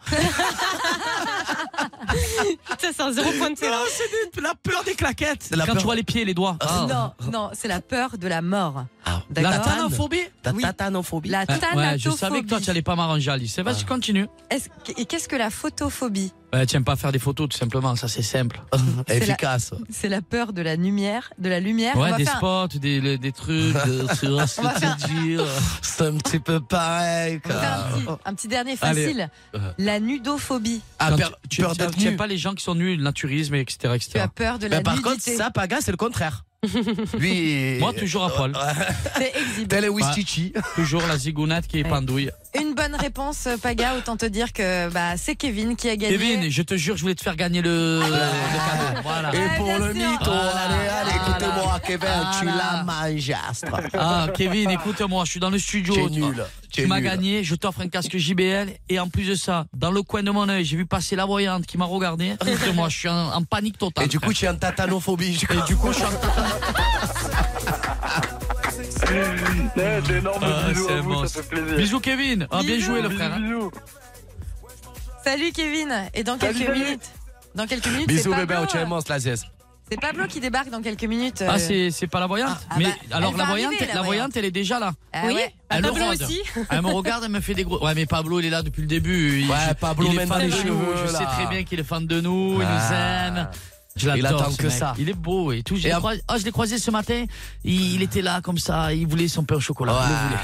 Speaker 7: Putain, c'est un zéro point
Speaker 6: Ah,
Speaker 7: de
Speaker 5: Non, c'est des- la peur des claquettes.
Speaker 6: la
Speaker 5: quand
Speaker 6: peur-
Speaker 5: tu vois les pieds et les doigts.
Speaker 2: Ah.
Speaker 5: Ah.
Speaker 2: Non, non, c'est la peur de la mort.
Speaker 5: Oh. La
Speaker 2: D'accord.
Speaker 5: tanophobie
Speaker 6: Ta
Speaker 2: Oui.
Speaker 6: tatanophobie.
Speaker 2: La
Speaker 5: Ouais, je savais que toi
Speaker 2: thanatophobie.
Speaker 5: tu allais pas m'arranger Alice. Eh, Vas-y, continue.
Speaker 2: Est-ce que- Et qu'est-ce que la photophobie
Speaker 5: Bah, tiens pas à faire des photos tout simplement, ça c'est simple.
Speaker 6: Efficace.
Speaker 2: C'est la peur de la lumière, de la lumière. On
Speaker 5: Ouais,
Speaker 2: va
Speaker 5: des
Speaker 2: faire un-
Speaker 5: spots, des, le- des trucs, euh, tu vois ce
Speaker 2: On va
Speaker 5: que
Speaker 2: faire-
Speaker 5: te dire.
Speaker 6: C'est un petit peu pareil.
Speaker 2: on va faire
Speaker 6: Quoi.
Speaker 2: un, petit, un petit dernier
Speaker 5: Allez.
Speaker 2: facile.
Speaker 6: Euh.
Speaker 2: La nudophobie.
Speaker 6: Ah,
Speaker 5: Quand
Speaker 6: peur-
Speaker 5: tu- tu
Speaker 6: peur
Speaker 5: tu-
Speaker 6: d'être
Speaker 5: tu aimes
Speaker 6: nu.
Speaker 5: pas les gens qui sont nuls, le naturisme, etc.
Speaker 2: Tu
Speaker 5: etc.
Speaker 2: as peur de la
Speaker 6: Mais par
Speaker 2: nudité.
Speaker 6: contre, ça, Paga, c'est le contraire. Lui. euh,
Speaker 5: Moi, toujours à poil.
Speaker 2: C'est exhibe.
Speaker 6: Tel est Wistichi.
Speaker 5: Toujours la zigounette qui est
Speaker 2: Ouais.
Speaker 5: pendouille.
Speaker 2: Une bonne réponse, Paga. Autant te dire que bah, c'est Kevin qui a gagné.
Speaker 5: Kevin, je te jure, je voulais te faire gagner le, le- le cadeau. Voilà.
Speaker 6: Et
Speaker 2: Ah,
Speaker 6: pour
Speaker 2: bien
Speaker 6: le
Speaker 2: sûr.
Speaker 6: mytho,
Speaker 5: Voilà.
Speaker 6: allez, allez,
Speaker 5: Voilà.
Speaker 6: écoutez-moi, Kevin, tu
Speaker 5: Voilà.
Speaker 6: l'as mangeastre.
Speaker 5: Ah, Kevin, écoute-moi, je suis dans le studio.
Speaker 6: Tu es
Speaker 5: tu vois.
Speaker 6: nul.
Speaker 5: Tu
Speaker 6: es
Speaker 5: m'as
Speaker 6: nul.
Speaker 5: gagné, je t'offre un casque JBL et en plus de ça, dans le coin de mon œil, j'ai vu passer la voyante qui m'a regardé. Écoute-moi, je suis en, en panique totale.
Speaker 6: Et du coup, tu es en tatanophobie. je
Speaker 5: Et
Speaker 6: crois.
Speaker 5: du coup, je suis en-
Speaker 14: Ouais, d'énormes
Speaker 5: Ah,
Speaker 14: bisous
Speaker 5: c'est
Speaker 14: à vous,
Speaker 5: immense.
Speaker 14: ça fait plaisir.
Speaker 5: Bisous, Kevin. Ah, bien
Speaker 2: Bisous.
Speaker 5: joué, le
Speaker 14: Bisous,
Speaker 5: frère. hein.
Speaker 14: bisous.
Speaker 2: Salut Kevin. Et dans
Speaker 14: Salut,
Speaker 2: quelques
Speaker 14: salut.
Speaker 2: minutes. Dans quelques minutes, c'est
Speaker 6: Bisous, bébé,
Speaker 2: Pablo,
Speaker 6: tu es immense, la zeste.
Speaker 2: c'est Pablo qui débarque dans quelques minutes.
Speaker 5: Ah,
Speaker 2: euh,
Speaker 5: c'est c'est pas la voyante
Speaker 2: Ah, ah
Speaker 5: Mais
Speaker 2: bah,
Speaker 5: alors,
Speaker 2: elle
Speaker 5: la
Speaker 2: va
Speaker 5: voyante,
Speaker 2: arriver, la
Speaker 5: la voyante, elle est déjà là.
Speaker 2: ah
Speaker 7: Oui,
Speaker 2: ouais.
Speaker 7: bah,
Speaker 5: Elle
Speaker 7: Pablo
Speaker 5: regarde.
Speaker 7: aussi.
Speaker 5: Elle me regarde, elle me fait des gros. Ouais, mais Pablo, il est là depuis le début. Il,
Speaker 6: Ouais, Pablo
Speaker 5: il est
Speaker 6: mène
Speaker 5: fan
Speaker 6: des
Speaker 5: de nous.
Speaker 6: cheveux,
Speaker 5: Je sais
Speaker 6: là.
Speaker 5: très bien qu'il est fan de nous.
Speaker 6: Ah.
Speaker 5: Il nous aime. Je
Speaker 6: Il
Speaker 5: l'adore,
Speaker 6: attend
Speaker 5: ce
Speaker 6: que
Speaker 5: mec.
Speaker 6: ça.
Speaker 5: Il est beau et tout. Je
Speaker 6: Et
Speaker 5: l'ai
Speaker 6: ap-
Speaker 5: croisé- ah, je l'ai croisé ce matin. Il, il était là comme ça. Il voulait son pain au chocolat. Il le voulait.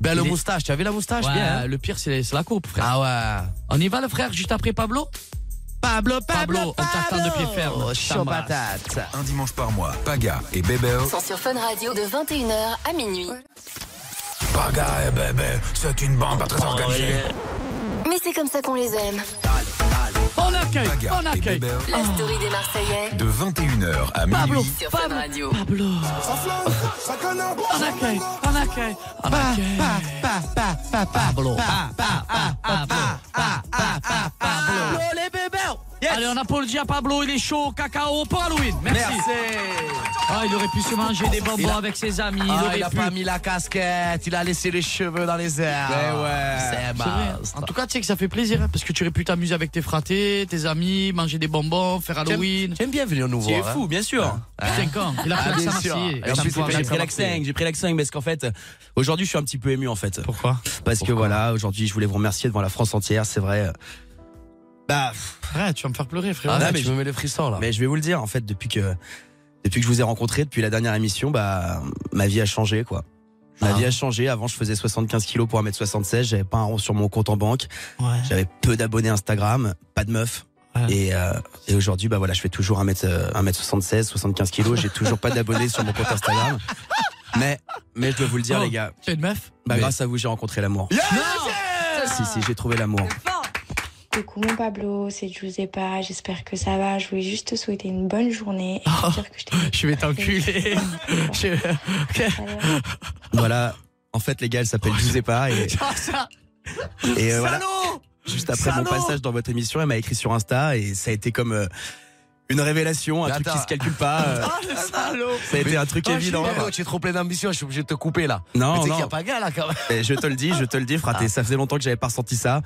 Speaker 6: Belle
Speaker 5: Il est-
Speaker 6: Ben, moustache, tu as vu la moustache
Speaker 5: Ouais,
Speaker 6: Bien. hein
Speaker 5: Le pire, c'est c'est la coupe, frère.
Speaker 6: Ah ouais.
Speaker 5: On y va, le frère, juste après Pablo
Speaker 6: Pablo,
Speaker 5: Pablo, on t'attend de pied ferme.
Speaker 6: Oh,
Speaker 5: Je
Speaker 6: chaud
Speaker 5: t'embrasse.
Speaker 6: patate.
Speaker 1: Un dimanche par mois, Paga et Bébéo.
Speaker 3: Sont sur Fun Radio de 21h à minuit.
Speaker 1: Paga et Bébé, c'est une bande pas
Speaker 4: Ah,
Speaker 1: très organisée.
Speaker 3: Mais c'est comme ça qu'on les aime.
Speaker 5: On accueille,
Speaker 1: Paga
Speaker 5: on
Speaker 1: et
Speaker 5: accueille.
Speaker 1: Bébé,
Speaker 3: La story des Marseillais
Speaker 1: de 21h à
Speaker 5: Pablo,
Speaker 1: minuit.
Speaker 3: sur Fun
Speaker 5: Pablo,
Speaker 3: Radio.
Speaker 5: Pablo. On accueille, on accueille, on accueille.
Speaker 6: Pablo.
Speaker 5: Pablo, les bébés. Allez, on applaudit à Pablo, il est chaud, cacao pour Halloween. Merci. Ah, il aurait pu se manger des bonbons
Speaker 6: Il a-
Speaker 5: avec ses amis.
Speaker 6: Ah,
Speaker 5: il aurait
Speaker 6: il a
Speaker 5: pu.
Speaker 6: pas mis la casquette, il a laissé les cheveux dans les airs.
Speaker 17: Ah,
Speaker 6: C'est
Speaker 5: Ben C'est vrai.
Speaker 6: monstre.
Speaker 5: En tout cas, tu sais que ça fait plaisir, hein, parce que tu aurais pu t'amuser avec tes fratés, tes amis, manger des bonbons, faire Halloween.
Speaker 6: J'aime bien venir nous
Speaker 17: C'est
Speaker 6: voir. hein.
Speaker 17: fou, bien sûr.
Speaker 5: Putain, con, il a
Speaker 6: Ah,
Speaker 5: pris
Speaker 6: bien
Speaker 5: ça
Speaker 6: sûr.
Speaker 5: Marseillais.
Speaker 6: Et ensuite, il
Speaker 5: Putain,
Speaker 6: fait
Speaker 17: J'ai
Speaker 5: j'ai
Speaker 17: pris l'accent, j'ai pris l'accent parce qu'en fait, aujourd'hui, je suis un petit peu ému en fait.
Speaker 5: Pourquoi
Speaker 17: Parce que voilà, aujourd'hui, je voulais vous remercier devant la France entière, c'est vrai. Bah, pff,
Speaker 5: Frère, tu vas me faire pleurer, frère.
Speaker 6: Ah,
Speaker 17: non,
Speaker 6: là,
Speaker 17: mais
Speaker 6: tu
Speaker 17: je-
Speaker 6: me mets les frissons là.
Speaker 17: mais je vais vous le dire, en fait, depuis que, depuis que je vous ai rencontré, depuis la dernière émission, bah, ma vie a changé, quoi. Ma
Speaker 5: Ah.
Speaker 17: vie a changé. Avant, je faisais 75 kilos pour 1m76. J'avais pas un rond sur mon compte en banque.
Speaker 5: Ouais.
Speaker 17: J'avais peu d'abonnés Instagram, pas de meufs.
Speaker 5: Ouais.
Speaker 17: Et, euh, et aujourd'hui, bah voilà, je fais toujours 1m, euh, 1m76, 75 kilos. J'ai toujours pas d'abonnés sur mon compte Instagram. Mais, mais je dois vous le dire,
Speaker 5: Oh.
Speaker 17: les gars.
Speaker 5: Tu as une meuf
Speaker 17: Bah,
Speaker 5: Mais-
Speaker 17: grâce à vous, j'ai rencontré l'amour. Si, si, j'ai trouvé l'amour.
Speaker 13: Coucou mon Pablo, c'est Giuseppa, j'espère que ça va. Je voulais juste te souhaiter une bonne journée et
Speaker 5: Oh.
Speaker 13: te dire que je t'aime.
Speaker 5: Je vais t'enculer. Je-
Speaker 17: Voilà. En fait, les gars, elle
Speaker 6: Oh,
Speaker 17: s'appelle Giuseppa et,
Speaker 5: Ah, ça-
Speaker 17: et euh, voilà.
Speaker 5: Salaud
Speaker 17: Juste après mon
Speaker 5: Salaud
Speaker 17: passage dans votre émission, elle m'a écrit sur Insta et ça a été comme euh, une révélation, un
Speaker 6: Mais
Speaker 17: truc qui
Speaker 6: attends.
Speaker 17: se calcule pas. euh,
Speaker 5: Ah, le salaud
Speaker 17: ça a été un truc
Speaker 5: Ah, je suis
Speaker 17: évident.
Speaker 6: Pablo, tu es trop plein d'ambition, je suis obligé de te couper là. Mais
Speaker 17: Non,
Speaker 6: tu sais
Speaker 17: non.
Speaker 6: qu'il y a pas Ah. gars là quand même.
Speaker 17: Et Je te le dis, je te le dis, fraté. Ça faisait longtemps que j'avais pas ressenti ça.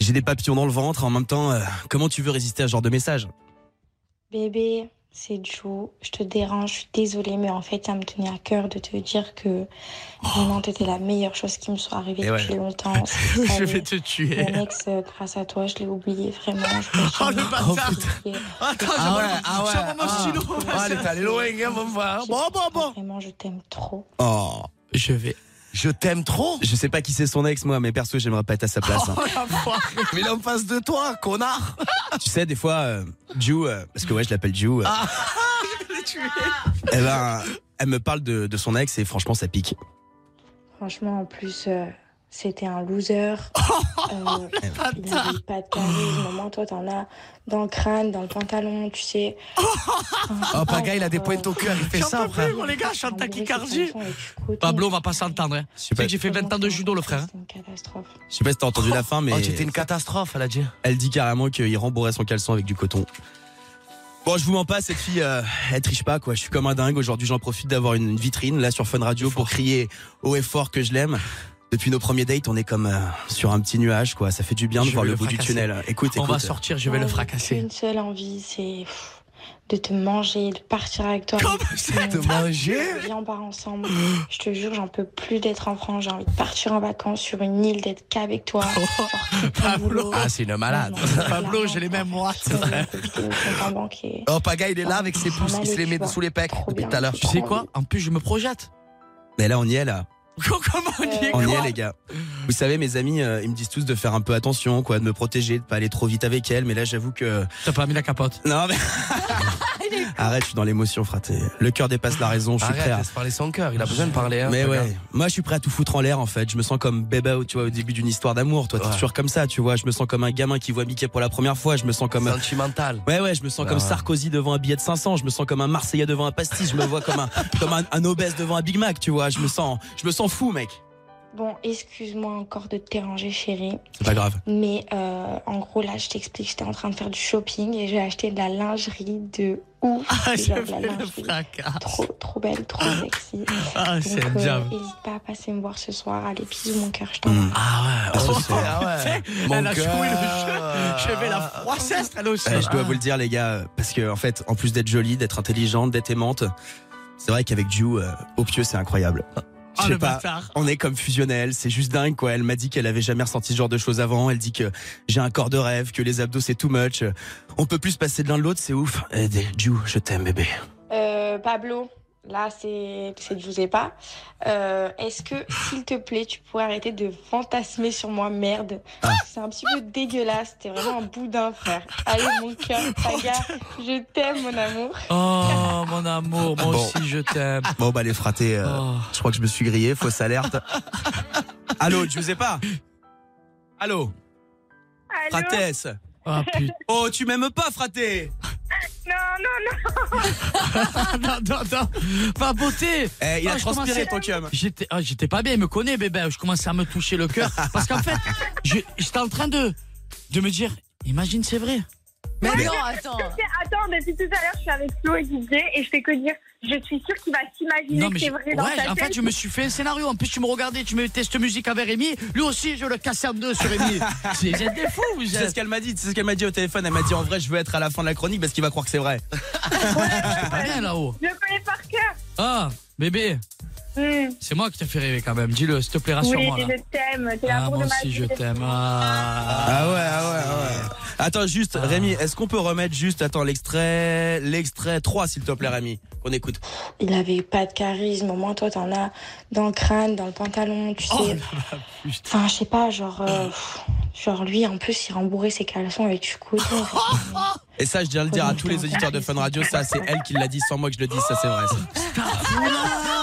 Speaker 17: J'ai des papillons dans le ventre. En même temps, euh, comment tu veux résister à ce genre de message
Speaker 13: Bébé, c'est Jou, je te dérange, je suis désolée, mais en fait ça me tenait à cœur de te dire que
Speaker 5: Oh.
Speaker 13: vraiment t'étais la meilleure chose qui me soit arrivée
Speaker 17: Et ouais.
Speaker 13: depuis longtemps. C'est
Speaker 5: Je
Speaker 13: allé.
Speaker 5: vais te tuer.
Speaker 13: Mon ex, euh, grâce à toi, je l'ai oublié vraiment. Je vais
Speaker 5: Oh, le
Speaker 13: jamais
Speaker 5: bâtard.
Speaker 13: l'oublier.
Speaker 5: Attends,
Speaker 6: Ah ouais, ah ouais.
Speaker 5: j'envoie mon
Speaker 6: ah.
Speaker 5: stylo.
Speaker 6: Ah, elle est allée loin, hein, va me voir. Bon, bon, bon.
Speaker 13: Vraiment, je t'aime trop.
Speaker 17: Oh,
Speaker 5: Je vais.
Speaker 6: Je t'aime trop.
Speaker 17: je sais pas qui c'est son ex, moi, mais perso, j'aimerais pas être à sa place.
Speaker 5: Oh,
Speaker 17: hein.
Speaker 6: Mais il est en face de toi, connard.
Speaker 17: tu sais, des fois, euh, Ju, euh, parce que ouais, je l'appelle Ju. euh,
Speaker 6: Ah.
Speaker 17: eh ben, elle me parle de, de son ex et franchement, ça pique.
Speaker 13: Franchement, en plus, euh,
Speaker 10: C'était un loser.
Speaker 5: Oh,
Speaker 10: Euh, il avait pas de charisme. Au moins, toi, t'en as dans le crâne, dans le pantalon, tu sais.
Speaker 6: Oh, Paga, il a des pointes au cœur, il fait
Speaker 5: J'en
Speaker 6: ça,
Speaker 5: peux
Speaker 6: frère.
Speaker 5: plus, moi, les gars, je suis en tachycardie. Pablo, on va pas s'entendre. Hein. Tu sais que j'ai fait 20 ans de judo, le frère. hein.
Speaker 17: Je sais pas si t'as entendu la fin, mais.
Speaker 6: Oh, t'étais une catastrophe, elle a dit.
Speaker 17: Elle dit carrément qu'il rembourrait son caleçon avec du coton. Bon, je vous mens pas, cette fille, euh, elle triche pas, quoi. Je suis comme un dingue. Aujourd'hui, j'en profite d'avoir une, une vitrine, là, sur Fun Radio, pour crier haut et fort que je l'aime. Depuis nos premiers dates, on est comme euh, sur un petit nuage, quoi. Ça fait du bien de
Speaker 5: Je
Speaker 17: voir
Speaker 5: vais
Speaker 17: le,
Speaker 5: le
Speaker 17: bout du
Speaker 5: fracasser.
Speaker 17: tunnel. Écoute,
Speaker 5: On va
Speaker 17: écoute.
Speaker 5: sortir, je vais le fracasser.
Speaker 10: Une seule envie, c'est pff, de te manger, de partir avec toi. Comment
Speaker 6: ça Te manger
Speaker 10: Viens, on part ensemble. Je te jure, j'en peux plus d'être en France. J'ai envie de partir en vacances sur une île, d'être qu'avec toi.
Speaker 5: Oh.
Speaker 6: Pablo. Ah, c'est une malade.
Speaker 5: Pablo, j'ai les mêmes mois.
Speaker 6: Oh, Paga, il est là avec ses pouces, il se les met sous les pecs depuis tout à l'heure.
Speaker 5: Tu sais quoi En plus, je me projette.
Speaker 17: Mais là, on y est, là.
Speaker 5: Comment on y est
Speaker 17: On y
Speaker 5: quoi
Speaker 17: est les gars. Vous savez mes amis, euh, ils me disent tous de faire un peu attention, quoi, de me protéger, de pas aller trop vite avec elle. Mais là j'avoue que
Speaker 5: t'as pas mis la capote.
Speaker 17: Non mais arrête, je suis dans l'émotion, fraté. Le cœur dépasse la raison. Je suis
Speaker 6: Arrête,
Speaker 17: prêt. À...
Speaker 6: laisse parler son cœur, il a besoin de parler. hein,
Speaker 17: mais
Speaker 6: Paga.
Speaker 17: ouais, moi je suis prêt à tout foutre en l'air en fait. Je me sens comme bébé, tu vois, au début d'une histoire d'amour. Toi, t'es
Speaker 6: Ouais.
Speaker 17: toujours comme ça, tu vois. Je me sens comme un gamin qui voit Mickey pour la première fois. Je me sens comme
Speaker 6: sentimental.
Speaker 17: Ouais ouais, je me sens
Speaker 6: Ouais,
Speaker 17: comme
Speaker 6: ouais.
Speaker 17: Sarkozy devant un billet de 500. Je me sens comme un Marseillais devant un pastis. Je me vois comme un comme un, un obèse devant un Big Mac, tu vois. Je me sens je me sens fou, mec.
Speaker 10: Bon, excuse-moi encore de te déranger, chérie.
Speaker 17: C'est pas grave.
Speaker 10: Mais euh, en gros, là, je t'explique, j'étais en train de faire du shopping et j'ai acheté de la lingerie de ouf.
Speaker 5: Ah,
Speaker 10: C'est
Speaker 5: je
Speaker 10: genre de la
Speaker 5: fais le
Speaker 10: lingerie Trop, trop belle, trop sexy.
Speaker 5: Ah,
Speaker 10: Donc,
Speaker 5: c'est un
Speaker 10: euh,
Speaker 5: diable.
Speaker 10: N'hésite pas à passer me voir ce soir. Allez, bisous, mon cœur, je t'en
Speaker 6: Ah ouais,
Speaker 17: oh, c'est- ah ouais. Mon
Speaker 5: Elle a joué
Speaker 17: cœur.
Speaker 5: le jeu. Je vais la froisser, elle aussi.
Speaker 17: Eh, je dois vous le dire, les gars, euh, parce que en fait, en plus d'être jolie, d'être intelligente, d'être aimante, c'est vrai qu'avec Ju, euh, Opieux, c'est incroyable. Je
Speaker 5: Ah,
Speaker 17: sais
Speaker 5: le
Speaker 17: pas,
Speaker 5: bâtard.
Speaker 17: on est comme fusionnel, c'est juste dingue quoi. Elle m'a dit qu'elle avait jamais ressenti ce genre de choses avant. Elle dit que j'ai un corps de rêve, que les abdos c'est too much. On peut plus se passer de l'un de l'autre, c'est ouf. Eh, des- Ju, je t'aime bébé.
Speaker 10: Euh, Pablo, là, c'est c'est Giuseppa. Euh, Est-ce que, s'il te plaît, tu pourrais arrêter de fantasmer sur moi, merde
Speaker 5: Ah.
Speaker 10: C'est un petit peu dégueulasse. T'es vraiment un boudin, frère. Allez, mon cœur, Saga, je t'aime, mon amour.
Speaker 5: Oh, mon amour, moi
Speaker 17: Bon.
Speaker 5: aussi, je t'aime. Oh.
Speaker 17: Bon bah les fratés, euh, je crois que je me suis grillé, fausse alerte. Allô, pas Allô, Fratesse.
Speaker 5: Ah, putain.
Speaker 17: Oh tu m'aimes pas fraté
Speaker 9: Non, non,
Speaker 5: non, non, non. Pas beauté.
Speaker 17: Eh, il a
Speaker 5: je
Speaker 17: transpiré,
Speaker 5: commençais-
Speaker 17: ton cum.
Speaker 5: J'étais, ah, j'étais pas bien, il me connaît, bébé. Je commençais à me toucher le cœur. Parce qu'en fait, je- j'étais en train de, de me dire, imagine, c'est vrai.
Speaker 9: non.
Speaker 5: Mais
Speaker 9: Moi,
Speaker 5: non,
Speaker 9: je- je sais- Attends, depuis tout à l'heure, je suis avec Flo et Didier et je fais que dire, je suis sûre qu'il va s'imaginer
Speaker 5: Non,
Speaker 9: que
Speaker 5: mais
Speaker 9: c'est
Speaker 5: je-
Speaker 9: vrai dans
Speaker 5: ouais,
Speaker 9: sa
Speaker 5: en fait,
Speaker 9: tête.
Speaker 5: je me suis fait un scénario. En plus, tu me regardais, tu me testes musique avec Rémi. Lui aussi, je le cassais en deux sur Rémi. C'est vous êtes des fous, vous
Speaker 17: Tu sais
Speaker 5: êtes.
Speaker 17: ce qu'elle m'a dit, tu sais ce qu'elle m'a dit au téléphone, elle m'a dit en vrai je veux être à la fin de la chronique parce qu'il va croire que c'est vrai.
Speaker 5: C'est pas bien là-haut.
Speaker 9: Je le connais par cœur.
Speaker 5: Ah, bébé,
Speaker 9: Mm.
Speaker 5: c'est moi qui t'ai fait rêver quand même. Dis-le, s'il te plaît, rassure-moi.
Speaker 9: Oui,
Speaker 5: là.
Speaker 9: je t'aime. T'es
Speaker 5: Ah,
Speaker 9: l'amour
Speaker 5: moi
Speaker 9: de ma
Speaker 5: aussi,
Speaker 9: vie.
Speaker 5: je t'aime. Ah.
Speaker 17: Ah ouais, ah ouais, ah ouais. Attends juste, Rémi, est-ce qu'on peut remettre juste, attends, l'extrait, l'extrait 3 s'il te plaît Rémi, qu'on écoute.
Speaker 10: Il avait pas de charisme. Au moins, toi, t'en as dans le crâne, dans le pantalon, tu sais.
Speaker 5: Oh,
Speaker 10: enfin, je sais pas, genre. euh, pff, Genre lui, en plus, il rembourrait ses caleçons avec du couteau.
Speaker 17: Et ça je viens le dire
Speaker 5: Oh
Speaker 17: à tous les auditeurs de Fun Radio, ça c'est elle qui l'a dit sans moi que je le dise, ça c'est vrai. ça.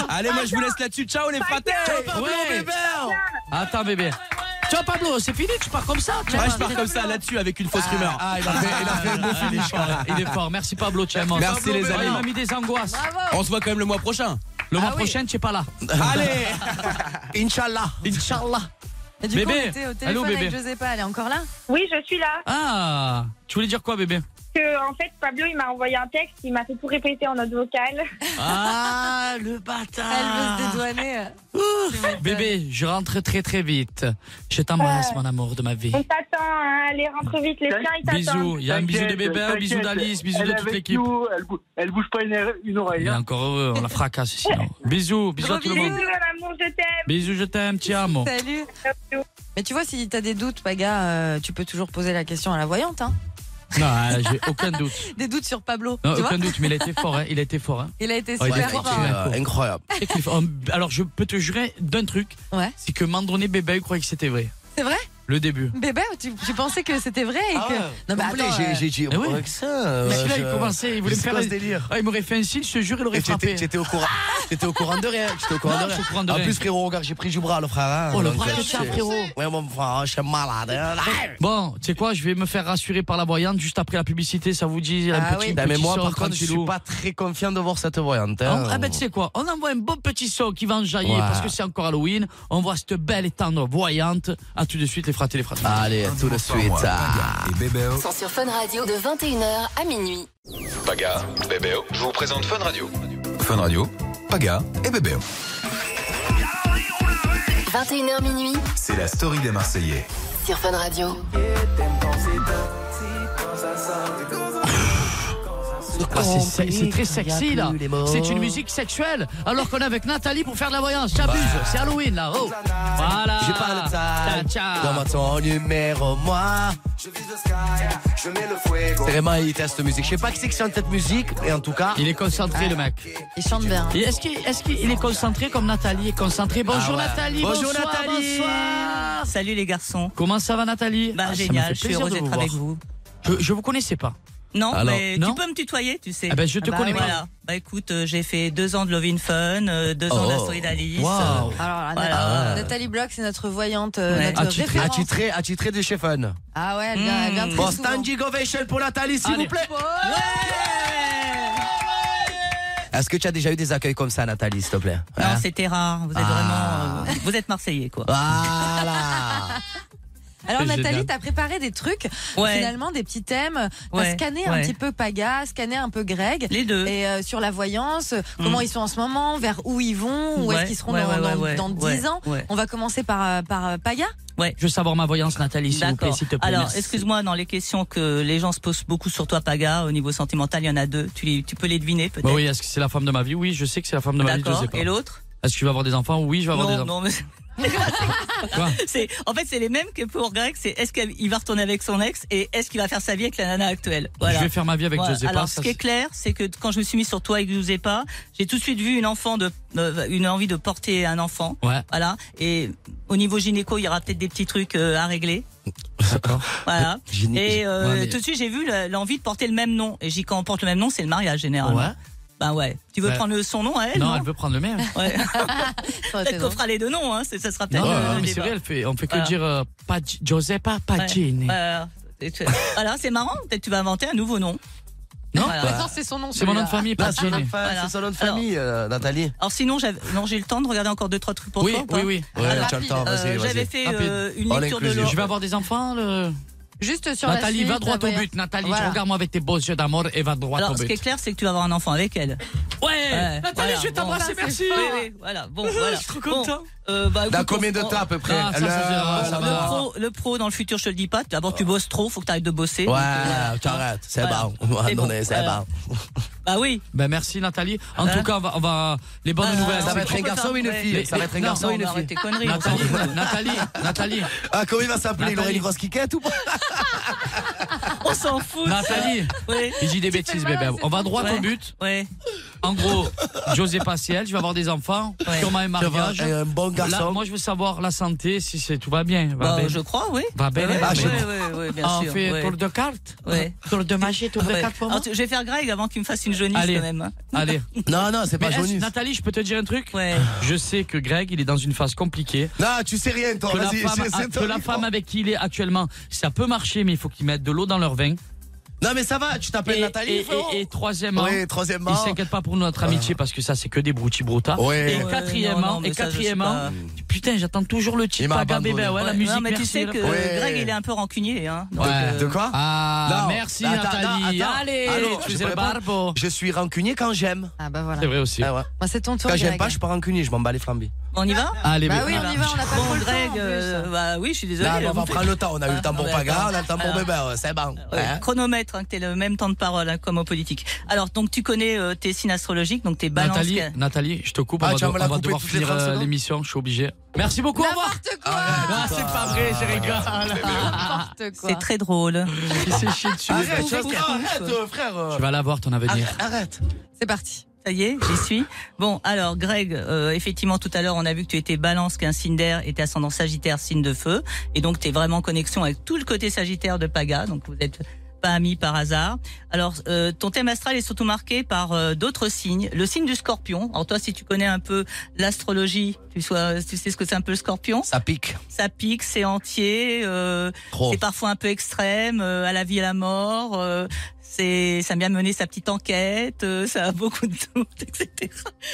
Speaker 17: Allez, moi je vous laisse là-dessus, ciao les fratés
Speaker 5: Ciao, Pablo,
Speaker 17: Ouais.
Speaker 5: bébé. Attends, bébé. Ciao, Pablo, c'est fini, tu pars comme ça. tu
Speaker 17: Ouais,
Speaker 5: vois.
Speaker 17: je pars comme ça là-dessus avec une fausse rumeur.
Speaker 5: Ah, il a fait, il a fait un beau finish. quand même. Il est fort. Merci Pablo, tu es immense.
Speaker 17: Merci,
Speaker 5: Pablo,
Speaker 17: les
Speaker 5: bébé,
Speaker 17: amis.
Speaker 5: Il m'a mis des angoisses.
Speaker 17: On se voit quand même le mois prochain.
Speaker 5: Le
Speaker 6: Ah
Speaker 5: mois prochain, tu es pas là.
Speaker 17: Allez
Speaker 6: Inch'Allah.
Speaker 5: Inch'Allah.
Speaker 2: Et du coup,
Speaker 5: Bébé.
Speaker 2: on était au téléphone
Speaker 5: Allô,
Speaker 2: avec
Speaker 5: bébé.
Speaker 2: Giuseppa, elle est encore là
Speaker 9: Oui, je suis là.
Speaker 5: Ah, tu voulais dire quoi, bébé
Speaker 9: Que, en fait, Pablo, il m'a envoyé un texte, il m'a fait tout répéter en note vocale.
Speaker 5: Ah, le bâtard.
Speaker 2: Elle veut se dédouaner.
Speaker 5: Bébé, je rentre très très vite. Je t'embrasse,
Speaker 9: Ouais.
Speaker 5: mon amour de ma vie.
Speaker 9: On t'attend, hein. allez, rentre vite, les tiens, ils t'attendent.
Speaker 5: Bisous. Il y a un bisou de bébé, un bisou d'Alice, bisou de toute l'équipe.
Speaker 18: Elle, bou- elle bouge pas une, une oreille. hein.
Speaker 5: Il est encore heureux, on la fracasse sinon. Bisous, bisous à tout le
Speaker 9: Bisous,
Speaker 5: monde.
Speaker 9: mon amour, je t'aime.
Speaker 5: Bisous, je t'aime, ti amo.
Speaker 2: Salut. Mais tu vois, si t'as des doutes, Paga, euh, tu peux toujours poser la question à la voyante. Hein.
Speaker 5: Non, euh, j'ai aucun doute.
Speaker 2: Des doutes sur Pablo.
Speaker 5: Non,
Speaker 2: tu
Speaker 5: aucun
Speaker 2: vois
Speaker 5: doute, mais il a été fort, hein. Il a été fort, hein.
Speaker 2: Il a été
Speaker 5: Oh, il
Speaker 2: super
Speaker 5: était
Speaker 2: fort.
Speaker 5: excellent.
Speaker 6: Euh, incroyable.
Speaker 5: Et qu'il faut- Alors, je peux te jurer d'un truc.
Speaker 2: Ouais.
Speaker 5: C'est que Mandroné Bébé croyait que c'était vrai.
Speaker 2: C'est vrai
Speaker 5: Le début.
Speaker 2: Bébé, tu, tu pensais que c'était vrai
Speaker 5: Ah
Speaker 2: et que. non, mais
Speaker 6: Complet,
Speaker 2: attends,
Speaker 6: Ah, j'ai-
Speaker 2: euh,
Speaker 6: j'ai dit,
Speaker 5: Eh oui.
Speaker 6: avec ça. euh,
Speaker 5: Parce que là,
Speaker 6: je-
Speaker 5: il commençait, il voulait me
Speaker 6: c'est
Speaker 5: faire.
Speaker 6: quoi ce délire.
Speaker 5: Ah, il m'aurait fait un signe, je te jure, il aurait
Speaker 6: Et t'étais-
Speaker 5: frappé.
Speaker 6: T'étais au courant. T'étais au courant de rien. J'étais au courant
Speaker 5: Non,
Speaker 6: de
Speaker 5: je
Speaker 6: rien.
Speaker 5: suis au courant de
Speaker 6: en
Speaker 5: rien.
Speaker 6: plus, frérot, regarde, j'ai pris du bras, le frère. hein.
Speaker 5: Oh, le
Speaker 6: Donc,
Speaker 5: bras,
Speaker 6: euh,
Speaker 5: le tien,
Speaker 6: c'est-
Speaker 5: frérot.
Speaker 6: Ouais, mon frère, je suis malade. hein.
Speaker 5: Bon, tu sais quoi, je vais me faire rassurer par la voyante juste après la publicité, ça vous dit
Speaker 2: Ah
Speaker 5: un petit,
Speaker 6: Putain, Ah Bah, mais
Speaker 5: petit
Speaker 6: moi,
Speaker 5: son
Speaker 6: par contre, je
Speaker 5: tranquillou.
Speaker 6: suis pas très confiant de voir cette voyante.
Speaker 5: Ah,
Speaker 6: hein.
Speaker 5: ah ben tu sais quoi, on envoie un bon petit son qui va en jaillir
Speaker 6: Ouais.
Speaker 5: parce que c'est encore Halloween. On voit cette belle et tendre voyante. À tout de suite les fratés les fratés.
Speaker 6: Allez, à tout de suite.
Speaker 3: Sont sur Fun Radio de 21h à minuit.
Speaker 4: Paga, Bébéo, je vous présente Fun Radio.
Speaker 1: Fun Radio, Paga et Bébéo.
Speaker 3: 21h minuit
Speaker 1: C'est la story des Marseillais.
Speaker 3: sur Fun Radio.
Speaker 5: Ah,
Speaker 6: Oh,
Speaker 5: c'est se- c'est très sexy là. C'est une musique sexuelle. Alors qu'on est avec Nathalie pour faire de la voyance. J'abuse. C'est Halloween là. Oh. Voilà.
Speaker 6: J'ai pas le
Speaker 5: Tcha,
Speaker 6: time.
Speaker 5: tcha.
Speaker 6: Donne-moi ton numéro, moi. Je vise le sky, je mets le fuego. Vraiment, il teste cette musique. Je sais pas qui c'est qui chante cette musique, et en tout cas. Hein
Speaker 5: Il est concentré, le mec.
Speaker 2: Il chante bien.
Speaker 5: Et Est-ce qu'il est, qu'il est concentré comme Nathalie est concentrée Bonjour
Speaker 19: Ah ouais.
Speaker 5: Nathalie.
Speaker 19: Bonjour
Speaker 5: bonsoir,
Speaker 19: Nathalie.
Speaker 5: Bonsoir.
Speaker 19: Salut les garçons.
Speaker 5: Comment ça va Nathalie
Speaker 19: Bah,
Speaker 5: Ah, ça me
Speaker 19: génial,
Speaker 5: fait
Speaker 19: je suis
Speaker 5: plaisir
Speaker 19: heureuse
Speaker 5: de
Speaker 19: d'être avec
Speaker 5: voir.
Speaker 19: vous.
Speaker 5: Je, je vous connaissais pas.
Speaker 19: Non,
Speaker 5: Alors,
Speaker 19: mais
Speaker 5: non
Speaker 19: tu peux me tutoyer, tu sais.
Speaker 5: Ah ben, je te connais pas.
Speaker 19: voilà. Bah écoute, euh, j'ai fait deux ans de Love in Fun, euh, deux ans
Speaker 5: Oh.
Speaker 19: d'Astoidalis.
Speaker 5: Wow.
Speaker 19: euh,
Speaker 2: Alors, là,
Speaker 5: Ah,
Speaker 19: voilà.
Speaker 2: Nathalie- Nathalie Bloch, c'est notre voyante, euh,
Speaker 19: Ouais.
Speaker 2: notre
Speaker 6: Attitré,
Speaker 2: référence.
Speaker 6: attitré, attitré de chez Fun.
Speaker 2: Ah ouais, elle vient, elle
Speaker 5: Hmm.
Speaker 2: vient très
Speaker 6: Bon,
Speaker 2: souvent.
Speaker 6: standing ovation pour Nathalie, s'il
Speaker 2: Allez.
Speaker 6: vous plaît.
Speaker 5: Ah.
Speaker 6: Est-ce que tu as déjà eu des accueils comme ça, Nathalie, s'il te plaît Hein
Speaker 19: Non, c'était rare. Vous êtes
Speaker 5: Ah.
Speaker 19: vraiment, euh, vous êtes Marseillais quoi.
Speaker 6: Voilà.
Speaker 2: Alors
Speaker 19: C'est
Speaker 2: Nathalie,
Speaker 19: génial.
Speaker 2: t'as préparé des trucs,
Speaker 19: Ouais.
Speaker 2: finalement des petits thèmes, t'as
Speaker 19: Ouais,
Speaker 2: scanné un
Speaker 19: ouais.
Speaker 2: petit peu Paga, scanné un peu Greg,
Speaker 19: Les deux.
Speaker 2: et euh, sur la voyance, euh, comment ils sont en ce moment, vers où ils vont, où
Speaker 19: Ouais,
Speaker 2: est-ce qu'ils seront
Speaker 19: ouais,
Speaker 2: dans,
Speaker 19: ouais,
Speaker 2: dans-
Speaker 19: ouais,
Speaker 2: dans
Speaker 19: ouais,
Speaker 2: 10 ans.
Speaker 19: ouais.
Speaker 2: On va commencer par, euh, par euh, Paga.
Speaker 19: Ouais.
Speaker 5: Je veux savoir ma voyance Nathalie s'il vous plaît,
Speaker 19: D'accord.
Speaker 5: s'il te plaît.
Speaker 19: Alors,
Speaker 5: merci.
Speaker 19: excuse-moi, dans les questions que les gens se posent beaucoup sur toi, Paga, au niveau sentimental, il y en a deux. Tu, les- tu peux les deviner peut-être.
Speaker 5: Bah oui, est-ce que c'est la femme de ma vie Oui, je sais que c'est la femme de ma vie, je
Speaker 19: D'accord.
Speaker 5: sais pas.
Speaker 19: Et l'autre
Speaker 5: Est-ce que tu vas avoir des enfants Oui, je vais avoir
Speaker 19: Non,
Speaker 5: des
Speaker 19: non,
Speaker 5: enfants.
Speaker 19: mais- C'est en fait c'est les mêmes que pour Greg. C'est est-ce qu'il va retourner avec son ex et est-ce qu'il va faire sa vie avec la nana actuelle. Voilà.
Speaker 5: Je vais faire ma vie avec
Speaker 19: Voilà.
Speaker 5: Giuseppa,
Speaker 19: Alors
Speaker 5: ça,
Speaker 19: ce qui est
Speaker 5: c'est-
Speaker 19: clair, c'est que quand je me suis mis sur toi avec Giuseppa, j'ai tout de suite vu une enfant de euh, une envie de porter un enfant.
Speaker 5: Ouais.
Speaker 19: Voilà. Et au niveau gynéco, il y aura peut-être des petits trucs euh, à régler.
Speaker 5: D'accord.
Speaker 19: Voilà.
Speaker 5: Gyné-
Speaker 19: Et euh,
Speaker 5: Ouais, mais-
Speaker 19: tout de suite, j'ai vu la- l'envie de porter le même nom. Et j'ai dit, quand on porte le même nom, c'est le mariage généralement.
Speaker 5: Ouais.
Speaker 19: Ben ouais. Tu veux
Speaker 5: Ouais.
Speaker 19: prendre son nom à elle
Speaker 5: Non,
Speaker 19: Non.
Speaker 5: elle veut prendre le mien.
Speaker 19: Ouais.
Speaker 2: aurait été
Speaker 19: peut-être qu'on
Speaker 2: drôle.
Speaker 19: fera les deux noms. Hein. c'est- Ça sera peut-être.
Speaker 5: Non,
Speaker 19: euh,
Speaker 5: non,
Speaker 19: le
Speaker 5: mais c'est
Speaker 19: débat.
Speaker 5: vrai, elle fait, on fait que
Speaker 19: Voilà.
Speaker 5: dire euh, pas Gi- Giuseppa Pagini.
Speaker 19: Ouais. Euh, et tu- Alors c'est marrant, peut-être tu vas inventer un nouveau nom.
Speaker 5: Non,
Speaker 19: Voilà.
Speaker 5: bah, Attends,
Speaker 2: c'est son nom.
Speaker 5: c'est mon nom de famille,
Speaker 6: Là, c'est
Speaker 5: Pagini.
Speaker 6: notre fa- c'est son nom de famille, euh, Nathalie.
Speaker 19: Alors sinon, j'avais- non, j'ai eu le temps de regarder encore deux trois trucs pour
Speaker 5: Oui,
Speaker 19: toi. ou pas
Speaker 5: oui, oui.
Speaker 6: Ouais,
Speaker 19: Alors,
Speaker 6: tu as le temps, vas-y,
Speaker 19: euh,
Speaker 6: vas-y.
Speaker 19: J'avais fait euh,
Speaker 6: Rapide.
Speaker 19: une
Speaker 6: All
Speaker 19: lecture de
Speaker 6: inclusive.
Speaker 19: l'or.
Speaker 5: Je vais avoir des enfants, le...
Speaker 2: Juste sur
Speaker 5: Nathalie,
Speaker 2: la
Speaker 5: va
Speaker 2: suite,
Speaker 5: droit
Speaker 2: la
Speaker 5: au
Speaker 2: voyance.
Speaker 5: but, Nathalie.
Speaker 2: Voilà.
Speaker 5: Regarde-moi avec tes beaux yeux d'amour et va droit
Speaker 19: Alors
Speaker 5: au
Speaker 19: ce qui est
Speaker 5: but.
Speaker 19: clair, c'est que tu vas avoir un enfant avec elle.
Speaker 5: Ouais,
Speaker 19: Nathalie, je vais t'embrasser, merci. Voilà, bon, voilà.
Speaker 5: Je suis trop
Speaker 19: Bon,
Speaker 5: content.
Speaker 19: euh, bah,
Speaker 6: Dans
Speaker 19: écoute,
Speaker 6: combien de
Speaker 19: on-
Speaker 6: temps à peu près
Speaker 5: Ah, ça, ça, ça,
Speaker 6: L'heure,
Speaker 5: ça
Speaker 6: la
Speaker 5: va.
Speaker 19: Le
Speaker 6: barre.
Speaker 19: pro, le pro, dans le futur, je te le dis pas. D'abord, tu bosses trop, faut que tu arrêtes de bosser. Donc, euh,
Speaker 6: Ouais, t'arrêtes, c'est
Speaker 19: Voilà.
Speaker 6: bon. Ouais,
Speaker 19: C'est
Speaker 6: non,
Speaker 19: bon,
Speaker 6: mais c'est
Speaker 19: voilà.
Speaker 6: bon.
Speaker 19: Bah oui.
Speaker 5: Ben merci Nathalie. En
Speaker 19: Hein
Speaker 5: tout cas, on va, on va- les bonnes
Speaker 19: Ah,
Speaker 5: nouvelles.
Speaker 6: Ça va être
Speaker 19: on
Speaker 6: un
Speaker 19: peut
Speaker 6: garçon
Speaker 19: faire-
Speaker 6: ou une
Speaker 19: ouais.
Speaker 6: fille Ça va être un
Speaker 19: Non,
Speaker 6: garçon
Speaker 19: non,
Speaker 6: ou une
Speaker 19: on va
Speaker 6: fille
Speaker 19: arrêter tes conneries. on s'en
Speaker 5: Nathalie,
Speaker 19: fout.
Speaker 5: Nathalie, Nathalie,
Speaker 6: Ah, comment il va s'appeler Il aurait une grosse kikette ou pas
Speaker 19: On s'en fout.
Speaker 5: Nathalie.
Speaker 19: Oui.
Speaker 5: Il dit des bêtises, bébé. On va droit au but.
Speaker 19: Ouais.
Speaker 5: En gros, José Paciel, je vais avoir des enfants,
Speaker 19: Ouais.
Speaker 5: sûrement un mariage.
Speaker 6: Un bon
Speaker 5: Là,
Speaker 6: garçon.
Speaker 5: moi, je veux savoir la santé, si c'est tout va bien. Va
Speaker 19: Bah,
Speaker 5: bien.
Speaker 19: je crois, oui.
Speaker 5: Va bien,
Speaker 6: Bah,
Speaker 19: Ouais,
Speaker 5: va bien.
Speaker 19: ouais, ouais, ouais, bien
Speaker 5: Ah, on
Speaker 19: sûr,
Speaker 5: fait
Speaker 19: ouais.
Speaker 5: tour de carte
Speaker 19: Ouais.
Speaker 5: Tour de magie, tour de
Speaker 19: Ouais.
Speaker 5: carte pour moi
Speaker 19: Alors, tu- Je vais faire Greg avant qu'il me fasse une jaunisse
Speaker 5: Allez.
Speaker 19: quand même. hein.
Speaker 5: Allez.
Speaker 6: Non, non, c'est
Speaker 5: Mais
Speaker 6: pas
Speaker 5: est-ce-
Speaker 6: Johnny.
Speaker 5: Nathalie, je peux te dire un truc
Speaker 19: Ouais.
Speaker 5: Je sais que Greg, il est dans une phase compliquée.
Speaker 6: Non, Ah, tu sais rien, toi.
Speaker 5: que la
Speaker 6: Vas-y,
Speaker 5: femme,
Speaker 6: c'est-
Speaker 5: a-
Speaker 6: c'est
Speaker 5: que
Speaker 6: ton
Speaker 5: la
Speaker 6: micro.
Speaker 5: femme avec qui il est actuellement, ça peut marcher, mais il faut qu'il mette de l'eau dans leur vin.
Speaker 6: Non, mais ça va, tu t'appelles
Speaker 5: Et,
Speaker 6: Nathalie.
Speaker 5: et-
Speaker 6: frérot
Speaker 5: et- et troisièmement,
Speaker 6: Oui,
Speaker 5: il
Speaker 6: troisièmement.
Speaker 5: s'inquiète pas pour notre amitié parce que ça, c'est que des broutis broutas.
Speaker 6: Ah. Ouais.
Speaker 5: Et
Speaker 19: Ouais, non,
Speaker 5: quatrièmement,
Speaker 19: non, mais
Speaker 5: et
Speaker 19: ça, je sais
Speaker 5: quatrièmement
Speaker 19: pas.
Speaker 5: putain, j'attends toujours le
Speaker 6: Il
Speaker 5: titre.
Speaker 6: m'a
Speaker 5: Paga
Speaker 6: abandonné.
Speaker 5: bébé, ben ouais, la
Speaker 19: Ouais,
Speaker 5: musique.
Speaker 19: non, mais tu
Speaker 5: merci,
Speaker 19: sais
Speaker 5: là.
Speaker 19: que
Speaker 6: Ouais.
Speaker 19: Greg, il est un peu rancunier. Hein. Donc,
Speaker 6: De,
Speaker 19: euh,
Speaker 6: de quoi
Speaker 5: Ah,
Speaker 6: Non.
Speaker 5: merci
Speaker 6: Attends,
Speaker 5: Nathalie.
Speaker 6: attends, attends.
Speaker 5: Allez,
Speaker 6: Allô,
Speaker 5: tu
Speaker 6: je
Speaker 5: faisais
Speaker 6: peux
Speaker 5: le
Speaker 6: répondre
Speaker 5: barbeau.
Speaker 6: Je suis rancunier quand j'aime.
Speaker 2: Ah bah voilà.
Speaker 5: C'est vrai aussi.
Speaker 6: Ah ouais.
Speaker 2: Bon, c'est ton tour.
Speaker 6: Quand j'aime
Speaker 2: Greg.
Speaker 6: pas, je suis pas rancunier, je m'en bats les flambis.
Speaker 19: On y va
Speaker 5: Allez,
Speaker 2: Bah
Speaker 5: bébé.
Speaker 2: oui, on y va, on n'a pas
Speaker 19: Bon,
Speaker 2: trop le temps,
Speaker 19: Greg,
Speaker 2: en plus.
Speaker 19: euh, bah oui, je suis désolé. Ah,
Speaker 6: Là, on va prendre le temps. On a eu le temps pour
Speaker 19: Ouais,
Speaker 6: Paga,
Speaker 19: attends.
Speaker 6: on a le temps pour
Speaker 19: Alors.
Speaker 6: Bébé, ouais, c'est bon.
Speaker 19: Ouais,
Speaker 6: Hein
Speaker 19: chronomètre, hein, que t'es le même temps de parole hein, comme aux politiques. Alors, donc tu connais euh, tes signes astrologiques, donc tes balances.
Speaker 5: Nathalie, Nathalie, je te coupe, on
Speaker 6: Ah,
Speaker 5: va,
Speaker 6: tu vas
Speaker 5: de-
Speaker 6: me la
Speaker 5: on va
Speaker 6: couper
Speaker 5: devoir
Speaker 6: toutes les
Speaker 5: finir
Speaker 6: 30
Speaker 5: euh,
Speaker 6: secondes
Speaker 5: l'émission, je suis obligé. Merci beaucoup, au revoir.
Speaker 2: N'importe quoi.
Speaker 5: Ah, c'est pas vrai, je rigole.
Speaker 2: N'importe quoi.
Speaker 19: C'est très drôle.
Speaker 5: Il s'est chié dessus.
Speaker 6: Arrête,
Speaker 19: fous,
Speaker 6: arrête,
Speaker 19: fous,
Speaker 6: arrête, euh, frère. euh,
Speaker 5: Tu vas la voir ton avenir.
Speaker 6: Arrête.
Speaker 2: C'est parti.
Speaker 19: ça y est, j'y suis. Bon, alors Greg, euh, effectivement, tout à l'heure, on a vu que tu étais balance, qu'un signe d'air était ascendant sagittaire, signe de feu. Et donc, tu es vraiment en connexion avec tout le côté sagittaire de Paga. Donc, vous êtes pas amis par hasard. Alors, euh, ton thème astral est surtout marqué par euh, d'autres signes. Le signe du scorpion. Alors, toi, si tu connais un peu l'astrologie, tu, sois, tu sais ce que c'est un peu le scorpion
Speaker 6: Ça pique.
Speaker 19: Ça pique, c'est entier, euh,
Speaker 6: Trop.
Speaker 19: c'est parfois un peu extrême, euh, à la vie et à la mort. euh, c'est, ça aime bien mener sa petite enquête, euh, ça a beaucoup de doutes, etc.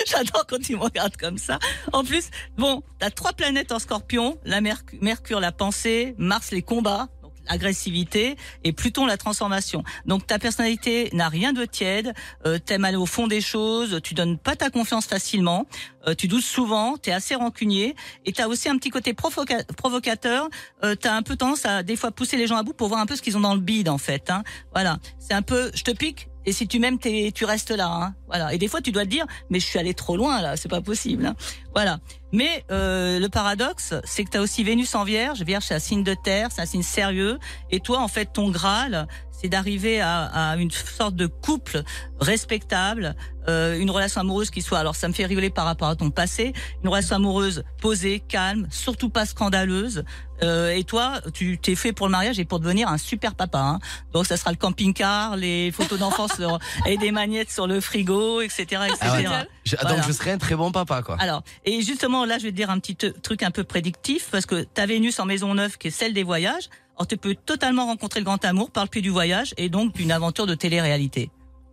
Speaker 19: J'adore quand ils me regardent comme ça. En plus, bon, t'as trois planètes en scorpion, la Merc- Mercure, la pensée, Mars, les combats, donc l'agressivité, et Pluton, la transformation. Donc ta personnalité n'a rien de tiède, euh, t'aimes aller au fond des choses, tu donnes pas ta confiance facilement, euh, tu doutes souvent, t'es assez rancunier, et t'as aussi un petit côté provoca- provocateur, euh, t'as un peu tendance à des fois pousser les gens à bout pour voir un peu ce qu'ils ont dans le bide en fait. Hein. Voilà, c'est un peu, je te pique, et si tu m'aimes, t'es- tu restes là. hein. Voilà. Et des fois, tu dois te dire, mais je suis allé trop loin là, c'est pas possible. hein. Voilà. Mais euh, le paradoxe, c'est que tu as aussi Vénus en Vierge. Vierge, c'est un signe de terre, c'est un signe sérieux. Et toi, en fait, ton Graal, c'est d'arriver à, à une sorte de couple respectable, euh, une relation amoureuse qui soit, alors ça me fait rigoler par rapport à ton passé, une relation amoureuse posée, calme, surtout pas scandaleuse. Euh, et toi, tu t'es fait pour le mariage et pour devenir un super papa. hein. Donc ça sera le camping-car, les photos d'enfance sur- et des magnettes sur le frigo, etc. etc.
Speaker 6: Ah ouais. Je- Donc
Speaker 19: Voilà.
Speaker 6: je serais un très bon papa quoi.
Speaker 19: Alors, et justement, là, je vais te dire un petit te- truc un peu prédictif, parce que ta Vénus en maison neuve, qui est celle des voyages, alors tu peux totalement rencontrer le grand amour par le pied du voyage et donc d'une aventure de télé-réalité.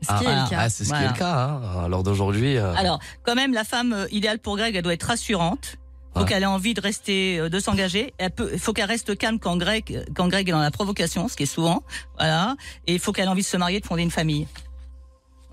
Speaker 6: Ah,
Speaker 19: Voilà.
Speaker 6: ah, c'est ce qui est
Speaker 19: Voilà.
Speaker 6: le cas hein, lors d'aujourd'hui. euh.
Speaker 19: Alors, quand même, la femme euh, idéale pour Greg, elle doit être rassurante. Faut
Speaker 6: Ouais.
Speaker 19: qu'elle ait envie de rester, euh, de s'engager. Elle peut, faut qu'elle reste calme quand Greg, euh, quand Greg est dans la provocation, ce qui est souvent. Voilà. Et il faut qu'elle ait envie de se marier, de fonder une famille.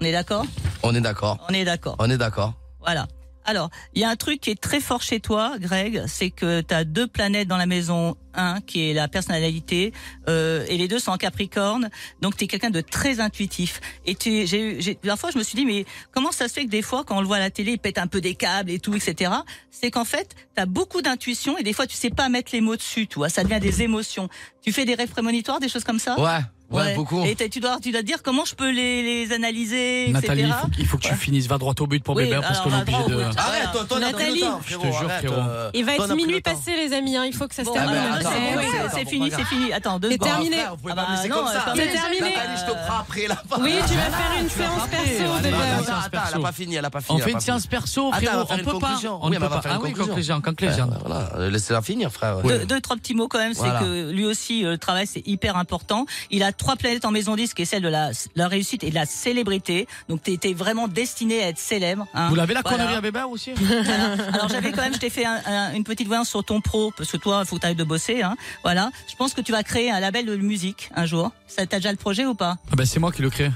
Speaker 19: On est d'accord
Speaker 6: On est d'accord.
Speaker 19: On est d'accord.
Speaker 6: On est d'accord.
Speaker 19: Voilà. Alors, il y a un truc qui est très fort chez toi, Greg, c'est que tu as deux planètes dans la maison 1, qui est la personnalité, euh, et les deux sont en Capricorne, donc tu es quelqu'un de très intuitif. Et tu, j'ai, eu- j'ai, la fois, je me suis dit, mais comment ça se fait que des fois, quand on le voit à la télé, il pète un peu des câbles et tout, etc., c'est qu'en fait, tu as beaucoup d'intuition, et des fois, tu sais pas mettre les mots dessus, tu vois, ça devient des émotions. Tu fais des rêves prémonitoires, des choses comme ça
Speaker 6: Ouais, ouais, beaucoup.
Speaker 19: Et t'as- tu dois, tu dois te dire comment je peux les, les analyser,
Speaker 20: Nathalie, il
Speaker 19: etc.
Speaker 20: faut, il faut que tu finisses. Va droit au but pour
Speaker 19: Oui,
Speaker 20: Bébert parce
Speaker 19: alors,
Speaker 20: qu'on est
Speaker 19: va droit
Speaker 20: obligé
Speaker 19: au
Speaker 20: de.
Speaker 19: but. Arrête, toi, toi,
Speaker 7: Nathalie,
Speaker 20: Je te jure, frérot.
Speaker 7: Il
Speaker 20: Toi,
Speaker 7: va être
Speaker 20: n'a plus
Speaker 7: minuit passé, les amis. hein, Il faut que ça se
Speaker 19: Bon,
Speaker 7: termine.
Speaker 19: alors,
Speaker 7: C'est-
Speaker 19: c'est
Speaker 7: ouais,
Speaker 19: fini,
Speaker 7: ouais,
Speaker 19: c'est fini, c'est fini. Attends, deux
Speaker 6: Bah,
Speaker 7: C'est
Speaker 19: secondes.
Speaker 7: terminé. bah
Speaker 19: Ah, vous pouvez pas me laisser comme ça.
Speaker 7: euh, C'est terminé.
Speaker 6: Nathalie, je te prends après là.
Speaker 7: Oui, tu vas faire une séance perso,
Speaker 6: Attends,
Speaker 7: Bébert.
Speaker 6: attends, attends, elle a pas fini, elle a pas fini.
Speaker 20: On
Speaker 6: elle a
Speaker 20: fait une
Speaker 6: pas fini.
Speaker 20: séance perso,
Speaker 6: Attends,
Speaker 20: frérot,
Speaker 6: elle va faire
Speaker 20: on
Speaker 6: une
Speaker 20: peut pas.
Speaker 6: conclusion.
Speaker 20: On
Speaker 6: Oui,
Speaker 20: ne
Speaker 6: elle va
Speaker 20: peut pas.
Speaker 6: faire une
Speaker 20: Ah oui,
Speaker 6: conclusion.
Speaker 20: conclusion, conclusion.
Speaker 6: Ouais, Voilà, euh, laissez-la finir, frère.
Speaker 19: Deux, deux, trois petits mots quand même,
Speaker 6: Voilà.
Speaker 19: c'est que lui aussi, euh, le travail, c'est hyper important. Il a trois planètes en maison 10, qui est celle de la, la réussite et de la célébrité. Donc, t'es t'es vraiment destiné à être célèbre. hein.
Speaker 20: Vous l'avez la
Speaker 19: Voilà.
Speaker 20: connerie à Bébert aussi
Speaker 19: Voilà. Alors j'avais quand même, je t'ai fait un- un- une petite voyance sur ton pro, parce que toi, il faut que tu de bosser. Hein. Voilà. Je pense que tu vas créer un label de musique un jour. Ça, t'as déjà le projet ou pas
Speaker 20: Ah bah c'est moi qui le crée.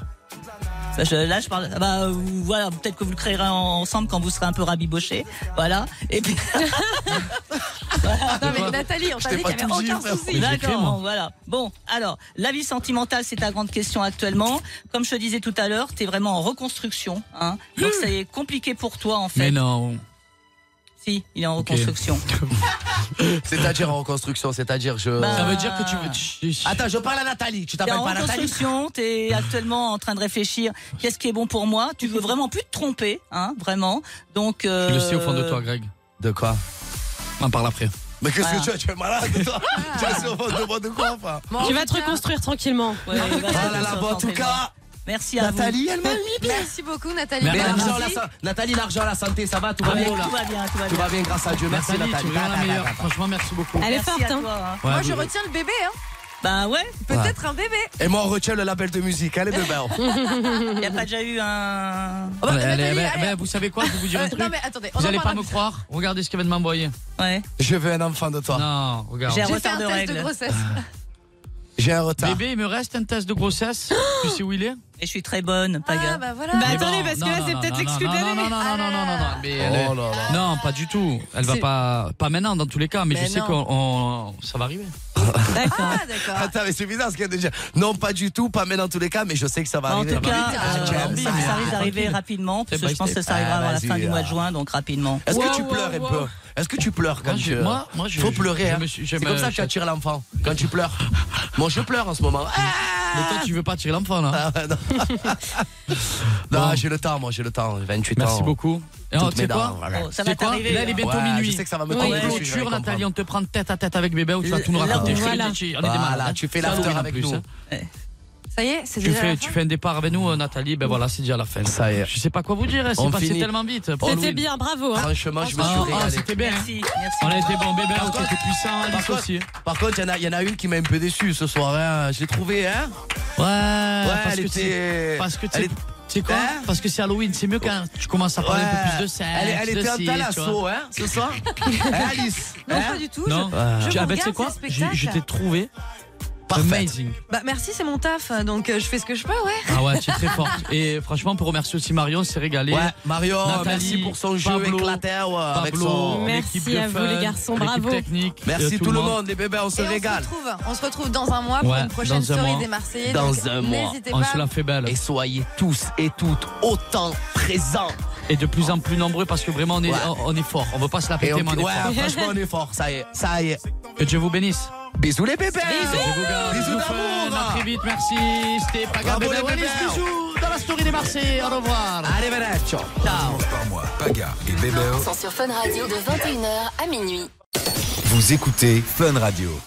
Speaker 19: Bah, je- Là, je parle. ah Bah, euh, voilà, peut-être que vous le créerez en- ensemble quand vous serez un peu rabiboché. Voilà. Et puis.
Speaker 2: Non, mais Nathalie, on
Speaker 19: Je
Speaker 2: t'a
Speaker 19: t'ai
Speaker 2: dit
Speaker 19: pas
Speaker 2: qu'il n'y avait
Speaker 19: tout dit,
Speaker 2: aucun
Speaker 19: frère.
Speaker 2: souci.
Speaker 19: D'accord, bon, voilà. Bon, alors, la vie sentimentale, c'est ta grande question actuellement. Comme je te disais tout à l'heure, t'es vraiment en reconstruction. Hein. Donc, c'est compliqué pour toi, en fait.
Speaker 20: Mais non.
Speaker 19: Si, il est en reconstruction.
Speaker 6: C'est-à-dire en reconstruction, c'est-à-dire je.
Speaker 19: Bah- Ça veut
Speaker 20: dire que tu veux-
Speaker 7: euh,
Speaker 6: Attends, je parle à Nathalie. Tu
Speaker 19: T'es
Speaker 6: t'appelles
Speaker 19: en
Speaker 6: pas Nathalie
Speaker 19: reconstruction, t'es actuellement en train de réfléchir qu'est-ce qui est bon pour moi. Tu veux vraiment plus te tromper, hein, vraiment. Donc, euh,
Speaker 20: Je le sais au fond de toi, Greg.
Speaker 6: De quoi
Speaker 20: On en parle après.
Speaker 6: Mais qu'est-ce
Speaker 19: Voilà.
Speaker 6: que tu as Tu es malade, toi Tu es sur de moi de quoi, enfin
Speaker 7: Tu vas te Oh reconstruire tranquillement.
Speaker 19: Ouais, vas-y,
Speaker 6: Ah là là,
Speaker 19: vas-y,
Speaker 6: bon, en tout
Speaker 19: vas-y.
Speaker 6: cas,
Speaker 19: merci à
Speaker 6: Nathalie,
Speaker 19: vous.
Speaker 6: elle m'a mis
Speaker 2: Merci beaucoup, Nathalie.
Speaker 6: Mais
Speaker 2: Merci.
Speaker 6: l'argent, la sa- Nathalie, l'argent, la santé, ça va, tout va
Speaker 19: Ah,
Speaker 6: bien là
Speaker 19: tout va bien, tout va
Speaker 6: Tout
Speaker 19: bien.
Speaker 6: va bien, grâce à Dieu. Merci
Speaker 20: Nathalie,
Speaker 6: Nathalie.
Speaker 20: tu es vraiment la
Speaker 6: Ah,
Speaker 20: meilleure.
Speaker 6: ah, ah, ah.
Speaker 20: Franchement, merci beaucoup.
Speaker 7: Elle est
Speaker 19: Merci
Speaker 7: forte,
Speaker 19: à
Speaker 7: hein.
Speaker 19: toi, hein.
Speaker 2: Moi,
Speaker 6: Ouais,
Speaker 2: je
Speaker 6: vous-
Speaker 2: retiens le bébé, hein.
Speaker 19: Bah ouais.
Speaker 2: Peut-être un bébé.
Speaker 6: Et moi, on retient hein. le label de musique. Allez, bébé.
Speaker 19: Y a pas déjà eu un.
Speaker 2: bah,
Speaker 20: Allez,
Speaker 2: Nathalie,
Speaker 20: allez, ben,
Speaker 2: allez.
Speaker 20: ben, vous savez quoi Je vais vous dire
Speaker 2: Euh,
Speaker 20: un truc.
Speaker 2: non, mais attendez, on
Speaker 20: vous
Speaker 2: en
Speaker 20: allez pas
Speaker 2: parle
Speaker 20: me
Speaker 2: après.
Speaker 20: croire Regardez ce qu'elle vient de m'envoyer.
Speaker 19: Ouais.
Speaker 6: Je veux un enfant de toi.
Speaker 20: Non, regarde. Ah.
Speaker 19: J'ai un
Speaker 2: J'ai fait un
Speaker 19: retard de
Speaker 2: test de
Speaker 19: règles.
Speaker 2: grossesse.
Speaker 6: J'ai un retard.
Speaker 20: Bébé, il me reste un test de grossesse. tu sais où il est
Speaker 19: Et je suis très bonne,
Speaker 2: Ah,
Speaker 19: Paga.
Speaker 2: bah voilà.
Speaker 7: Bah
Speaker 20: Mais
Speaker 7: attendez,
Speaker 20: non,
Speaker 7: parce que
Speaker 20: non,
Speaker 7: là,
Speaker 20: non,
Speaker 7: c'est
Speaker 20: non,
Speaker 7: peut-être
Speaker 20: non,
Speaker 7: l'exclu de
Speaker 20: non, non, non,
Speaker 7: l'année.
Speaker 20: non, non, non, non, non, mais elle est-
Speaker 6: Oh là là.
Speaker 20: Non, pas du tout. Elle va
Speaker 2: C'est-
Speaker 20: pas, pas maintenant, dans tous les cas, mais,
Speaker 2: Mais
Speaker 20: je sais
Speaker 2: non.
Speaker 20: qu'on, on- ça va arriver.
Speaker 19: D'accord.
Speaker 2: Ah, d'accord.
Speaker 6: Attends, mais c'est bizarre ce qu'il y a déjà. Non, pas du tout, pas mais dans tous les cas, mais je sais que ça va
Speaker 19: En
Speaker 2: bah,
Speaker 6: arriver.
Speaker 19: tout cas,
Speaker 6: Ah,
Speaker 19: euh,
Speaker 6: j'aime
Speaker 19: ça, ça risque d'arriver rapidement, parce que je pense que ça arrivera
Speaker 6: Ah,
Speaker 19: avant la
Speaker 6: vas-y,
Speaker 19: fin du mois
Speaker 6: là.
Speaker 19: de juin, donc rapidement.
Speaker 6: Est-ce que
Speaker 20: euh. Wow,
Speaker 6: tu
Speaker 20: wow,
Speaker 6: pleures un
Speaker 20: wow.
Speaker 6: peu Est-ce que tu pleures quand
Speaker 20: Moi,
Speaker 6: tu. euh,
Speaker 20: je- moi- moi, je-
Speaker 6: Faut
Speaker 20: je-
Speaker 6: pleurer,
Speaker 20: je
Speaker 6: hein.
Speaker 20: me suis- je
Speaker 6: C'est
Speaker 20: me-
Speaker 6: comme ça que tu attires l'enfant. Quand tu pleures. Moi, je pleure en ce moment. Ah bah
Speaker 5: Mais toi, tu veux pas tirer l'enfant, là
Speaker 6: Non, j'ai le temps, moi, j'ai le temps. 28 ans.
Speaker 5: Merci beaucoup. Et alors,
Speaker 6: Toutes
Speaker 5: tu sais
Speaker 6: mes
Speaker 5: quoi
Speaker 6: dents, voilà.
Speaker 2: Oh,
Speaker 5: Tu sais quoi Là, il est bientôt
Speaker 6: Ouais,
Speaker 5: minuit.
Speaker 6: Je sais que ça va me
Speaker 5: On
Speaker 6: tomber dessus, je vais
Speaker 5: clôture,
Speaker 6: comprendre.
Speaker 5: Nathalie, on te prend tête à tête avec bébé ou tu vas tout nous
Speaker 6: Là,
Speaker 5: raconter. Je te le
Speaker 6: voilà.
Speaker 5: dis, Chi, on est des
Speaker 6: Voilà,
Speaker 5: malades.
Speaker 6: tu fais
Speaker 5: C'est
Speaker 6: l'after
Speaker 5: Halloween, en
Speaker 6: avec
Speaker 5: plus,
Speaker 6: nous.
Speaker 5: hein.
Speaker 2: Ça y est, c'est
Speaker 5: Tu
Speaker 2: déjà
Speaker 5: fais,
Speaker 2: la
Speaker 5: tu
Speaker 2: fin
Speaker 5: fais un départ avec nous, euh, Nathalie, ben voilà, c'est déjà la fin. Ça y est. Je sais pas quoi vous dire, hein, c'est
Speaker 21: On
Speaker 5: passé
Speaker 21: finit.
Speaker 5: tellement vite.
Speaker 7: C'était bien, bravo. hein.
Speaker 6: Franchement, je me suis
Speaker 5: Ah,
Speaker 6: régalé.
Speaker 5: ah, c'était bien.
Speaker 7: Merci, merci.
Speaker 5: On a été bon, bébé, on était puissant,
Speaker 6: Par
Speaker 5: Alice
Speaker 6: contre-
Speaker 5: aussi.
Speaker 6: Par contre, il y en a- il y, en a une qui m'a un peu déçu ce soir. Hein. Je l'ai trouvée, hein
Speaker 5: Ouais,
Speaker 6: parce
Speaker 5: parce,
Speaker 6: que
Speaker 5: que
Speaker 6: t'es-
Speaker 5: c'est parce que
Speaker 6: elle
Speaker 5: t'es-
Speaker 6: est-
Speaker 5: tu sais quoi
Speaker 6: Hein
Speaker 5: Parce que c'est Halloween, c'est mieux quand tu commences à parler un peu plus de sexe.
Speaker 6: Elle, elle
Speaker 5: de
Speaker 6: était en
Speaker 5: ci, tu
Speaker 6: talasso,
Speaker 5: vois.
Speaker 6: hein, ce soir Hein, Alice
Speaker 2: Non,
Speaker 6: hein
Speaker 2: pas du tout.
Speaker 5: Non,
Speaker 2: je- je,
Speaker 5: Ah. Ah, ben,
Speaker 2: regarde
Speaker 5: tu sais quoi
Speaker 2: ce
Speaker 5: Je
Speaker 2: spectacle.
Speaker 5: je t'ai trouvé amazing.
Speaker 2: Bah, merci, c'est mon taf, donc euh, je fais ce que je peux, ouais.
Speaker 5: Ah ouais, tu es très forte. Et franchement, pour remercier aussi Marion, c'est régalé.
Speaker 6: Ouais, Marion,
Speaker 5: Nathalie,
Speaker 6: merci pour son jeu
Speaker 5: Pablo,
Speaker 6: éclaté, ouais, avec
Speaker 5: Pablo,
Speaker 6: son-
Speaker 5: l'équipe
Speaker 7: Merci
Speaker 5: de
Speaker 7: à vous,
Speaker 5: fun,
Speaker 7: les garçons,
Speaker 5: l'équipe
Speaker 7: bravo.
Speaker 5: technique,
Speaker 6: Merci
Speaker 5: euh,
Speaker 6: tout le monde, les bébés, on se
Speaker 2: Et
Speaker 6: régale.
Speaker 2: On se, retrouve, on se retrouve dans un mois pour
Speaker 6: Ouais,
Speaker 2: une prochaine
Speaker 6: dans un
Speaker 2: story
Speaker 6: mois.
Speaker 2: des Marseillais.
Speaker 6: Dans
Speaker 2: donc
Speaker 6: un mois,
Speaker 2: N'hésitez
Speaker 5: On
Speaker 2: pas.
Speaker 5: se la fait belle.
Speaker 6: Et soyez tous et toutes autant présents.
Speaker 5: Et de plus en plus nombreux parce que vraiment on est,
Speaker 6: Ouais.
Speaker 5: on- on est fort. On veut pas se la
Speaker 6: Et
Speaker 5: péter,
Speaker 6: on,
Speaker 5: mais on est
Speaker 6: ouais,
Speaker 5: fort.
Speaker 6: franchement, on est fort, ça y est, ça y est.
Speaker 5: Que Dieu vous bénisse. Eh ben,
Speaker 6: Bisous les bébés
Speaker 5: Bisous, Bisous d'amour. À très vite, merci. C'était Paga
Speaker 6: Bravo,
Speaker 5: Bébé
Speaker 6: les
Speaker 5: Wallis,
Speaker 6: bébés.
Speaker 5: Bisous dans la story des Marseillais. Au revoir.
Speaker 6: Allez, ciao.
Speaker 5: Ciao.
Speaker 1: Par mois, Paga et Bébé.
Speaker 3: Sont sur Fun Radio de 21h à minuit.
Speaker 1: Vous écoutez Fun Radio.